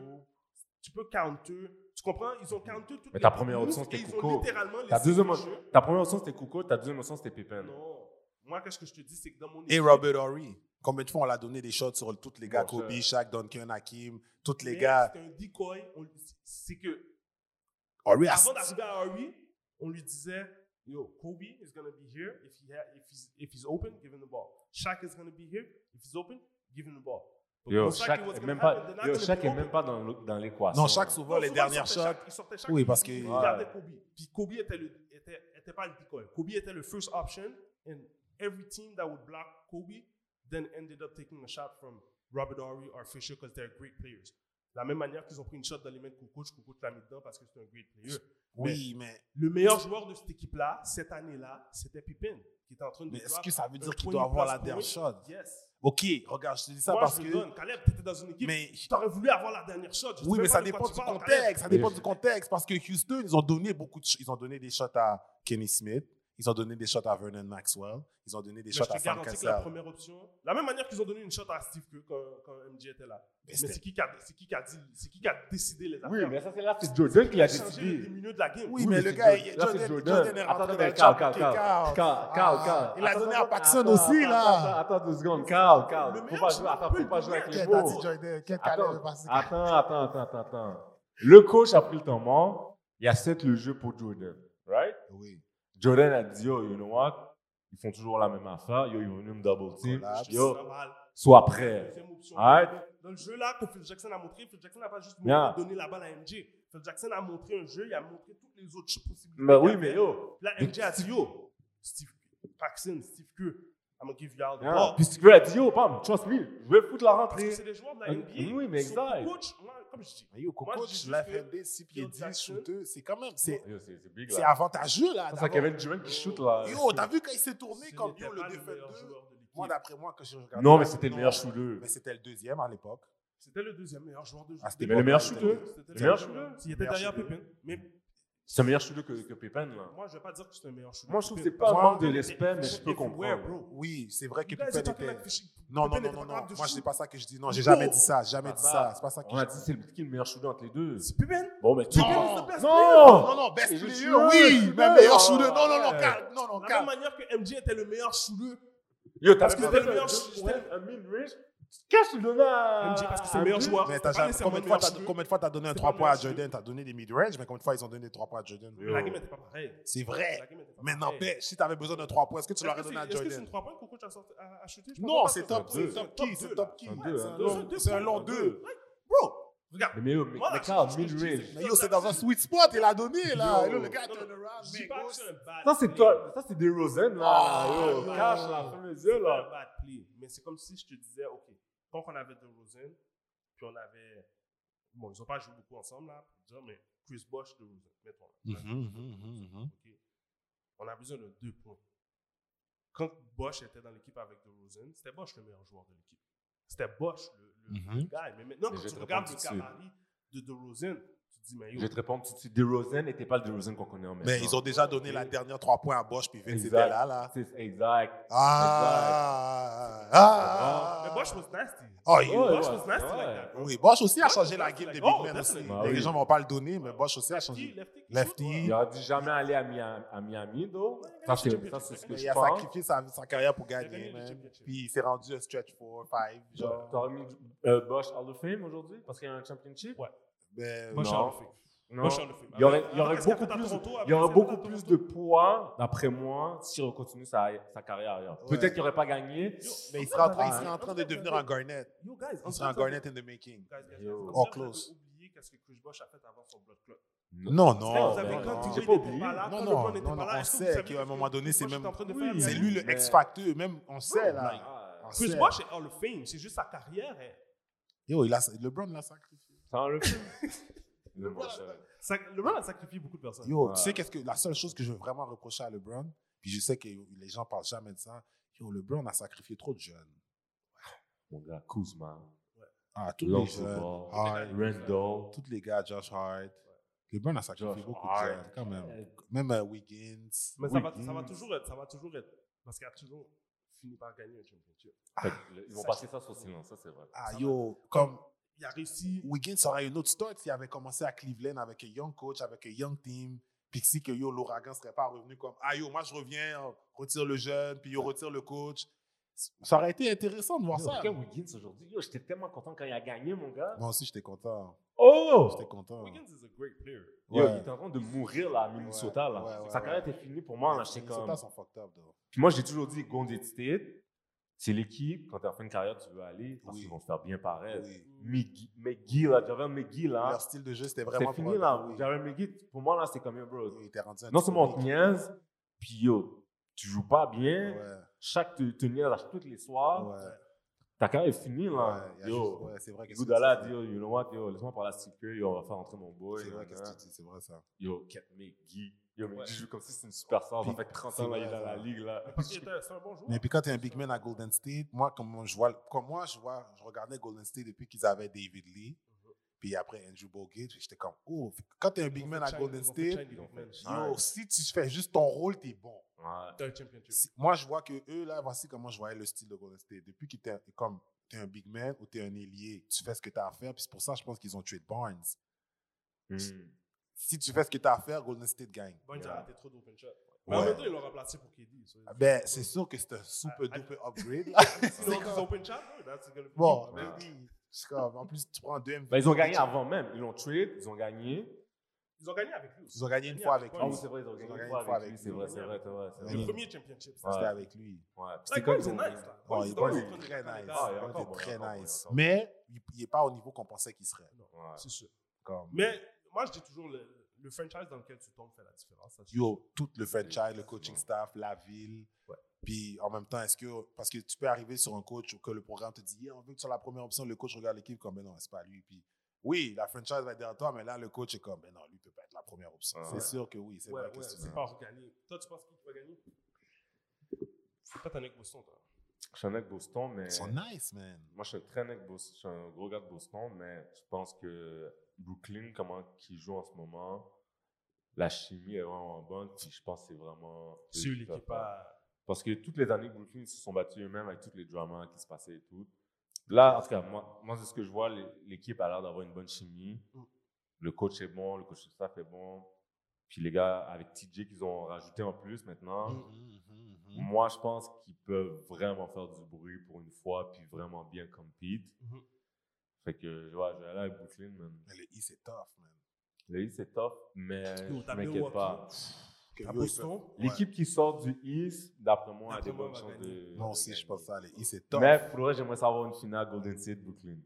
Speaker 1: Tu peux counter. Tu comprends? Ils ont counter toutes
Speaker 2: Mais ta
Speaker 1: les
Speaker 2: première
Speaker 1: moves
Speaker 2: option,
Speaker 1: et
Speaker 2: c'était
Speaker 1: ils ont
Speaker 2: Coco.
Speaker 1: littéralement
Speaker 2: Ta,
Speaker 1: laissé
Speaker 2: deuxième,
Speaker 1: le
Speaker 2: op-
Speaker 1: jeu.
Speaker 2: ta première option, c'était Coco. Ta deuxième option, c'était Pippen.
Speaker 1: Non. Moi, qu'est-ce que je te dis, c'est que dans mon
Speaker 3: Et
Speaker 1: équipe,
Speaker 3: Robert Horry. Combien de fois on l'a donné des shots sur tous les gars,
Speaker 2: Bon,
Speaker 3: Kobe,
Speaker 2: ça-
Speaker 3: Shaq, Duncan, Hakim, tous les
Speaker 1: mais
Speaker 3: gars.
Speaker 1: c'est un decoy. On- C'est que
Speaker 3: Horry a-
Speaker 1: avant d'arriver à Harvey, on lui disait, yo, Kobe is going to be here if, he ha- if, he's, if he's open, give him the ball. Shaq is going to be here if he's open, give him the ball. But
Speaker 2: Yo,
Speaker 1: when Shaq
Speaker 2: Shaq
Speaker 1: was
Speaker 2: est
Speaker 1: gonna have it,
Speaker 2: même pas,
Speaker 1: they're not
Speaker 2: yo,
Speaker 1: gonna
Speaker 2: Shaq
Speaker 1: be
Speaker 2: est
Speaker 1: open.
Speaker 2: même pas dans l'eau- dans l'équation.
Speaker 3: Non, Shaq
Speaker 1: Non,
Speaker 3: souvent, les
Speaker 1: souvent,
Speaker 3: dernières
Speaker 1: il sortait
Speaker 3: shots.
Speaker 1: Shaq, il sortait Shaq,
Speaker 3: Oui, parce que.
Speaker 1: Il
Speaker 2: Ouais.
Speaker 1: gardait Kobe. Puis Kobe était, le, était, était pas le decoy. Kobe était le first option. And every team that would block Kobe then ended up taking a shot from Robert Horry or Fisher because they're great players. De la même manière qu'ils ont pris une shot dans les mains de Kukoc, Kukoc l'a mis dedans parce que c'est un great player.
Speaker 3: Oui, mais,
Speaker 1: Le meilleur joueur de cette équipe-là, cette année-là, c'était Pippen, qui était en train de
Speaker 3: mais est-ce
Speaker 1: drop
Speaker 3: que ça veut
Speaker 1: un
Speaker 3: dire qu'il
Speaker 1: 20
Speaker 3: doit avoir
Speaker 1: plus
Speaker 3: la dernière
Speaker 1: points.
Speaker 3: shot?
Speaker 1: Yes.
Speaker 3: Ok, regarde, je te dis ça
Speaker 1: Moi,
Speaker 3: parce
Speaker 1: je
Speaker 3: que.
Speaker 1: le donne. Caleb, t'étais dans une équipe.
Speaker 3: Mais-
Speaker 1: tu T'aurais voulu avoir la dernière shot. Je sais
Speaker 3: Oui,
Speaker 1: même
Speaker 3: mais
Speaker 1: pas
Speaker 3: ça
Speaker 1: de quoi
Speaker 3: dépend
Speaker 1: tu
Speaker 3: du
Speaker 1: parles,
Speaker 3: contexte. Ça
Speaker 2: Mais-
Speaker 3: dépend du contexte parce que Houston, ils ont donné beaucoup de, sh- ils ont donné des shots à Kenny Smith, ils ont donné des shots à Vernon Maxwell, ils ont donné des
Speaker 1: Mais
Speaker 3: shots
Speaker 1: Bah, je
Speaker 3: à
Speaker 1: te
Speaker 3: Sam
Speaker 1: garantis que la
Speaker 3: Cassell.
Speaker 1: première option, la même manière qu'ils ont donné une shot à Steve Kerr quand, quand MJ était là.
Speaker 3: Mais
Speaker 1: Mais,
Speaker 3: c'était-
Speaker 1: c'est qui qui a, c'est qui qui a dit, c'est qui qui a décidé les affaires
Speaker 2: Oui, mais ça, c'est là, c'est Jordan qui l'a
Speaker 1: Changer les
Speaker 2: décidé.
Speaker 1: milieux de la game.
Speaker 3: Oui, mais
Speaker 2: mais
Speaker 3: le
Speaker 2: c'est
Speaker 3: gars,
Speaker 2: Jordan.
Speaker 3: il-
Speaker 2: Là,
Speaker 3: Jordan,
Speaker 2: c'est
Speaker 3: Jordan,
Speaker 2: Jordan.
Speaker 3: est
Speaker 2: Attends,
Speaker 3: rentré
Speaker 2: mais
Speaker 3: dans le
Speaker 2: Carl,
Speaker 3: chat.
Speaker 2: Carl,
Speaker 3: Ok,
Speaker 2: Carl.
Speaker 3: Carl.
Speaker 2: Carl, Carl, Carl.
Speaker 3: Ah, Il a
Speaker 2: Attends,
Speaker 3: donné à
Speaker 2: attends,
Speaker 3: Paxson
Speaker 2: attends,
Speaker 3: aussi,
Speaker 2: attends,
Speaker 3: là.
Speaker 2: Attends, attends deux secondes. Carl, Carl.
Speaker 1: Le
Speaker 2: Faut
Speaker 1: meilleur
Speaker 2: pas jouer, attends, faut pas jouer avec les
Speaker 3: Qu'est-ce
Speaker 2: mots.
Speaker 3: qu'a dit Jordan? Qu'est-ce qu'elle
Speaker 2: Attends,
Speaker 3: a passé?
Speaker 2: attends, attends, attends, attends, attends. Le coach a pris le temps mort. Il a set le jeu pour Jordan. Right?
Speaker 3: Ah, Oui.
Speaker 2: Jordan a dit, yo, you know what? Ils font toujours la même affaire. Yo, ils vont venir me double team.
Speaker 3: Collapse.
Speaker 2: Yo,
Speaker 1: Normal.
Speaker 2: sois prêt.
Speaker 1: Deuxième option.
Speaker 2: Alright.
Speaker 1: Dans le jeu là que Phil Jackson a montré, Phil Jackson n'a pas juste
Speaker 2: Bien.
Speaker 1: donné la balle à MJ. Phil Jackson a montré un jeu, il a montré toutes les autres possibilités.
Speaker 2: Mais
Speaker 1: qu'il y
Speaker 2: oui,
Speaker 1: avait.
Speaker 2: mais yo.
Speaker 1: Là, MJ a dit yo, Steve Paxson, Steve Kerr, I'm gonna give you all the
Speaker 2: Yeah.
Speaker 1: ball.
Speaker 2: Puis Steve Kerr a dit, yo, bam, trust me, je vais foutre la
Speaker 1: Oh. Parce que
Speaker 2: rentrée.
Speaker 1: c'est des joueurs de la
Speaker 2: Ah,
Speaker 1: NBA.
Speaker 2: oui, mais
Speaker 1: Son
Speaker 2: exact.
Speaker 1: Coach, moi, comme je dis,
Speaker 3: Mais yo,
Speaker 1: Moi,
Speaker 3: Coco,
Speaker 1: je dis
Speaker 3: la
Speaker 1: que
Speaker 3: FMD, 6 pieds
Speaker 1: Phil
Speaker 3: 10,
Speaker 1: Jackson-
Speaker 3: shooter, c'est quand même, c'est
Speaker 2: Yo, C'est c'est big,
Speaker 3: c'est
Speaker 2: là.
Speaker 3: avantageux,
Speaker 2: Ça,
Speaker 3: là.
Speaker 2: c'est
Speaker 3: d'avoir-
Speaker 2: Kevin Durant qui shoot, là.
Speaker 3: Yo, t'as vu quand il s'est tourné
Speaker 1: ce
Speaker 3: comme
Speaker 1: n'était
Speaker 3: yo, le
Speaker 1: pas
Speaker 3: défenseur
Speaker 1: meilleur joueur de l'équipe.
Speaker 3: Moi, d'après moi, que je regardais.
Speaker 2: Non, mais c'était le meilleur shooter.
Speaker 3: Mais c'était le deuxième à l'époque.
Speaker 1: C'était le deuxième meilleur joueur de jeu.
Speaker 3: Ah, c'était
Speaker 2: Mais le meilleur
Speaker 3: C'était-
Speaker 2: shooter.
Speaker 1: C'était
Speaker 2: Le meilleur
Speaker 1: deuxième.
Speaker 2: shooter.
Speaker 1: Il était
Speaker 3: Meilleur
Speaker 1: derrière
Speaker 3: shooter.
Speaker 1: Pépin. Mais
Speaker 2: C'est un meilleur shooter que, que Pépin, là.
Speaker 1: moi, je ne vais pas dire que c'est un meilleur shooter.
Speaker 2: Moi, je trouve que
Speaker 1: Pippen.
Speaker 2: c'est pas un
Speaker 3: Moi,
Speaker 2: manque de respect, mais je peux
Speaker 1: Everywhere,
Speaker 2: comprendre.
Speaker 1: bro.
Speaker 3: Oui, c'est vrai que
Speaker 1: You guys
Speaker 3: Pippen
Speaker 1: are talking
Speaker 3: était.
Speaker 1: like Fish-
Speaker 3: Non, non,
Speaker 1: Pippen
Speaker 3: non,
Speaker 1: était
Speaker 3: non,
Speaker 1: pas
Speaker 3: non.
Speaker 1: capable de
Speaker 3: Moi, c'est
Speaker 1: shoot.
Speaker 3: pas ça que je dis. Non, j'ai
Speaker 1: Yo.
Speaker 3: jamais dit ça. Jamais dit Ah, ça. C'est pas ça que
Speaker 2: Bah, On a
Speaker 3: je
Speaker 2: dit c'est le, qui est le meilleur shooter entre les deux.
Speaker 1: C'est Pippen.
Speaker 2: Bon, mais tu
Speaker 1: Pippen
Speaker 3: Non.
Speaker 1: is the best player.
Speaker 2: Non!
Speaker 3: Non, non, best
Speaker 2: Et le
Speaker 3: player,
Speaker 2: shooter,
Speaker 3: oui,
Speaker 2: shooter,
Speaker 3: mais meilleur
Speaker 2: oh,
Speaker 3: shooter. Non, non, non,
Speaker 2: ouais.
Speaker 3: calme, non, non,
Speaker 1: De la même
Speaker 3: calme.
Speaker 1: manière que MJ était le meilleur shooter.
Speaker 2: Yo, t'as
Speaker 1: Parce
Speaker 2: vu
Speaker 1: que
Speaker 2: c'était
Speaker 1: c'était
Speaker 2: le
Speaker 1: le
Speaker 2: meilleur
Speaker 1: meilleur-
Speaker 2: shooter. Un mid-range. Qu'est-ce que tu donnes à.
Speaker 1: MJ parce que c'est
Speaker 2: à
Speaker 1: le meilleur
Speaker 2: Embiid?
Speaker 1: joueur.
Speaker 3: Ah, Mais
Speaker 1: C'est
Speaker 3: t'as
Speaker 1: pas
Speaker 3: jamais,
Speaker 1: nécessairement
Speaker 3: combien, de
Speaker 1: le
Speaker 3: fois
Speaker 1: meilleur
Speaker 3: t'as,
Speaker 1: shooter.
Speaker 3: combien de fois t'as donné un
Speaker 1: C'est
Speaker 3: 3
Speaker 1: pas
Speaker 3: points à
Speaker 1: le meilleur
Speaker 3: Jordan T'as donné des mid-range, mais combien de fois ils ont donné des 3 points à Jordan
Speaker 1: Mais La game n'était pas pareille.
Speaker 3: C'est
Speaker 1: La
Speaker 3: vrai.
Speaker 1: game n'était pas
Speaker 3: Mais
Speaker 1: pareille.
Speaker 3: n'empêche, si t'avais besoin d'un 3 points, est-ce que
Speaker 1: Est-ce
Speaker 3: tu
Speaker 1: que
Speaker 3: l'aurais donné
Speaker 1: c'est-
Speaker 3: à
Speaker 1: Est-ce que c'est une
Speaker 3: Jordan
Speaker 1: 3 points que Coach a sorti- a a shooté Je comprends
Speaker 3: Non,
Speaker 1: pas
Speaker 3: c'est
Speaker 1: ça.
Speaker 3: top, c'est
Speaker 2: deux.
Speaker 3: top qui, c'est
Speaker 1: deux,
Speaker 3: top
Speaker 1: là.
Speaker 3: qui.
Speaker 2: Un deux,
Speaker 3: C'est
Speaker 2: un
Speaker 3: un
Speaker 2: deux.
Speaker 3: long- hein. C'est un long
Speaker 2: Un
Speaker 3: 2.
Speaker 2: deux.
Speaker 3: Bro,
Speaker 1: Regarde.
Speaker 2: Mais, mais, yo, mais,
Speaker 1: Voilà,
Speaker 2: mais Carl,
Speaker 1: c'est-
Speaker 2: mid-range.
Speaker 1: c'est-
Speaker 3: mais yo, c'est dans un sweet spot, il a donné là.
Speaker 2: Yo.
Speaker 3: Yo, le gars, turn around,
Speaker 1: Je dis
Speaker 3: mais
Speaker 1: pas
Speaker 3: gros.
Speaker 1: que c'est un bad
Speaker 2: Ça, c'est
Speaker 1: player.
Speaker 2: toi. Ça, c'est des Rosen, là.
Speaker 3: Ah,
Speaker 2: Yo,
Speaker 3: non.
Speaker 2: cash, là. Ferme les
Speaker 1: C'est
Speaker 2: yeux,
Speaker 1: pas un
Speaker 2: là.
Speaker 1: bad play, mais c'est comme si je te disais, OK, quand on avait DeRozan, puis on avait... Bon, ils n'ont pas joué beaucoup ensemble, là, pour dire, mais Chris Bosch de Rosen, mettons. là.
Speaker 3: Mhm,
Speaker 2: Mm-hmm,
Speaker 3: mhm, mhm,
Speaker 1: OK? On a besoin de deux points. Quand Bosch était dans l'équipe avec de Rosen, c'était Bosch le meilleur joueur de l'équipe. C'était Bosch le, le- le
Speaker 3: Mhm.
Speaker 1: gars. Mais maintenant,
Speaker 2: Mais
Speaker 1: quand
Speaker 2: je
Speaker 1: tu
Speaker 2: te
Speaker 1: regardes
Speaker 2: réponds
Speaker 1: le
Speaker 2: tout de
Speaker 1: Cavalier de de Rosen, tu te dis, mais
Speaker 2: Je
Speaker 1: yo,
Speaker 2: vais te répondre tout de suite. DeRozan n'était pas le DeRozan qu'on connaît en même
Speaker 3: Mais ils ont déjà donné la dernière trois points à Bosch, puis Vince
Speaker 2: Exact.
Speaker 3: était là, là.
Speaker 2: Exact.
Speaker 3: Ah! Ah!
Speaker 1: mais Bosch was nasty.
Speaker 3: Oh, il-
Speaker 2: Ouais,
Speaker 1: Bosch
Speaker 2: ouais,
Speaker 1: was nasty
Speaker 2: ouais.
Speaker 1: like that. bro.
Speaker 3: Oui, Bosch aussi a
Speaker 1: Bosch
Speaker 3: changé
Speaker 1: was
Speaker 3: la
Speaker 1: nasty
Speaker 3: game
Speaker 1: like-
Speaker 3: des
Speaker 1: oh,
Speaker 3: big men aussi.
Speaker 1: definitely.
Speaker 2: Ah
Speaker 3: Les
Speaker 2: oui.
Speaker 3: gens ne vont pas le donner, mais Bosch aussi a
Speaker 1: Lefty,
Speaker 3: changé.
Speaker 1: lefty, quelque
Speaker 3: Lefty.
Speaker 1: chose, ouais.
Speaker 2: Il a dit jamais aller à Miami, à Miami though. Ça, c'est ça, c'est ce que
Speaker 3: Mais
Speaker 2: je
Speaker 3: il a
Speaker 2: pense.
Speaker 3: sacrifié sa, sa carrière pour
Speaker 1: a
Speaker 3: gagner,
Speaker 1: gagné le
Speaker 3: man.
Speaker 1: championship.
Speaker 3: Puis il s'est rendu un stretch 4, 5. Genre.
Speaker 2: T'aurais mis euh, Bosch Hall of Fame aujourd'hui parce qu'il y a un championship?
Speaker 3: Ben,
Speaker 1: Bosch
Speaker 2: Non.
Speaker 1: en le fait.
Speaker 2: Non.
Speaker 1: Bosch en le fait.
Speaker 2: Il y aurait,
Speaker 1: Ah Après,
Speaker 2: il y aurait
Speaker 1: qu'est-ce qu'il a
Speaker 2: beaucoup,
Speaker 1: fait à
Speaker 2: plus,
Speaker 1: Toronto,
Speaker 2: il y aurait
Speaker 1: après,
Speaker 2: beaucoup
Speaker 1: c'est à
Speaker 2: plus de
Speaker 1: Toronto.
Speaker 2: poids, d'après moi, si on continue sa, sa carrière ailleurs.
Speaker 3: Ouais.
Speaker 2: Peut-être qu'il n'aurait pas gagné.
Speaker 1: Yo,
Speaker 3: mais il
Speaker 1: en
Speaker 3: serait en
Speaker 1: fait,
Speaker 3: train,
Speaker 1: vous
Speaker 3: il serait
Speaker 1: avez-
Speaker 3: en train de devenir un Garnett.
Speaker 1: Yo, guys, en
Speaker 3: Il serait un
Speaker 1: fait, vous avez-
Speaker 3: Garnett in the making.
Speaker 1: Guys, guys, guys,
Speaker 2: Yo.
Speaker 1: vous
Speaker 3: Oh,
Speaker 1: avez
Speaker 3: close.
Speaker 1: oublié qu'est-ce que Chris Bosh a fait avant son blood clot.
Speaker 3: Non,
Speaker 1: Frère,
Speaker 3: non.
Speaker 1: vous avez
Speaker 3: non,
Speaker 1: quand
Speaker 3: non.
Speaker 1: tu
Speaker 2: J'ai
Speaker 1: jouais
Speaker 2: pas
Speaker 1: des
Speaker 2: oublié.
Speaker 1: pas là,
Speaker 3: Non,
Speaker 1: quand
Speaker 3: non,
Speaker 1: LeBron n'était
Speaker 3: non,
Speaker 1: pas
Speaker 3: non,
Speaker 1: là,
Speaker 3: on
Speaker 1: est-ce que vous
Speaker 3: sait
Speaker 1: saviez
Speaker 3: qu'à
Speaker 1: ce
Speaker 3: un
Speaker 1: que
Speaker 3: moment donné,
Speaker 1: Chris
Speaker 3: c'est
Speaker 1: Bosh
Speaker 3: même-
Speaker 1: est en train de
Speaker 2: Oui,
Speaker 1: faire,
Speaker 2: mais-
Speaker 3: C'est
Speaker 1: man?
Speaker 3: lui le X Factor, même on sait là.
Speaker 2: Ah,
Speaker 3: On
Speaker 1: Oh Chris
Speaker 3: sait.
Speaker 1: Bosh est Hall of Fame, c'est juste sa carrière. hein.
Speaker 3: Yo, il a, LeBron l'a sacrifié.
Speaker 2: Ça enlève tout. Le Bosch, euh,
Speaker 1: Ça- LeBron a sacrifié beaucoup de personnes.
Speaker 3: Yo,
Speaker 2: Ouais.
Speaker 3: tu sais qu'est-ce que la seule chose que je veux vraiment reprocher à LeBron, puis je sais que les gens parlent jamais de ça. Yo, LeBron a sacrifié trop de jeunes.
Speaker 2: Mon gars, Kuzma,
Speaker 3: Ah, tous les jeunes.
Speaker 2: Lonzo
Speaker 3: Ah,
Speaker 2: Ball,
Speaker 3: Hard,
Speaker 2: Randall,
Speaker 3: tous les gars, Josh Hart. LeBron a sacrifié
Speaker 2: Josh
Speaker 3: beaucoup de
Speaker 2: Hart.
Speaker 3: jeunes quand même. Même euh, Wiggins.
Speaker 1: Mais ça va,
Speaker 2: Wiggins.
Speaker 1: ça va toujours être, ça va toujours être, parce qu'il a toujours fini par gagner un championship.
Speaker 2: Fait que le- Ils vont
Speaker 1: ça,
Speaker 2: passer ça sur silence, ça c'est vrai.
Speaker 3: Ah,
Speaker 1: Ça
Speaker 3: yo, comme
Speaker 1: Il a réussi.
Speaker 3: Wiggins aurait une autre start s'il avait commencé à Cleveland avec un young coach, avec un young team, puis que si que yo, l'ouragan serait pas revenu comme Ah yo, moi je reviens, on retire le jeune, puis yo, retire le coach. Ça aurait été intéressant de voir
Speaker 2: Yo,
Speaker 3: ça.
Speaker 2: Quelqu'un Wiggins aujourd'hui, yo, j'étais tellement content quand il a gagné, mon gars.
Speaker 3: Moi aussi, j'étais content.
Speaker 2: Oh!
Speaker 3: J'étais content.
Speaker 1: Wiggins is a great player.
Speaker 2: Yo,
Speaker 3: Ouais.
Speaker 2: il était en train de mourir là à Minnesota. là.
Speaker 3: Ouais, ouais,
Speaker 2: Sa carrière
Speaker 3: ouais.
Speaker 2: était finie pour moi. Là, j'étais
Speaker 3: Les
Speaker 2: comme...
Speaker 3: Celtics sont fucked up, though.
Speaker 2: Puis moi, j'ai toujours dit Golden State, c'est l'équipe, quand tu as fin de carrière, tu veux aller, parce
Speaker 3: Oui.
Speaker 2: qu'ils vont te faire bien paraître.
Speaker 3: Oui.
Speaker 2: McGee, McGee, là, Javel McGee, là,
Speaker 3: Leur style de jeu, c'était vraiment
Speaker 2: Ah. c'était fini,
Speaker 3: pour-
Speaker 2: là.
Speaker 3: oui.
Speaker 2: Javel McGee, pour moi, là, c'est comme, yo, bro,
Speaker 3: Il était rendu un
Speaker 2: non
Speaker 3: petit
Speaker 2: seulement on te
Speaker 3: peu-
Speaker 2: niaise, puis yo, tu joues pas bien,
Speaker 3: Ouais,
Speaker 2: chaque te, te niaise à tous les soirs,
Speaker 3: ouais.
Speaker 2: ta carrière est finie, là.
Speaker 3: Ouais, il y a juste-
Speaker 2: ah, yo,
Speaker 3: ouais, c'est vrai que
Speaker 2: Goudala
Speaker 3: ce que
Speaker 2: dit,
Speaker 3: tu
Speaker 2: yo, you know what, yo, laisse-moi parler à Sticker, yo, on va faire entrer mon boy.
Speaker 3: dis. C'est vrai que
Speaker 2: nanana.
Speaker 3: ce que tu dis, c'est vrai ça.
Speaker 2: Yo, Kate McGee. Yo, McGee
Speaker 1: Ouais.
Speaker 2: joue comme si c'était une superstar, ça
Speaker 3: Puis-
Speaker 2: fait 30
Speaker 3: c'est
Speaker 2: ans, là, il est
Speaker 3: vrai,
Speaker 2: dans la
Speaker 3: ça.
Speaker 2: ligue, là.
Speaker 1: Mais Parce qu'il était, c'est un bon joueur.
Speaker 3: Mais puis quand tu es un big man à Golden State, moi, comme je vois, comme moi, je vois, je regardais Golden State depuis qu'ils avaient David Lee,
Speaker 2: Mm-hmm.
Speaker 3: puis après Andrew Bogut, puis j'étais comme, oh, fait que quand tu es un big man à Golden State,
Speaker 2: ils ont fait
Speaker 3: yo, si tu fais juste ton rôle, t'es bon.
Speaker 2: Ouais.
Speaker 1: T'as un championship.
Speaker 3: Si- moi, je vois que eux, là, voici comment je voyais le style de Golden State. Depuis que tu es, comme, t'es un big man ou tu es un ailier, tu fais ce que tu as à faire, puis c'est pour ça, je pense qu'ils ont tué Barnes.
Speaker 2: Mm.
Speaker 3: Si tu fais ce que tu as à faire, Golden State gagne.
Speaker 1: Bonne
Speaker 2: Ouais.
Speaker 1: a raté trop d'open shots. Mais en
Speaker 3: Ouais.
Speaker 1: même temps, ils l'ont remplacé pour KD.
Speaker 2: Mm-hmm.
Speaker 1: so-
Speaker 3: Ben, c'est sûr que c'est un super
Speaker 1: Ah, ah.
Speaker 3: duper upgrade. là.
Speaker 1: Ils l'ont des open shots, bro, that's gonna be-
Speaker 3: Bon,
Speaker 2: Ouais.
Speaker 3: oui, c'est comme- en plus, tu prends deux MVP.
Speaker 2: Ben, ils ont gagné avant même. Ils l'ont trade, ils ont gagné.
Speaker 1: Ils ont gagné avec lui aussi.
Speaker 3: Ils ont gagné une fois avec
Speaker 1: Ah oui,
Speaker 3: lui.
Speaker 2: Ah
Speaker 1: Ils
Speaker 2: oui,
Speaker 1: ont
Speaker 2: c'est vrai, ils ont gagné une fois avec, lui. C'est vrai, c'est vrai, c'est vrai. c'est
Speaker 3: Oui.
Speaker 1: Le
Speaker 2: vrai.
Speaker 1: premier championship. ça.
Speaker 2: Ouais.
Speaker 3: C'était avec lui.
Speaker 2: Ouais. Puis
Speaker 1: Like,
Speaker 2: quand
Speaker 1: Barnes
Speaker 2: ils
Speaker 1: est
Speaker 2: ont-
Speaker 1: nice, là.
Speaker 3: Oh,
Speaker 1: Barnes
Speaker 3: il
Speaker 1: est
Speaker 3: est
Speaker 1: dans
Speaker 3: bon,
Speaker 1: le
Speaker 3: il
Speaker 1: train de
Speaker 3: est très
Speaker 1: faire des
Speaker 3: nice.
Speaker 1: gars.
Speaker 2: Ah, il est
Speaker 3: Il
Speaker 2: encore
Speaker 3: est
Speaker 2: bon, il est
Speaker 3: très
Speaker 2: encore bon, il est
Speaker 3: nice.
Speaker 2: encore
Speaker 3: Mais il- il n'est pas au niveau qu'on pensait qu'il serait.
Speaker 2: Ouais.
Speaker 1: C'est sûr.
Speaker 3: Comme,
Speaker 1: Mais moi, je dis toujours, le, le franchise dans lequel tu tombes fait la différence. ça, c'est
Speaker 3: yo, tout le franchise, le coaching
Speaker 2: Ouais.
Speaker 3: staff, la ville.
Speaker 1: Ouais.
Speaker 3: Puis en même temps, est-ce que. Parce que tu peux arriver sur un coach où que le programme te dit, Yeah, on veut que tu sois la première option. Le coach regarde l'équipe comme, mais non, c'est pas lui. Puis oui, la franchise va être derrière toi, mais là, le coach est comme, mais non, lui peut pas être la première option.
Speaker 2: Ah,
Speaker 3: C'est
Speaker 2: ouais.
Speaker 3: sûr que oui, c'est
Speaker 1: Ouais,
Speaker 3: vrai que
Speaker 1: ouais,
Speaker 3: c'est
Speaker 1: c'est pas organique. Toi, tu penses qui va gagner C'est pas Tanek Boston, toi.
Speaker 2: Je suis un mec Boston, mais.
Speaker 3: Ils sont nice, man.
Speaker 2: Moi, je suis un très mec Boston. Je suis un gros gars de Boston, mais je pense que Brooklyn, comment ils jouent en ce moment, la chimie est vraiment bonne. Puis je pense que c'est vraiment.
Speaker 1: C'est l'équipe à.
Speaker 2: Parce que toutes les années, Brooklyn ils se sont battus eux-mêmes avec tous les dramas qui se passaient et tout. Là, en tout cas, moi, moi c'est ce que je vois. l'é- L'équipe a l'air d'avoir une bonne chimie.
Speaker 1: Mm.
Speaker 2: Le coach est bon, le coach staff est bon. Puis les gars, avec TJ qu'ils ont rajouté en plus maintenant,
Speaker 1: Mm,
Speaker 3: Mhm, mhm, mhm.
Speaker 2: moi, je pense qu'ils peuvent vraiment faire du bruit pour une fois, puis vraiment bien compete.
Speaker 1: Mhm.
Speaker 2: Fait que, ouais, je vais aller avec Brooklyn, man.
Speaker 3: Mais le I, c'est tough, man.
Speaker 2: Le East, c'est tough, mais
Speaker 1: Yo,
Speaker 2: je
Speaker 1: t'as
Speaker 2: m'inquiète
Speaker 1: Milwaukee.
Speaker 2: pas.
Speaker 3: Que
Speaker 1: À
Speaker 3: yo, ils
Speaker 1: Boston
Speaker 3: peuvent- Ouais.
Speaker 2: L'équipe qui sort du East, d'après moi, a
Speaker 1: D'après
Speaker 2: des
Speaker 1: moi,
Speaker 2: bonnes
Speaker 1: va
Speaker 2: chances
Speaker 1: gagner.
Speaker 2: de.
Speaker 3: Non,
Speaker 2: de
Speaker 3: si je
Speaker 2: gagner.
Speaker 3: pense ça, le I, c'est tough.
Speaker 2: Mais pour vrai, j'aimerais savoir une finale Golden State Brooklyn.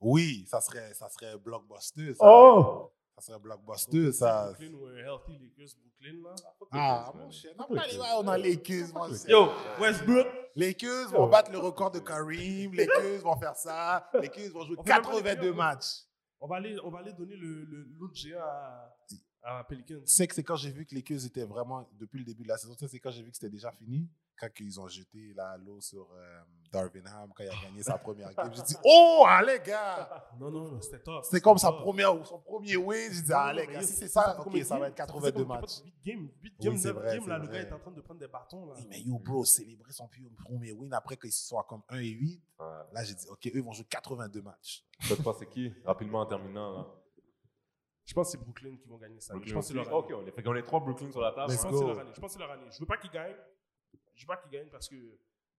Speaker 3: Oui, ça serait, ça serait blockbuster, ça.
Speaker 2: Oh!
Speaker 3: Ça serait blockbuster, ça.
Speaker 1: Brooklyn ou un healthy Lakers Brooklyn, là.
Speaker 3: Ah, mon cher. Non, pas les on a les Cus, moi. je sais.
Speaker 1: Yo, Westbrook.
Speaker 3: Les Cus vont battre le record de Karim. Les Cus vont faire ça. Les Cus vont jouer
Speaker 1: On fait même pas les
Speaker 3: 82
Speaker 1: playoffs.
Speaker 3: matchs.
Speaker 1: On va aller, on va aller donner le, le- l'autre géant à, à Pelicans.
Speaker 3: Tu sais que c'est quand j'ai vu que les Cavs étaient vraiment, depuis le début de la saison, tu sais, c'est quand j'ai vu que c'était déjà fini, quand ils ont jeté la l'eau sur euh, Darvin Ham, quand il a gagné sa première game. J'ai dit, oh, allez, gars!
Speaker 1: Non, non, non, c'était top.
Speaker 3: C'est comme sa
Speaker 1: ça
Speaker 3: première, son premier win. J'ai dit,
Speaker 1: Ah
Speaker 3: allez, gars, si c'est ça, ok, ça va être 82 matchs.
Speaker 1: 8 games, 8
Speaker 3: Oui,
Speaker 1: games,
Speaker 3: c'est
Speaker 1: 9
Speaker 3: vrai,
Speaker 1: games,
Speaker 3: c'est
Speaker 1: là, le
Speaker 3: vrai.
Speaker 1: gars est en train de prendre des bâtons, là.
Speaker 3: Oui, mais yo, bro, célébrer son plus- premier win après qu'ils soient comme 1 et 8.
Speaker 2: Ouais.
Speaker 3: Là, j'ai dit, ok, eux, ils vont jouer 82 matchs.
Speaker 2: Toi, tu penses c'est qui Rapidement en terminant. Là.
Speaker 1: Je pense que c'est Brooklyn qui vont gagner ça. Je
Speaker 2: Brooklyn
Speaker 1: pense que c'est
Speaker 2: aussi.
Speaker 1: leur
Speaker 2: Ok,
Speaker 1: année.
Speaker 2: on est, fait qu'on est trois Brooklyn sur la table.
Speaker 1: Je
Speaker 3: Let's
Speaker 1: pense
Speaker 2: hein.
Speaker 1: que c'est
Speaker 3: go.
Speaker 1: leur année. Je pense que c'est leur année. Je veux pas qu'ils gagnent. Je veux pas qu'ils gagnent parce que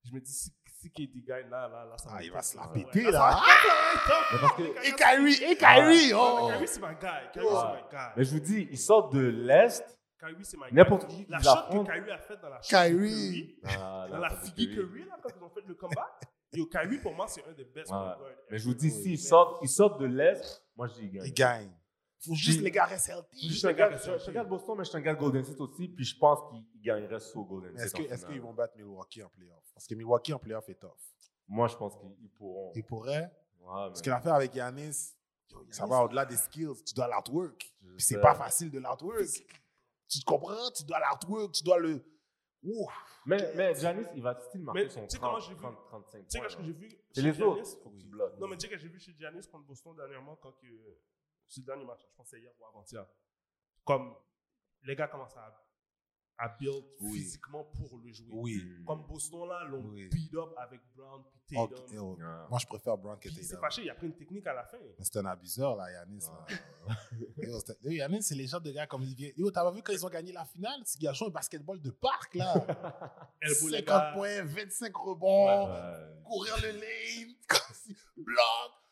Speaker 1: je me dis, si, si KD gagne, là, là, là, ça
Speaker 3: Ah,
Speaker 1: être
Speaker 3: il va
Speaker 1: top.
Speaker 3: se la
Speaker 1: Ouais,
Speaker 3: péter,
Speaker 1: ouais,
Speaker 3: là. Ah,
Speaker 2: Mais parce que-
Speaker 3: Et Kyrie, et Kyrie,
Speaker 1: Non,
Speaker 3: oh!
Speaker 1: mais Kyrie, c'est my guy. Kyrie,
Speaker 2: Ouais.
Speaker 1: c'est my guy.
Speaker 2: Mais je vous dis, ils sortent de l'Est.
Speaker 1: Kyrie, c'est my guy.
Speaker 2: N'importe qui qui
Speaker 1: La
Speaker 2: les
Speaker 1: shot
Speaker 2: affronte.
Speaker 1: que Kyrie a faite dans la shot de
Speaker 3: Kyrie!
Speaker 2: Ah,
Speaker 1: Dans
Speaker 2: là,
Speaker 1: la
Speaker 2: ça fait
Speaker 1: figure
Speaker 2: que-
Speaker 1: Curry, là, quand ils ont fait le combat. Yo, Kyrie, pour moi, c'est un des best
Speaker 2: Ouais.
Speaker 1: point guards
Speaker 2: Mais je
Speaker 1: ever.
Speaker 2: vous dis,
Speaker 3: Oui,
Speaker 2: s'ils
Speaker 1: mais-
Speaker 2: sortent, ils sortent de l'Est, moi je dis, ils gagnent.
Speaker 3: Oh, Il gagne. Faut juste
Speaker 2: Puis-
Speaker 3: les gars restent healthy.
Speaker 2: Je suis un gars- je je suis un gars de Boston, mais je suis un gars de Golden State aussi, puis je pense qu'ils gagneraient sur Golden
Speaker 3: Mais Est-ce
Speaker 2: State.
Speaker 3: que-
Speaker 2: en
Speaker 3: est-ce qu'ils
Speaker 2: finale.
Speaker 3: vont battre Milwaukee en playoff? Parce que Milwaukee en playoff est tough.
Speaker 2: Moi, je pense qu'ils ils pourront.
Speaker 3: Ils pourraient.
Speaker 2: Ouais,
Speaker 3: Parce
Speaker 2: mais-
Speaker 3: que l'affaire avec Yanis, ça va au-delà des skills. Tu dois l'artwork.
Speaker 2: Je
Speaker 3: Puis c'est
Speaker 2: sais.
Speaker 3: pas facile de l'artwork. Tu te comprends? Tu dois l'artwork, tu dois le. Ouh!
Speaker 2: Mais, mais Giannis, il va style marquer
Speaker 1: Mais
Speaker 2: son
Speaker 1: tu sais
Speaker 2: 30,
Speaker 1: comment j'ai vu-
Speaker 2: 30, 35
Speaker 1: Tu sais,
Speaker 2: points,
Speaker 1: quand
Speaker 2: là.
Speaker 1: j'ai vu.
Speaker 2: C'est
Speaker 1: chez
Speaker 2: les
Speaker 1: Giannis-
Speaker 2: autres. Faut que tu bloques.
Speaker 1: Non, mais tu sais, que j'ai vu chez Giannis contre Boston dernièrement, quand que, c'est le dernier match, je pense que c'est hier ou avant-hier. Comme les gars commencent à, à build
Speaker 3: Oui.
Speaker 1: physiquement pour le jouer.
Speaker 3: Oui.
Speaker 1: Comme Boston, là, l'ont
Speaker 3: Oui.
Speaker 1: beat up avec Brown puis
Speaker 3: Ok,
Speaker 1: Tatum.
Speaker 3: oh.
Speaker 2: Ouais.
Speaker 3: Moi, je préfère Brown que
Speaker 1: Puis il s'est
Speaker 3: Tatum.
Speaker 1: fâché, il a pris une technique à la fin.
Speaker 3: Mais c'est un abuseur, là, Yanis. là.
Speaker 2: Ouais.
Speaker 3: Yo, c'était- yo, Yanis, c'est les genres de gars comme il vient. Yo, t'as pas vu quand ils ont gagné la finale? Ils gars joué un basketball de parc, là.
Speaker 1: Elbow, les
Speaker 3: 50
Speaker 1: gars.
Speaker 3: points, 25 rebonds,
Speaker 2: Ouais.
Speaker 3: courir le lane, comme si- bloc,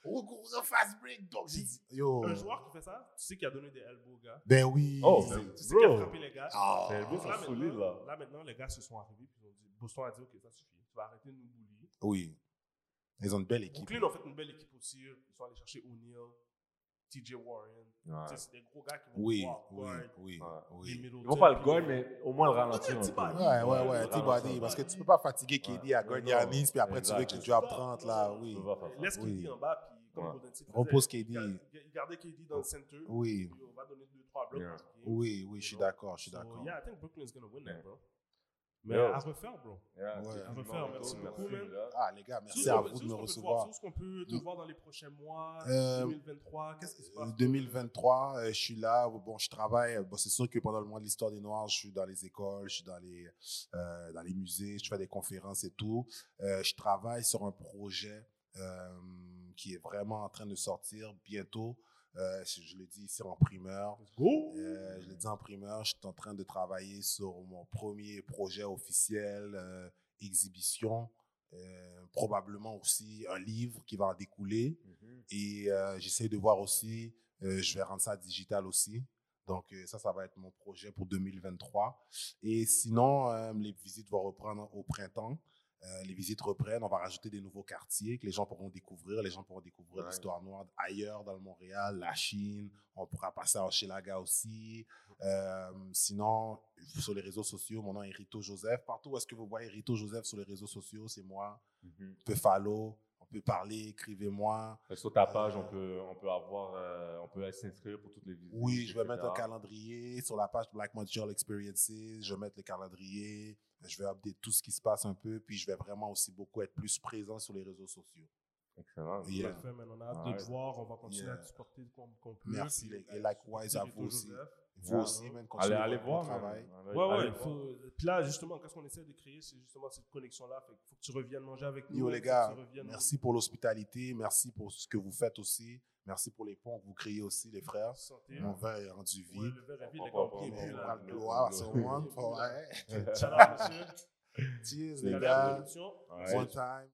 Speaker 3: recourir fast break. Donc, j'ai dit, yo.
Speaker 1: Un joueur qui fait ça, tu sais qu'il a donné des elbows, gars.
Speaker 3: Ben oui.
Speaker 2: Oh,
Speaker 1: Tu sais-
Speaker 2: ben,
Speaker 1: tu sais qu'il a
Speaker 2: bro.
Speaker 1: frappé les gars.
Speaker 3: Ah.
Speaker 2: C'est beau,
Speaker 1: Là,
Speaker 2: ça.
Speaker 1: maintenant,
Speaker 2: solide, là.
Speaker 1: là, maintenant, les gars se sont arrivés puis ils ont dit Boston a dit, OK, ça suffit. Tu vas arrêter de nous boulier.
Speaker 3: Oui. Ils ont une belle équipe.
Speaker 1: Brooklyn ont fait une belle équipe aussi. Ils sont allés chercher O'Neal, TJ Warren.
Speaker 2: Ouais.
Speaker 1: Tu sais, C'est des gros gars qui vont
Speaker 3: Oui,
Speaker 1: pouvoir
Speaker 3: oui,
Speaker 1: guard
Speaker 3: oui,
Speaker 2: Ouais.
Speaker 1: les
Speaker 3: oui.
Speaker 1: Middleton,
Speaker 2: Ils vont pas le
Speaker 1: puis-
Speaker 2: goal, mais au moins le ralentir.
Speaker 1: Donne un petit
Speaker 2: un peu.
Speaker 1: body.
Speaker 3: Ouais, ouais,
Speaker 1: Ouais,
Speaker 3: ouais, T-Body,
Speaker 1: ouais.
Speaker 3: parce que tu peux pas fatiguer KD à
Speaker 2: Ouais,
Speaker 3: Gordon
Speaker 2: non,
Speaker 3: Yanis, puis après tu
Speaker 2: exact.
Speaker 3: veux qu'il drop 30, là, oui.
Speaker 2: Tu vas faire ça.
Speaker 1: Laisse
Speaker 3: Oui.
Speaker 1: KD en bas, puis comme
Speaker 2: Ouais.
Speaker 1: Golden State
Speaker 3: Repose
Speaker 1: faisait,
Speaker 3: KD.
Speaker 1: il gar- Il gardait KD dans le center.
Speaker 3: Oui,
Speaker 1: puis euh, On va donner 2-3 blocs.
Speaker 2: Yeah.
Speaker 1: par game.
Speaker 3: oui, oui, je suis d'accord, je suis
Speaker 1: So,
Speaker 3: d'accord.
Speaker 1: Yeah, I think Brooklyn's gonna win that,
Speaker 2: Yeah.
Speaker 1: bro. Mais
Speaker 2: Yo.
Speaker 1: à refaire, bro.
Speaker 2: Yeah,
Speaker 3: Ouais.
Speaker 2: c'est
Speaker 3: On
Speaker 1: va
Speaker 2: bon,
Speaker 1: faire,
Speaker 2: bon,
Speaker 1: merci
Speaker 2: merci,
Speaker 1: beaucoup, man.
Speaker 2: là.
Speaker 3: Ah, les gars, merci
Speaker 1: Sous-
Speaker 3: à
Speaker 1: sous-
Speaker 3: vous
Speaker 1: sous-
Speaker 3: de me
Speaker 1: qu'on peut te voir,
Speaker 3: recevoir.
Speaker 1: sous- ce qu'on peut te
Speaker 3: Mm.
Speaker 1: voir dans les prochains mois,
Speaker 3: Euh,
Speaker 1: 2023, qu'est-ce qui se passe
Speaker 3: 2023, euh, je suis là. Bon, je travaille. Euh, Bon, c'est sûr que pendant le mois de l'histoire des Noirs, je suis dans les écoles, je suis dans les, euh, dans les musées, je fais des conférences et tout. Euh, je travaille sur un projet euh, qui est vraiment en train de sortir bientôt. Euh, je je le dis ici en primeur.
Speaker 1: Go!
Speaker 3: Euh, je l'ai dit en primeur, je suis en train de travailler sur mon premier projet officiel, euh, exhibition, euh, probablement aussi un livre qui va en découler.
Speaker 2: Mhm.
Speaker 3: Et euh, j'essaie de voir aussi, euh, je vais rendre ça digital aussi. Donc euh, ça, ça va être mon projet pour 2023. Et sinon, euh, les visites vont reprendre au printemps. Euh, les visites reprennent, on va rajouter des nouveaux quartiers que les gens pourront découvrir. Les gens pourront découvrir
Speaker 2: Ouais.
Speaker 3: l'histoire noire ailleurs dans le Montréal, la Chine. On pourra passer à Hochelaga aussi. Euh, sinon, sur les réseaux sociaux, mon nom est Rito Joseph. Partout où est-ce que vous voyez Rito Joseph sur les réseaux sociaux, c'est moi.
Speaker 2: Mhm.
Speaker 3: On peut follow, on peut parler, écrivez-moi.
Speaker 2: Fait que Sur ta page, on peut, on peut avoir, euh, on peut s'inscrire pour toutes les visites.
Speaker 3: Oui, je vais mettre un
Speaker 2: etc.
Speaker 3: calendrier sur la page Black Montreal Experiences. Je vais mettre le calendrier. Je vais update tout ce qui se passe un peu. Puis je vais vraiment aussi beaucoup être plus présent sur les réseaux sociaux.
Speaker 2: Excellent.
Speaker 3: Yeah.
Speaker 1: Parfait, man. On a hâte de
Speaker 2: Ouais.
Speaker 1: te voir. On va continuer
Speaker 3: Yeah.
Speaker 1: à te supporter comme qu'on peut.
Speaker 3: Merci.
Speaker 1: Puis,
Speaker 3: les- Et likewise à
Speaker 1: Rito
Speaker 3: vous aussi.
Speaker 1: Joseph.
Speaker 3: Vous
Speaker 2: Ouais.
Speaker 3: aussi, même quand
Speaker 2: Ah. Allez, allez voir. man.
Speaker 3: travail.
Speaker 2: Allez-
Speaker 1: Ouais, ouais.
Speaker 2: allez
Speaker 1: il
Speaker 2: voir.
Speaker 1: faut- Puis là, justement, qu'est-ce qu'on essaie de créer, c'est justement cette connexion-là. Fait qu'il faut que tu reviennes manger avec nous.
Speaker 3: Yo,
Speaker 1: faut
Speaker 3: les
Speaker 1: que
Speaker 3: gars,
Speaker 1: tu reviennes-
Speaker 3: merci pour l'hospitalité. Merci pour ce que vous faites aussi. Merci pour les ponts que vous créez aussi, les frères.
Speaker 1: Santé.
Speaker 3: Mon verre est rendu
Speaker 1: Ouais,
Speaker 3: vide.
Speaker 1: le verre est vide,
Speaker 2: On
Speaker 1: les
Speaker 2: va
Speaker 1: gars,
Speaker 2: pas-
Speaker 1: on
Speaker 3: Et
Speaker 1: pied
Speaker 2: on
Speaker 1: plus,
Speaker 2: va
Speaker 1: là.
Speaker 2: pas-
Speaker 3: gloire, c'est one for- ouais.
Speaker 1: Shout out, monsieur.
Speaker 3: Cheers,
Speaker 2: C'est
Speaker 3: les
Speaker 1: Shout out,
Speaker 3: gars.
Speaker 1: production.
Speaker 2: Ouais.
Speaker 3: One time.